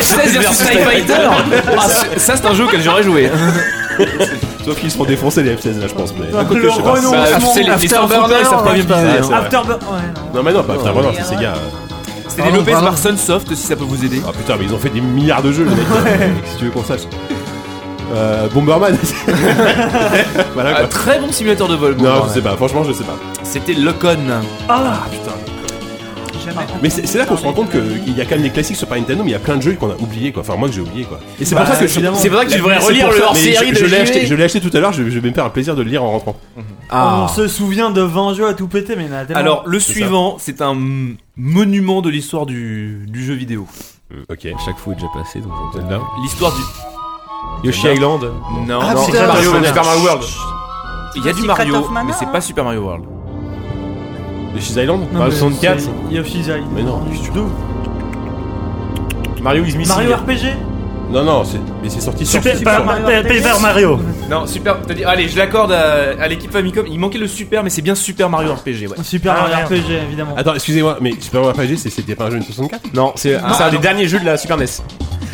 G: F16 versus TIE Fighter Ah, c'est- Ça, c'est un jeu auquel j'aurais joué.
A: Oh Sauf qu'ils se font défoncer les F16 là, je pense. Mais d'un côté,
B: Le
A: je sais pas.
B: renom.
G: Bah,
B: Franchement,
G: c'est les- les
J: Afterburner,
G: Starfighters, ils savent pas bien
A: Ouais,
G: viser.
A: c'est vrai.
B: After... Ouais, non.
A: Non, mais non, pas After Burner, c'est Sega. hein.
G: C'était
B: Oh,
G: développé
H: Pardon,
G: par Sunsoft, si ça peut vous aider.
A: Ah putain, mais ils ont fait des milliards de jeux, les mecs. Si tu veux qu'on sache. Euh, Bomberman. voilà
G: Un
D: Ah,
A: quoi.
G: très bon simulateur de vol.
A: Non,
G: bon,
A: je sais pas, franchement, je sais pas.
G: C'était Locon.
A: Ah putain. Mais c'est c'est là qu'on se rend compte que- qu'il y a quand même des classiques sur Super Nintendo, mais il y a plein de jeux qu'on a oubliés quoi. Enfin, moi que j'ai oublié quoi. Et c'est
B: Bah,
A: pour ça que je-
B: évidemment.
A: c'est pour ça que
D: Tu devrais
A: c'est
D: relire
A: pour
D: le
A: ça-
D: hors-série
A: mais
D: de
A: je, je l'ai
D: JV.
A: acheté, je l'ai acheté tout à l'heure, je, je vais me faire un plaisir de le lire en rentrant.
B: On se souvient de 20 jeux à tout péter, mais il y en a tellement.
G: Alors, le
A: ça.
G: suivant, c'est un mm, monument de l'histoire du, du jeu vidéo.
A: Ok.
D: Euh, Chaque fois est déjà passé donc
A: Zelda.
G: L'histoire du.
D: Yoshi Island.
G: Non,
H: Ah,
G: non,
H: putain,
G: Mario,
A: Persona.
G: Super Mario World. Il y a
F: C'est
G: du
F: Secret
G: Mario,
F: of Mana,
G: mais c'est
F: hein.
G: pas Super Mario World.
A: Yoshi's Island
B: Non,
D: Bah,
B: mais
D: 64.
B: c'est Yoshi's Island.
A: Mais non,
D: Mario is missing.
B: Mario RPG
A: Non, non, c'est- mais c'est sorti sur
E: Super
A: sur-
E: Paper
A: sur-
E: Mario. Paper Mario.
G: Non, Super. t'as dit- allez, je l'accorde à, à l'équipe Famicom. Il manquait le Super, mais c'est bien Super Mario RPG, ouais.
B: Super
E: Ah,
B: Mario
E: merde.
B: RPG, évidemment.
A: Attends, excusez-moi, mais Super Mario RPG, c'est- c'était pas un jeu de 64
D: Non, c'est un c'est un des derniers jeux de la Super NES.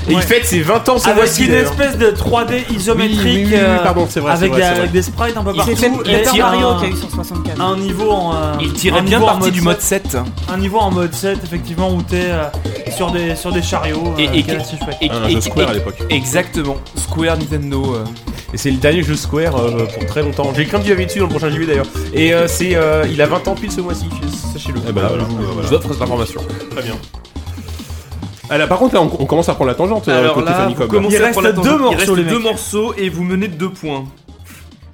D: Et il
B: Ouais. bah,
D: fête ses 20 ans ce
B: Avec
D: mois-ci.
B: Ah, une
D: d'ailleurs.
B: espèce de 3D isométrique.
A: Oui, oui, oui, oui,
B: euh,
A: pardon, c'est vrai, c'est
B: Avec
A: vrai,
B: des-
A: c'est vrai.
B: avec des sprites un peu partout.
F: C'est fait
B: et
F: Peter
B: un-
F: Mario qui a eu sur 64.
B: un niveau en. euh,
G: Il tirait
B: un
G: bien
B: niveau en
G: parti
B: mode
G: du mode 7.
B: set- Un niveau en mode 7, effectivement, où t'es euh, sur, des, sur des chariots.
G: Et-
B: euh,
G: et-
B: qui est assez chouette.
G: Et,
A: Un
G: et-
A: jeu Square
G: et-
A: à l'époque.
G: Exactement. Square Nintendo. euh.
D: Et c'est le dernier jeu Square euh, pour très longtemps. J'ai craint du avait dessus dans le prochain JV d'ailleurs. Et euh, c'est euh, il a 20 ans pile ce mois-ci, sachez-le.
A: Eh ben, voilà,
D: je vous- euh,
A: voilà.
D: je vous offre cette information.
A: Très bien. Ah, là, par contre, là, on, on commence à prendre la tangente euh,
G: Alors
A: côté
G: là, vous
A: Famicom.
G: commencez
B: Il
G: à
B: reste
G: prendre la
B: deux
G: tangente.
B: morceaux,
G: Il
B: les
G: reste deux
B: mecs.
G: morceaux et vous menez de deux points.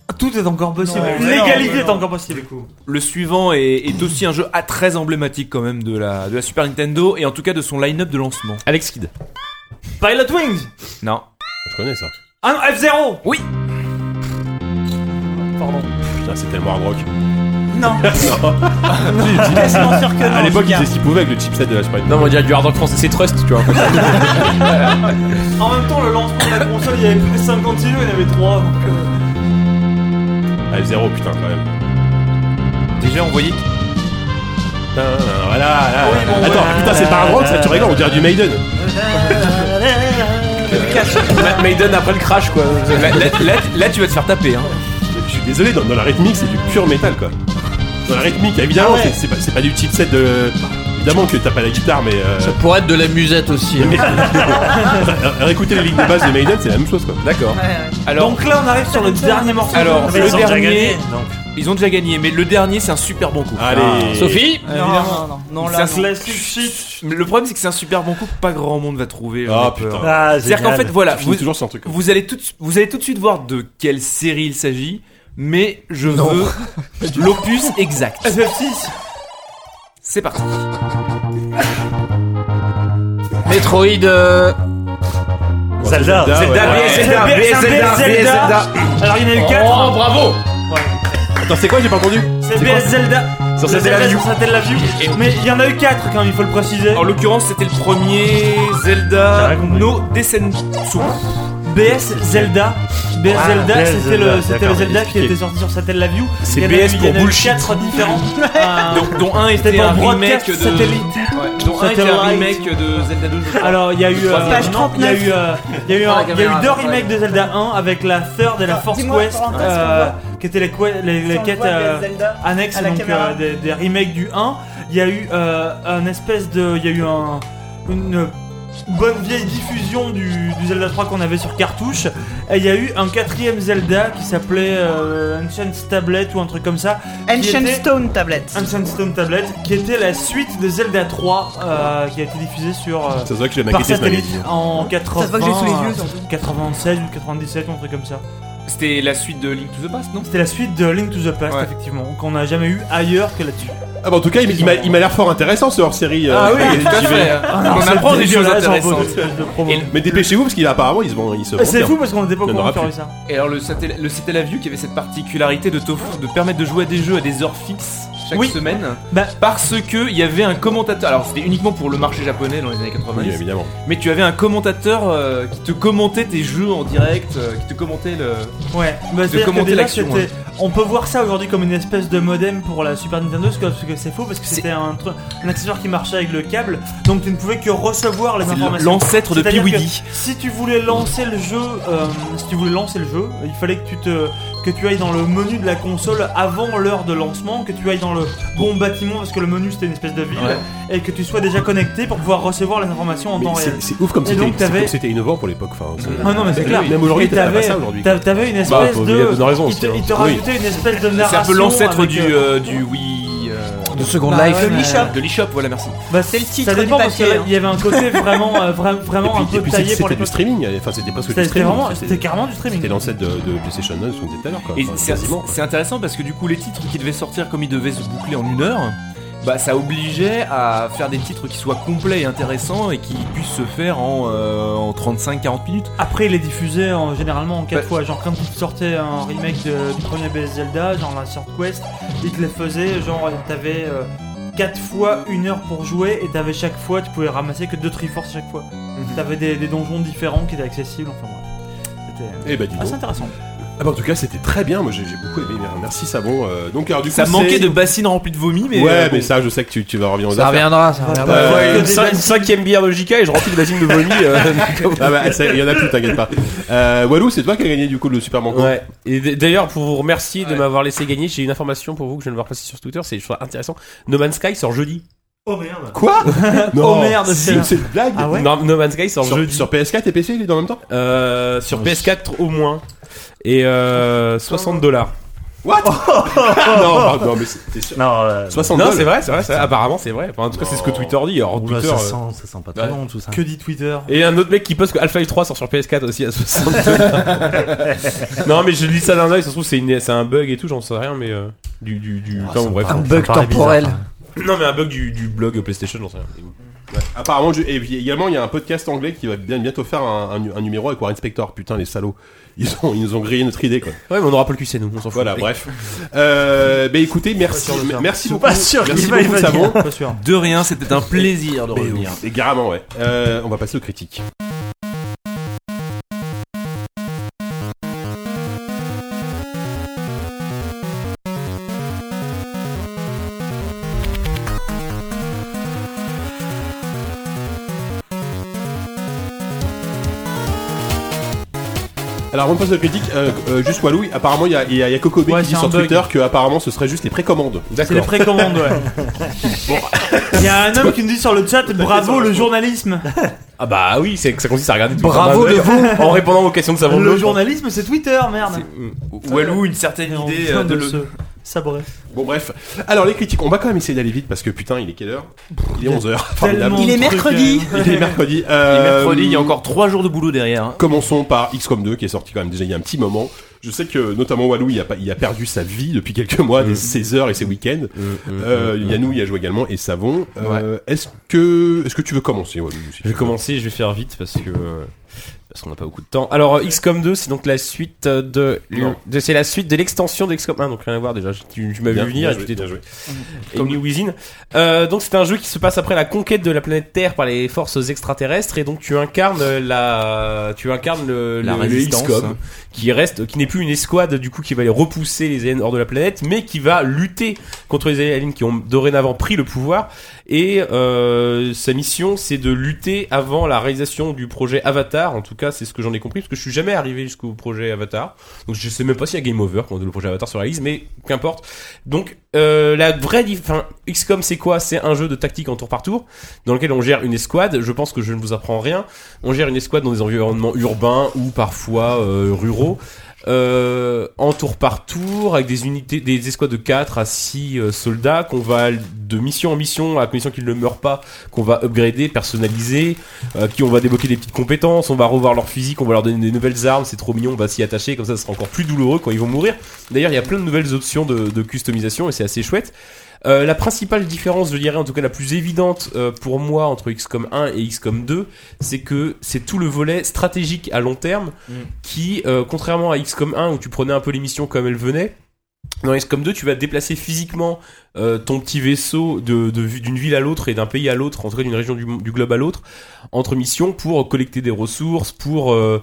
B: Ah, Tout est encore possible.
F: Non,
B: L'égalité
F: non,
B: est
F: non.
B: encore possible, du coup.
G: Le suivant est, est aussi un jeu à très emblématique quand même de la, de la Super Nintendo et en tout cas de son line-up de lancement.
D: Alex Kidd.
B: Pilot Wings
G: Non.
A: Je connais ça.
B: Ah non, F0
G: Oui.
B: Pardon.
A: Putain, c'est tellement hard rock.
B: Non.
A: à l'époque, ils faisaient ce qu'ils pouvaient avec le chipset de la Sprite.
D: Non, mais on dirait du hard rock français, c'est Trust, tu vois.
B: En même temps, le lancement de la console, il y avait plus de 50 kilos, il y en avait 3. Donc, euh,
A: Ah, F0, putain, quand même.
G: Déjà envoyé.
A: Putain, voilà, là,
B: Oui, bon,
A: Attends,
B: voilà.
A: putain, c'est pas hard rock, ça, tu rigoles, on dirait du Maiden.
D: Ma- Maiden après le crash, quoi.
G: Là, là- là- là, tu vas te faire taper. Hein.
A: Je suis désolé, dans, dans la rythmique, c'est du pur métal, quoi. Dans la rythmique, évidemment, c'est- c'est pas, c'est pas du chipset de. Évidemment que t'as pas la guitare, mais. Euh...
J: Ça pourrait être de la musette aussi. hein.
A: euh, Réécouter les lignes de base de Maiden, c'est la même chose, quoi.
G: D'accord.
B: Euh,
G: Alors,
B: donc là, on arrive sur le dernier morceau.
G: alors
E: Mais
G: le
E: ils ont déjà
G: dernier,
E: gagné, donc.
G: ils ont déjà gagné, mais le dernier c'est un super bon coup. Ah.
A: Allez.
J: Sophie
F: Non, non, non, non, là,
G: Ça
F: non.
G: se
B: Classic shit.
G: Mais le problème c'est que c'est un super bon coup que pas grand monde va trouver. j'en
A: Ah,
G: ai peur.
A: putain.
E: Ah,
G: C'est-à-dire qu'en
E: génial.
G: fait voilà,
A: Je finis
G: vous,
A: toujours sur un truc. comme ça.
G: vous allez tout, de su- vous allez tout de suite voir de quelle série il s'agit, mais je veux l'opus exact.
B: FF6.
G: C'est parti.
J: Metroid. euh,
A: Voilà.
E: Zelda.
A: Zelda,
D: Zelda,
A: ouais, ouais.
D: BS,
B: C'est un
D: Zelda,
B: B-
D: BS,
B: c'est un
D: Zelda,
B: BS Zelda. Alors il y en a eu 4.
D: Oh, bravo
A: Attends, c'est quoi J'ai pas entendu.
B: C'est BS Zelda.
D: Sur cette
B: Zelda
D: la vue.
B: sur Satellite la vue. Mais il y en a eu 4 quand même, il faut le préciser.
G: En l'occurrence, c'était le premier Zelda No Descendants.
B: BS Zelda. BS
E: Ah,
B: Zelda,
E: BS
B: c'était le,
E: Zelda,
B: c'était le
E: d'accord,
B: Zelda qui
A: expliqué.
B: était sorti sur Satellite la view.
D: C'est
B: Il y en a
D: BS
B: eu-
D: pour
B: il y en a eu
D: bullshit.
B: 4 différents. Euh,
G: Donc, dont un
B: C'était
G: était
B: pas
G: un
B: un
G: remake
B: broadcast
G: de.
B: satellite.
G: Ouais, dont un était un
B: Satellite.
G: remake de Zelda 2. je crois.
B: Alors, il y a eu. euh,
F: Page
B: non, Il y a
F: 39.
B: eu, euh, il y a eu,
I: Ah,
B: un-
I: la
B: il y a eu
I: caméra,
B: deux
I: ouais.
B: remakes de Zelda 1 avec la Third et la
F: Attends,
B: Fourth
F: dis-moi,
B: Quest,
F: parenthèse,
B: euh,
F: qu'on
B: qui étaient les, que- les, les
F: Si on
B: quêtes
F: voit
B: euh,
F: BS Zelda.
B: annexes
F: à la
B: donc,
F: caméra.
B: euh, des, des remakes du 1. Il y a eu euh, un espèce de. Il y a eu un, une bonne vieille diffusion du, du Zelda 3 qu'on avait sur cartouche. Et il y a eu un quatrième Zelda qui s'appelait euh, Ancient Tablet ou un truc comme ça. qui
F: Ancient
B: était-
F: Stone Tablet.
B: Ancient Stone Tablet, qui était la suite de Zelda 3, euh, qui a été diffusée sur. euh,
A: Ça se voit que je l'ai
B: par
A: maquetté ce
B: satellite
A: magazine.
B: en 80.
F: Ça se voit que j'ai sous les yeux, surtout.
B: 96 ou 97, un truc comme ça.
G: C'était la suite de Link to the Past, non
B: C'était la suite de Link to the Past,
G: Ouais.
B: effectivement, qu'on n'a jamais eu ailleurs que là-dessus.
A: Ah bah en tout cas, il, il m'a- il m'a l'air fort intéressant ce hors-série. euh,
G: Ah
B: Ah
G: tout à
A: j'y vais.
G: fait. On apprend des choses intéressantes.
A: Mais dépêchez-vous parce qu'il apparemment il se vend, il se vend
B: Bah, C'est
A: bien.
B: fou parce qu'on n'était pas au
A: Il y en
B: courant
A: aura
B: qu'il y aurait
A: plus.
B: ça.
G: Et alors le satellite, le satellite View qui avait cette particularité de, t'offre- de permettre de jouer à des jeux à des heures fixes chaque
B: Oui.
G: semaine
B: Bah-
G: parce que il y avait un commentateur alors c'était uniquement pour le marché japonais dans les années 90
A: Oui, évidemment.
G: mais tu avais un commentateur euh, qui te commentait tes jeux en direct euh, qui te commentait le
B: Ouais, bah, c'est-à-dire que
G: commenter
B: déjà,
G: l'action,
B: c'était- On peut voir ça aujourd'hui comme une espèce de modem pour la Super Nintendo, parce que- parce que c'est faux, parce que c'était un, truc- un accessoire qui marchait avec le câble, donc tu ne pouvais que recevoir les
G: c'est
B: informations.
G: l'ancêtre de
B: C'est-à-dire
G: Piwidi
B: Si tu voulais lancer le jeu, euh, si tu voulais lancer le jeu, il fallait que tu te que tu ailles dans le menu de la console avant l'heure de lancement, que tu ailles dans le bon bâtiment parce que le menu c'était une espèce de ville et que tu sois déjà connecté pour pouvoir recevoir les informations en
A: Mais
B: temps
A: c'est-
B: réel.
A: C'est ouf comme
B: Et
A: c'était
B: donc, t'avais-
A: c'est comme c'était innovant pour l'époque. Enfin, c'est-
B: Ah non mais c'est
A: Même-
B: clair.
A: Même aujourd'hui,
B: Et
A: t'as pas
B: t'avais-
A: ça aujourd'hui. Bah,
B: t'avais- T'avais une espèce
A: faut- il y a
B: de
A: bonne raison
B: il
A: aussi,
B: te,
A: hein.
B: il te
A: Oui.
B: rajoutait une espèce de
G: c'est
B: narration.
G: un peu l'ancêtre
B: avec,
G: du,
B: euh,
G: euh, du Wii euh,
I: De Second
F: Bah
I: Life.
F: ouais, mais-
G: de l'eShop voilà merci
B: bah,
F: c'est le titre
B: Ça
F: du
B: dépend parce
F: papier, hein.
B: qu'il y avait un côté vraiment euh, vra-
A: Et
B: vraiment
A: puis,
B: un
A: et
B: peu
A: puis c'est-
B: taillé pour
A: c'était
B: les
A: du streaming, enfin c'était presque du
B: C'était c'était
A: streaming.
B: vraiment
A: C'était-
B: c'était carrément du
A: C'était
B: streaming.
A: l'ancêtre de, de PlayStation 1, ce qu'on disait tout à l'heure. quoi.
G: Et
A: Enfin,
G: c'est
A: quasiment.
G: c'est intéressant parce que du coup, les titres qui devaient sortir comme ils devaient se boucler en une heure, bah ça obligeait à faire des titres qui soient complets et intéressants et qui puissent se faire en, euh, en 35-40 minutes.
B: Après, il est diffusé en- généralement en 4
G: Bah-
B: fois. Genre, quand ils sortaient un remake de- du premier BS Zelda, genre la Third Quest, ils te les faisaient. Genre, t'avais 4 fois une heure pour jouer et t'avais chaque fois, tu pouvais ramasser que 2 Triforce chaque fois.
A: Mhm.
B: T'avais des, des donjons différents qui étaient accessibles. Enfin, bref. C'était
A: Eh bah, dis
B: euh,
A: donc.
B: assez intéressant.
A: Ah bah, en tout cas, c'était très bien. Moi, j'ai j'ai beaucoup aimé. Merci, Sabon. Euh, donc, alors, du coup,
G: Ça
A: c'est-
G: manquait de bassines remplies de vomi, mais.
A: Ouais,
G: euh,
A: mais
G: bon.
A: ça, je sais que tu, tu vas revenir aux
I: Ça
A: affaires.
I: reviendra, ça reviendra.
A: Euh, ouais,
B: Que
D: Une
B: Ah, des
D: cin-
B: vannes-
D: cinquième bière de JK et je remplis de basine de vomi. euh, comme-
A: Ah bah, ça, il y en a plus, t'inquiète pas. Euh, Walou, c'est toi qui as gagné du coup le Super Manco.
D: Ouais. Et d- d'ailleurs, pour vous remercier de m'avoir laissé gagner, j'ai une information pour vous que je viens de voir passer sur Twitter, c'est je trouve ça intéressant. No Man's Sky sort jeudi.
B: Oh merde!
A: Quoi
B: Oh merde,
A: c'est
B: c'est-
A: c'est une blague.
B: Ah ouais?
D: No, No Man's Sky sort
A: sur,
D: jeudi.
A: sur PS4 et PC, il est dans le même temps
D: Euh, sur PS4 au moins. Et euh, 60 dollars.
A: What non, pardon, non, mais c'est- t'es sûr.
E: Non, euh,
A: 60
D: Non,
A: dollars.
D: c'est vrai, c'est vrai, c'est vrai. Apparemment, c'est vrai. Enfin, en tout cas, c'est ce que Twitter dit. Alors,
E: oula,
D: Twitter,
E: ça,
D: euh,
E: sent, ça sent pas très
D: ouais.
E: bon tout ça. Ah,
B: Que dit Twitter?
D: Et un autre mec qui poste que Half-Life 3 sort sur PS4 aussi à 62. non, mais je lis ça d'un œil, ça se trouve, c'est une- c'est un bug et tout, j'en sais rien, mais. euh, du. du, du
E: Ah,
D: enfin,
E: ça
D: bon, bref.
E: me
I: Un
E: paraît-
I: bug
E: ça me paraît
I: temporel.
E: bizarre,
D: Non, mais un bug du, du blog PlayStation, j'en sais rien. Mais bon.
A: Apparemment, je- et puis également, il y a un podcast anglais qui va bien bientôt faire un, un- un numéro avec Warren Spector. Putain, les salauds. Ils, ont, ils nous ont grillé notre idée, quoi.
D: Ouais, mais on aura pas le cul, c'est nous, on s'en fout.
A: Voilà, bref. Euh, bah écoutez, merci,
B: sûr de faire.
A: merci beaucoup.
E: pas sûr qu'il
A: merci
E: va y
A: beaucoup,
E: venir.
A: Savon.
B: Pas sûr.
G: De rien, c'était un plaisir de revenir.
A: Et carrément, ouais. Euh, on va passer aux critiques. Alors on passe aux critiques, euh, euh, juste Walou, apparemment il y a, il y a- il y a Coco B
B: Ouais,
A: qui dit
B: c'est un
A: sur
B: bug.
A: Twitter que apparemment ce serait juste les précommandes.
B: C'est les précommandes, ouais. Il y a un homme qui nous dit sur le chat, bravo le journalisme!
D: Ah bah oui, c'est ça consiste à regarder tout
I: Bravo
D: le
I: de vous
D: En répondant aux questions de savon
B: Le
D: bleu.
B: journalisme, c'est Twitter, merde!
G: Walou, une certaine
B: On
G: idée
B: vient
G: euh, de
B: de
G: le.
B: se sabrer.
A: Bon bref, alors les critiques, on va quand même essayer d'aller vite parce que putain il est quelle heure Il est 11h, formidable.
B: Tellement
F: Il est
B: de trucs,
F: mercredi.
B: euh,
A: Il est mercredi.
G: Et
A: Euh,
G: mercredi, il y a encore 3 jours de boulot derrière. hein.
A: Commençons par XCOM 2 qui est sorti quand même déjà il y a un petit moment. Je sais que notamment Walou il a, pas- il a perdu sa vie depuis quelques mois, de ses heures et ses week-ends. Euh, Yannou y a joué également et Savon. Euh, Est-ce que est-ce que tu veux commencer Walou
D: Je vais commencer, je vais faire vite parce que euh, parce qu'on n'a pas beaucoup de temps. Alors euh, XCOM 2, c'est donc la suite euh, de, de- c'est la suite de l'extension de XCOM 1, donc rien à voir déjà. Tu, tu m'as vu
A: Bien-
D: venir,
A: bien joué,
D: et tu t'es
A: bien joué.
D: comme New Within. Euh, donc c'est un jeu qui se passe après la conquête de la planète Terre par les forces extraterrestres et donc tu incarnes la tu incarnes le,
C: La
D: le- le
C: résistance,
D: XCOM,
C: hein.
D: qui reste qui n'est plus une escouade du coup qui va les repousser les aliens hors de la planète mais qui va lutter contre les aliens qui ont dorénavant pris le pouvoir et euh, sa mission c'est de lutter avant la réalisation du projet Avatar en tout cas c'est ce que j'en ai compris parce que je suis jamais arrivé jusqu'au projet Avatar donc je sais même pas s'il y a Game Over quand le projet Avatar se réalise mais qu'importe donc euh, la vraie dif- enfin XCOM c'est quoi C'est un jeu de tactique en tour par tour dans lequel on gère une escouade. Je pense que je ne vous apprends rien. On gère une escouade dans des environnements urbains ou parfois euh, ruraux. Euh, en tour par tour avec des unités des escouades de 4 à 6 euh, soldats qu'on va de mission en mission à condition qu'ils ne meurent pas qu'on va upgrader personnaliser euh, qui on va débloquer des petites compétences on va revoir leur physique on va leur donner des nouvelles armes c'est trop mignon on va s'y attacher comme ça ce sera encore plus douloureux quand ils vont mourir D'ailleurs, il y a plein de nouvelles options de, de customisation et c'est assez chouette. Euh, la principale différence, je dirais en tout cas la plus évidente euh, pour moi entre XCOM 1 et XCOM 2, c'est que c'est tout le volet stratégique à long terme qui, euh, contrairement à XCOM 1 où tu prenais un peu les missions comme elles venaient, dans XCOM 2 tu vas déplacer physiquement euh, ton petit vaisseau de- de- d'une ville à l'autre et d'un pays à l'autre, en tout cas d'une région du, du globe à l'autre, entre missions pour collecter des ressources, pour... euh,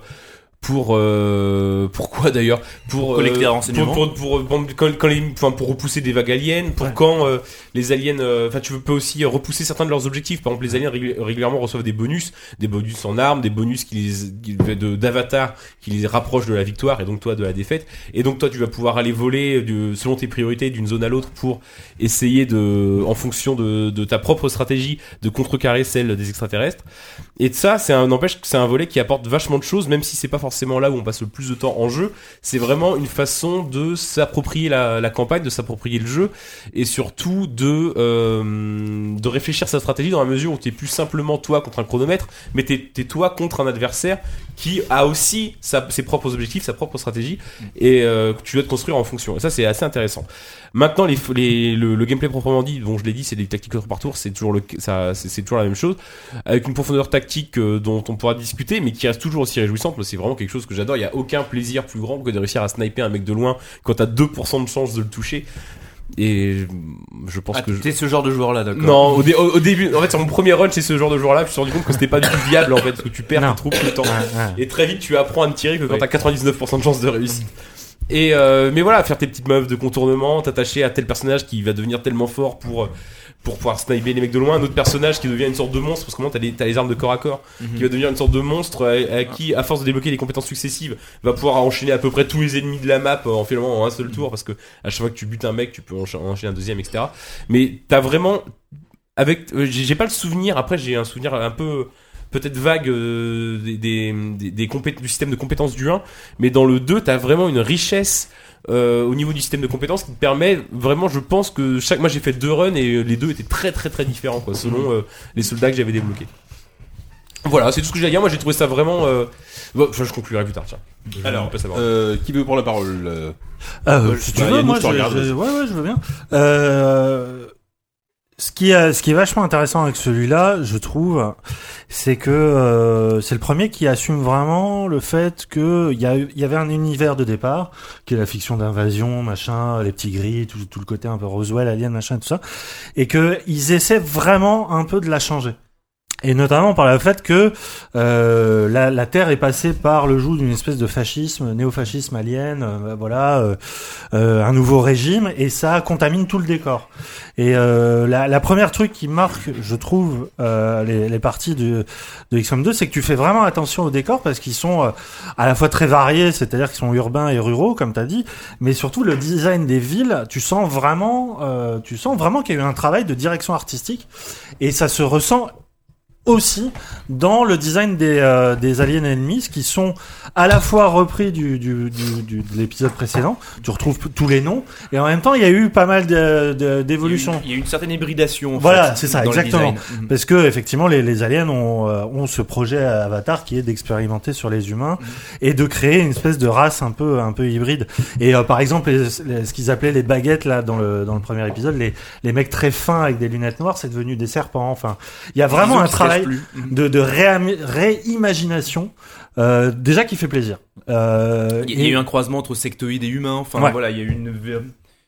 D: pour euh, pourquoi d'ailleurs pour euh,
G: Collecter des renseignements.
D: pour, pour, pour- quand, quand les- enfin, pour repousser des vagues aliens pour quand euh, les aliens euh, enfin tu peux aussi repousser certains de leurs objectifs par exemple les aliens régul- régulièrement reçoivent des bonus des bonus en armes des bonus qui les qui- de- d'avatar qui les rapprochent de la victoire et donc toi de la défaite et donc toi tu vas pouvoir aller voler euh, du- selon tes priorités d'une zone à l'autre pour essayer de en fonction de, de ta propre stratégie de contrecarrer celle des extraterrestres et de ça c'est un n'empêche que c'est un volet qui apporte vachement de choses même si c'est pas forcément là où on passe le plus de temps en jeu c'est vraiment une façon de s'approprier la, la campagne, de s'approprier le jeu et surtout de euh, de réfléchir sa stratégie dans la mesure où t'es plus simplement toi contre un chronomètre, mais t'es t'es toi contre un adversaire qui a aussi sa- ses propres objectifs, sa propre stratégie et euh, que tu dois te construire en fonction. Et ça c'est assez intéressant. Maintenant les, les le, le gameplay proprement dit, bon je l'ai dit, c'est des tactiques tour par tour, c'est toujours le ça c'est c'est toujours la même chose avec une profondeur tactique euh, dont on pourra discuter, mais qui reste toujours aussi réjouissante. Moi, c'est vraiment quelque chose que j'adore. Il n'y a aucun plaisir plus grand que de réussir à sniper un mec de loin quand t'as 2% de chance de le toucher. Et je- je pense
G: Ah,
D: que. je-
G: t'es ce genre de joueur là, d'accord.
D: Non, au, dé- au- au début, en fait, sur mon premier run, c'est ce genre de joueur-là, je me suis rendu compte que c'était pas du tout viable en fait, parce que tu perds
E: Non.
D: tes troupes tout le temps.
E: ouais.
D: Et très vite, tu apprends à ne tirer que quand
G: Ouais.
D: t'as 99% de chance de réussite. Et euh, mais voilà, faire tes petites manœuvres de contournement, t'attacher à tel personnage qui va devenir tellement fort pour pour pouvoir sniper les mecs de loin, un autre personnage qui devient une sorte de monstre parce que maintenant t'as les, t'as les armes de corps à corps,
E: Mhm.
D: qui va devenir une sorte de monstre euh, à, à qui, à force de débloquer des compétences successives, va pouvoir enchaîner à peu près tous les ennemis de la map euh, en finalement en un seul tour parce que à chaque fois que tu butes un mec, tu peux encha- enchaîner un deuxième, etc. Mais t'as vraiment avec euh, j'ai j'ai pas le souvenir après j'ai un souvenir un peu peut-être vague euh, des, des, des- des compé- du système de compétences du 1 mais dans le 2 t'as vraiment une richesse euh, au niveau du système de compétences qui te permet vraiment je pense que chaque moi j'ai fait deux runs et euh, les deux étaient très très très différents quoi selon euh, les soldats que j'avais débloqués voilà c'est tout ce que j'ai à dire moi j'ai trouvé ça vraiment euh, bon, enfin, je conclurai plus tard tiens Je
A: Alors,
D: veux pas savoir.
A: euh, qui veut prendre la parole euh
E: Euh,
A: Euh,
E: si
A: bah,
E: tu veux,
A: Yannick,
E: moi,
A: je
E: je,
A: te regarde,
E: je-
A: vas-y.
E: ouais, ouais, je veux bien. Euh, ce qui, est- ce qui est vachement intéressant avec celui-là, je trouve, c'est que euh, c'est le premier qui assume vraiment le fait que il y, a eu- il y avait un univers de départ, qui est la fiction d'invasion, machin, les petits gris, tout, tout le côté un peu Roswell, Alien, machin, tout ça, et que ils essaient vraiment un peu de la changer. Et notamment par le fait que euh, la, la Terre est passée par le joug d'une espèce de fascisme, néofascisme alien, euh, voilà, euh, euh, un nouveau régime, et ça contamine tout le décor. Et euh, la, la première truc qui marque, je trouve, euh, les, les parties de, de XCOM 2, c'est que tu fais vraiment attention aux décors parce qu'ils sont euh, à la fois très variés, c'est-à-dire qu'ils sont urbains et ruraux, comme t'as dit, mais surtout le design des villes, tu sens vraiment, euh, tu sens vraiment qu'il y a eu un travail de direction artistique, et ça se ressent aussi dans le design des, euh, des aliens ennemis qui sont à la fois repris du, du, du, du- de l'épisode précédent, tu retrouves p- tous les noms, et en même temps il y a eu pas mal de- de- d'évolutions.
G: Il y a une certaine hybridation. en
E: Voilà,
G: fait,
E: c'est ça,
G: dans le
E: exactement.
G: design. Mhm.
E: Mm. Parce que effectivement, les, les aliens ont, euh, ont ce projet à Avatar qui est d'expérimenter sur les humains
G: Mm.
E: et de créer une espèce de race un peu un peu hybride. Et euh, par exemple, les- les- ce qu'ils appelaient les baguettes là dans le dans le premier épisode, les les mecs très fins avec des lunettes noires, c'est devenu des serpents. Enfin, il y a vraiment
G: Disons
E: un
G: qu'ils se cachent
E: travail
B: travail
G: plus. Mhm.
E: de, de réami- réimagination euh, déjà qui fait plaisir. Euh,
G: Il y a
E: et-
G: eu un croisement entre sectoïdes et humains. Enfin,
E: Ouais.
G: voilà, il y a eu une, vé-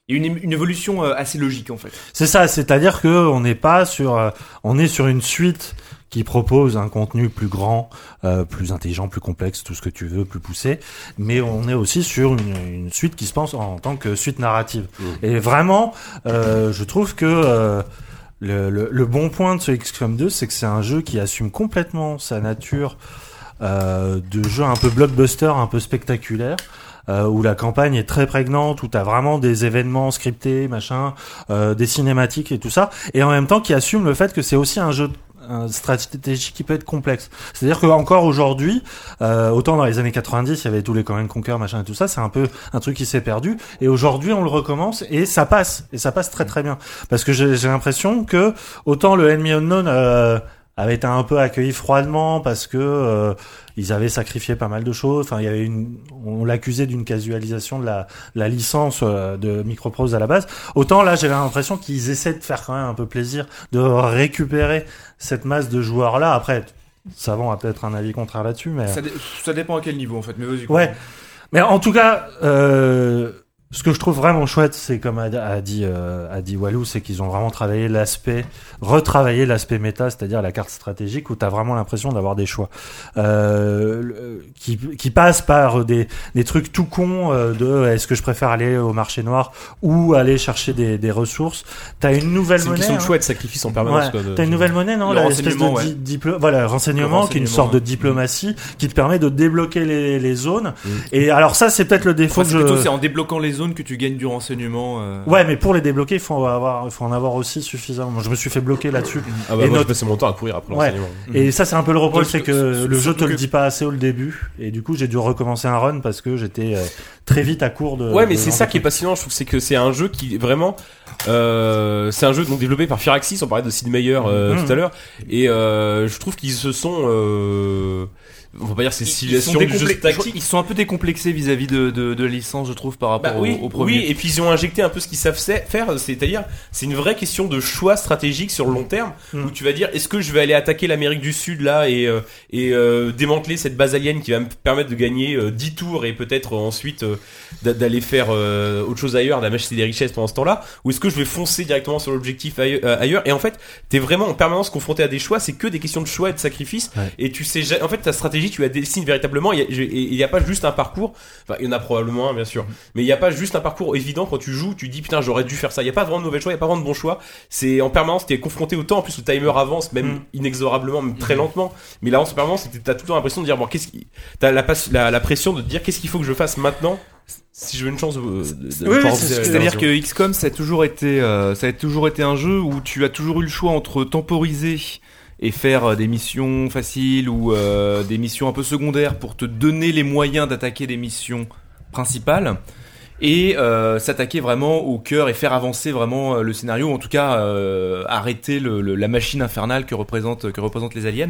G: il y a eu une, une évolution euh, assez logique en fait.
E: C'est ça, c'est-à-dire que on n'est pas sur, euh, on est sur une suite qui propose un contenu plus grand, euh, plus intelligent, plus complexe, tout ce que tu veux, plus poussé, mais on est aussi sur une, une suite qui se pense en tant que suite narrative. Et vraiment, euh, je trouve que euh, le, le- le bon point de ce XCOM 2, c'est que c'est un jeu qui assume complètement sa nature euh, de jeu un peu blockbuster, un peu spectaculaire, euh, où la campagne est très prégnante, où t'as vraiment des événements scriptés, machin, euh, des cinématiques et tout ça, et en même temps qui assume le fait que c'est aussi un jeu un stratégie qui peut être complexe. C'est-à-dire que encore aujourd'hui, euh, autant dans les années 90, il y avait tous les Command Conquer, machin et tout ça, c'est un peu un truc qui s'est perdu. Et aujourd'hui, on le recommence et ça passe. Et ça passe très très bien. Parce que j'ai j'ai l'impression que autant le Enemy Unknown euh, avait été un peu accueilli froidement parce que euh, ils avaient sacrifié pas mal de choses. Enfin, il y avait une, on l'accusait d'une casualisation de la, la licence euh, de Microprose à la base. Autant là, j'ai l'impression qu'ils essaient de faire quand même un peu plaisir, de récupérer cette masse de joueurs là. Après, Savant a peut-être un avis contraire là-dessus, mais
D: Ah.
G: Ça, dé- ça dépend à quel niveau en fait. Mais vas-y.
E: Ouais. Mais en tout cas, euh, ce que je trouve vraiment chouette, c'est comme a, a dit euh, a dit Walou, c'est qu'ils ont vraiment travaillé l'aspect, retravaillé l'aspect méta, c'est-à-dire la carte stratégique où t'as vraiment l'impression d'avoir des choix euh, le- qui qui passent par des des trucs tout cons euh, de est-ce que je préfère aller au marché noir ou aller chercher des des ressources. T'as une nouvelle
D: C'est une
E: monnaie.
D: question de
E: hein.
D: choix et de sacrifice en permanence.
E: Ouais.
D: quoi, de-
E: T'as une nouvelle monnaie, non
G: Le
E: la espèce de
G: renseignement,
E: di- diplo- voilà, renseignement,
G: Le
E: qui est une
G: renseignement,
E: sorte de
G: ouais.
E: diplomatie qui te permet de débloquer les, les zones.
G: Mm.
E: Et alors ça, c'est peut-être le défaut
G: Enfin, c'est
E: que
G: plutôt
E: je...
G: c'est en débloquant les zones que tu gagnes du renseignement. euh.
E: Ouais, mais pour les débloquer, il faut, avoir, faut en avoir aussi suffisamment. Moi, Je me suis fait bloquer là-dessus.
A: Ah bah
E: Et
A: moi,
E: notre-
A: je passais mon temps à courir après
E: Ouais.
A: l'enseignement.
E: Et ça, c'est un peu le reproche, c'est que
G: Surtout-
E: le jeu te le
G: surtout
E: dit pas assez au le début. Et du coup, j'ai dû recommencer un run parce que j'étais euh, très vite à court de...
D: Ouais, mais
E: euh, de
D: c'est
E: genre
D: ça
E: de
D: qui est passionnant, je trouve, c'est que c'est un jeu qui vraiment, euh, c'est un jeu donc développé par Firaxis, on parlait de Sid Meier euh,
E: Mhm.
D: tout à l'heure, et euh, je trouve qu'ils se sont, euh, on va pas dire c'est civilisation du jeu
G: décomplexés-
D: tactique.
G: ils sont un peu décomplexés vis-à-vis de, de, de la licence, je trouve, par rapport
D: Bah oui,
G: au, au premier.
D: oui, et puis ils ont injecté un peu ce qu'ils savent sa- faire, c'est-à-dire c'est une vraie question de choix stratégique sur le long terme
E: Mm.
G: Hmm.
D: où tu vas dire est-ce que je vais aller attaquer l'Amérique du Sud là et euh, et euh, démanteler cette base alien qui va me permettre de gagner euh, 10 tours et peut-être euh, ensuite euh, d'a- d'aller faire euh, autre chose ailleurs, d'acheter des richesses pendant ce temps-là ou est-ce que je vais foncer directement sur l'objectif aille- euh, ailleurs et en fait, t'es vraiment en permanence confronté à des choix, c'est que des questions de choix et de sacrifices
E: Ouais.
D: et tu sais ja- en fait ta stratégie tu la dessines véritablement et il n'y a pas juste un parcours, enfin il y en a probablement un bien sûr. Mais il n'y a pas juste un parcours évident quand tu joues, tu dis putain j'aurais dû faire ça. Il n'y a pas vraiment de mauvais choix, il n'y a pas vraiment de bons choix. C'est en permanence, tu es confronté au temps. En plus, le timer avance, même
E: Mm.
D: inexorablement, même très lentement. Mais là, en permanence, tu as tout le temps l'impression de dire bon, qu'est-ce qui. T'as la, passe- la, la pression de te dire qu'est-ce qu'il faut que je fasse maintenant si je veux une chance euh, de. de- de
G: Oui, oui,
D: pouvoir
G: c'est-
D: repousser la
G: c'est-à-dire
D: version.
G: que XCOM, ça a toujours été, euh, ça a toujours été un jeu où tu as toujours eu le choix entre temporiser et faire euh, des missions faciles ou euh, des missions un peu secondaires pour te donner les moyens d'attaquer des missions principales et euh, s'attaquer vraiment au cœur et faire avancer vraiment euh, le scénario, ou en tout cas euh, arrêter le- le- la machine infernale que représentent que représentent les aliens.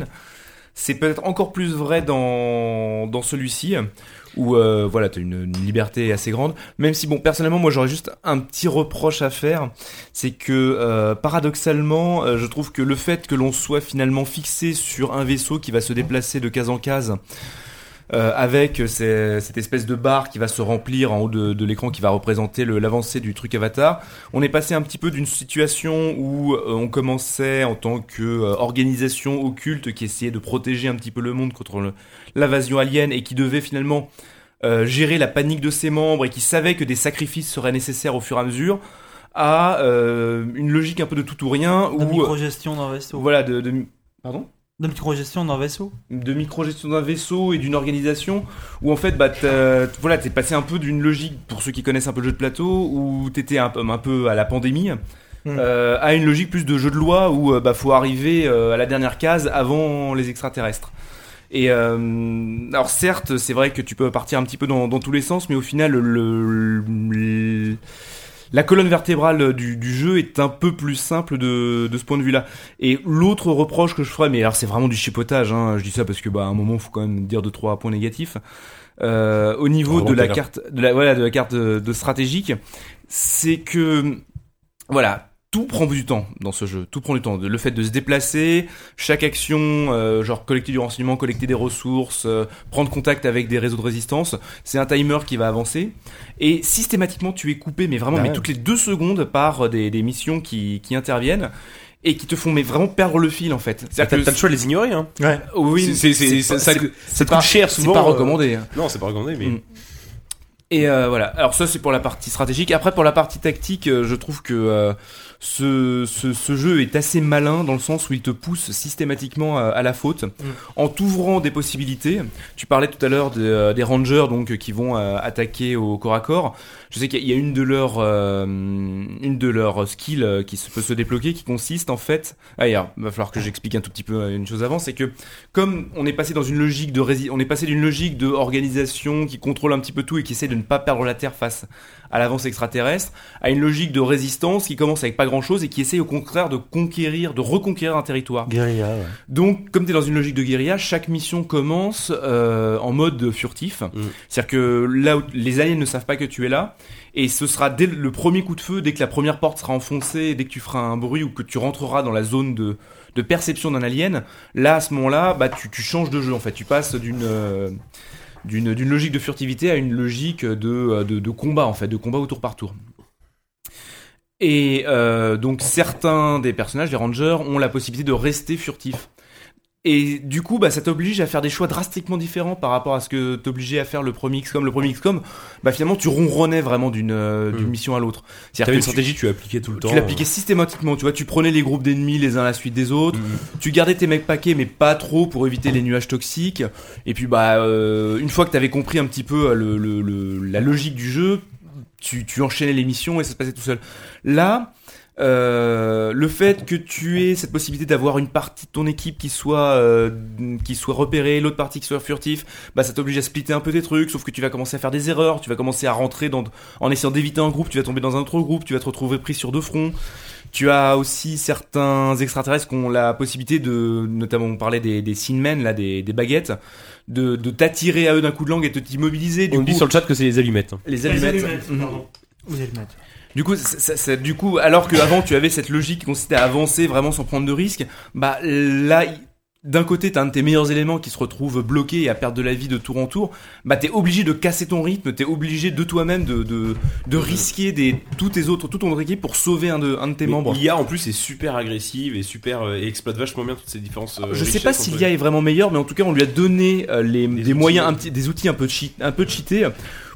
G: C'est peut-être encore plus vrai dans, dans celui-ci, où euh, voilà, tu as une, une liberté assez grande. Même si, bon, personnellement, moi j'aurais juste un petit reproche à faire, c'est que euh, paradoxalement, euh, je trouve que le fait que l'on soit finalement fixé sur un vaisseau qui va se déplacer de case en case, euh, avec ces- cette espèce de barre qui va se remplir en haut de, de l'écran qui va représenter le- l'avancée du truc Avatar. On est passé un petit peu d'une situation où euh, on commençait en tant que euh, organisation occulte qui essayait de protéger un petit peu le monde contre le- l'invasion alien et qui devait finalement euh, gérer la panique de ses membres et qui savait que des sacrifices seraient nécessaires au fur et à mesure à euh, une logique un peu de tout ou euh, rien
B: la
G: où
B: micro-gestion d'un vaisseau.
G: voilà de, de pardon
B: La micro-gestion d'un vaisseau.
G: de micro-gestion d'un vaisseau et d'une organisation où en fait bah t'as- voilà t'es passé un peu d'une logique pour ceux qui connaissent un peu le jeu de plateau où t'étais un, peu- un peu à la pandémie
E: Mm.
G: euh, à une logique plus de jeu de loi où euh, bah faut arriver euh, à la dernière case avant les extraterrestres et euh, alors certes c'est vrai que tu peux partir un petit peu dans, dans tous les sens mais au final le- le- la colonne vertébrale du, du jeu est un peu plus simple de, de ce point de vue-là. Et l'autre reproche que je ferais, mais alors c'est vraiment du chipotage, hein, je dis ça parce que bah à un moment faut quand même dire deux trois points négatifs. Euh, au niveau
A: Vraiment
G: de la
A: galère.
G: carte, de la voilà, de la carte de, de stratégique, c'est que voilà, tout prend du temps dans ce jeu, tout prend du temps. Le fait de se déplacer, chaque action, euh, genre collecter du renseignement, collecter des ressources, euh, prendre contact avec des réseaux de résistance, c'est un timer qui va avancer. Et systématiquement, tu es coupé, mais vraiment,
I: Bah
G: mais
I: ouais.
G: toutes les deux secondes par euh, des, des missions qui, qui interviennent et qui te font mais vraiment perdre le fil en fait.
D: T'as
G: C'est-à-dire que-
D: t'as le choix de les ignorer, hein.
E: Ouais.
G: Oui,
D: C'est- c'est- c'est-
G: pas-
D: ça-
G: c'est
D: coûte
G: pas-
D: cher souvent,
G: C'est pas
D: euh,
G: recommandé.
D: Non, c'est pas recommandé, mais.
G: Mm. Et euh, voilà. Alors ça c'est pour la partie stratégique. Après pour la partie tactique, euh, je trouve que euh, ce, ce, ce jeu est assez malin dans le sens où il te pousse systématiquement euh, à, à la faute en t'ouvrant des possibilités. Tu parlais tout à l'heure de, euh, des rangers donc euh, qui vont euh, attaquer au corps à corps. Je sais qu'il y a une de leurs euh, une de leurs skills euh, qui se, peut se débloquer qui consiste en fait. Ah, il va falloir que j'explique un tout petit peu euh, une chose avant, c'est que comme on est passé dans une logique de rési- on est passé d'une logique de organisation qui contrôle un petit peu tout et qui essaie de ne pas perdre la terre face à l'avance extraterrestre à une logique de résistance qui commence avec pas grand chose et qui essaie au contraire de conquérir de reconquérir un territoire
E: Guérilla, ouais.
G: donc, comme tu es dans une logique de guérilla, chaque mission commence euh, en mode furtif. C'est-à-dire que là où les aliens ne savent pas que tu es là, et ce sera dès le premier coup de feu, dès que la première porte sera enfoncée, dès que tu feras un bruit ou que tu rentreras dans la zone de, de perception d'un alien, là, à ce moment-là, bah, tu, tu changes de jeu en fait. Tu passes d'une. euh, d'une d'une logique de furtivité à une logique de, euh, de, de combat en fait, de combat au tour par tour. Et euh, donc certains des personnages, des rangers, ont la possibilité de rester furtifs. Et du coup, bah, ça t'oblige à faire des choix drastiquement différents par rapport à ce que t'obligeais à faire le premier XCOM. Le premier XCOM, bah, finalement, tu ronronnais vraiment d'une euh, d'une
D: Mm.
G: mission à l'autre.
D: T'avais
G: C'est-à-dire
D: une
G: que tu-
D: stratégie, tu appliquais tout le temps. euh.
G: tu l'appliquais systématiquement, tu vois, tu prenais les groupes d'ennemis les uns à la suite des autres,
D: Mm,
G: tu gardais tes mecs paquets mais pas trop pour éviter les nuages toxiques, et puis bah euh, une fois que t'avais compris un petit peu euh, le, le- le- la logique du jeu, tu, tu enchaînais les missions et ça se passait tout seul. Là, euh, le fait que tu aies cette possibilité d'avoir une partie de ton équipe qui soit euh, qui soit repérée, l'autre partie qui soit furtif, bah ça t'oblige à splitter un peu tes trucs, sauf que tu vas commencer à faire des erreurs, tu vas commencer à rentrer dans en essayant d'éviter un groupe, tu vas tomber dans un autre groupe, tu vas te retrouver pris sur deux fronts. Tu as aussi certains extraterrestres qui ont la possibilité de, notamment on parlait des, des Sin Men, là, des, des baguettes, de, de t'attirer à eux d'un coup de langue et de t'immobiliser. Du
D: On
G: coup,
D: me dit sur le chat que c'est les allumettes.
G: les
B: Les
G: allumettes.
B: allumettes,
G: Mhm.
B: pardon. Les allumettes.
G: Du coup, ça- ça- ça- du coup, alors qu'avant tu avais cette logique qui consistait à avancer vraiment sans prendre de risques, bah là, il- d'un côté t'as un de tes meilleurs éléments qui se retrouve bloqué et à perdre de la vie de tour en tour, bah t'es obligé de casser ton rythme, t'es obligé de toi-même de, de, de risquer des, tous tes autres, toute ton autre équipe pour sauver un de, un de tes
D: Mais
G: membres.
D: L'IA en plus est super agressive et super euh, et exploite vachement bien toutes ces différences. euh,
G: Je sais
D: richesses
G: pas
D: entre
G: si
D: les-
G: l'IA est vraiment meilleure, mais en tout cas, on lui a donné euh, les, des
D: outils,
G: moyens,
D: ouais.
G: un petit, des outils un peu, cheat, un peu cheatés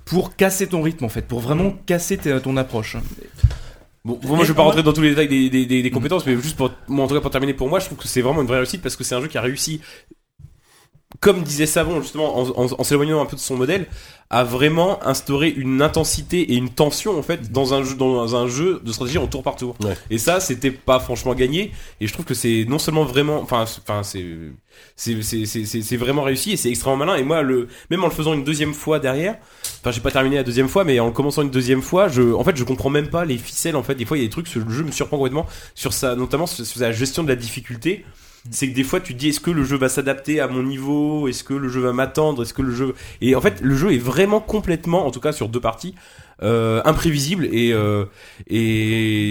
G: pour casser ton rythme en fait, pour vraiment casser ta- ton approche.
D: Bon, moi je vais pas rentrer dans tous les détails des, des- des- des compétences, mais juste pour moi en tout cas pour terminer pour moi, je trouve que c'est vraiment une vraie réussite parce que c'est un jeu qui a réussi, comme disait Savon justement, en, en- en s'éloignant un peu de son modèle, à vraiment instaurer une intensité et une tension en fait dans un jeu, dans un jeu de stratégie en tour par tour.
A: Ouais.
D: Et ça, c'était pas franchement gagné. Et je trouve que c'est non seulement vraiment, enfin, c'est- enfin c'est c'est c'est c'est- c'est c'est vraiment réussi et c'est extrêmement malin. Et moi, le même en le faisant une deuxième fois derrière. Enfin, j'ai pas terminé la deuxième fois, mais en le commençant une deuxième fois, je, en fait, je comprends même pas les ficelles. En fait, des fois, il y a des trucs, ce jeu me surprend complètement sur sa, notamment sur sur sa gestion de la difficulté. C'est que des fois, tu te dis, est-ce que le jeu va s'adapter à mon niveau Est-ce que le jeu va m'attendre Est-ce que le jeu Et en fait, le jeu est vraiment complètement, en tout cas sur deux parties, euh, imprévisible et euh, et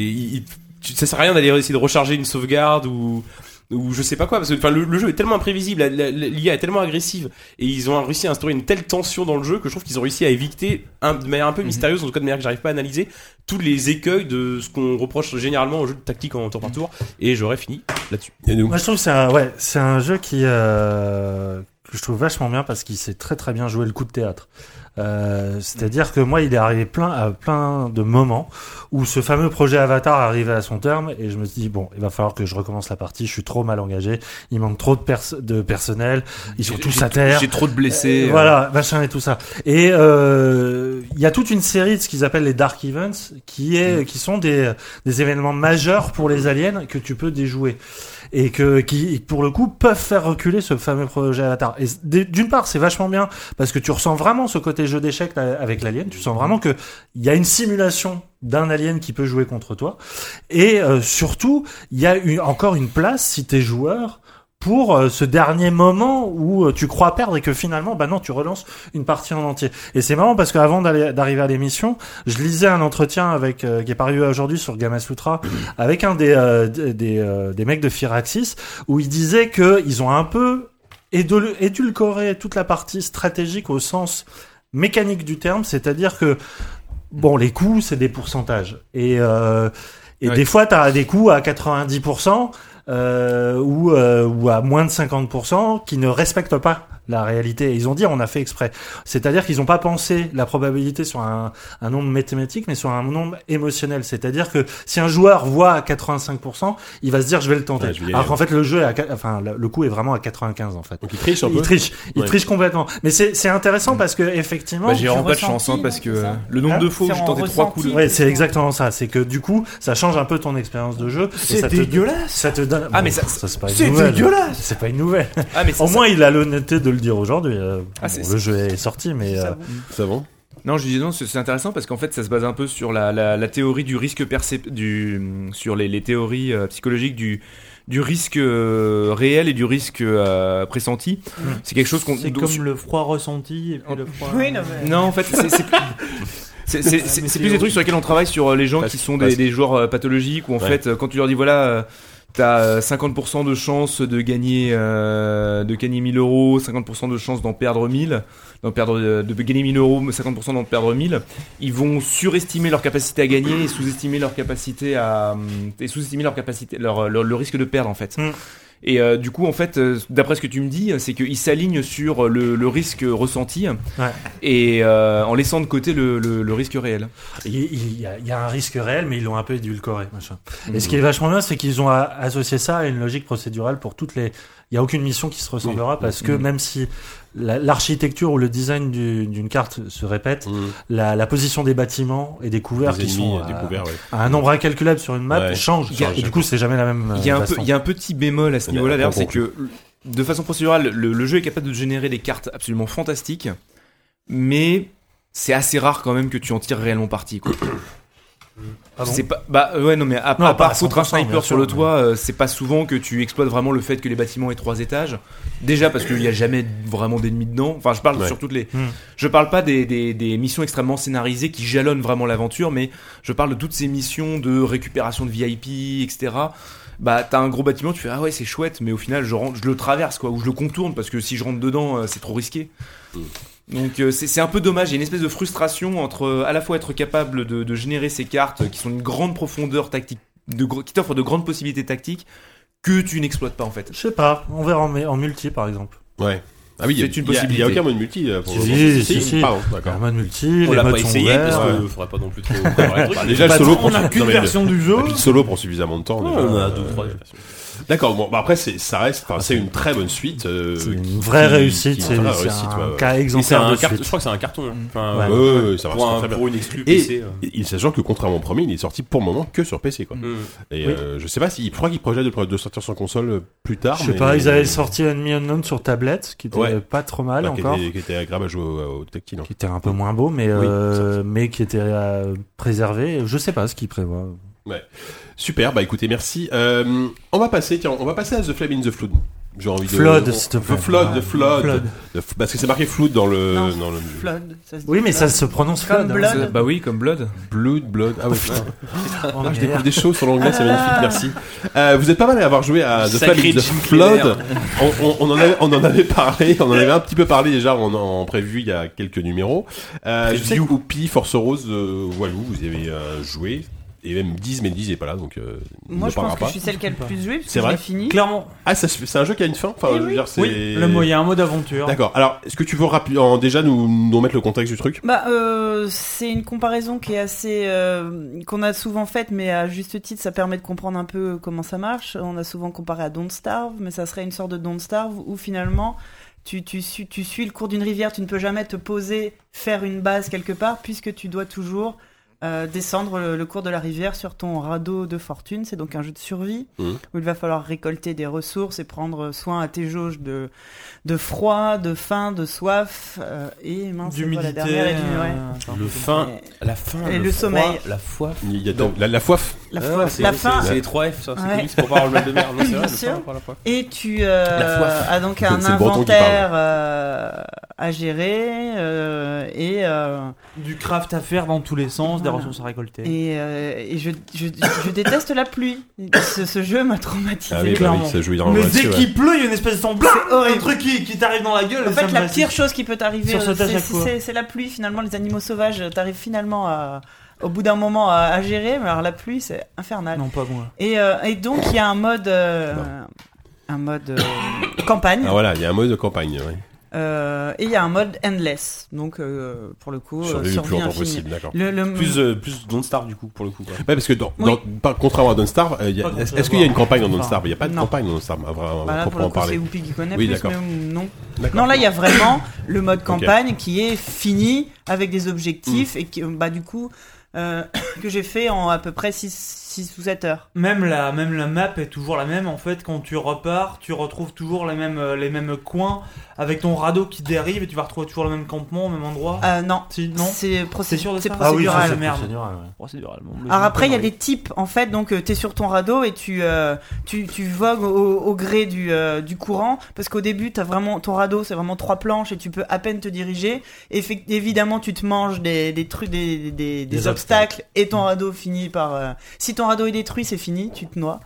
D: il- il- tu- ça sert à rien d'aller essayer de recharger une sauvegarde ou ou je sais pas quoi parce que enfin le, le jeu est tellement imprévisible, la- la- la- l'IA est tellement agressive et ils ont réussi à instaurer une telle tension dans le jeu que je trouve qu'ils ont réussi à éviter un- de manière un peu mystérieuse, en tout cas de manière que j'arrive pas à analyser, tous les écueils de ce qu'on reproche généralement aux jeux de tactique en tour par tour. Et j'aurais fini là-dessus.
A: Et nous
E: Moi, je trouve que c'est un, ouais, c'est un jeu qui, euh, que je trouve vachement bien parce qu'il sait très très bien jouer le coup de théâtre. Euh, C'est-à-dire que moi, il est arrivé plein à plein de moments où ce fameux projet Avatar arrivait à son terme et je me suis dit bon, il va falloir que je recommence la partie. Je suis trop mal engagé, il manque trop de, pers- de personnel, ils sont
G: J'ai-
E: tous
G: j'ai-
E: à terre.
G: J'ai trop de blessés.
E: Euh, Voilà, machin et tout ça. Et euh, il y a toute une série de ce qu'ils appellent les dark events, qui est, qui sont des des événements majeurs pour les aliens que tu peux déjouer et que qui pour le coup peuvent faire reculer ce fameux projet Avatar. Et d- d'une part, c'est vachement bien parce que tu ressens vraiment ce côté jeu d'échecs là, avec l'alien. Tu sens vraiment que il y a une simulation d'un alien qui peut jouer contre toi. Et euh, surtout, il y a une- encore une place si t'es joueur pour euh, ce dernier moment où euh, tu crois perdre et que finalement, bah non, tu relances une partie en entier. Et c'est marrant parce qu'avant d'aller- d'arriver à l'émission, je lisais un entretien avec euh, qui est paru aujourd'hui sur Gamasutra avec un des euh, des, des, euh, des mecs de Firaxis où il disait que ils ont un peu édol- édulcoré toute la partie stratégique au sens mécanique du terme, c'est-à-dire que bon, les coûts, c'est des pourcentages. Et, euh, et
C: Ouais.
E: des fois, tu as des coûts à 90% euh, ou, euh, ou à moins de 50% qui ne respectent pas la réalité. Et ils ont dit, on a fait exprès. C'est-à-dire qu'ils n'ont pas pensé la probabilité sur un, un nombre mathématique, mais sur un nombre émotionnel. C'est-à-dire que si un joueur voit à 85%, il va se dire, je vais le tenter.
A: Ouais, je vais y
E: Alors
A: aller.
E: qu'en fait, le jeu, est à, qua- enfin, le le coût est vraiment à 95 en fait.
A: Donc il triche un peu.
E: Il triche, il
A: Ouais.
E: triche complètement. Mais c'est c'est intéressant parce que effectivement,
G: Bah, j'ai vraiment pas de
F: ressenti,
G: chance, hein,
F: non,
G: parce que
F: c'est ça Ah
G: euh, le nombre
E: Hein
G: de fois où
F: C'est
G: j'ai
F: en
G: tenté trois
F: ressenti.
G: coups de.
E: Ouais, c'est exactement ça. C'est que du coup, ça change un peu ton expérience de jeu. et
B: C'est
E: ça te-
B: dégueulasse.
E: Ça te donne.
G: Ah,
E: Bon,
G: mais ça-
E: c'est pas
B: c'est
E: une nouvelle.
B: dégueulasse.
E: C'est pas une nouvelle.
G: Ah, mais
E: Au
G: ça-
E: moins, il a l'honnêteté de le dire aujourd'hui. euh,
G: Ah,
E: bon,
G: c'est-
E: le jeu est sorti, mais euh,
A: Ça va
G: Non, je disais non, c'est c'est intéressant parce qu'en fait, ça se base un peu sur la, la, la théorie du risque percep... du sur les, les théories euh, psychologiques du du risque euh, réel et du risque euh, pressenti.
F: Mmh.
G: C'est quelque chose qu'on
B: C'est
G: dont-
B: comme le froid ressenti et puis le froid. euh,
F: Oui, non, mais-
G: Non, en fait, c'est- c'est c'est- c'est- c'est- c'est plus des trucs sur lesquels on travaille sur euh, les gens
A: Parce-
G: qui sont des,
A: parce-
G: des joueurs euh, pathologiques où en
A: Ouais.
G: fait, euh, quand tu leur dis voilà. euh, T'as euh, 50% de chance de gagner euh, de gagner 1000 euros, 50% de chance d'en perdre 1000, d'en perdre euh, de gagner 1000 euros, mais 50% d'en perdre 1000. Ils vont surestimer leur capacité à gagner et sous-estimer leur capacité à hum, et sous-estimer leur capacité leur, leur- le risque de perdre en fait.
E: Mm.
G: Et euh, du coup en fait, euh, d'après ce que tu me dis, c'est qu'ils s'alignent sur le, le risque ressenti et euh, en laissant de côté le, le- le risque réel.
E: il il y, a- il y a un risque réel, mais ils l'ont un peu édulcoré. Machin. Et ce qui est vachement bien, c'est qu'ils ont a- associé ça à une logique procédurale pour toutes les. Il y a aucune mission qui se ressemblera parce que
G: Mmh.
E: même si la- l'architecture ou le design du- d'une carte se répète, la, la position des bâtiments et des couverts
A: Les
E: euh, qui
A: ennemis euh,
E: sont à-
A: découverts, ouais.
E: à un nombre incalculable sur une map
A: Ouais.
E: change.
G: Il y a-
E: et du coup, c'est jamais la même. euh,
G: Il y, a un peu-
E: baston.
G: il y a un petit bémol à ce
A: Ah, Eh ben,
G: niveau-là, d'ailleurs,
A: attends,
G: c'est que de façon procédurale, le, le jeu est capable de générer des cartes absolument fantastiques, mais c'est assez rare quand même que tu en tires réellement parti. Quoi.
E: Ah bon
G: c'est pas, bah euh, ouais, non, mais à,
E: Non,
G: à
E: pas à
G: part foutre un
E: 100%, bien
G: sniper sur le
E: sûr,
G: toit, euh, c'est pas souvent que tu exploites vraiment le fait que les bâtiments aient trois étages. Déjà parce qu'il n'y a jamais vraiment d'ennemis dedans. Enfin, je parle
A: Ouais.
G: sur toutes les.
E: Hmm.
G: Je parle pas des, des- des missions extrêmement scénarisées qui jalonnent vraiment l'aventure, mais je parle de toutes ces missions de récupération de VIP, etc. Bah, t'as un gros bâtiment, tu fais ah ouais, c'est chouette, mais au final, je, rentre, je le traverse quoi, ou je le contourne parce que si je rentre dedans, euh, c'est trop risqué. Donc euh, c'est c'est un peu dommage, il y a une espèce de frustration entre euh, à la fois être capable de, de générer ces cartes euh, qui sont une grande profondeur tactique, de, gro- qui t'offrent de grandes possibilités tactiques, que tu n'exploites pas en fait.
E: Je sais pas, on verra en, mu- en multi par exemple.
A: Ouais. Ah oui, il y a-
G: C'est une
A: il y a- Il y a
G: possibilité.
A: aucun mode multi euh, pour
E: Si,
A: le
E: si,
A: moment.
E: si, si.
A: Pardon,
E: En
A: d'accord.
E: mode multi,
D: On
E: les
D: l'a
E: modes
D: pas
E: sont
D: essayé parce
E: ouverts. euh,
D: que euh,
A: ouais.
D: faudrait pas non plus trop. comparer le truc.
A: Bah, déjà, le
B: Bah,
A: solo
B: on
A: prend
B: a qu'une
A: non, mais le-
B: version du jeu.
A: Et puis le solo prend suffisamment de temps.
D: Ouais,
A: déjà.
D: on a deux ou trois.
A: D'accord, bon, bah après, c'est, ça reste, enfin, c'est une très bonne suite. euh,
E: C'est
A: qui-
E: une vraie
A: qui-
E: réussite,
A: qui-
E: c'est
A: vraie
E: c'est
A: réussite, ouais,
E: un
A: ouais.
E: cas
D: Mais c'est
E: exemplaire
D: un
E: de
D: carton-
E: suite.
D: Je crois que c'est un carton. hein. Enfin,
E: Ouais.
A: Ouais, ouais, ouais, ça marche
D: Pour,
A: très
D: un,
A: bien.
D: pour une exclu
A: Et-
D: PC. euh.
A: Et- Il sachant que contrairement au premier, il est sorti pour le moment que sur PC quoi.
D: Mm.
A: Et
E: Oui.
A: euh, je sais pas si je crois qu'ils projettent de, de sortir sur console euh, plus tard.
E: Je sais
A: mais- euh,
E: pas, ils avaient sorti Enemy Unknown sur tablette, ce qui était
A: Ouais.
E: pas trop
A: Bah,
E: mal
A: qui
E: encore.
A: Était, qui était agréable à jouer au, au tactile. hein.
E: Qui était un peu moins beau, mais,
A: Oui,
E: euh, mais qui était euh, préservé. Je sais pas ce qu'ils prévoient.
A: Super, bah écoutez, merci. Euh, on va passer, tiens, on va passer à The Flame in the Flood. J'ai envie de.
E: Flood,
A: on-
E: s'il te
A: The
E: plaît.
A: Flood, The Flood.
B: Flood.
A: The f- Parce que c'est marqué Flood dans le.
F: Non,
A: dans le...
F: Flood, ça se dit
E: Oui, mais ça
F: Flood.
E: se prononce
F: Comme
E: Flood. hein.
F: Blood.
G: C'est- Bah oui, comme Blood.
A: Blood, Blood. Ah ouais, putain.
E: Oh,
A: Ah, je
E: merde.
A: découvre des choses sur l'anglais, c'est magnifique, merci. Euh, vous êtes pas mal à avoir joué à The
D: Sacré
A: Family The
D: Jim
A: Flood. On, on- on en avait, on en avait parlé, on en avait un petit peu parlé déjà en, en prévu il y a quelques numéros. Euh, je sais que Whoopi, Force Rose, euh, Walou, vous y avez euh, joué. Et même 10, mais 10 est pas là, donc euh, il
F: Moi,
A: ne
F: je pense
A: parlera
F: que
A: pas.
F: je suis celle qui a le plus joué, parce
A: C'est
F: que je
A: vrai
F: l'ai fini.
B: Clairement.
A: Ah, ça se- c'est un jeu qui a une fin Enfin,
F: Eh
A: je veux
F: oui.
A: dire, c'est...
B: Oui, le mot, il y a un mot d'aventure.
A: D'accord, alors, est-ce que tu veux rappeler- en- déjà nous, nous mettre le contexte du truc
F: Bah, euh, c'est une comparaison qui est assez euh, qu'on a souvent faite, mais à juste titre, ça permet de comprendre un peu comment ça marche. On a souvent comparé à Don't Starve, mais ça serait une sorte de Don't Starve où finalement tu, tu, suis, tu suis le cours d'une rivière, tu ne peux jamais te poser, faire une base quelque part, puisque tu dois toujours euh, descendre le, le cours de la rivière sur ton radeau de fortune. C'est donc un jeu de survie
D: Mhm.
F: où il va falloir récolter des ressources et prendre soin à tes jauges de, de froid, de faim, de soif euh, et mince, c'est quoi
B: D'humidité.
F: la dernière et du- ouais.
B: euh, enfin,
D: Le faim, la faim,
F: Et le
D: ah, froid,
F: sommeil.
G: Ah,
D: la foi.
A: Il y a
D: Donc-
A: la, la foif.
F: La,
D: Ah,
F: foi-
D: c'est-
F: la
D: c'est-
F: faim
D: C'est les 3 F, ça. C'est
F: Ouais.
D: connu, c'est pour pas avoir le mal de mer. Non, c'est vrai,
F: Bien
D: le
F: sûr.
D: faim, la foi.
F: Et tu
D: La
F: euh,
D: foi.
F: as donc
A: C'est le
F: un
A: breton qui parle.
F: inventaire euh, à gérer euh, et, euh,
B: Du craft à faire dans tous les sens, des
F: Voilà.
B: ressources à récolter.
F: et, euh, et je, je- je déteste la pluie. Ce, ce jeu m'a traumatisé.
A: Ah oui, bah
B: clairement.
A: oui, ça je veux dire.
B: Mais
A: là-dessus,
B: dès
A: ouais.
B: qu'il pleut, il y a une espèce de son blanc,
F: C'est
B: un
F: horrible.
B: truc qui, qui t'arrive dans la gueule.
F: En
B: et ça
F: fait,
B: me
F: la
B: fascine.
F: pire chose qui peut t'arriver,
B: Sur ce
F: euh,
B: tâche
F: c'est-
B: à quoi
F: c'est c'est la pluie. Finalement, les animaux sauvages, t'arrives finalement à- au bout d'un moment à, à gérer, mais alors la pluie, c'est infernal.
B: Non, pas moi.
F: Et, euh, et donc, il y a un mode, euh, un mode euh, campagne,
A: Ah voilà, il y a un mode de campagne. ouais.
F: euh, et il y a un mode endless. Donc, euh, pour le coup,
A: Survivre
F: euh,
A: le plus
F: survie
A: longtemps
F: infinie.
A: possible, d'accord.
F: Le, le-
D: Plus, euh, plus Don't Starve, du coup, pour le coup. quoi.
A: Ouais, parce que dans,
F: Oui.
A: dans- par- contrairement à Don't Starve, euh, il y a-
B: Pas
A: est-ce
B: contrairement.
A: qu'il y a une campagne dans Don't
B: Enfin,
A: Starve Il n'y a pas de
F: non.
A: campagne dans Don't Starve, à vrai- à
F: Bah là, pour le
A: proprement
F: coup, c'est
A: parler.
F: Whoopi qui connaît
A: Oui,
F: plus,
A: d'accord.
F: mais non.
A: D'accord.
F: Non, là, il y a vraiment le mode campagne qui est fini avec des
A: Mm.
F: objectifs et qui, bah, du coup, euh, que j'ai fait en à peu près 6 ou 7 heures.
B: Même la, même la map est toujours la même en fait. Quand tu repars, tu retrouves toujours les mêmes, euh, les mêmes coins avec ton radeau qui dérive et tu vas retrouver toujours le même campement au même endroit.
F: Euh, non.
B: Si, non
F: C'est
B: C'est sûr de
F: procédural. C'est
B: ça
E: Ah oui,
F: procédural.
E: ça, c'est
B: Merde.
E: procédural, ouais.
B: Procédural.
F: Alors après, il
E: Ah
F: y a des types, en fait, donc euh, t'es sur ton radeau et tu, euh, tu, tu vogues au, au gré du, euh, du courant, parce qu'au début, t'as vraiment, ton radeau, c'est vraiment trois planches et tu peux à peine te diriger. Et fait- évidemment, tu te manges des, des trucs, des, des, des,
E: Des
F: obstacles, et ton radeau finit par... euh, si ton radeau est détruit, c'est fini, tu te noies.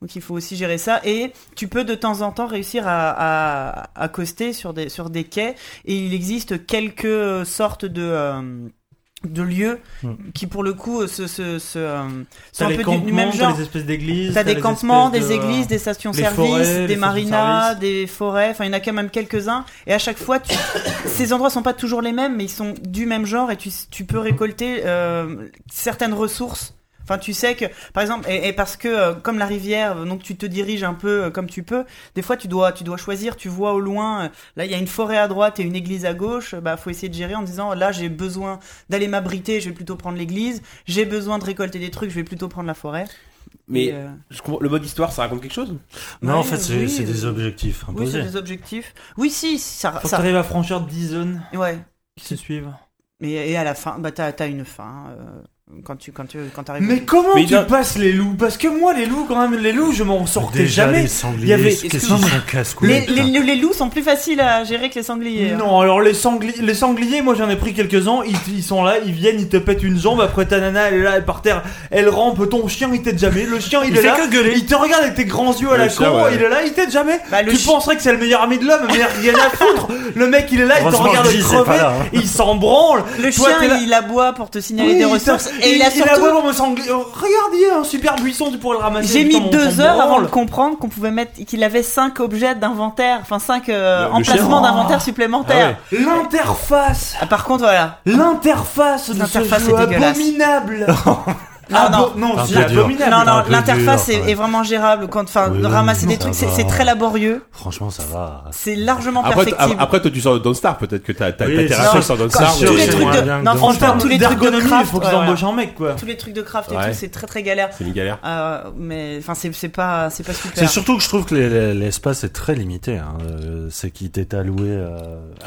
F: Donc il faut aussi gérer ça. Et tu peux de temps en temps réussir à, à, à accoster sur des, sur des quais. Et il existe quelques euh, sortes de... euh, de lieux qui pour le coup euh, se, se, se, euh, sont
B: Hmm. T'as
F: un
B: les
F: peu du, du même
B: campements, t'as
F: genre.
B: les espèces d'églises.
F: T'as des
B: les
F: campements,
B: espèces
F: des
B: de- euh,
F: églises, des
B: les
F: stations-service,
B: forêts, les
F: des
B: stations-service.
F: marinas, des forêts. Enfin, il y en a quand même quelques-uns. Et à chaque fois, tu- ces endroits sont pas toujours les mêmes, mais ils sont du même genre et tu, tu peux récolter euh, certaines ressources. Enfin, tu sais que, par exemple, et, et parce que euh, comme la rivière, euh, donc tu te diriges un peu euh, comme tu peux. Des fois, tu dois, tu dois choisir. Tu vois au loin, euh, là, il y a une forêt à droite et une église à gauche. Bah, faut essayer de gérer en disant, là, j'ai besoin d'aller m'abriter, je vais plutôt prendre l'église. J'ai besoin de récolter des trucs, je vais plutôt prendre la forêt.
D: Mais
F: Et, euh,
D: je comprends- le mode histoire, ça raconte quelque chose
E: Non, en
F: Ouais,
E: fait, c'est
F: oui,
E: c'est
F: euh,
E: des objectifs
F: Oui, c'est
E: imposés.
F: des objectifs. Oui, si, ça.
B: Faut que
F: ça
B: t'arrives à franchir 10 zones
F: ouais.
B: qui se suivent.
F: Mais et à la fin, bah t'as t'as une fin euh, quand tu quand tu quand t'arrives.
B: Mais comment
D: Mais il
B: tu
D: y a-
B: passes les loups Parce que moi, les loups, quand même, les loups, je m'en sortais
E: Déjà,
B: jamais.
E: les sangliers,
B: Il y avait-
E: qu'est-ce qu'ils
B: excuse-moi.
E: sont casse-couilles.
F: les, les, les- les loups sont plus faciles à gérer que les sangliers. hein.
B: Non, alors les, sangli- les sangliers, moi j'en ai pris quelques-uns, ils, ils sont là, ils viennent, ils te pètent une jambe, après ta nana elle est là, elle est par terre, elle rampe, ton chien il t'aide jamais, le chien il, est là, il te regarde avec tes grands yeux à
A: Le
B: la con,
A: chien, ouais.
B: il est là, il t'aide jamais,
F: Bah, le
B: tu
F: chi-
B: penserais que c'est le meilleur ami de l'homme, mais rien à foutre, le mec il est là, il te
E: Heureusement
B: regarde
E: que Guy, c'est pas
B: crever,
E: là, hein.
B: il s'en branle,
F: Le
B: Toi, t'es
F: chien,
B: là-
F: il aboie pour te signaler
B: Oui,
F: des
B: il
F: ressources
B: t'a-
F: et il, a surtout.
B: aboie pour me sangler. Oh, Regarde, il y a un super buisson, tu pourrais le ramasser.
F: J'ai
B: putain,
F: mis
B: mon-
F: deux
B: mon
F: heures avant
B: branle.
F: de comprendre qu'on pouvait mettre qu'il avait cinq objets d'inventaire, enfin cinq euh,
A: Le- le
B: chien.
F: emplacements d'inventaire supplémentaires.
B: L'interface
F: Ah, par contre, voilà.
B: L'interface de ce
F: L'interface
B: jeu
F: est dégueulasse.
B: abominable
F: Ah, non.
B: Abo- non,
E: Un
B: c'est
E: peu dur.
B: abominable
F: Non,
E: un
F: non,
E: peu
F: l'interface
E: dur,
F: est,
E: quand même.
F: est vraiment gérable. Quand, enfin,
E: Oui, oui,
F: ramasser
E: oui,
F: des
E: ça
F: trucs, c'est
E: va.
F: c'est très laborieux.
E: Franchement, ça va.
F: C'est largement
A: Après, t-
F: perfectible.
A: après, toi, tu sors de Don't Starve, peut-être que t'as t'as-
E: Oui,
A: t'as
E: c'est
A: tes
E: ça.
A: racines sur Don't
F: Quand-
A: Starve.
F: tous
E: sûr,
A: ouais.
F: les
E: c'est
F: trucs
E: moins
F: de,
E: bien que
F: non,
E: dans
B: En
E: Enfin,
B: termes
F: tous les trucs de
B: d'ergonomie, il
F: craft,
B: faut qu'ils
F: ouais,
B: embauchent un mec, quoi.
F: ouais. tous les trucs de craft et
A: Ouais.
F: tout, c'est très très galère.
A: C'est une galère.
F: Euh, mais enfin, c'est c'est pas, c'est pas super.
E: C'est surtout que je trouve que les- les- l'espace est très limité. hein. Euh, C'est qui t'est alloué euh,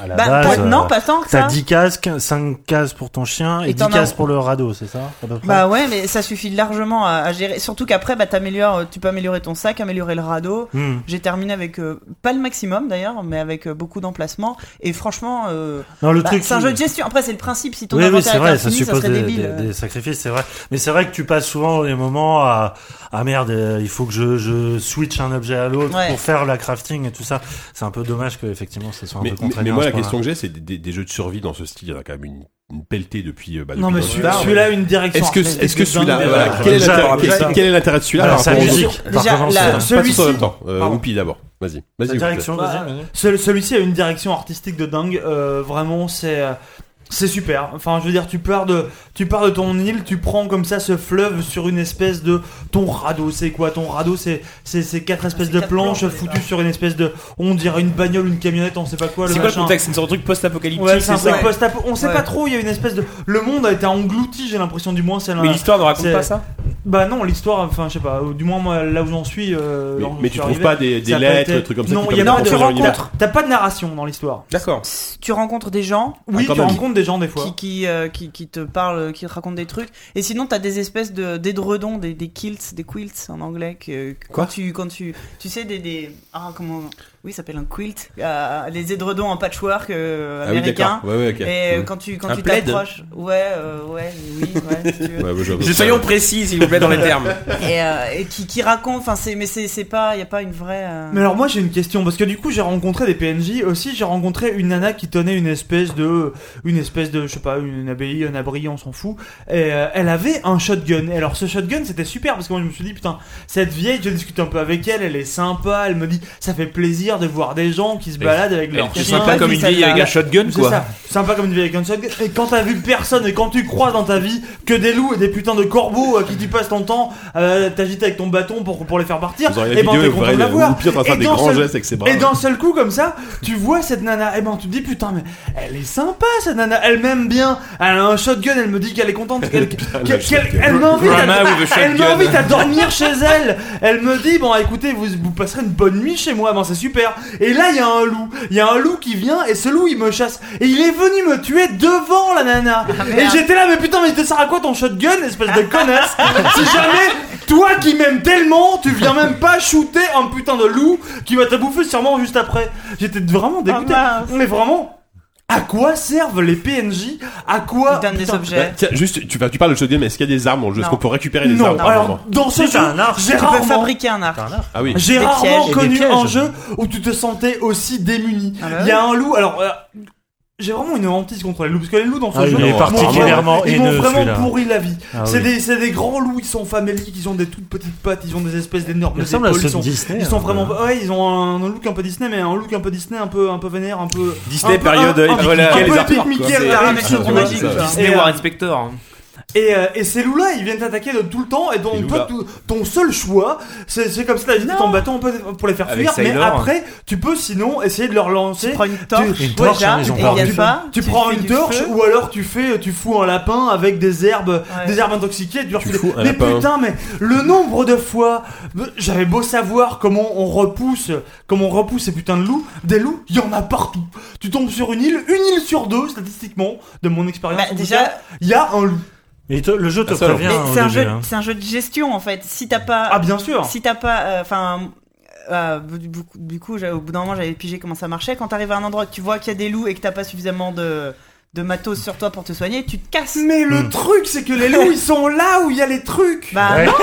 E: à la
F: Bah,
E: base.
F: pas-
E: euh,
F: non, pas tant que
E: T'as
F: ça.
E: 10 cases, 5 cases pour ton chien et,
F: Et
E: 10
F: t'en as-
E: cases pour le radeau, c'est ça à peu près
F: Bah ouais, mais ça suffit largement à, à gérer. Surtout qu'après, bah t'améliores, tu peux améliorer ton sac, améliorer le radeau.
E: Hmm.
F: J'ai terminé avec euh, pas le maximum d'ailleurs, mais avec euh, beaucoup d'emplacements. Et franchement, euh,
E: Non, le
F: bah,
E: truc.
F: c'est un jeu de gestion. Après, c'est le principe. Si ton
E: Oui, oui,
F: inventaire
E: c'est
F: est
E: vrai, ça
F: infini, ça,
E: suppose
F: serait
E: des,
F: débile.
E: des- des sacrifices, c'est vrai. Mais c'est vrai que tu passes souvent les moments à ah merde, euh, il faut que je, je switch un objet à l'autre
F: Ouais.
E: pour faire la crafting et tout ça. C'est un peu dommage que effectivement ça soit un
A: Mais,
E: peu
A: mais-
E: contraignant.
A: mais
E: à
A: moi,
E: ce
A: la
E: point-là.
A: question que j'ai, c'est des, des- des jeux de survie dans ce style. Il y en a quand même une, une pelletée depuis. euh, Bah,
B: Non,
A: depuis
B: mais
A: Don't
B: celui-
A: Starve.
B: celui-là, une direction.
A: Est-ce que,
B: artistique
A: est-ce que
B: de
A: celui-là,
B: dingue,
A: voilà,
B: euh,
A: quel, est
E: Déjà,
A: l'intérêt-
E: déjà,
A: quel- quel est l'intérêt de celui-là
E: Alors,
A: par
E: sa
A: rapport au-
E: Ah, musique, par
F: déjà,
E: contre,
F: la-
E: ça-
B: ce-
A: Pas tous en
B: Celui-ci-
A: même temps. Euh,
B: Pardon.
A: Whoopi d'abord. Vas-y.
E: la
A: Vas-y. Whoopi.
E: direction,
B: Bah,
E: vas-y, vas-y.
B: ce- Celui-ci a une direction artistique de dingue. euh, vraiment, c'est. euh, C'est super. Enfin, je veux dire, tu pars de, tu pars de ton île, tu prends comme ça ce fleuve sur une espèce de ton radeau. C'est quoi ton radeau C'est c'est c'est
D: Ah,
B: quatre espèces de
F: quatre
B: planches,
F: planches,
B: foutues sur une espèce de, on dirait une bagnole, une camionnette, on sait pas quoi.
D: C'est
B: le
D: quoi le
B: machin.
D: contexte C'est une sorte de truc post-apocalyptique,
B: Ouais, c'est
D: c'est
B: un
D: ça
B: truc post-apo. On sait
F: Ouais.
B: pas trop. Il y a une espèce de, le monde a été englouti. J'ai l'impression du moins. C'est
D: Mais l'histoire ne raconte
B: C'est-
D: pas ça
B: Bah non, l'histoire. Enfin, je sais pas. Du moins, moi, là où j'en suis. euh,
A: Mais,
B: là où j'en
A: mais
B: suis
A: tu trouves
B: arrivé,
A: pas des, des
B: ça a pas
A: lettres,
B: été-
A: des trucs comme ça
B: Non,
A: qui
B: il y a
A: permettent
B: pas
A: de
B: de
A: construire une
B: rencontre.
A: histoire
B: T'as pas de narration dans l'histoire.
D: D'accord.
F: Tu rencontres des gens
B: Oui,
A: Ah, quand
B: tu
A: même.
B: rencontres des gens des fois.
F: qui, qui, euh, qui, qui te parlent, qui te racontent des trucs. Et sinon, t'as des espèces de d'édredons, des, des quilts, des quilts en anglais. Que, que
A: Quoi
F: quand tu, quand tu, tu sais, des. des ah, comment. Oui, ça s'appelle un quilt. Euh, les édredons en patchwork euh,
A: Ah oui,
F: américain.
A: d'accord. Ouais, ouais, ok.
F: Et euh,
A: Mmh.
F: quand tu quand
D: Un
F: tu
D: plaid.
F: t'approches, ouais, euh, ouais, oui, ouais, si tu veux.
A: Ouais, ouais, j'avoue.
D: Soyons précis, s'il vous plaît, dans les termes.
F: et, euh, et qui, qui raconte, enfin c'est, mais c'est, c'est pas, y a pas une vraie. euh,
B: Mais alors moi j'ai une question parce que du coup j'ai rencontré des PNJ aussi j'ai rencontré une nana qui tenait une espèce de une espèce de je sais pas une abbaye un abri on s'en fout et euh, elle avait un shotgun et alors ce shotgun c'était super parce que moi je me suis dit putain cette vieille je discute un peu avec elle elle est sympa elle me dit ça fait plaisir de voir des gens qui se baladent avec leur
D: C'est
B: chien
D: sympa comme une vieille avec un shotgun,
B: c'est
D: quoi.
B: ça, sympa comme une vieille avec un shotgun. Et quand t'as vu personne et quand tu crois dans ta vie que des loups et des putains de corbeaux à qui tu passes ton temps, euh, t'agites avec ton bâton pour, pour les faire partir,
A: Vous aurez
B: et
A: la
B: ben
A: vidéo
B: t'es
A: et vous
B: content
A: verrez
B: de la
A: le-
B: voir.
A: ou pire, on va faire
B: Et
A: des
B: dans
A: grands
B: ce-
A: gestes avec ses bras.
B: Et d'un seul coup, comme ça, tu vois cette nana, et ben tu te dis putain, mais elle est sympa cette nana, elle m'aime bien, elle a un shotgun, elle me dit qu'elle est contente, qu'elle qu'elle- qu'elle- elle m'invite
G: Grandma
B: à-
G: with a
B: elle
G: shotgun.
B: m'invite à dormir chez elle, elle me dit bon écoutez, vous, vous passerez une bonne nuit chez moi, ben c'est super. Et là, il y a un loup, il y a un loup qui vient, et ce loup il me chasse, et il est venu me tuer devant la nana. et j'étais là, mais putain, mais te sert à quoi ton shotgun, espèce de connasse Si jamais toi qui m'aimes tellement, tu viens même pas shooter un putain de loup qui va te bouffer sûrement juste après. J'étais vraiment
F: Ah,
B: dégoûté. mais vraiment, à quoi servent les PNJ À quoi
F: Ils donnent des
B: Putain.
A: Bah,
F: objets.
A: tiens, juste, tu, vas- tu parles de shotgun, mais est-ce qu'il y a des armes dans le jeu Est-ce
F: Non.
A: qu'on peut récupérer des
B: Non,
A: armes
B: alors dans ce
E: Si,
B: jeu,
E: t'as un arc,
B: j'ai
F: Tu peux
B: rarement,
F: fabriquer un arc.
A: Ah oui.
B: j'ai
F: des
B: rarement
F: pièges et des
B: connu un
E: pièges.
B: jeu où tu te sentais aussi démuni.
F: Ah bah
B: Il y a un loup, alors. euh, j'ai vraiment une hantise contre les loups, parce que les loups dans ce
E: Ah,
B: jeu,
E: il est
B: m'ont vraiment-
E: particulièrement
B: ils m'ont
E: haineux,
B: vraiment
E: celui-là.
B: pourri la vie.
E: Ah
B: c'est
E: oui.
B: des, c'est des grands loups, ils sont faméliques, ils ont des toutes petites pattes, ils ont des espèces d'énormes
E: Il ressemble à
B: épaules,
E: ceux
B: ils
E: de
B: sont
E: Disney.
B: Ils sont
E: hein.
B: vraiment. Ouais, ils ont un, un look un peu Disney, mais un look un peu Disney, un peu, un peu vénère, un peu.
D: Disney,
B: un peu-
D: période
B: un, un,
D: Epic Mickey,
B: un
D: les
B: peu
D: artworks,
B: Epic
D: quoi.
B: Mickey,
D: C'est-
B: la
D: Ah,
B: réaction
A: mais
B: qu'on
A: c'est
B: a
A: ça,
B: dit.
A: c'est ça.
B: Et,
G: Disney
B: euh,
G: War Inspector.
B: Et, euh, et ces loups-là, ils viennent t'attaquer de tout le temps, et
A: Les
B: donc
A: loups-là.
B: toi, tout- ton seul choix, c'est c'est comme ça, t'as dit, t'es en bâton peut- pour les faire
G: Avec
B: fuir, mais
G: Sailor.
B: après, tu peux sinon essayer de leur
F: Tu
B: lancer.
F: prends une torche.
E: Une torche,
F: déjà,
E: hein, ils ont
F: et
E: pas
F: y a
E: du
F: pas,
B: Tu
F: tu
B: prends
F: fais
B: une
F: du
B: torche
F: feu.
B: ou alors tu fais tu fous un lapin avec des herbes
F: Ouais.
B: des herbes intoxiquées tu leur
A: Tu
B: fous des-
A: fous un
B: mais
A: lapin.
B: putain mais le nombre de fois j'avais beau savoir comment on repousse comment on repousse ces putains de loups des loups il y en a partout tu tombes sur une île une île sur deux statistiquement de mon expérience
F: Bah,
B: en tout
F: déjà-
B: cas, il y a un loup
E: Et te- le jeu te
A: Ah, ça,
E: prévient.
F: Mais
E: hein, au
F: c'est un
E: début,
F: jeu,
E: hein.
F: c'est un jeu de gestion en fait. Si t'as pas,
B: ah bien sûr
F: si t'as pas, euh, enfin. euh, du coup, du coup, j'ai- au bout d'un moment, j'avais pigé comment ça marchait. Quand t'arrives à un endroit que tu vois qu'il y a des loups et que t'as pas suffisamment de, de matos sur toi pour te soigner, tu te casses.
B: mais le
E: Hmm.
B: truc c'est que les loups ils sont là où il y a les trucs
F: Bah
E: Ouais.
F: non,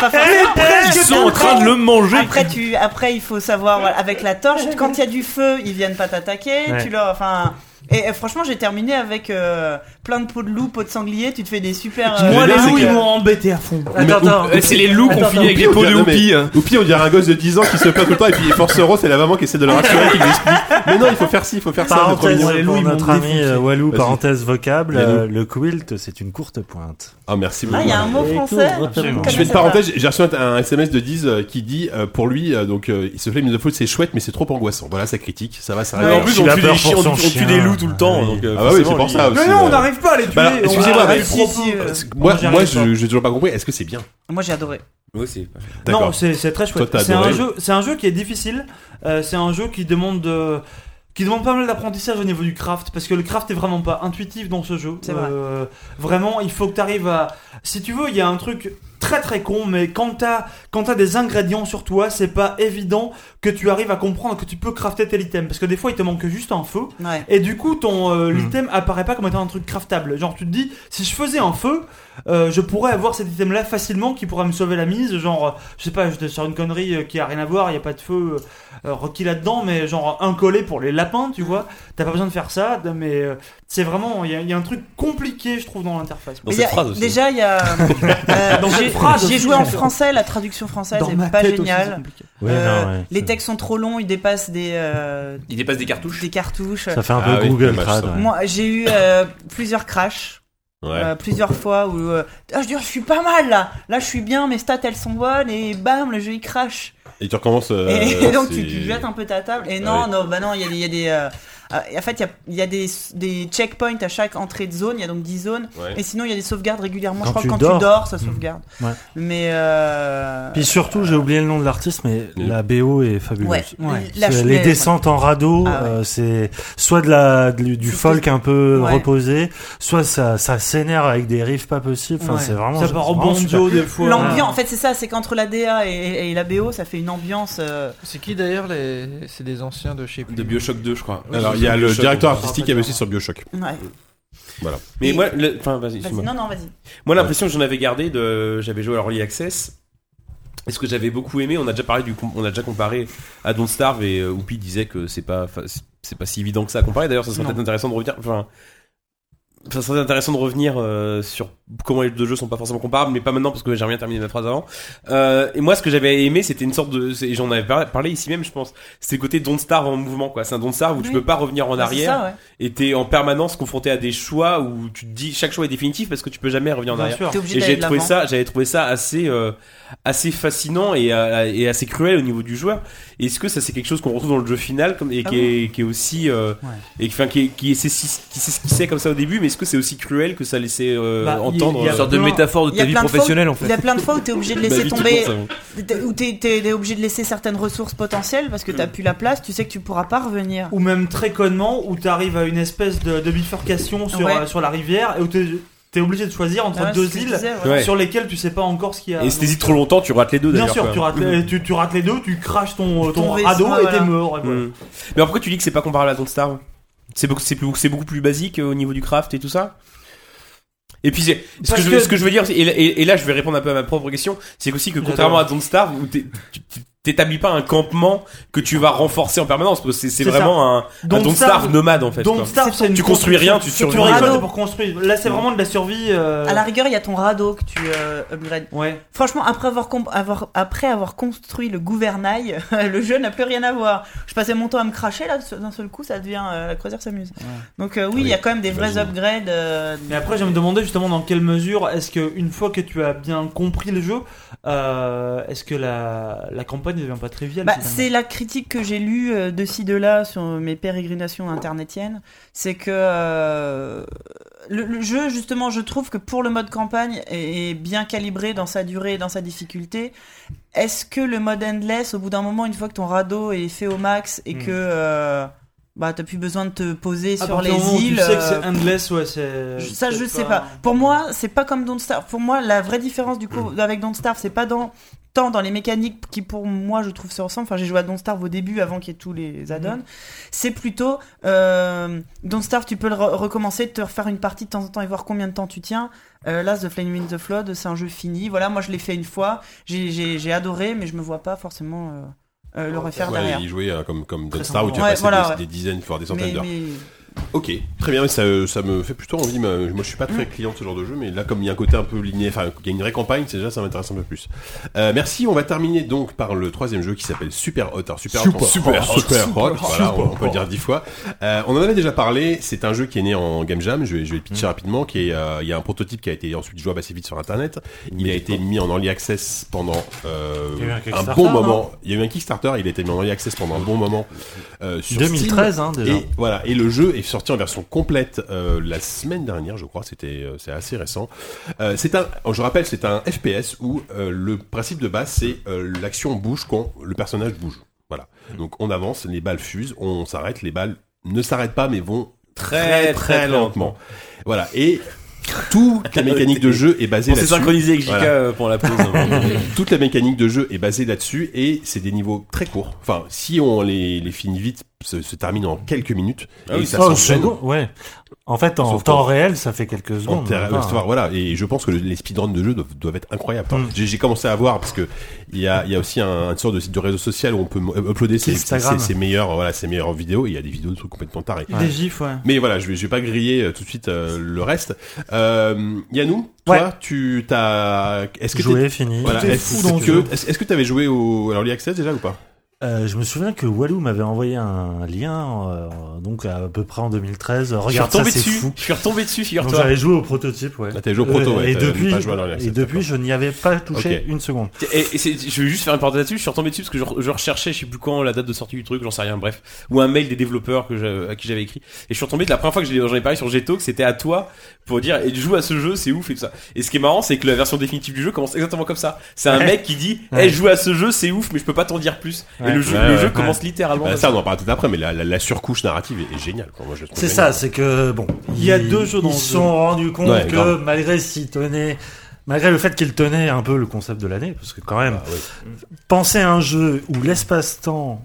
F: pas forcément.
D: Ils sont en train de le manger.
F: Après, tu, après, il faut savoir voilà, avec la torche. Quand il y a du feu, ils viennent pas t'attaquer.
E: Ouais.
F: Tu leur, enfin. Et, et franchement, j'ai terminé avec euh, plein de peaux de loup, peaux de sanglier. Tu te fais des super. euh,
B: moi les
F: marques.
B: loups ils m'ont embêté à fond
E: Attends, attends.
D: Euh,
G: C'est les loups
E: Attends,
G: confinés avec
A: Au
G: les
A: pire,
G: peaux
A: on
G: de
A: dirait-
G: houpie.
D: hein.
A: non, mais Au pire, on dirait un gosse de 10 ans qui se plaint tout le temps et puis Forcero, c'est la maman qui essaie de le rassurer, qui lui explique. Mais non, il faut faire ci, il faut faire ça, c'est trop
E: Parenthèse
A: mignon.
B: Les loups,
E: pour
B: ils m'ont
E: notre ami
B: défoncé.
E: euh, Walou,
A: Vas-y.
E: parenthèse vocable,
A: Les loups.
E: euh, le quilt c'est une courte pointe.
A: Ah, merci beaucoup.
F: Ah, il y a un mot français.
E: Absolument.
A: Je fais une
F: Comment ça
A: parenthèse, j'ai reçu un- un SMS de Diz euh, qui dit euh, pour lui, euh, donc euh, il se fait de faute, c'est chouette, mais c'est trop angoissant. Voilà sa critique, ça va, ça
D: Ouais,
F: Euh,
D: en
A: arrive.
D: plus,
E: Il
D: on
E: a
D: tue,
E: peur
D: des chiens,
E: pour
D: on,
E: son
D: on tue des
E: chien.
D: loups tout le temps.
E: Ah oui.
D: donc, euh,
A: Ah, bah oui, c'est
D: forcément,
A: pour ça
D: lui-
A: aussi.
B: mais non on
A: euh,
B: n'arrive pas à les tuer
A: Bah alors,
B: on
A: excusez-moi,
B: arrête
A: mais-
B: trop peu.
F: Si, si, euh,
A: Moi,
B: j'y
A: moi
B: arrive pas.
A: je- j'ai toujours pas compris, est-ce que c'est bien
F: Moi, j'ai adoré.
D: Moi aussi.
B: Non,
A: D'accord.
B: c'est c'est très chouette.
A: Toi, t'as
B: C'est un
A: adoré.
B: jeu, c'est un jeu qui est difficile. euh, c'est un jeu qui demande de, qui demande pas mal d'apprentissage au niveau du craft parce que le craft est vraiment pas intuitif dans ce jeu.
F: C'est vrai.
B: Euh, vraiment, il faut que tu arrives à, si tu veux, il y a un truc très très con, mais quand t'as quand t'as des ingrédients sur toi, c'est pas évident que tu arrives à comprendre que tu peux crafter tel item parce que des fois il te manque juste un feu.
F: Ouais.
B: Et du coup, ton euh,
E: Mhm.
B: l'item apparaît pas comme étant un truc craftable. Genre, tu te dis, si je faisais un feu, euh, je pourrais avoir cet item-là facilement qui pourrait me sauver la mise. Genre, euh, je sais pas, je te sors une connerie euh, qui a rien à voir, il y a pas de feu euh, requis là-dedans, mais genre un collet pour les lapins, tu vois. T'as pas besoin de faire ça, mais euh, c'est vraiment, il y, a- il y a un truc compliqué, je trouve, dans l'interface.
D: Dans
F: Mais
D: cette
F: y a-
D: phrase aussi.
F: Déjà, il y a. euh,
B: Dans
F: j'ai-
B: cette phrase
F: J'y ai
B: aussi,
F: joué en
B: j'adore.
F: français, la traduction française
B: Dans ma
F: est pas
B: tête aussi, c'est
F: géniale.
B: compliqué.
E: Oui,
F: Euh,
E: non, ouais,
F: les
E: ça-
F: textes sont trop longs, ils dépassent des, euh,
G: Il dépasse des cartouches.
F: des cartouches.
E: Ça fait un
A: Ah
E: peu
A: oui,
E: Google
A: dommage,
E: Trad.
A: ça.
E: ouais.
F: Moi, j'ai eu euh, plusieurs crashs,
A: Ouais.
F: euh, plusieurs fois où euh, ah, je dis, oh, je suis pas mal là, là je suis bien, mes stats elles sont bonnes et bam, le jeu il crash.
A: Et tu recommences. euh,
F: Et donc
A: c'est-
F: tu, tu jettes un peu ta table. Et non,
A: Ah oui.
F: non, bah non, il y a des. il Y a des euh, euh, en fait, il y a, il y a des, des checkpoints à chaque entrée de zone, il y a donc 10 zones.
A: Ouais.
F: Et sinon, il y a des sauvegardes régulièrement.
E: Quand
F: je crois que
E: tu
F: quand
E: dors. Mmh.
F: tu dors, ça sauvegarde.
E: Ouais.
F: Mais. Euh...
E: Puis surtout, j'ai oublié le nom de l'artiste, mais
A: Oui.
E: la BO est fabuleuse.
F: Ouais.
E: Ouais.
F: La
E: C'est-
F: chenille,
E: les
F: ouais.
E: descentes en radeau,
F: Ah ouais.
E: euh, c'est soit de la du, du
F: C'est-
E: folk un peu
F: Ouais.
E: reposé, soit ça ça s'énerve avec des riffs pas possibles. Enfin,
B: Ouais.
E: c'est vraiment
B: Ça part en
E: vraiment super.
B: banjo des fois.
F: L'ambiance, en fait, c'est ça, c'est qu'entre la DA et, et la BO, ça fait une ambiance. euh,
H: C'est qui d'ailleurs les... C'est des anciens de chez
D: De Bioshock 2, je crois.
A: Alors, il y a le directeur artistique qui avait aussi sur
F: hein.
A: Bioshock.
F: ouais.
D: Mais
F: Et-
D: moi, le- enfin, vas-y,
F: Vas-y,
D: excuse-moi.
F: non, non, vas-y.
D: Moi, l'impression que j'en avais gardé de. J'avais joué à Early Access. Et ce que j'avais beaucoup aimé, on a déjà parlé du, com- on a déjà comparé à Don't Starve et euh, Whoopi disait que c'est pas, fa- c'est pas si évident que ça à comparer. D'ailleurs, ça serait
B: Non.
D: peut-être intéressant de revenir. Enfin, ça serait intéressant de revenir euh, sur comment les deux jeux sont pas forcément comparables, mais pas maintenant parce que j'ai rien terminé ma phrase avant. Euh, et moi, ce que j'avais aimé, c'était une sorte de, c'est- j'en avais par- parlé ici même, je pense. C'était le côté Don't Starve en mouvement, quoi. C'est un Don't Starve où tu
F: Oui.
D: peux pas revenir en
F: Ouais, c'est
D: arrière
F: ça, ouais.
D: et t'es en permanence confronté à des choix où tu te dis chaque choix est définitif parce que tu peux jamais revenir en
B: Bien
D: arrière.
B: sûr.
F: T'es
D: Et
F: obligé d'aller
D: j'ai
F: de
D: trouvé
F: l'avant.
D: ça, j'avais trouvé ça assez, euh, assez fascinant et, euh, et assez cruel au niveau du joueur. Et Est-ce que ça c'est quelque chose qu'on retrouve dans le jeu final comme, et
F: Ah
D: qui, est, qui est aussi, euh,
B: Ouais.
D: et qui, enfin, qui, est- qui, est- s'esquisse- qui s'esquissait comme ça au début, mais est-ce que c'est aussi cruel que ça laissait euh,
B: Bah, il-
D: entendre
B: il y
D: euh,
B: a
G: Une sorte de
B: plein-
G: métaphore de
F: il y a
G: ta vie
F: plein de fois
G: professionnelle en
F: Il
G: fait.
F: y a plein de fois où t'es obligé de
D: Bah,
F: laisser
D: vite,
F: tomber,
D: bon,
F: t'es- où t'es t'es- t'es obligé de laisser certaines ressources potentielles parce que t'as plus la place, tu sais que tu pourras pas revenir.
B: Ou même très connement, où t'arrives à une espèce de, de bifurcation sur,
F: Ouais.
B: euh, sur la rivière et où t'es t'es obligé de choisir entre
F: Ouais,
B: deux
F: c'est ce que je
B: îles
F: disais, ouais.
D: Ouais.
B: sur lesquelles tu sais pas encore ce qu'il y a.
D: ça. Et si t'hésites trop longtemps, tu rates les deux
B: Bien
D: d'ailleurs.
B: sûr,
D: quoi.
B: tu rates, les- tu, tu rates les deux, tu craches ton, euh, ton
F: Ton vaisseau,
B: radeau et
F: voilà.
B: t'es mort. et
D: Mm.
B: voilà.
D: Mais alors, pourquoi tu dis que c'est pas comparable à Don't Starve C'est beaucoup, c'est plus, c'est beaucoup plus basique euh, au niveau du craft et tout ça. Et puis, c'est- ce que,
B: Parce
D: je, veux-
B: que-
D: ce que je veux dire, c'est- et, là- et- et là, je vais répondre un peu à ma propre question, c'est aussi que contrairement à Don't Starve, où t'es- tu- tu- t'établis pas un campement que tu vas renforcer en permanence, parce que c'est- c'est
B: C'est
D: vraiment un, un
B: Don't
D: Don't Ah, Starve
B: Starve-
D: nomade en fait.
B: Donc
D: quoi.
B: Starve, c'est une
D: Tu construis rien, tu
B: construction.
D: survis,
B: Tu
F: quoi.
B: radeau pour construire. Là, c'est vraiment de la survie. euh,
F: À la rigueur, il y a ton radeau que tu euh, upgrades.
B: Ouais.
F: Franchement, après avoir, comp- avoir- après avoir construit le gouvernail, le jeu n'a plus rien à voir. Je passais mon temps à me cracher là, d'un seul coup, ça devient euh, la croisière s'amuse. Donc euh, oui, il y a quand même des vrais
A: j'imagine.
F: upgrades. euh,
B: Mais après, je me demandais justement dans quelle mesure est-ce que une fois que tu as bien compris le jeu, euh, est-ce que la, la campagne ne devient pas triviale
F: Bah,
B: finalement
F: c'est la critique que j'ai lue euh, de ci de là sur mes pérégrinations internetiennes, c'est que euh, le, le jeu justement, je trouve que pour le mode campagne est, est bien calibré dans sa durée et dans sa difficulté. Est-ce que le mode endless, au bout d'un moment, une fois que ton radeau est fait au max et
B: Mm.
F: que euh, bah t'as plus besoin de te poser
B: À
F: sur
B: partir
F: les
B: du moment où
F: îles,
B: Ah, Tu sais que
F: euh,
B: c'est endless, ouais,
G: Euh,
B: c'est.
F: je- ça, je
B: c'est
F: sais pas. Pour moi, c'est pas comme Don't Starve. Pour moi, la vraie différence du coup avec Don't Starve, c'est pas dans tant dans les mécaniques qui pour moi je trouve se ressemblent. Enfin, j'ai joué à Don't Starve au début avant qu'il y ait tous les add-ons. C'est plutôt euh, Don't Starve, tu peux le re- recommencer, te refaire une partie de temps en temps et voir combien de temps tu tiens. Euh, Last of Flame in the Flood, c'est un jeu fini. Voilà, moi je l'ai fait une fois, j'ai- j'ai j'ai adoré, mais je me vois pas forcément euh, euh, le refaire
A: Ouais,
F: derrière.
A: il jouait euh, comme, comme Don't
B: Très
A: Starve où tu as
F: Ouais,
A: passé
F: voilà,
A: des,
F: ouais.
A: des dizaines, voire des
F: Mais-
A: centaines d'heures.
F: mais-
A: Ok, très bien, mais ça, euh, ça me fait plutôt envie. ma- Moi, je suis pas très client de ce genre de jeu, mais là, comme il y a un côté un peu linéaire, enfin, il y a une vraie campagne, c'est déjà, ça m'intéresse un peu plus. Euh, merci, on va terminer donc par le troisième jeu qui s'appelle Super Hot. Alors, Super, Hot, on- Super Hot, Super Hot, voilà, on, on peut le dire dix fois. Euh, on en avait déjà parlé, c'est un jeu qui est né en Game Jam, je vais, je vais le
E: Mm.
A: pitcher rapidement, qui est, euh, il y a un prototype qui a été ensuite jouable assez vite sur Internet. Il a été mis en early access pendant euh,
E: Il y a eu un
A: un
E: Kickstarter, hein.
A: bon
E: non
A: moment. Il y a eu un Kickstarter, il a été mis en early access pendant un bon moment euh, sur Steam.
E: 2013, hein, déjà.
A: Et voilà, et le jeu est sorti en version complète euh, la semaine dernière, je crois. C'était, euh, c'est assez récent. Euh, c'est un, je rappelle, c'est un FPS où euh, le principe de base c'est euh, l'action bouge quand le personnage bouge. Voilà. Donc on avance, les balles fusent, on s'arrête, les balles ne s'arrêtent pas mais vont très très, lentement. Voilà. Et toute la mécanique de jeu est basée
D: On s'est
A: là-dessus.
D: synchronisé avec JK
A: Voilà.
D: euh, pour la pause. hein.
A: Toute la mécanique de jeu est basée là-dessus et c'est des niveaux très courts. Enfin, si on les, les finit vite, se, se termine en quelques minutes.
E: Ah oui,
A: ça
E: oh,
A: s'enchaîne.
E: seconde, ouais. En fait, en
A: Sauf
E: temps
A: que-
E: réel, ça fait quelques
A: En
E: secondes. hein.
A: terre-
E: Enfin,
A: l'histoire, voilà. Et je pense que le- les speedruns de jeux doivent, doivent être incroyables. Enfin, J'ai j'ai commencé à voir parce que il y a, il y a aussi un, une sorte de, de réseau social où on peut mo- uploader ses, ses,
B: Instagram.
A: ses- ses meilleures, voilà, ses meilleures vidéos. Et il y a des vidéos de trucs complètement tarés.
B: Des gifs, ouais.
A: Mais voilà, je vais, je vais pas griller euh, tout de suite euh, le reste. Euh, Yannou, toi,
E: Ouais.
A: tu t'as, est-ce que
E: Joué,
A: t'es-
E: fini.
A: Voilà,
E: Tout est
A: est-ce
E: fou dans ce jeu.
A: que, est-ce est-ce que t'avais joué au, à l'Early Access déjà ou pas
E: Euh, je me souviens que Walou m'avait envoyé un lien, euh, donc à peu près en 2013. Regarde
D: je suis
E: ça,
D: retombé
E: c'est
D: dessus.
E: fou.
D: Je suis retombé dessus,
E: Donc
D: figure-toi.
E: j'avais joué au prototype, ouais.
A: Ah, t'avais joué au proto, ouais,
E: Euh, et
A: t'avais
E: depuis,
A: pas joué à l'Early Access,
E: et depuis, je n'y avais pas touché
A: Ok.
E: une seconde.
D: Et, et c'est- je vais juste faire une parenthèse là-dessus. Je suis retombé dessus parce que je, re- je recherchais, je sais plus quand, la date de sortie du truc, j'en sais rien. Bref, ou un mail des développeurs que j'a- à qui j'avais écrit. Et je suis retombé. La première fois que j'ai- j'en ai parlé sur Gtalk, c'était à toi pour dire et joue à ce jeu, c'est ouf et tout ça. Et ce qui est marrant, c'est que la version définitive du jeu commence exactement comme ça. C'est un mec qui dit, eh
E: Ouais.
D: joue à ce jeu, c'est ouf, mais je peux pas t'en dire plus.
E: Ouais.
D: Et le jeu,
A: Ouais,
D: le
A: ouais,
D: jeu
A: ouais.
D: commence littéralement.
A: Bah,
D: comme
A: Ça, on en parle tout après. Mais la, la, la surcouche narrative est, est géniale. quoi. Moi, je trouve
E: C'est
A: géniale.
E: ça, c'est que bon,
B: Il y a
E: ils-
B: deux jeux dans
E: Ils
B: ce
E: se
B: jeu.
E: sont rendus compte
A: Ouais,
E: que
A: grave.
E: malgré s'ils tenaient, malgré le fait qu'ils tenaient un peu le concept de l'année, parce que quand même,
A: Ah, oui.
E: penser à un jeu où l'espace-temps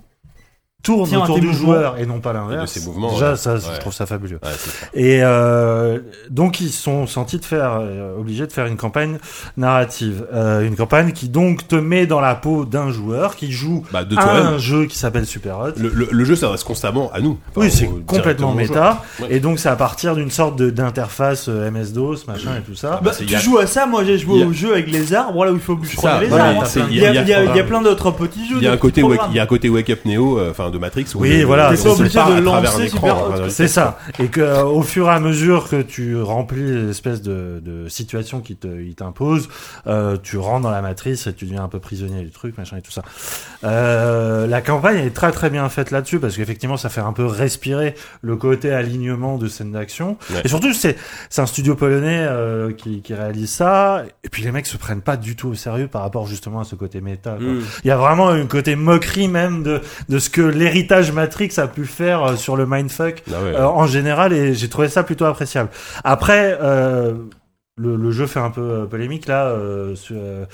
E: tourne
B: Tiens,
E: autour
B: tes
E: du
B: mouvements.
E: joueur et non pas l'inverse.
A: De ses mouvements,
E: Déjà,
A: ouais.
E: ça,
A: Ouais.
E: je trouve ça fabuleux.
A: Ouais, c'est ça.
E: Et euh, donc ils se sont sentis de faire, euh, obligés de faire une campagne narrative, Euh, une campagne qui donc te met dans la peau d'un joueur qui joue
A: Bah, de
E: à
A: toi-même.
E: un jeu qui s'appelle Super Hot.
A: Le, le, le jeu s'adresse constamment à nous. Enfin,
E: oui, c'est
A: au- directement
E: complètement
A: aux joueurs.
E: méta.
A: Ouais.
E: Et donc, c'est à partir d'une sorte de- d'interface euh, MS-DOS, machin et tout ça.
A: bah,
B: Bah,
A: c'est-
B: tu
A: il y a-
B: joues à ça, moi j'ai joué
A: il y a-
B: au jeu avec les arbres, là où il faut bûcher
A: ça,
B: les
A: voilà,
B: arbres.
A: c'est-
B: Il y a- il y a il y a
E: programme.
B: plein d'autres petits jeux.
A: Il y a
B: des
A: un côté
B: petits
A: wake,
B: programmes.
A: il y a un côté wake up Neo, euh, enfin de Matrix. où
E: Oui,
A: le-
E: voilà,
A: le-
E: t'es
A: on
E: pas obligé
A: part
B: de
A: à travers
B: lancer
A: un écran,
B: Super
A: à travers
B: Hot,
A: un
E: c'est ça. Et que euh, au fur et à mesure que tu remplis l'espèce de, de situation qui te- il t'impose, euh, tu rentres dans la matrice et tu deviens un peu prisonnier du truc, machin et tout ça. Euh, la campagne est très très bien faite là-dessus parce qu'effectivement, ça fait un peu respirer le côté alignement de scènes d'action.
A: Ouais.
E: Et surtout, c'est c'est un studio polonais euh, qui, qui réalise ça. Et puis les mecs se prennent pas du tout au sérieux par rapport justement à ce côté méta. quoi.
D: Mm.
E: Il y a vraiment un côté moquerie même de, de ce que l'héritage Matrix a pu faire euh, sur le mindfuck
A: Ah ouais.
E: euh, en général et j'ai trouvé ça plutôt appréciable. Après, euh, le, le jeu fait un peu euh, polémique là euh, sur- euh,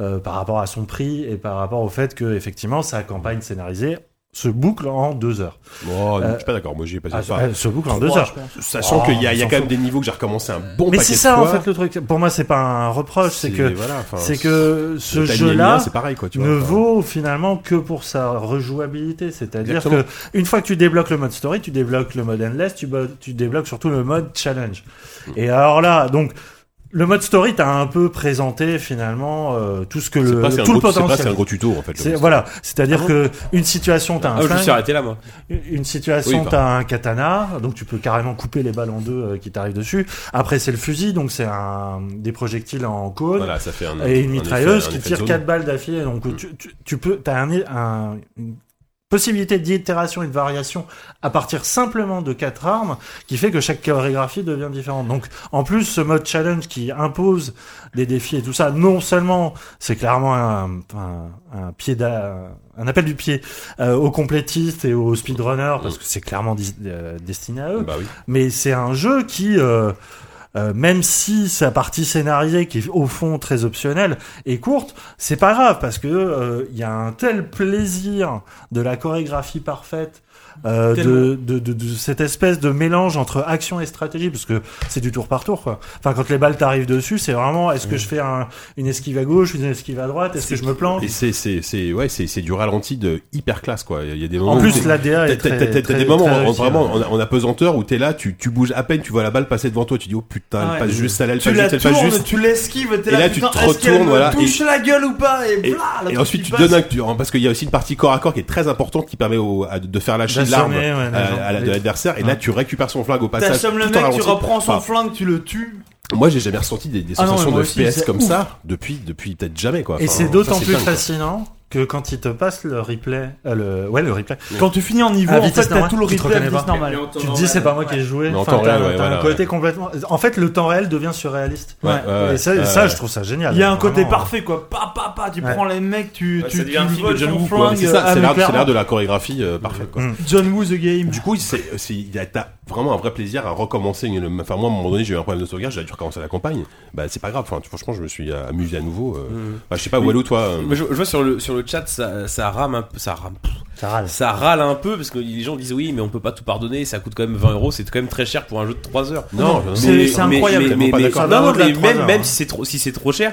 E: euh, par rapport à son prix et par rapport au fait que effectivement sa campagne scénarisée se boucle en deux heures.
A: Oh, non,
E: Euh,
A: je suis pas d'accord. Moi, j'y ai passé
E: Ah,
A: pas.
E: elle se boucle en deux
B: Trois,
E: heures.
B: je pense.
A: Sachant
E: Oh,
A: qu'il y a, il y a
E: on
A: quand
E: s'en
A: même des niveaux que j'ai recommencé un bon
E: Mais
A: paquet
E: c'est
A: de
E: ça en
A: fois.
E: fait le truc. Pour moi, c'est pas un reproche, c'est que
A: voilà, enfin,
E: c'est que ce
A: le timing est bien,
E: jeu-là,
A: c'est pareil quoi. Tu
E: ne
A: vois, enfin.
E: vaut finalement que pour sa rejouabilité. C'est-à-dire
A: Exactement.
E: que une fois que tu débloques le mode story, tu débloques le mode endless, tu, bo- tu débloques surtout le mode challenge.
A: Mm.
E: Et alors là, donc le mode story t'a un peu présenté finalement euh, tout ce que
A: C'est
E: le
A: pas- c'est un
E: tout le
A: gros- c'est pas- C'est un
E: potentiel.
A: gros tuto en fait. le
E: C'est-
A: jeu.
E: voilà,
A: Ah
E: c'est-à-dire que une situation t'as
D: Ah,
E: un
D: je me
E: flingue,
D: suis arrêté là, moi.
E: une
A: Oui,
E: situation,
A: pardon.
E: t'as un katana, donc tu peux carrément couper les balles en deux euh, qui t'arrivent dessus. Après, c'est le fusil, donc c'est un, des projectiles en cône.
A: Voilà, ça fait un.
E: et une
A: un
E: mitrailleuse
A: effet- un
E: qui
A: effet
E: tire
A: zone. Mm.
E: quatre balles d'affilée. Donc tu, tu, tu peux, t'as un, un- une possibilité d'itération et de variation à partir simplement de quatre armes, qui fait que chaque chorégraphie devient différente. Donc en plus, ce mode challenge qui impose des défis et tout ça, non seulement c'est clairement un, un, un pied d'a- un appel du pied euh, aux complétistes et aux speedrunners
A: Mm.
E: parce que c'est clairement dis- euh, destiné à eux,
A: Bah oui.
E: mais c'est un jeu qui, euh, euh, même si sa partie scénarisée, qui est au fond très optionnelle, est courte, c'est pas grave parce que euh, il y a un tel plaisir de la chorégraphie parfaite. euh, de, de, de, de cette espèce de mélange entre action et stratégie parce que c'est du tour par tour quoi enfin quand les balles t'arrivent dessus c'est vraiment est-ce que je fais un- une esquive à gauche une esquive à droite est-ce que je me plante
A: Et c'est c'est c'est ouais c'est c'est du ralenti de hyper classe quoi. Il y a des moments.
E: en
A: où
E: plus
A: t'es-
E: la DA
A: T'as
E: est
A: t'as-
E: très,
A: t'as- t'as
E: très-
A: des moments
E: très
A: en- en,
E: réussie, hein.
A: vraiment
E: ouais.
A: en, en apesanteur où t'es là, tu, tu bouges à peine, tu vois la balle passer devant toi, tu dis oh putain, elle
B: Ouais.
A: passe juste, celle-là, elle
B: Tu
A: passe
B: la
A: juste, elle passe
B: tournes,
A: juste.
B: tu l'esquives, t'es
A: Et
B: là,
A: là, tu
B: putain,
A: te
B: est-ce qu'elle
A: retournes,
B: me
A: voilà,
B: Touche la gueule ou pas et,
A: Et,
B: bla, la
A: et
B: truc
A: ensuite
B: qui
A: tu
B: passe.
A: donnes un tu- parce qu'il y a aussi une partie corps à corps qui est très importante qui permet au- à- de faire lâcher
E: D'assommé,
A: l'arme
E: ouais,
A: à-
E: les gens.
A: à la- de l'adversaire et là
E: Ouais.
A: tu récupères son flingue au passage.
B: T'assommes le
A: bah, tout en
B: mec, tu
A: ralenti.
B: reprends son
A: Enfin,
B: flingue, tu le tues.
A: Moi j'ai jamais ressenti des, des
B: Ah non, mais
A: sensations
B: moi
A: de
B: aussi,
A: FPS
B: c'est
A: comme
B: ouf.
A: ça depuis depuis peut-être jamais quoi.
E: Et
A: Enfin,
E: c'est
A: ça,
E: d'autant plus
A: dingue, quoi.
E: fascinant que quand il te passe le replay, euh, le, ouais, le replay,
B: Quand tu finis en niveau,
E: À
B: en
E: vitesse
B: fait, t'as
E: normale,
B: tout le
E: tu te
B: replay à
E: reconnais
B: vitesse
E: pas.
B: normale.
E: tu te dis c'est pas moi qui ai joué.
A: Mais en
E: Enfin,
A: temps
E: t'as
A: réel, ouais,
E: t'as
A: voilà,
E: un côté complètement. En fait, le temps réel devient surréaliste.
A: Ouais, ouais, ouais.
E: Et ça,
A: Ouais,
E: ça,
A: ouais.
E: je trouve ça génial.
B: Il y a un côté
E: Vraiment. euh, hein.
B: parfait, quoi. Pa, pa, pa, tu
E: Ouais.
B: prends les mecs,
A: Bah,
B: tu,
D: Ouais,
B: tu,
D: ça
B: tu
D: devient un film de
B: voles
D: John
B: son
D: Woo, quoi.
A: Ouais,
B: flingue.
A: C'est
E: euh,
A: ça,
B: à
A: c'est l'art
B: McLaren.
A: c'est l'art de la chorégraphie euh, parfaite quoi.
E: Mm.
B: John Woo the Game.
A: Du coup, c'est, c'est- il y a- t'as vraiment un vrai plaisir à recommencer. Une, enfin, moi, à un moment donné, j'ai eu un problème de sauvegarde, j'ai dû recommencer la campagne. Bah, c'est pas grave. Enfin, tu- franchement, je me suis euh,
E: Mm.
A: amusé à nouveau. euh. Bah, je sais pas, Walou, toi. euh,
D: Mais je, je vois sur le sur le chat ça, ça rame un peu, ça rame. pff,
E: Ça râle.
D: ça râle un peu parce que les gens disent oui mais on peut pas tout pardonner ça coûte quand même 20 euros c'est quand même très cher pour un jeu de 3 heures
A: Non,
D: Mais-
B: c'est- c'est
D: mais-
B: incroyable.
D: mais- mais-
A: Tellement pas
D: mais-
A: d'accord.
D: non, non,
B: Au-delà de
D: mais
B: trois
D: même,
B: heures,
D: même
B: hein.
D: si c'est trop si c'est trop cher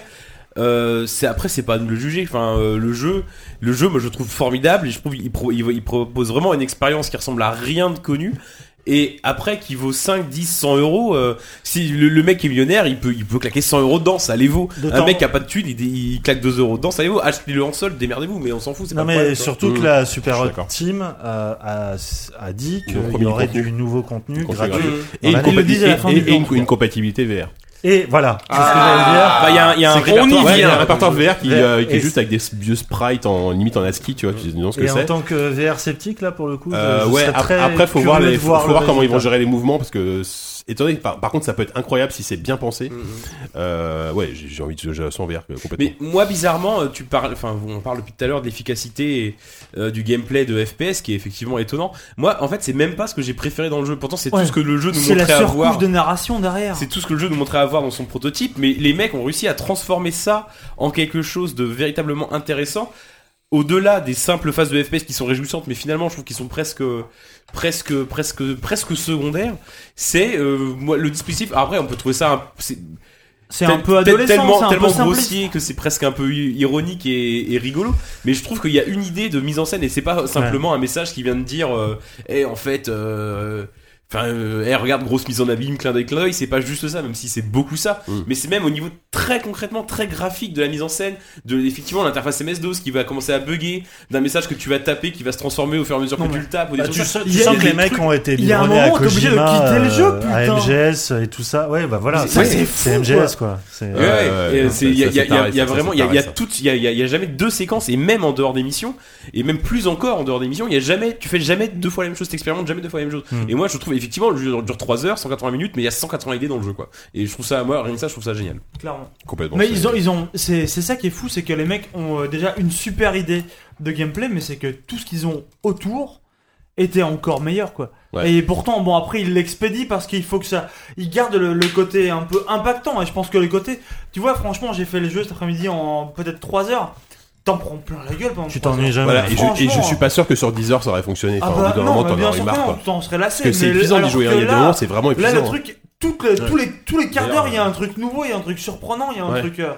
D: euh, c'est après c'est pas de le juger enfin euh, le jeu le jeu moi je le trouve formidable et je trouve il, pro- il- il propose vraiment une expérience qui ressemble à rien de connu et après qui vaut 5 10 100 euros euh, si le, le mec est millionnaire il peut il peut claquer 100 euros dedans ça les vaut un
B: D'autant-
D: mec qui a pas de thunes il, il claque 2 euros dedans ça les vaut achetez-le en solde démerdez-vous mais on s'en fout c'est
E: Non
D: pas
E: mais
D: le problème, quoi.
E: surtout que
A: Mmh.
E: la
A: Je
E: Super
A: suis
E: Hot
A: d'accord.
E: Team euh, a, a dit
A: Ils ont
E: qu'il
A: promis du
E: y aurait
A: contenu.
E: du nouveau contenu
A: contenu
E: gratuit.
A: gratuit.
E: Et
A: Voilà.
E: ils le disent à la fin
A: Et-
E: du
A: et
E: temps,
A: une-
E: quoi.
A: une compatibilité VR.
E: Et voilà, c'est ce que j'allais dire.
D: Ah, bah, il y a un- il y a un
A: C'est répertoire-
D: répertoire.
A: ouais, il y a un répertoire VR qui, euh, qui
E: Et
A: est juste avec des vieux sprites en limite en ASCII, tu vois, tu dis non ce que
E: Et en
A: c'est.
E: tant que VR sceptique là pour le coup, je-
A: Euh,
E: je
A: ouais,
E: serais
A: ap-
E: très
A: après faut
E: curieux
A: voir,
E: de
A: les, faut- faut voir
E: le
A: comment ils vont
E: résultat.
A: gérer les mouvements parce que c'est- étant donné que par, par contre ça peut être incroyable si c'est bien pensé.
E: Mm-hmm.
A: Euh, ouais, j'ai j'ai envie de jouer à ça en VR que- complètement.
D: Mais moi, bizarrement, euh, tu parles, enfin, on parle depuis tout à l'heure de l'efficacité et, euh, du gameplay de FPS qui est effectivement étonnant. Moi, en fait, c'est même pas ce que j'ai préféré dans le jeu. Pourtant, c'est
B: Ouais.
D: tout ce que le jeu nous
B: C'est la
D: montrait à
B: surcouche
D: voir.
B: de narration derrière.
D: C'est tout ce que le jeu nous montrait à voir dans son prototype, mais les mecs ont réussi à transformer ça en quelque chose de véritablement intéressant. Au-delà des simples phases de FPS qui sont réjouissantes, mais finalement, je trouve qu'ils sont presque, euh, presque, presque, presque secondaires. C'est euh, moi le dispositif. Après, on peut trouver ça. un- c'est-
B: C'est un
D: Tel-
B: peu
D: tel-
B: adolescent,
D: tellement,
B: c'est un
D: tellement
B: peu simpliste.
D: grossier que c'est presque un peu i- ironique et, et rigolo. Mais je trouve qu'il y a une idée de mise en scène et c'est pas simplement un message qui vient de dire, euh, Eh, en fait. euh, Enfin, euh, eh, regarde, grosse mise en abîme, clin d'œil, clin d'œil, c'est pas juste ça, même si c'est beaucoup ça.
A: Mm.
D: Mais c'est même au niveau très concrètement, très graphique de la mise en scène, de effectivement l'interface MS-DOS qui va commencer à bugger, d'un message que tu vas taper qui va se transformer au fur et à mesure
B: Non,
D: que
B: mais-
D: tu le tapes. Ou des
E: Bah,
D: trucs
E: tu
D: comme ça.
E: sens, tu
D: Il y a
E: sens
D: des
E: que les mecs
D: trucs-
E: ont été
B: Il y a un
E: biberonnés à
B: moment, t'es obligé de
E: Kojima,
B: quitter le jeu,
E: euh, à
B: putain.
E: MGS et tout ça. Ouais, bah voilà,
D: Mais ça, c'est
E: c'est c'est MGS quoi. C'est-
D: Ouais, ouais, et
A: ouais,
D: c'est-
A: ouais, ça,
D: il y a- il y
A: ça,
D: a-
A: c'est
D: il y a-
A: taré,
D: il y a
A: ça,
D: vraiment,
A: c'est
D: il y a- il y a
A: taré, ça.
D: toutes, il y a- il y a- il y a jamais deux séquences, et même en dehors des missions, et même plus encore en dehors des missions, il y a jamais, tu fais jamais deux fois la même chose, t'expérimentes jamais deux fois la même chose.
E: Hmm.
D: Et moi, je trouve effectivement, le jeu dure 3 heures, 180 minutes, mais il y a 180 idées dans le jeu, quoi. Et je trouve ça, moi, rien que ça, je trouve ça génial.
B: Clairement.
A: Complètement.
B: Mais
A: c'est-
B: ils ont, ils ont, c'est c'est ça qui est fou, c'est que les mecs ont euh, déjà une super idée de gameplay, mais c'est que tout ce qu'ils ont autour était encore meilleur, quoi.
A: Ouais.
B: Et pourtant, bon, après, ils l'expédient parce qu'il faut que ça, ils gardent le, le côté un peu impactant. Et je pense que le côté, tu vois, franchement, j'ai fait le jeu cet après-midi en peut-être 3 heures. T'en prends plein la gueule pendant
E: Tu
B: trois
E: t'ennuies
B: heures.
E: jamais. hein.
A: Voilà, et je, et je
B: Franchement.
A: suis pas sûr que sur 10 heures ça aurait fonctionné.
B: Ah
A: Enfin,
B: bah
A: au bout d'un
B: non,
A: moment,
B: mais
A: t'en
B: bien
A: aurais
B: sûr que
A: marre,
B: non,
A: quoi.
B: tu t'en serais
A: Parce
B: lassé.
A: que c'est
B: mais le-
A: épuisant d'y
B: alors
A: jouer. hein.
B: que
A: Il y a des
B: là-
A: moments, c'est vraiment
B: Là,
A: épuisant.
B: le
A: hein.
B: truc, toutes les, tous, les, tous les quarts d'heure,
D: D'ailleurs,
B: il y a un truc nouveau, il y a un truc surprenant, il y a un
A: Ouais.
B: truc. euh,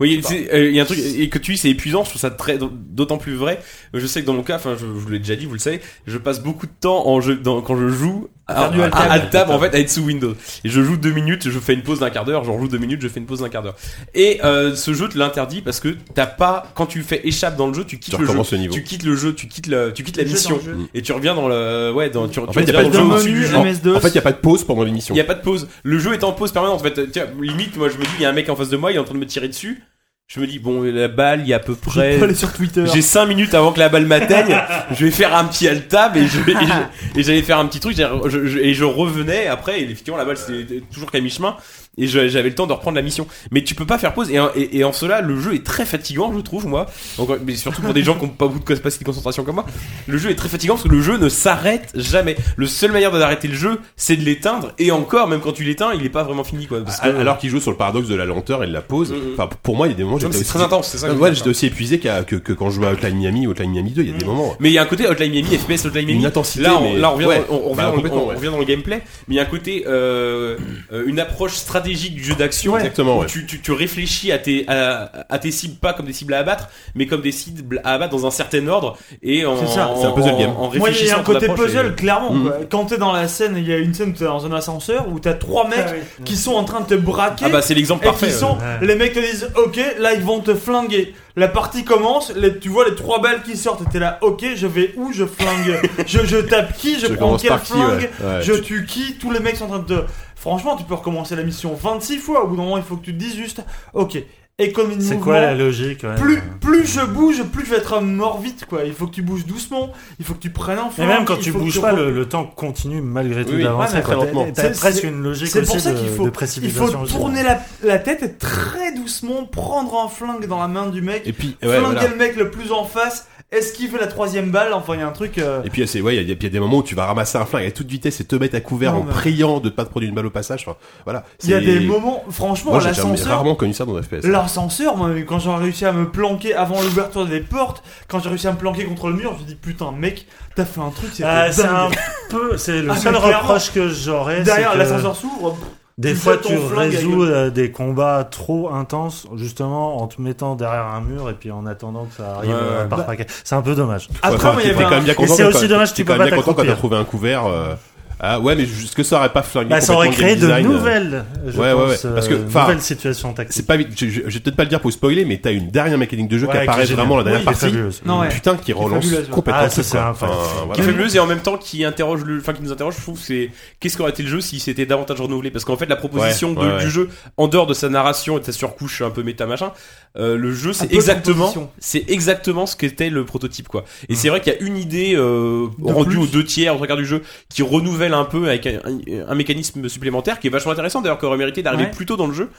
D: Oui, c'est- euh, il y a un truc, et que tu dis, c'est épuisant, je trouve ça très, d'autant plus vrai. Je sais que dans mon cas, enfin, je, je vous l'ai déjà dit, vous le savez, je passe beaucoup de temps en jeu, dans, quand je joue à,
B: faire du
D: à-
B: alt-tab.
D: à table, en fait, à être sous Windows. Et je joue deux minutes, je fais une pause d'un quart d'heure, j'en joue deux minutes, je fais une pause d'un quart d'heure. Et, euh, ce jeu te l'interdit parce que t'as pas, quand tu fais échappe dans le jeu, tu quittes
A: Tu
D: le jeu.
A: recommences le niveau.
D: Tu quittes le jeu, tu quittes la, tu quittes la
F: Le jeu dans
D: mission.
F: le jeu.
D: Et tu reviens dans le, ouais, dans, tu,
A: En
D: tu
A: fait, y a
D: reviens
A: pas de
D: dans le jeu
A: menu, euh,
D: au-dessus du jeu.
A: en-
B: MS2.
A: En fait, il y a pas de pause pendant l'émission.
D: Il n'y a pas de pause. Le jeu est en pause permanente. En fait, tiens, limite, moi, je me dis, il y a un mec en face de moi, il est en train de me tirer dessus. Je me dis, bon, la balle, il y a à peu
B: Je vais
D: près.
B: pas aller sur Twitter.
D: J'ai 5 minutes avant que la balle m'atteigne. je vais faire un petit altab et je vais- et je- et j'allais faire un petit truc. j'ai- je- je- et je revenais après. Et effectivement, la balle, c'était toujours qu'à mi-chemin. Et je- j'avais le temps de reprendre la mission. Mais tu peux pas faire pause. Et, en- et- et en cela, le jeu est très fatigant, je trouve, moi. Encore- mais surtout pour des gens qui n'ont pas beaucoup de capacité de concentration comme moi. Le jeu est très fatigant parce que le jeu ne s'arrête jamais. Le seul manière d'arrêter le jeu, c'est de l'éteindre. Et encore, même quand tu l'éteins, il est pas vraiment fini, quoi. Parce que,
A: A- Alors qu'ils jouent sur le paradoxe de la lenteur et de la pause.
D: Ah, Mm, mm.
A: Enfin, pour moi, il y a des moments.
D: Non, mais
A: j'étais
D: c'est
A: Ah, aussi-
D: très intense, c'est ça.
A: Non,
D: que
A: mais ouais,
D: je
A: j'étais aussi épuisé qu'à- que, que quand je jouais à Hotline Miami ou Hotline Miami 2, il
D: Mm.
A: y a des moments.
D: Mais il y a un côté Hotline Miami, FPS Hotline Miami.
A: Une intensité,
D: Là, on,
A: mais-
D: là, on revient,
A: ouais,
D: on, on revient
A: bah,
D: dans, le-
A: complètement,
D: on
A: ouais.
D: revient dans le gameplay, mais il y a un côté, euh, euh, une approche stratégique du jeu d'action.
A: Exactement,
D: où
A: ouais.
D: Tu, tu, tu réfléchis à tes, à, à tes cibles, pas comme des cibles à abattre, mais comme des cibles à abattre dans un certain ordre. Et en,
B: C'est ça.
D: en-
A: C'est un puzzle game.
D: En, en
B: Moi, il y
D: réfléchissant
B: a
D: à
B: un
D: ton
B: côté
D: approche
B: puzzle, clairement.
A: Mm.
B: Quoi. Quand t'es dans la scène, il y a une scène, t'es dans un ascenseur où t'as trois mecs qui sont en train de te
D: et-
B: braquer.
D: Ah bah, c'est l'exemple
B: et
D: parfait.
B: qui
D: euh.
B: sont,
E: Ouais.
B: les mecs te disent, ok, là ils vont te flinguer. La partie commence, les- tu vois les trois balles qui sortent, et t'es là, ok, je vais où, je flingue, je, je tape qui, je,
A: Je
B: prends
A: commence
B: quel
A: par qui,
B: flingue,
A: ouais. Ouais.
B: je tue qui, tous les mecs sont en train de. te- Franchement, tu peux recommencer la mission 26 fois. Au bout d'un moment, il faut que tu te dises juste, ok, économie de
E: C'est
B: mouvement.
E: quoi la logique ouais.
B: plus, plus je bouge, plus je vais être mort vite, quoi. Il faut que tu bouges doucement, il faut que tu prennes un
E: Et
B: flingue.
E: même quand
B: il
E: tu
B: faut que
E: bouges
B: tu
E: pas,
B: re-
E: le, le temps continue malgré tout
A: Oui, oui,
E: d'avancer.
A: ouais, mais
E: quoi.
A: très
E: T'as-
A: lentement.
E: T'as
B: C'est-
E: presque
B: c'est-
E: une logique
B: C'est
E: aussi
B: pour ça
E: de-
B: qu'il
E: de
B: faut, il faut
E: précipitation. aussi.
B: tourner la, la tête très doucement, prendre un flingue dans la main du mec,
A: Et puis, ouais,
B: flinguer
A: voilà.
B: le mec le plus en face esquiver la troisième balle, enfin il y a un truc. euh,
A: Et puis c'est ouais, il y, a- puis il y a des moments où tu vas ramasser un flingue à toute vitesse et te mettre à couvert
B: Non,
A: en
B: mais-
A: priant de ne pas te produire une balle au passage. Enfin, voilà.
B: Il y a
A: C'est-
B: des moments, franchement,
A: Moi, j'ai jamais-
B: l'ascenseur.
A: rarement connu ça dans un FPS.
B: L'ascenseur, moi, quand j'ai réussi à me planquer avant l'ouverture des portes, quand j'ai réussi à me planquer contre le mur, je me dis putain, mec, t'as fait un truc, c'était
E: Ah, c'est un
B: dingue.
E: peu, c'est le
B: Ah,
E: seul
B: mais clairement.
E: reproche que j'aurais.
B: Derrière,
E: c'est que
B: l'ascenseur s'ouvre.
E: Des
B: tu
E: fois,
B: jettes
E: tu
B: ton flingue à
E: résous
B: gueule.
E: euh, des combats trop intenses, justement, en te mettant derrière un mur et puis en attendant que ça arrive
A: Ouais,
E: euh,
A: ouais.
E: par
B: Bah,
E: paquet. C'est un peu dommage.
A: Ouais,
B: Après,
A: enfin,
B: moi, il y
A: t'es
B: avait
A: quand
B: un-
A: même bien content
E: c'est
A: quand-
E: aussi dommage que tu
A: t'es quand
E: peux
A: même
E: pas
A: bien content quand t'as
E: t'accroupir.
A: trouvé un couvert. euh, Ah ouais, mais jusque ça aurait pas flingué.
E: Bah, ça aurait
A: complètement le
E: créé de
A: game design, euh.
E: nouvelles, je
A: Ouais, ouais, ouais.
E: pense,
A: Parce que,
E: euh,
A: enfin,
E: nouvelles situations tactiques.
A: C'est pas vite. Je, je- je vais peut-être pas le dire pour spoiler, mais t'as une dernière mécanique de jeu
E: Ouais,
A: qui apparaît
E: qui est
A: vraiment la dernière
E: géniale. Oui,
A: partie.
E: qui est fabuleuse.
B: Non, ouais.
A: Putain, qui relance
B: fabuleuse, ouais.
A: complètement.
E: Ah,
A: le
E: ça,
A: truc,
E: c'est
A: quoi.
E: un
A: Enfin,
E: fan.
A: voilà.
D: qui est fabuleuse et en même temps qui interroge le, enfin qui nous interroge, je trouve c'est qu'est-ce qu'aurait été le jeu si c'était davantage renouvelé parce qu'en fait la proposition
A: Ouais, ouais,
D: de-
A: ouais.
D: du jeu en dehors de sa narration et de sa surcouche un peu méta machin, euh, le jeu
B: Un
D: c'est
B: peu de
D: exactement
B: proposition.
D: c'est exactement ce qu'était le prototype quoi.
A: Mmh.
D: Et c'est vrai qu'il y a une idée euh,
B: De
D: rendue
B: plus.
D: aux deux tiers, aux trois quarts du jeu qui renouvelle un peu avec un, un- un mécanisme supplémentaire qui est vachement intéressant d'ailleurs qui aurait mérité d'arriver
B: Ouais.
D: plus tôt dans le jeu.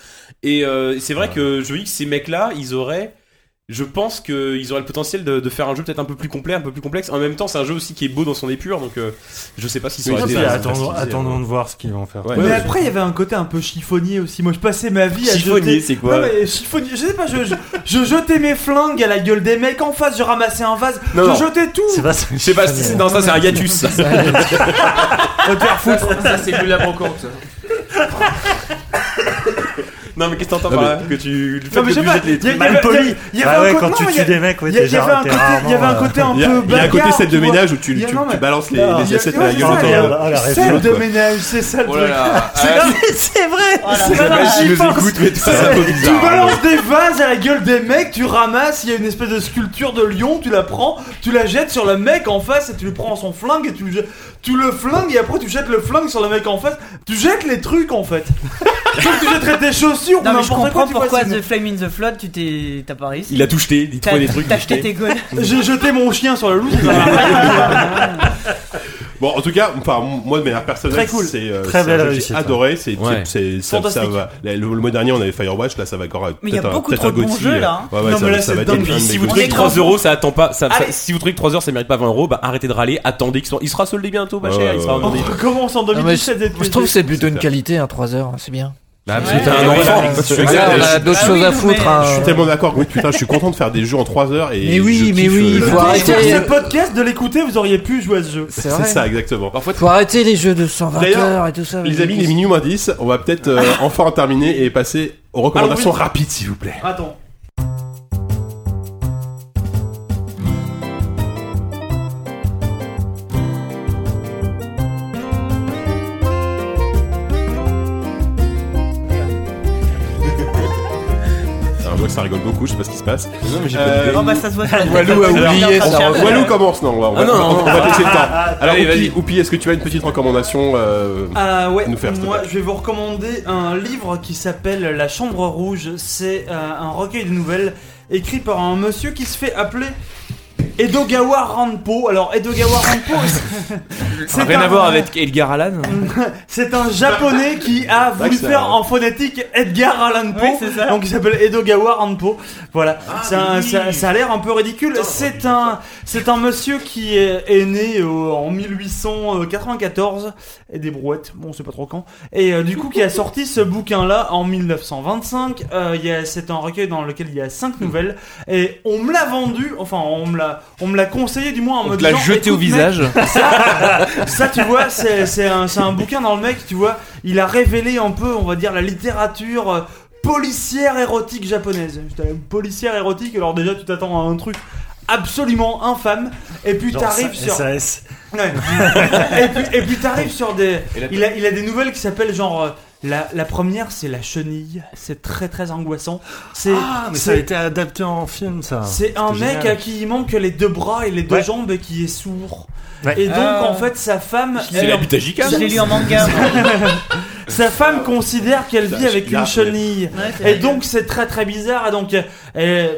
D: Et euh, c'est vrai que je dis que ces mecs là ils auraient je pense qu'ils auraient le potentiel de, de faire un jeu peut-être un peu plus complet, un peu plus complexe. En même temps, c'est un jeu aussi qui est beau dans son épure, donc euh, je sais pas si ça
A: Oui,
D: aurait
E: Et
A: c'est
D: été.
E: puis,
A: ça, c'est
E: attendons,
A: facile,
E: attendons de voir ce qu'ils vont faire.
A: Ouais.
B: mais après, il y avait un côté un peu chiffonnier aussi. Moi, je passais ma vie à
D: Chiffonnier,
B: jeter.
D: c'est quoi
B: Non, mais chiffonnier, je sais pas, je, je, je jetais mes flingues à la gueule des mecs en face, je ramassais un vase,
D: Non,
B: je
D: non.
B: jetais tout.
E: C'est pas ça.
D: Je sais pas si c'est dans ça, c'est un hiatus.
B: Va te faire foutre.
G: Ça, c'est plus la brocante.
D: non, mais qu'est-ce que t'entends
A: Non,
D: par là Que tu le fait
B: Non, mais
D: que
B: je sais
D: tu
B: pas,
D: jettes les
B: il
D: trucs.
B: y a- il y a-
E: Mal poli.
B: il y avait
E: Bah
B: un
E: ouais,
B: côté-
E: quand
B: non,
E: tu
B: mais il y
E: tues
B: a-
E: des mecs, ouais,
B: Il y, a-
E: t'es
B: il y avait
E: genre.
B: un
E: t'es
B: côté, il y avait un
E: rarement, euh,
B: côté un
A: Il y a, il y
B: peu
A: a un
B: bagarre,
A: côté scène de
B: tu vois.
A: ménage où tu,
B: Il y a-
A: tu-
B: non, mais-
A: tu balances les,
E: Ah,
A: les assiettes à la
B: Il y a-
A: gueule
E: Ah,
A: en
B: ouais,
A: temps.
E: merde, ah, la
B: Scène
E: référence,
B: de
E: quoi.
B: ménage, c'est ça le
G: Oh
B: truc.
G: là là.
F: c'est vrai
B: C'est pas mal, j'y pense. Tu
I: hein.
D: bizarre,
B: balances des vases à la gueule des mecs, tu ramasses, il y a une espèce de sculpture de lion, tu la prends, tu la jettes sur le mec en face et tu lui prends son flingue et tu, le- tu le flingues et après tu jettes le flingue sur le mec en face. Tu jettes les trucs en fait. Comme tu jetterais tes chaussures
F: Non,
B: ou
F: mais
B: n'importe
F: je
B: quoi.
F: comprends
B: tu
F: pourquoi
B: vois, c'est-
F: The Flame in the Flood, tu t'es. T'as pas réussi.
D: Il a tout jeté, il
F: T'as
D: trouvait des trucs.
F: t'as
D: il
F: acheté
D: jetait.
F: tes gones.
B: J'ai jeté mon chien sur la loose.
A: Bon, en tout cas, enfin, moi de manière personnelle,
B: Très cool.
A: c'est euh,
E: Très
A: c'est un
E: belle
A: jeu que
E: réussite,
A: J'ai adoré. C'est
D: Ouais.
A: c'est- c'est- ça, ça
B: Fantastique.
A: va. Le, le mois dernier, on avait Firewatch. Là, ça va encore. être
F: Mais il y a
A: peut-être un-
F: beaucoup
A: peut-être
F: trop
A: un
F: de bons
A: Gotti,
F: jeux,
A: euh,
F: là,
A: Ouais, ouais,
B: Non,
A: ça,
B: mais
A: va-
B: là,
A: ça va
B: c'est
A: être un
B: dingue.
A: de
B: Puis
A: mes
D: Si
A: coups
D: vous
A: de
F: On
D: trouvez
F: est
D: 3
F: grand.
D: euros, ça attend pas. Ça, ça-
F: Allez.
D: si vous trouvez 3 heures, ça mérite pas 20 euros. Bah arrêtez de râler, attendez qu'il soit. Il sera soldé bientôt, pas
A: Ouais,
D: cher.
A: ouais,
D: Il sera
A: ouais.
D: revendé.
B: On recommence en
I: Non, mais
B: 2017. d'être-
I: Je trouve que c'est plutôt une qualité, hein, 3 heures, c'est bien.
D: Putain, un enfant.
A: Ouais,
I: Ah, on a
A: je-
I: d'autres
F: Ah
I: choses
F: oui,
I: à
F: non,
I: foutre.
F: mais-
I: hein.
A: Je suis tellement d'accord. Oui, putain, je suis content de faire des jeux en 3 heures et.
I: Mais oui,
A: je
I: mais
A: kiffe,
I: oui,
A: euh,
I: il
A: le
I: faut
A: temps.
I: arrêter.
B: Écoutez ce podcast, de l'écouter, vous auriez pu jouer à ce jeu.
I: C'est
A: C'est
I: vrai.
A: ça, exactement.
I: Faut arrêter les jeux de 120
A: D'ailleurs,
I: heures et tout ça.
A: Les amis, les minimum moins 10, on va peut-être euh, enfin en terminer et passer aux recommandations rapides, s'il vous plaît.
B: Attends.
A: Alors, je vois que Ah, ça rigole beaucoup, je sais pas ce qui se passe.
D: Euh,
F: Oh bah ça se voit sur la tête.
I: Walou a oublié
F: Alors,
I: son-
F: Walou-
A: Walou commence, non, on va, on va-
D: Ah non,
A: on va-
D: non,
A: on va te laisser le temps. Alors,
D: Allez,
A: Oupi,
D: vas-y.
A: Oupi, est-ce que tu as une petite recommandation euh,
B: Ah ouais,
A: nous faire, s'il te
B: moi
A: plaît.
B: je vais vous recommander un livre qui s'appelle La Chambre Rouge. C'est euh, un recueil de nouvelles écrit par un monsieur qui se fait appeler Edogawa Ranpo. Alors Edogawa Ranpo, c'est
G: Rien
B: un-
G: à voir avec Edgar Allan.
B: c'est un japonais qui a voulu
A: ça,
B: faire
A: ouais.
B: en phonétique Edgar Allan Poe.
F: Oui, c'est ça. Ah,
B: donc il s'appelle Edogawa Ranpo. Voilà, C'est un- ça, ça a l'air un peu ridicule. C'est un, c'est un monsieur qui est, est né euh, en 1894 et des brouettes, bon, on sait pas trop quand. Et euh, du coup, qui a sorti ce bouquin-là en 1925. Euh, il y a- c'est un recueil dans lequel il y a cinq
G: Hmm.
B: nouvelles et on me l'a vendu, enfin on me l'a, on me l'a conseillé du moins en
G: On
B: mode.
G: te l'a
B: genre,
G: jeté au
B: écoute, mec,
G: visage.
B: ça, tu vois, c'est c'est un, c'est un bouquin dans le mec, tu vois. Il a révélé un peu, on va dire, la littérature euh, policière érotique japonaise. J'étais là, Policière érotique, alors déjà, tu t'attends à un truc absolument infâme. Et puis,
E: Genre,
B: t'arrives
E: ça-
B: sur.
E: SAS.
B: Ouais. et puis, et puis t'arrives sur des. Il a, il a des nouvelles qui s'appellent genre. euh, La, la première, c'est La Chenille. C'est très très angoissant. C'est.
E: Ah, mais ça a
B: c'est-
E: été adapté en film, ça.
B: c'est un
E: C'était
B: mec
E: génial.
B: à qui il manque les deux bras et les deux
E: Ouais.
B: jambes et qui est sourd.
E: Ouais.
B: Et donc
F: Ah.
B: en fait sa femme,
D: C'est
B: elle-
D: l'habitat Jika.
F: Je l'ai lu en manga. moi.
B: sa femme considère qu'elle vit
A: Ça,
B: avec
A: il a-
B: une chenille.
F: Ouais, c'est
B: Et
F: vrai.
B: donc c'est très très bizarre. Et donc euh, elle,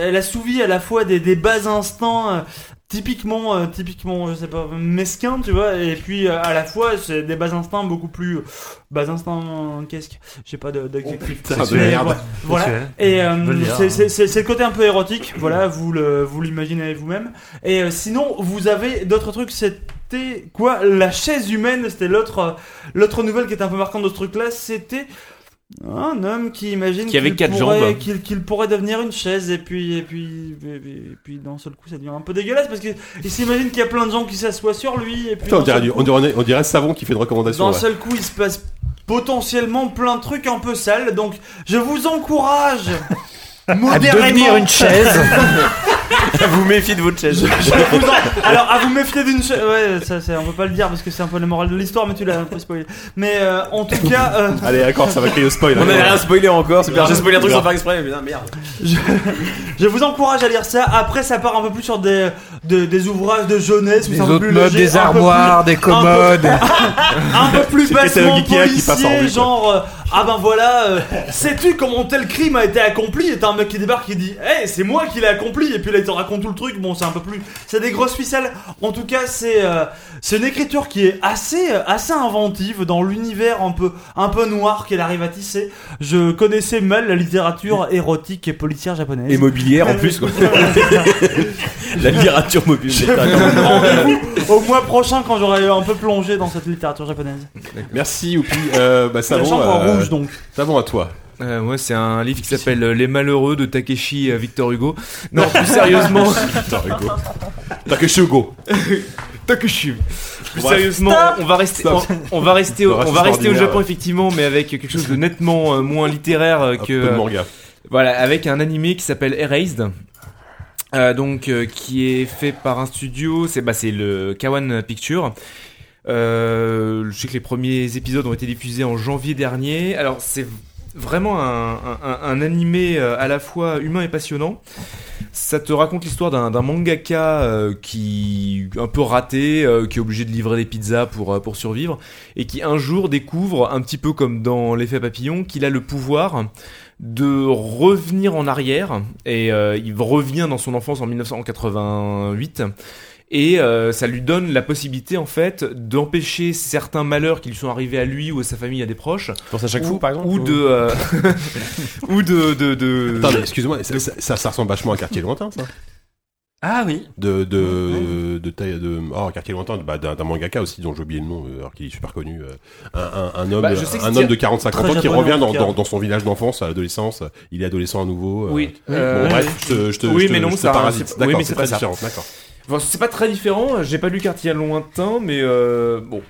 B: elle assouvit à la fois des, des bas instants euh, typiquement, euh, typiquement, je sais pas, mesquin, tu vois, et puis euh, à la fois, c'est des bas instincts beaucoup plus. Bas instincts, qu'est-ce que. J'ai pas de- d'adjectif.
A: Oh, putain de merde.
B: Voilà.
E: Sexuel.
B: Et euh,
E: Veut dire,
B: c'est-
E: hein.
B: c'est c'est- c'est le côté un peu érotique, voilà, vous le- vous l'imaginez vous vous-même. Et euh, sinon, vous avez d'autres trucs, c'était quoi La chaise humaine, c'était l'autre euh, l'autre nouvelle qui était un peu marquante de ce truc-là, c'était un homme qui imagine
C: Qui avait
B: qu'il
C: quatre
B: pourrait-
C: jambes.
B: qu'il qu'il pourrait devenir une chaise et puis et puis et puis, et puis d'un seul coup ça devient un peu dégueulasse parce que il s'imagine qu'il y a plein de gens qui s'assoient sur lui et puis
A: Putain, on
B: d'un seul
A: dirait, du-
B: coup-
A: on dirait, on dirait Savon qui fait une recommandation.
B: d'un
A: là.
B: seul coup, il se passe potentiellement plein de trucs un peu sales. Donc, je vous encourage modérément.
I: devenir une chaise.
D: vous méfiez de votre chaise.
B: Je vous en- Alors, à vous méfier d'une chaise. Ouais, ça, c'est- on peut pas le dire parce que c'est un peu la morale de l'histoire, mais tu l'as un peu spoilé. Mais euh, en tout cas, euh,
A: Allez, d'accord, ça va créer le spoil.
D: On avait
A: hein.
D: rien spoilé encore, super. J'ai spoilé un truc sans faire exprès, mais putain, merde.
B: je vous encourage à lire ça. Après, ça part un peu plus sur des, des, des ouvrages de jeunesse, où
H: Des
B: c'est un peu
H: autres
B: plus
H: meubles,
B: léger,
H: des
B: un peu plus-
H: armoires, des commodes.
B: un peu plus
A: C'était
B: bassement
A: Théo Guiquet qui passe en
B: policier,
A: revue, quoi.
B: genre euh, ah ben voilà, euh, sais-tu comment tel crime a été accompli Et t'as un mec qui débarque qui dit, hey c'est moi qui l'ai accompli, et puis là il te raconte tout le truc. Bon c'est un peu plus, c'est des grosses ficelles. En tout cas c'est euh, c'est une écriture qui est assez euh, assez inventive dans l'univers un peu un peu noir qu'elle arrive à tisser. Je connaissais mal la littérature érotique et policière japonaise.
D: Et mobilière en plus, quoi. La littérature mobile.
B: Rendez-vous au mois prochain quand j'aurai un peu plongé dans cette littérature japonaise.
A: Merci, Oupi. Euh, bah,
B: La
A: Savon,
B: chambre en
A: euh,
B: rouge donc.
A: Savon à toi.
G: Euh, moi, c'est un livre qui s'appelle euh, Les Malheureux de Takeshi euh, Victor Hugo. Non, plus sérieusement.
A: Putain, Hugo. T'as que chez Hugo.
G: Takeshi. Plus
A: Bref.
G: sérieusement, on va rester, on,
A: Stop.
G: on va rester, au,
A: Le reste
G: on va rester au
A: extraordinaire,
G: Japon
A: ouais.
G: effectivement, mais avec quelque chose de nettement euh, moins littéraire euh,
A: Un
G: que.
A: peu de
G: euh,
A: manga.
G: Voilà, avec un animé qui s'appelle Erased. Euh, donc, euh, qui est fait par un studio, c'est bah, c'est le Kawan Picture. Euh, je sais que les premiers épisodes ont été diffusés en janvier dernier. Alors, c'est vraiment un, un- un animé euh, à la fois humain et passionnant. Ça te raconte l'histoire d'un d'un mangaka euh, qui un peu raté, euh, qui est obligé de livrer des pizzas pour, euh, pour survivre, et qui un jour découvre, un petit peu comme dans l'effet papillon, qu'il a le pouvoir de revenir en arrière et euh, il revient dans son enfance en 1988 et euh, ça lui donne la possibilité en fait d'empêcher certains malheurs qui lui sont arrivés à lui ou à sa famille à des proches
D: Pense à chaque
G: ou,
D: fou, par exemple.
G: ou de euh, ou de de, de-
A: Attends, mais excuse-moi, ça, ça- ça- ça ressemble vachement à un quartier lointain, ça.
E: Ah oui.
A: De, de, de, taille- de, oh, un quartier lointain, bah, d'un d'un mangaka aussi dont j'ai oublié le nom, euh, alors qu'il est super connu. euh, un, un- un homme,
G: Bah, je sais que
A: un
G: c'est-
A: homme de 40-50 ans qui
B: japonais,
A: revient
B: en
A: dans,
B: tout cas.
A: dans, dans son village d'enfance à l'adolescence. Il est adolescent à nouveau. euh,
G: oui
A: Bon,
G: euh,
A: bref, je te, je te,
G: Oui,
A: je te-
G: mais non,
A: je te
G: ça-
A: parasite.
G: c'est- oui,
A: D'accord,
G: mais
A: c'est
G: c'est
A: pas
G: pas ça.
A: différent, d'accord.
G: Bon, c'est pas très différent, j'ai pas lu Quartier Lointain, mais euh, bon.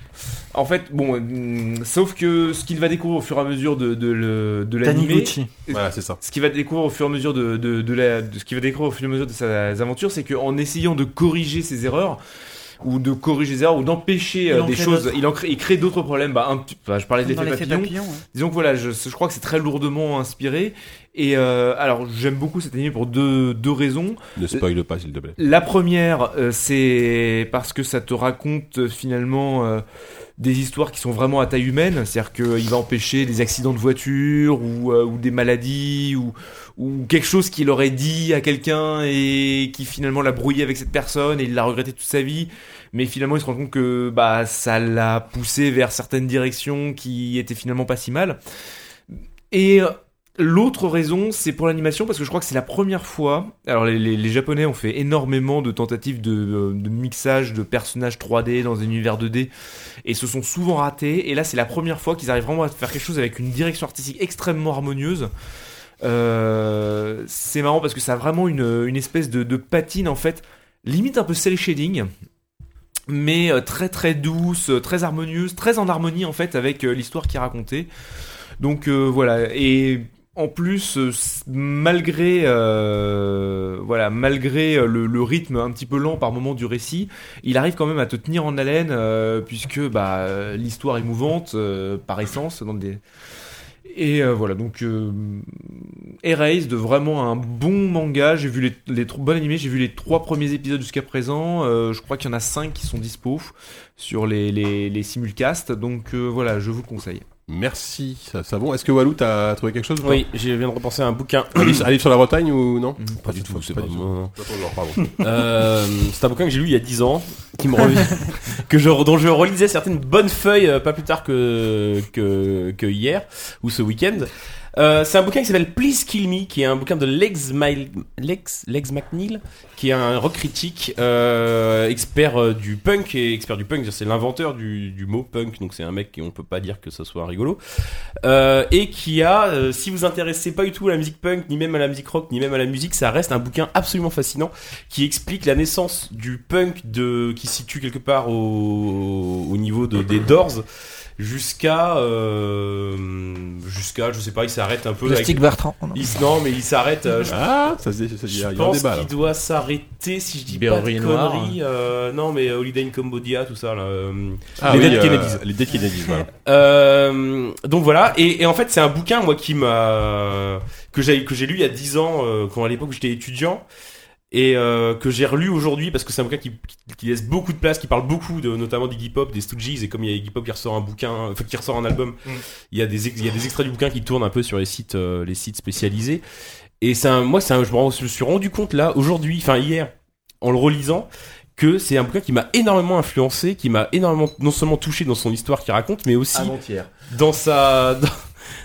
G: En fait, bon, hum, sauf que ce qu'il va découvrir au fur et à mesure de, de, le- de l'animé,
E: Taniguchi.
A: Voilà, c'est ça.
G: ce qu'il va découvrir au fur et à mesure de, de, de la, de ce qu'il va découvrir au fur et à mesure de ses aventures, c'est qu'en essayant de corriger ses erreurs, ou de corriger ses erreurs, ou d'empêcher
B: Il
G: euh,
B: en
G: des
B: crée
G: choses,
B: d'autres.
G: il, en crée, il crée d'autres problèmes. Bah, un petit- bah, je parlais de
F: Dans
G: l'effet
F: l'effet
G: papillon.
F: papillon. ouais.
G: Disons que voilà, je, je crois que c'est très lourdement inspiré. Et euh, alors, j'aime beaucoup cet animé pour deux, deux raisons.
A: Ne spoil pas, s'il te plaît.
G: La première, euh, c'est parce que ça te raconte euh, finalement euh, des histoires qui sont vraiment à taille humaine, c'est-à-dire qu'il va empêcher des accidents de voiture ou, euh, ou des maladies ou, ou quelque chose qu'il aurait dit à quelqu'un et qui finalement l'a brouillé avec cette personne et il l'a regretté toute sa vie. Mais finalement, il se rend compte que bah ça l'a poussé vers certaines directions qui étaient finalement pas si mal. Et euh, L'autre raison, c'est pour l'animation, parce que je crois que c'est la première fois. Alors, les, les- les Japonais ont fait énormément de tentatives de, euh, de mixage de personnages 3D dans un univers 2D, et se sont souvent ratés. Et là, c'est la première fois qu'ils arrivent vraiment à faire quelque chose avec une direction artistique extrêmement harmonieuse. Euh, c'est marrant parce que ça a vraiment une, une espèce de, de patine, en fait, limite un peu cel shading, mais euh, très très douce, euh, très harmonieuse, très en harmonie, en fait, avec euh, l'histoire qui est racontée. Donc euh, voilà, et en plus, euh, s- malgré, euh, voilà, malgré euh, le, le rythme un petit peu lent par moment du récit, il arrive quand même à te tenir en haleine, euh, puisque bah, euh, l'histoire est mouvante euh, par essence. Dans des... Et euh, voilà, donc euh, Erased, vraiment un bon manga. J'ai vu les, les tro- bons animés, j'ai vu les trois premiers épisodes jusqu'à présent. Euh, je crois qu'il y en a cinq qui sont dispo sur les, les, les simulcasts. Donc euh, voilà, je vous le conseille.
A: Merci, ça, ça bon. Est-ce que Walou, t'as trouvé quelque chose ou pas
D: Oui, je viens de repenser à un bouquin.
A: un livre, un livre sur la Bretagne ou non
D: Pas du tout, c'est pas,
A: du tout.
D: non, non.
A: Pas ton genre, pardon.
D: Euh, c'est un bouquin que j'ai lu il y a 10 ans, qui me revient, que je, dont je relisais certaines bonnes feuilles euh, pas plus tard que, que, que hier ou ce week-end. Euh, c'est un bouquin qui s'appelle Please Kill Me, qui est un bouquin de Lex, Mil- Lex, Lex McNeil, qui est un rock critique, euh, expert euh, du punk et expert du punk, c'est l'inventeur du, du mot punk, donc c'est un mec qui on peut pas dire que ce soit rigolo, euh, et qui a, euh, si vous intéressez pas du tout à la musique punk, ni même à la musique rock, ni même à la musique, ça reste un bouquin absolument fascinant qui explique la naissance du punk de qui se situe quelque part au, au niveau de, des Doors jusqu'à euh, jusqu'à je sais pas il s'arrête un peu
I: Plastique Bertrand. non.
D: avec, il, non mais il s'arrête euh, je,
A: Ah, ça se dit, ça se dit, il y
D: je
A: a il y a un
D: pense
A: débat là.
D: qu'il doit s'arrêter si je dis
C: Berry
D: pas de
C: Noir.
D: conneries euh, non mais Holiday in Cambodia tout ça là euh,
A: Ah
D: les
A: oui,
D: Dead
A: euh,
D: Kennedys.
A: Les Dead Kennedys, voilà.
D: Euh, donc voilà, et, et en fait c'est un bouquin moi qui m'a que j'ai que j'ai lu il y a 10 ans euh, quand à l'époque j'étais étudiant et euh, que j'ai relu aujourd'hui parce que c'est un bouquin qui, qui- qui laisse beaucoup de place, qui parle beaucoup de notamment d'Iggy Pop, des Stooges et comme il y a Iggy Pop qui ressort un bouquin, euh, enfin qui ressort un album, il y a des ex- il y a des extraits du bouquin qui tournent un peu sur les sites euh, les sites spécialisés et c'est un- moi c'est un- je me rends- je me suis rendu compte là aujourd'hui, enfin hier en le relisant que c'est un bouquin qui m'a énormément influencé, qui m'a énormément non seulement touché dans son histoire qu'il raconte, mais aussi dans sa dans,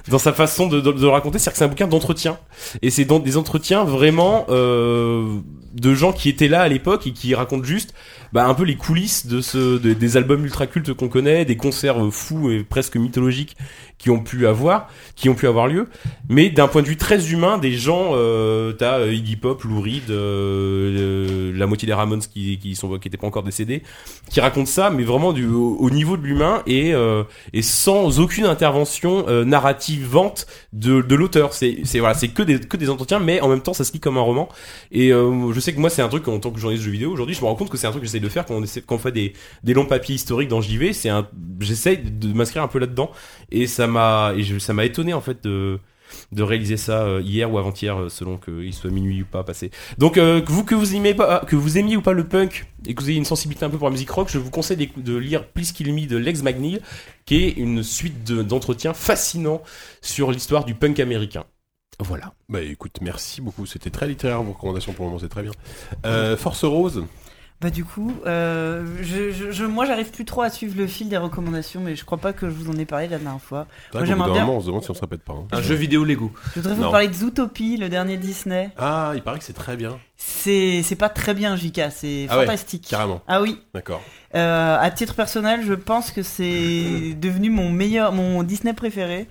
D: dans sa façon de, de, de le raconter, c'est-à-dire que c'est un bouquin d'entretien et c'est dans des entretiens vraiment euh, de gens qui étaient là à l'époque et qui racontent juste bah, un peu les coulisses de ce de- des albums ultra cultes qu'on connaît, des concerts euh, fous et presque mythologiques qui ont pu avoir qui ont pu avoir lieu, mais d'un point de vue très humain des gens euh, t'as euh, Iggy Pop, Lou Reed, euh, euh, la moitié des Ramones qui qui sont qui étaient pas encore décédés, qui racontent ça mais vraiment du au, au niveau de l'humain et euh, et sans aucune intervention euh, narrativante de, de l'auteur. C'est c'est- voilà, c'est que des, que des entretiens, mais en même temps, ça se lit comme un roman. Et euh, je sais que moi, c'est un truc en tant que journaliste de jeux vidéo aujourd'hui, je me rends compte que c'est un truc que j'essaie de faire quand on, essaie, quand on fait des, des longs papiers historiques dans JV. C'est un, j'essaie de m'inscrire un peu là-dedans, et ça m'a, et je- ça m'a étonné en fait de de réaliser ça euh, hier ou avant-hier euh, selon qu'il soit minuit ou pas passé. Donc euh, que vous que vous aimiez pas euh, que vous aimiez ou pas le punk et que vous ayez une sensibilité un peu pour la musique rock, je vous conseille d'éc- de lire Please Kill Me de Lex McNeil qui est une suite de- d'entretiens fascinants sur l'histoire du punk américain. Voilà.
A: Bah écoute, merci beaucoup, c'était très littéraire vos recommandations pour le moment, c'est très bien. Euh, Force Rose,
F: Bah du coup, euh, je, je- je- moi j'arrive plus trop à suivre le fil des recommandations, mais je crois pas que je vous en ai parlé la dernière fois.
A: c'est vrai qu'au bout
F: j'aimerais
A: d'un
F: bien- Ah.
A: moment, on se demande si on se répète pas. hein.
C: Un jeu vidéo Lego.
F: Je voudrais
A: Non.
F: vous parler de Zootopie, le dernier Disney.
A: Ah, il paraît que c'est très bien,
F: C'est c'est pas très bien, JK, c'est
A: Ah ouais,
F: fantastique.
A: carrément,
F: ah oui,
A: d'accord.
F: Euh, à titre personnel, je pense que c'est devenu mon meilleur, mon Disney préféré,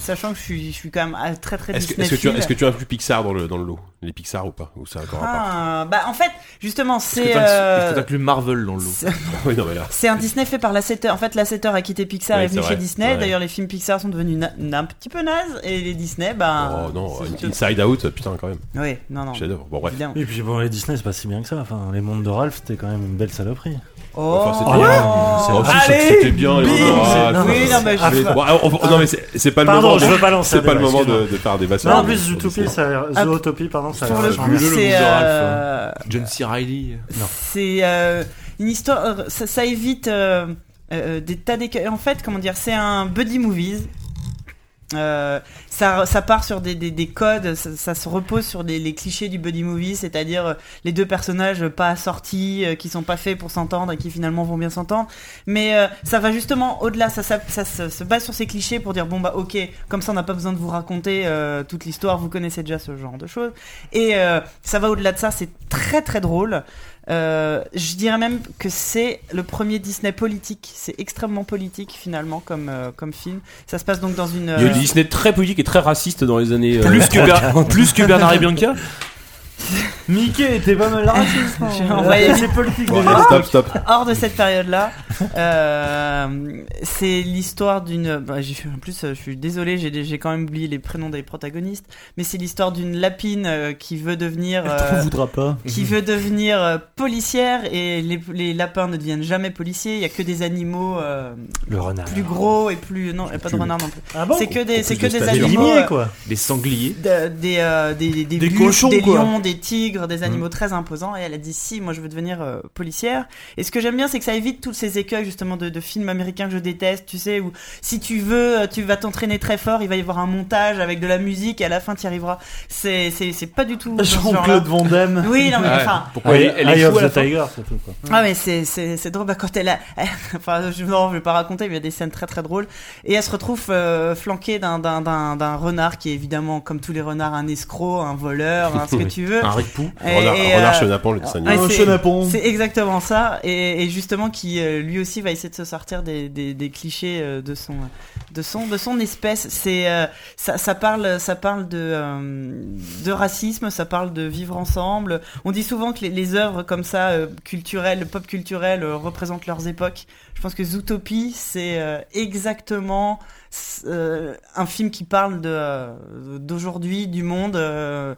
F: sachant que je suis, je suis quand même ah, très très
A: Est-ce que,
F: Disney.
A: est-ce que tu, est-ce que tu inclus Pixar dans le, dans le lot Les Pixar ou pas Ou c'est encore à part
F: ah, bah en fait, justement,
G: Est-ce
F: c'est
G: que t'as- est-ce
F: euh,
G: que t'inclus Marvel dans le lot
F: c'est-
A: Oui, non, mais là.
F: c'est un Disney fait par Lasseter. En fait, Lasseter a quitté Pixar
A: Ouais,
F: et est venu
A: c'est
F: chez
A: vrai,
F: Disney.
A: c'est vrai.
F: D'ailleurs, les films Pixar sont devenus na- un petit peu nazes et les Disney, bah.
A: oh non,
F: c'est-
A: Inside Out, putain, quand même,
F: Ouais, non, non.
A: chef-d'œuvre. Bon, bref.
F: Évidemment.
E: Et puis bon, les Disney, c'est pas si bien que ça. Enfin, les mondes de Ralph, c'était quand même une belle saloperie.
F: Oh,
A: Enfin, c'était-
E: C'est
A: Oh, si,
E: Allez,
A: ça- c'était bien, les
F: bim,
A: moments, ah,
E: c'est-
A: ça-
F: oui, non, mais je-
A: Mais- bon, alors, on- non, mais c'est c'est pas le
E: Pardon,
A: moment.
E: je veux pas lancer un
A: C'est pas le
E: débat,
A: moment de,
E: excuse-moi.
A: de faire des
E: Non, en
A: bassins.
E: plus, Zootopie, ça...
F: Ah,
E: Zootopie, pardon, ça...
F: Sur le
E: ça-
F: coup,
G: le
F: c'est.
G: loser, Alf.
A: hein.
F: euh,
G: John C. Reilly.
F: C'est euh, une histoire. euh, Ça, ça évite euh, euh, des tas d'écueils. En fait, comment dire, c'est un buddy movies. Euh, ça, ça part sur des, des- des codes, ça, ça se repose sur des, les clichés du buddy movie, c'est-à-dire euh, les deux personnages pas assortis, euh, qui sont pas faits pour s'entendre et qui finalement vont bien s'entendre. Mais euh, ça va justement au-delà, ça, ça, ça se, se base sur ces clichés pour dire bon bah ok, comme ça on n'a pas besoin de vous raconter euh, toute l'histoire, vous connaissez déjà ce genre de choses. Et euh, ça va au-delà de ça, c'est très très drôle. Euh, je dirais même que c'est le premier Disney politique. C'est extrêmement politique finalement comme, euh, comme film. Ça se passe donc dans une...
D: Il y a eu
F: euh,
D: des Disney très politique et très raciste dans les années. euh,
G: Plus que, Ber- plus que Bernard et Bianca
B: Mickey était pas mal raciste. hein.
F: J'ai envoyé-
B: C'est politique
A: Bon,
B: déjà.
A: allez, stop, stop.
F: hors de cette période-là. Euh, c'est l'histoire d'une. bah, j'ai- en plus, euh, je suis désolé, j'ai j'ai quand même oublié les prénoms des protagonistes. Mais c'est l'histoire d'une lapine euh, qui veut devenir. euh,
E: voudra pas.
F: qui veut devenir euh, policière et les, les lapins ne deviennent jamais policiers. Il y a que des animaux euh,
E: Le renard.
F: plus gros et plus non, et pas de renard non plus.
E: Ah bon
F: c'est que
A: en
F: des, c'est
A: plus
F: que
A: de
F: des
A: stagiaires.
E: Les
F: animaux.
E: limiers,
F: euh,
E: quoi.
G: Des sangliers.
F: de- des, euh, des, des,
G: Des
F: buffles,
G: cochons,
F: des
G: quoi. Mm.
F: lions, des tigres, des animaux très imposants, et elle a dit si, moi je veux devenir euh, policière. Et ce que j'aime bien, c'est que ça évite tous ces écueils justement de, de films américains que je déteste, tu sais, où si tu veux, euh, tu vas t'entraîner très fort, il va y avoir un montage avec de la musique, et à la fin tu y arriveras. C'est c'est- c'est pas du tout... dans ce genre-là.
B: Jean-Claude Van Damme.
F: Oui, non mais
C: Ouais.
F: enfin...
C: Pourquoi elle, elle est
E: Eye
C: fou à
E: of
C: la
E: the
C: fin.
E: Tiger, c'est tout, quoi.
F: Ah mais c'est c'est c'est drôle bah, quand elle a enfin je non, je vais pas raconter mais il y a des scènes très très drôles et elle se retrouve euh, flanquée d'un d'un d'un d'un renard qui est évidemment comme tous les renards un escroc un voleur un ce que tu veux
D: Un ripou.
F: Et-
A: Renard,
F: et,
A: renard
F: euh,
A: chenapan, le dessin animé.
F: Ouais,
B: Un
F: c'est-
B: chenapon.
F: c'est exactement ça et, et justement qui euh, lui aussi va essayer de se sortir des des, des clichés euh, de son de son de son espèce c'est euh, ça ça parle ça parle de euh, de racisme ça parle de vivre ensemble on dit souvent que les, les œuvres comme ça euh, culturelles pop culturelles euh, représentent leurs époques je pense que Zootopie c'est euh, exactement euh, un film qui parle de euh, d'aujourd'hui du monde euh,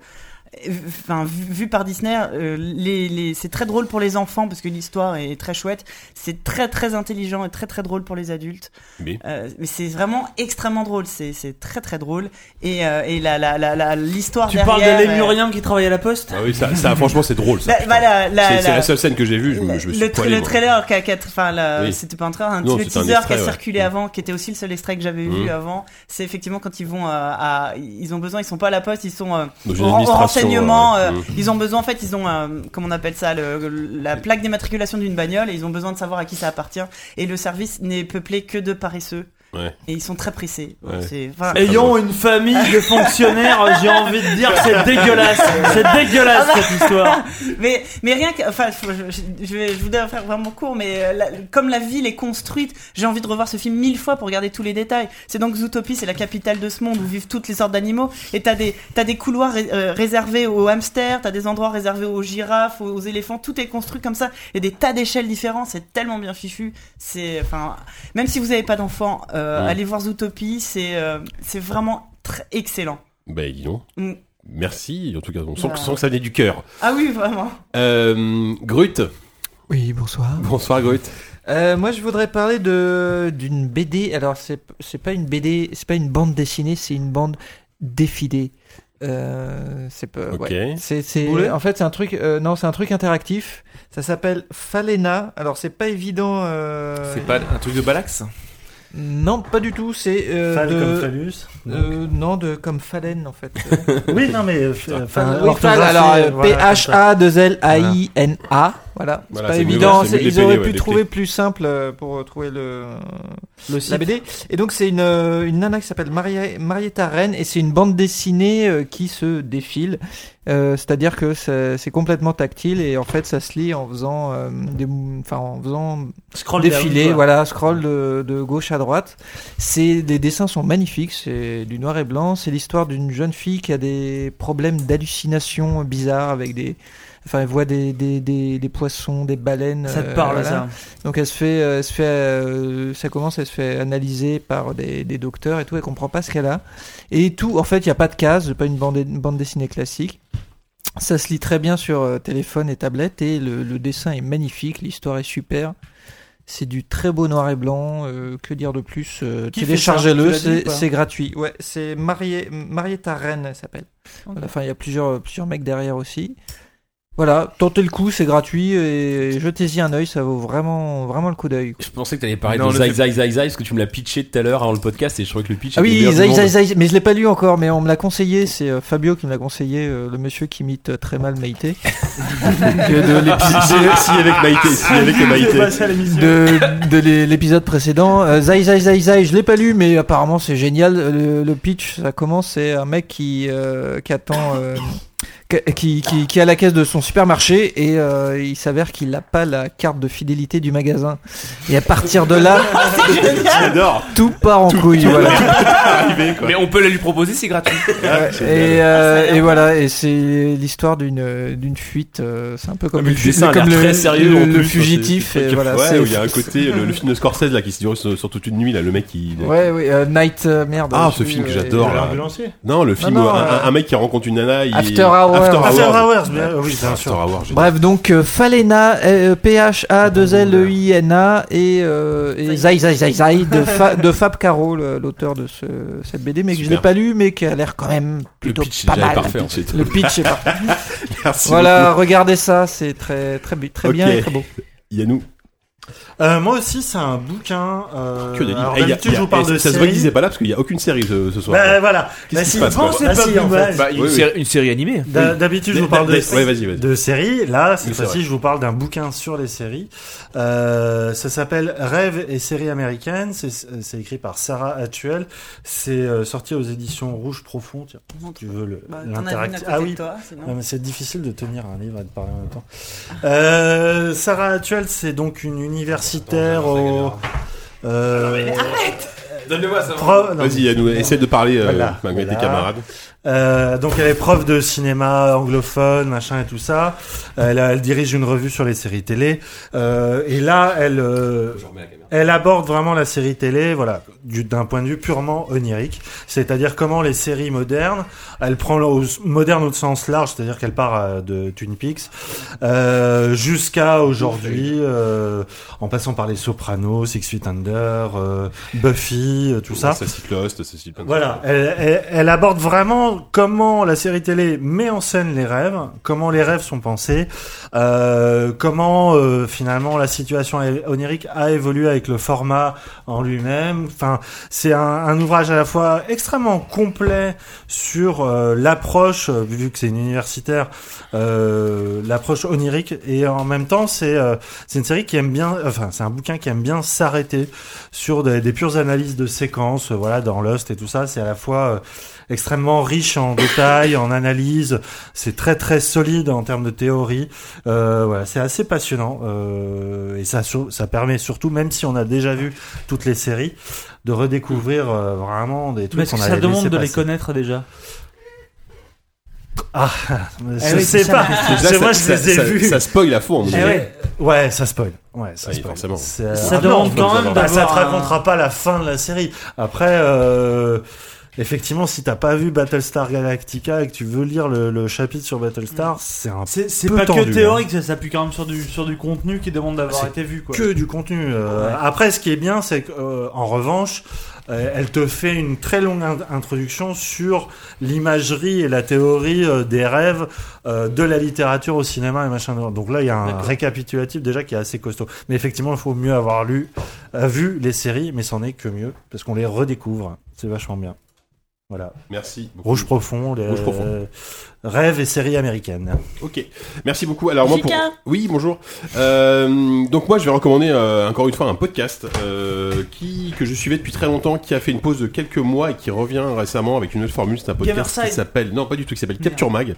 F: Enfin, vu, vu par Disney, euh, les, les- c'est très drôle pour les enfants parce que l'histoire est très chouette. C'est très très intelligent et très très drôle pour les adultes.
A: Oui.
F: Euh, mais c'est vraiment extrêmement drôle. C'est, c'est très très drôle. Et, euh, et la, la, la, la- l'histoire
B: Tu
F: derrière.
B: parles de
F: euh,
B: Lémurien qui travaille à la poste
A: Ah oui, ça, ça, franchement, c'est drôle. ça,
F: Bah, la-
A: putain.
F: voilà, la-
A: c'est c'est
F: la-
A: la seule scène que j'ai vue. Je, me- je me suis
F: le, tra-
A: poilé,
F: le
A: moi.
F: trailer qui a, qui a- enfin la-
A: Oui.
F: c'était pas un trailer un
A: Non,
F: petit
A: c'était un
F: teaser qui
A: extrait,
F: a
A: ouais.
F: circulé
A: Mm.
F: avant qui était aussi le seul extrait que j'avais
A: Mm.
F: vu avant c'est effectivement quand ils vont euh, à ils ont besoin ils sont pas à la poste ils sont euh,
A: Dans une
F: au, au
A: administration,
F: renseignement
A: ouais.
F: euh,
A: Mm.
F: ils ont besoin en fait ils ont euh, comment on appelle ça le- le- la plaque d'immatriculation d'une bagnole et ils ont besoin de savoir à qui ça appartient et le service n'est peuplé que de paresseux
A: Ouais.
F: et ils sont très pressés Donc,
A: Ouais.
F: c'est- enfin,
B: Ayant une famille de fonctionnaires, j'ai envie de dire que c'est dégueulasse. C'est dégueulasse cette histoire.
F: Mais, mais rien que. Enfin, faut- je, je- je vais, je voudrais faire vraiment court, mais euh, la- comme la ville est construite, j'ai envie de revoir ce film mille fois pour regarder tous les détails. C'est donc Zootopie, c'est la capitale de ce monde où vivent toutes les sortes d'animaux. Et t'as des, t'as des couloirs ré- euh, réservés aux hamsters, t'as des endroits réservés aux girafes, aux, aux éléphants. Tout est construit comme ça. Il y a des tas d'échelles différentes. C'est tellement bien fichu. C'est. Enfin. Même si vous n'avez pas d'enfants, euh,
A: Mm.
F: allez voir Zootopie. C'est euh, c'est vraiment très excellent.
A: Ben, dis donc.
F: Mm.
A: Merci, en tout cas, on sent,
F: Bah.
A: que- sent que ça venait du cœur.
F: Ah oui, vraiment.
A: Euh, Grut,
H: Oui, bonsoir.
A: bonsoir Grut.
H: Euh, moi, je voudrais parler de d'une BD. Alors, c'est c'est pas une BD, c'est pas une bande dessinée, c'est une bande défilée. Euh, c'est pas.
A: Ok.
H: ouais. C'est c'est-
B: Vous voulez
H: en fait c'est un truc. euh, non, c'est un truc interactif. Ça s'appelle Falena. Alors, c'est pas évident. euh,
G: C'est pas un truc de Balax
H: Non, pas du tout. C'est euh,
E: Fal
H: de-
E: comme phallus.
H: euh, non, de comme Falen en fait.
E: Oui, non, mais. euh, enfin,
H: Oui, Fal,
E: orthographié,
H: alors euh,
E: voilà, comme ça.
H: P-H-A-2-L-A-I-N-A. Voilà, c'est
A: Voilà,
H: pas
A: c'est mieux,
H: évident.
A: ouais, c'est
H: c'est-
A: mieux de
H: Ils
A: les
H: auraient
A: payer, ouais,
H: pu
A: les
H: trouver plus simple euh, pour trouver le,
B: Le
H: la
B: site.
H: BD. Et donc, c'est une, euh, une nana qui s'appelle Maria- Marietta Rennes et c'est une bande dessinée euh, qui se défile. Euh, C'est-à-dire que ça- c'est complètement tactile et en fait, ça se lit en faisant, euh, des, mou- enfin, en faisant
B: Scroll
H: défiler,
B: down, quoi.
H: voilà, scroll de, de gauche à droite. C'est les dessins sont magnifiques, c'est du noir et blanc, c'est l'histoire d'une jeune fille qui a des problèmes d'hallucination bizarres avec des enfin elle voit des des, des, des poissons, des baleines.
B: Ça te
H: euh,
B: parle,
H: voilà.
B: ça.
H: Donc elle se fait euh, elle se fait euh, ça commence elle se fait analyser par des, des docteurs et tout, elle comprend pas ce qu'elle a. Et tout en fait, il y a pas de case, c'est pas une bande une bande dessinée classique. Ça se lit très bien sur euh, téléphone et tablette et le, le dessin est magnifique, l'histoire est super. C'est du très beau noir et blanc. euh, que dire de plus euh,
B: Qui fait
H: Téléchargez-le,
B: ça Tu l'as dit ou
H: c'est
B: pas
H: c'est gratuit. Ouais, c'est Marie- Marietta Rennes, elle s'appelle. Voilà, Enfin, il y a plusieurs, plusieurs mecs derrière aussi. Voilà, tentez le coup, c'est gratuit et jetez-y un œil, ça vaut vraiment, vraiment le coup d'œil.
D: Je pensais que t'allais parler
G: Non,
D: de
G: le
D: Zai
G: fait-
D: Zai Zai Zai parce que tu me l'as pitché tout à l'heure avant le podcast et je trouvais que le pitch
H: Ah
D: était
H: oui,
D: le meilleur du
H: Zai,
D: monde.
H: Zai, Zai, mais je l'ai pas lu encore, mais on me l'a conseillé. C'est euh, Fabio qui me l'a conseillé, euh, le monsieur qui imite euh, très mal Maïté. Que de l'épisode-
A: Si, si, avec Maïté,
E: Ah,
A: si, avec le
B: C'est
A: Maïté.
B: passé à l'émission.
H: de, de l'é- l'épisode précédent. Euh, Zai Zai Zai Zai, je l'ai pas lu, mais apparemment c'est génial. Euh, Le, le pitch, ça commence, c'est un mec qui, euh, qui attend, euh, qui, qui, qui, qui a la caisse de son supermarché et euh, il s'avère qu'il n'a pas la carte de fidélité du magasin. Et à partir de là,
A: J'adore.
H: tout part en couille. voilà.
G: Mais on peut la lui proposer, c'est gratuit.
H: Et, euh, et voilà, et c'est l'histoire d'une d'une fuite. euh, c'est un peu comme
D: mais
H: le,
D: le
H: fu-
D: dessin a
H: comme
D: l'air
H: le-
D: très sérieux
H: le-
D: en
H: le
D: plus,
H: fugitif.
A: Ouais,
H: et voilà,
A: ouais,
H: c'est-
A: où il y a un côté, euh, le, le film de Scorsese là, qui se dure sur, sur toute une nuit, là, le mec qui.
H: Ouais, oui, euh, Night euh, merde.
A: Ah,
H: je
A: ce
H: sais
A: film que
H: plus, ouais.
A: j'adore, là.
E: L'ambulancier.
A: Non, le film,
H: Non, non,
A: où un,
H: euh,
A: un- un mec qui rencontre une nana. il-
H: After Hour.
A: After Hour.
E: After Hours, bien- oui, Ah, bien
A: After
E: sûr. Bah,
A: Hour, génial.
H: Bref, donc euh, Falena, euh, E P-H-A-2-L-E-I-N-A et, euh, et Zai Zai Zai Zai de, Fa- de Fab Caro, le- l'auteur de ce, cette BD, mais que je
A: Super.
H: l'ai pas lu, mais qui a l'air quand même
D: Le
H: plutôt
D: pitch est
H: pas
D: déjà
H: mal.
D: parfait ensuite.
H: Le pitch est parfait.
A: Merci
H: Voilà, regardez ça, c'est très très bi- très bien
A: Ok.
H: et très beau.
A: beaucoup. Yannou,
E: Euh, moi aussi, c'est un bouquin. Euh,
A: que des livres.
E: alors,
A: Eh, y a-
E: d'habitude,
A: y a-
E: je vous parle
A: eh,
E: de
A: Ça se voit
E: séries.
A: qu'ils n'est pas là parce qu'il n'y a aucune série ce, ce soir.
E: Bah voilà.
A: Qu'est-ce
E: Bah,
A: qui
E: si,
A: se passe,
E: bon,
A: quoi
E: c'est
B: Bah,
E: pas
B: si,
E: plus
B: en fait.
E: mal.
K: Bah, une,
A: Oui, oui.
K: série, une série animée.
E: D'ha- D'habitude, je vous parle de,
A: Ouais, vas-y, vas-y.
E: de séries. Là, cette
A: Oui, c'est
E: fois-ci, je vous parle d'un bouquin sur les séries. Euh, ça s'appelle Rêves et séries américaines. C'est c'est écrit par Sarah Atuel. C'est euh, sorti aux éditions Rouge Profond. Tiens, tu veux le-
F: Bah, T'en as une à
E: l'interactif
F: côté
E: Ah oui,
F: de toi, sinon.
E: Ouais, mais c'est difficile de tenir un livre et de parler en même temps. Euh, Sarah Atuel, c'est donc une universitaire au.
A: hein.
F: Ah,
E: Euh,
D: Donne-le-moi ça.
E: pro- non,
A: Vas-y, Yannou, essaie de parler euh,
E: Voilà.
A: malgré tes
E: Voilà.
A: camarades.
E: euh, donc elle est prof de cinéma anglophone, machin et tout ça. Euh, Elle, a- elle dirige une revue sur les séries télé. Euh, et là, elle, euh,
D: Je remets la caméra.
E: elle aborde vraiment la série télé, voilà, du- d'un point de vue purement onirique, c'est-à-dire comment les séries modernes, elle prend le au- moderne au sens large, c'est-à-dire qu'elle part euh, de Twin Peaks euh, jusqu'à aujourd'hui, euh, en passant par les Sopranos, Six Feet Under, euh, Buffy, euh, tout ça.
A: Ça cite Lost, ça cite plein de
E: Voilà, elle, elle- elle aborde vraiment comment la série télé met en scène les rêves, comment les rêves sont pensés, euh, comment euh, finalement la situation é- onirique a évolué avec le format en lui-même. Enfin, c'est un, un ouvrage à la fois extrêmement complet sur euh, l'approche, euh, vu que c'est une universitaire, euh, l'approche onirique, et en même temps c'est euh, c'est une série qui aime bien, enfin c'est un bouquin qui aime bien s'arrêter sur des, des pures analyses de séquences, euh, voilà, dans Lost et tout ça. C'est à la fois euh, extrêmement riche en détails, en analyses. C'est très très solide en termes de théorie. Euh, voilà, c'est assez passionnant euh, et ça sur- ça permet surtout, même si on a déjà vu toutes les séries, de redécouvrir euh, vraiment des
B: Mais
E: trucs
B: est-ce
E: qu'on
B: que
E: avait
B: ça demande
E: laissés
B: de les
E: passer.
B: connaître déjà
E: Ah, je
B: Eh oui,
E: sais
B: c'est
E: pas.
B: ça.
A: Déjà,
E: C'est
A: ça-
E: vrai, je
A: ça-
E: les ai
A: ça-
E: vus. Eh
A: Ça spoil à fond, à mon avis.
E: ouais. ouais, ça spoil. Ouais, ça
A: Ah Oui,
E: spoil.
A: forcément.
E: C'est-
B: Eh Ça
E: Ah,
B: demande
E: non,
B: quand
E: bah,
B: même
E: ça te
B: d'avoir un-
E: racontera pas la fin de la série. Après, euh, effectivement, si t'as pas vu Battlestar Galactica et que tu veux lire le, le chapitre sur Battlestar, c'est un
B: Mm. C'est c'est
E: peu
B: pas
E: tendu, hein.
B: que théorique, ça s'appuie quand même sur du, sur du contenu qui demande d'avoir
E: C'est
B: été vu quoi.
E: que du contenu. euh,
B: Ouais.
E: Après, ce qui est bien, c'est que euh, en revanche, euh, elle te fait une très longue in- introduction sur l'imagerie et la théorie euh, des rêves euh, de la littérature au cinéma et machin. Donc là, il y a un
B: D'accord.
E: récapitulatif déjà qui est assez costaud. Mais effectivement, il faut mieux avoir lu, euh, vu les séries, mais c'en est que mieux parce qu'on les redécouvre. C'est vachement bien. Voilà.
A: Merci. beaucoup.
E: Rouge profond, les
A: Rouge profond.
E: euh, rêves et séries américaines.
A: Ok, merci beaucoup. Alors moi pour
F: Jika.
A: oui bonjour. Euh, donc moi je vais recommander euh, encore une fois un podcast euh, qui que je suivais depuis très longtemps, qui a fait une pause de quelques mois et qui revient récemment avec une autre formule. C'est un podcast
B: Gamerside.
A: qui s'appelle non pas du tout qui s'appelle Capture Mag,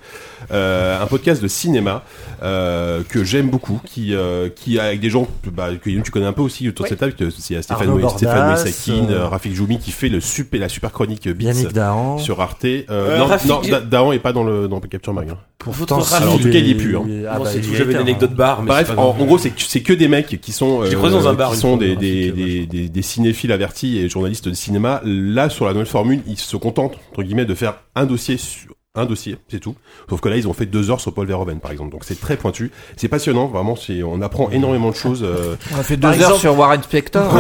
A: euh, un podcast de cinéma euh, que j'aime beaucoup, qui euh, qui a- avec des gens bah, que Yann, tu connais un peu aussi autour de cette table. que C'est Stéphane
E: Arnaud
A: Moïse- Stéphane
E: Bordas,
A: Moïsakin,
E: euh,
A: Rafik Joumi qui fait le super la super chronique euh, Beats
E: Yannick Dahan.
A: sur Arte. Euh, non, non, Da- Dahan est pas dans le dans Capture Mag. hein.
E: Pour
A: Alors, en tout cas, il y est plus, hein.
E: Ah, bah,
D: Bon, c'est tout, j'avais une anecdote barre, mais
A: Bref,
D: c'est pas
A: en,
D: grave.
A: en gros, c'est que, c'est que des mecs qui sont, euh,
D: J'ai creusé dans un bar,
A: qui
D: une
A: sont
D: fois,
A: des,
D: dans un
A: des,
D: café,
A: des, des- des cinéphiles avertis et journalistes de cinéma. Là, sur la nouvelle formule, ils se contentent, entre guillemets, de faire un dossier sur un dossier, c'est tout. Sauf que là, ils ont fait deux heures sur Paul Verhoeven, par exemple. Donc, c'est très pointu. C'est passionnant, vraiment. C'est, on apprend énormément de choses. euh,
H: On a fait deux
E: Par
H: heures
E: exemple-
H: sur Warren Spector.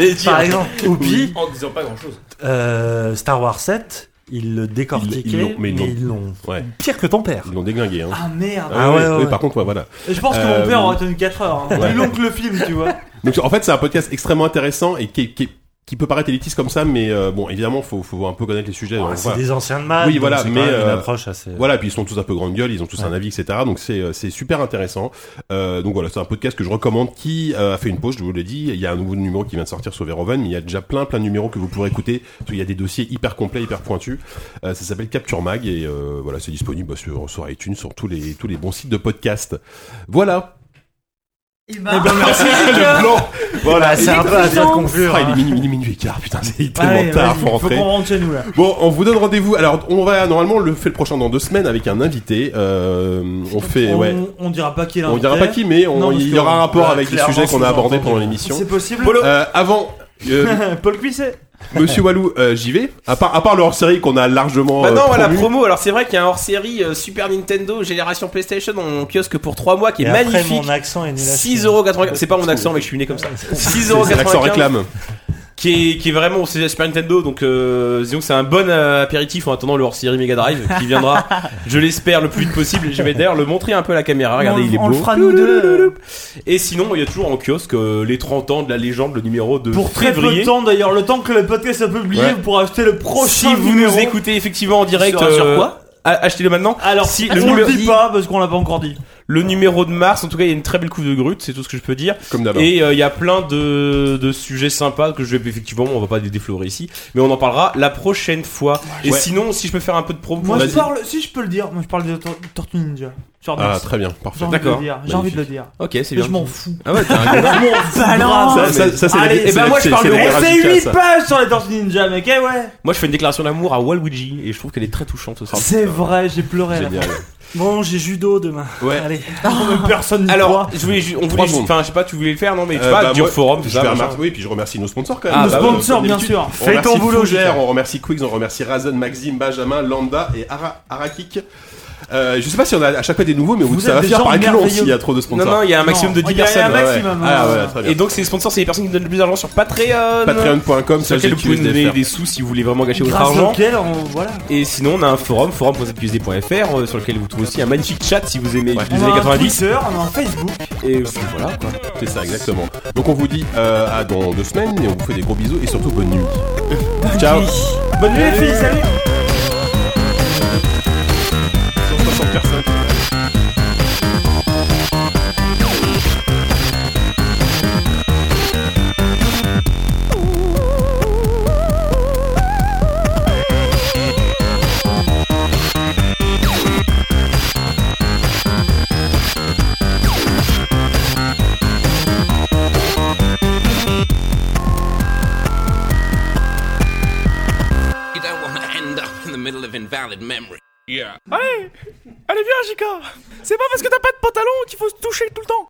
E: exemple, Oupi,
D: En disant pas grand chose.
E: euh, Star Wars 7, ils le
A: Ils- ils l'ont-
E: décortiquaient,
A: mais
E: mais,
A: ils l'ont-
E: ils l'ont.
A: ouais.
E: Pire que ton père.
A: Ils l'ont déglingué, hein.
B: Ah merde
E: Ah ouais,
A: oui,
E: ouais,
A: oui,
E: ouais.
A: par contre, ouais, voilà.
B: Et Je pense que
A: Euh,
B: mon père aurait tenu 4 heures, hein.
A: ouais.
B: plus long que le film, tu vois.
A: Donc en fait, c'est un podcast extrêmement intéressant et qui, qui, qui peut paraître élitiste comme ça, mais euh, bon, évidemment, faut, faut un peu connaître les sujets. donc,
E: c'est
A: voilà.
E: des anciens de mal.
A: Oui,
E: donc
A: voilà,
E: c'est quand
A: mais,
E: même une
A: euh,
E: approche assez.
A: Voilà, puis ils sont tous un peu grande gueule, ils ont tous un
E: Ouais.
A: avis, etc. Donc c'est euh, c'est super intéressant. Euh, donc voilà, c'est un podcast que je recommande qui euh, a fait une pause, je vous l'ai dit. Il y a un nouveau numéro qui vient de sortir sur Veroven, mais il y a déjà plein plein de numéros que vous pourrez écouter. Parce qu'il y a des dossiers hyper complets, hyper pointus. Euh, ça s'appelle Capture Mag et euh, voilà, c'est disponible bah, sur, sur iTunes, sur tous les tous les bons sites de podcast. Voilà.
F: Eh ben,
A: Le plan. Voilà.
E: Bah, c'est un peu à dire de conclure.
A: Ah, il est
E: hein. Ah
A: minuit, minuit, minuit et quart, putain, c'est tellement
B: Allez,
A: tard,
B: vas-y,
A: faut
B: faut
A: rentrer.
B: qu'on rentre chez nous là.
A: Bon, on vous donne rendez-vous. Alors, on va normalement le fait le prochain dans deux semaines avec un invité. Euh, on fait,
B: on,
A: ouais.
B: on dira pas qui est
A: On
B: l'invité.
A: dira pas qui, mais on-
B: Non, parce
A: il y
B: que
A: aura un
B: on-
A: rapport
E: bah,
A: avec les
E: clairement,
A: sujets qu'on a
E: sous-entendu.
A: abordés pendant l'émission.
B: C'est possible
A: Euh, avant, euh,
B: Paul Cuisset
A: Monsieur Walou, euh, j'y vais. À part, à part le hors-série qu'on a largement.
D: Bah
A: euh,
D: non, voilà,
A: promu.
D: promo. Alors c'est vrai qu'il y a un hors-série euh, Super Nintendo génération PlayStation en kiosque pour 3 mois qui est
E: Et après,
D: magnifique.
E: mon accent est nul à chier.
D: 6,95€. C'est pas mon accent, mais je suis né comme ça.
A: C'est l'accent
D: 6,95€.
A: réclame.
D: qui est, qui est vraiment c'est la Super Nintendo donc euh, disons que c'est un bon euh, apéritif en attendant le hors-série Mega Drive qui viendra je l'espère le plus vite possible je vais d'ailleurs le montrer un peu à la caméra regardez
B: on,
D: il est
B: on
D: beau
B: le fera nous deux. euh,
D: et sinon il y a toujours en kiosque euh, les 30 ans de la légende le numéro de
B: Pour très peu
D: février
B: de temps d'ailleurs, le temps que le podcast soit publié,
D: Ouais.
B: vous pourrez acheter le prochain
D: si vous
B: numéro.
D: nous écoutez effectivement en direct
B: Sur- sur
D: euh,
B: quoi
D: a- achetez-le maintenant
B: Alors,
D: si
B: on le dit pas parce qu'on l'a pas encore dit.
D: le numéro de mars, en tout cas, il y a une très belle coupe de grute, c'est tout ce que je peux dire.
A: Comme d'hab.
D: Et euh, il y a plein de, de sujets sympas que je vais effectivement, on va pas les déflorer ici, mais on en parlera la prochaine fois. Et
A: Ouais.
D: sinon, si je peux faire un peu de promo,
B: Moi,
D: pour-
B: je
D: Vas-y.
B: parle, si je peux le dire, moi je parle de Tor- Tortue Ninja. Genre,
A: Ah,
B: merci.
A: très bien, parfait.
B: J'ai envie de le
D: D'accord.
B: dire. J'ai envie de le
D: Magnifique.
B: dire.
D: Ok, c'est
B: Mais
D: bien.
B: je m'en fous.
D: Ah ouais, t'es un
B: Je
D: gars.
B: m'en fous.
A: Ah,
B: bravo.
A: ça, ça, ça, c'est la-
B: Allez,
A: c'est
D: eh ben,
A: la-
D: moi, je
A: c'est-
D: parle
A: c'est
D: de
A: la
B: On
A: guerre
B: fait
A: radicale,
B: 8
A: ça.
B: pages sur les Tortues Ninja, mec, eh ouais
D: Moi, je fais une déclaration d'amour à Waluigi et je trouve qu'elle est très touchante. ce soir.
B: C'est vrai, j'ai pleuré à la
D: Génial.
B: fin.
L: Bon, j'ai judo demain.
D: Ouais.
L: Allez.
B: Personne n'y
D: Alors,
B: croit.
D: je voulais, ju- on
A: Trois
D: voulait, ju-
A: secondes.
D: enfin, je sais pas, tu voulais le faire, non Mais tu
A: Euh,
D: vois,
A: bah,
D: Dur
A: moi,
D: Forum, tout
A: je
D: ça,
A: vais
D: machin.
A: remercier- oui, puis je remercie nos sponsors quand même.
D: Ah,
B: Nos
D: bah,
A: comme
B: sponsors, bien
A: d'habitude.
B: sûr.
A: On
L: Fais
A: remercie
L: ton boulot,
A: Fougère,
L: Gérard.
A: on remercie Quigs, on remercie Razen, Maxime, Benjamin, Lambda et Ara Arakik. Euh, je sais pas si on a à chaque fois des nouveaux, mais au bout
B: Vous
A: de- ça
B: êtes
A: va
B: des
A: finir
B: gens
A: par être long
B: merveilleux.
A: s'il y a trop de
D: Non,
A: sponsors.
D: non, il y a un maximum de
B: Non,
D: 10
B: il y a un
D: personnes.
B: maximum. hein.
A: Ah ouais, très bien.
D: Et donc, ces sponsors, c'est les personnes qui donnent le plus d'argent sur Patreon.
A: Patreon.com,
D: sur
A: c'est
D: lequel
A: le
D: vous pouvez nous donner des sous si vous voulez vraiment gâcher votre
B: Grâce
D: argent.
B: auquel, on- voilà.
D: Et sinon, on a un forum, forum.zqsd.fr, euh, sur lequel vous trouvez aussi un magnifique chat si vous aimez les
B: On a
D: années
B: un
D: 90.
B: Twitter, on a un Facebook.
D: Et puis voilà quoi.
A: C'est ça, exactement. Donc on vous dit euh, à dans deux semaines et on vous fait des gros bisous et surtout bonne nuit. Ciao.
B: Bonne nuit les filles, salut
A: 160 personnes.
M: You don't want to end up in the middle of invalid memory. Yeah.
G: Allez, allez viens, Jika. C'est pas parce que t'as pas de pantalon qu'il faut se toucher tout le temps.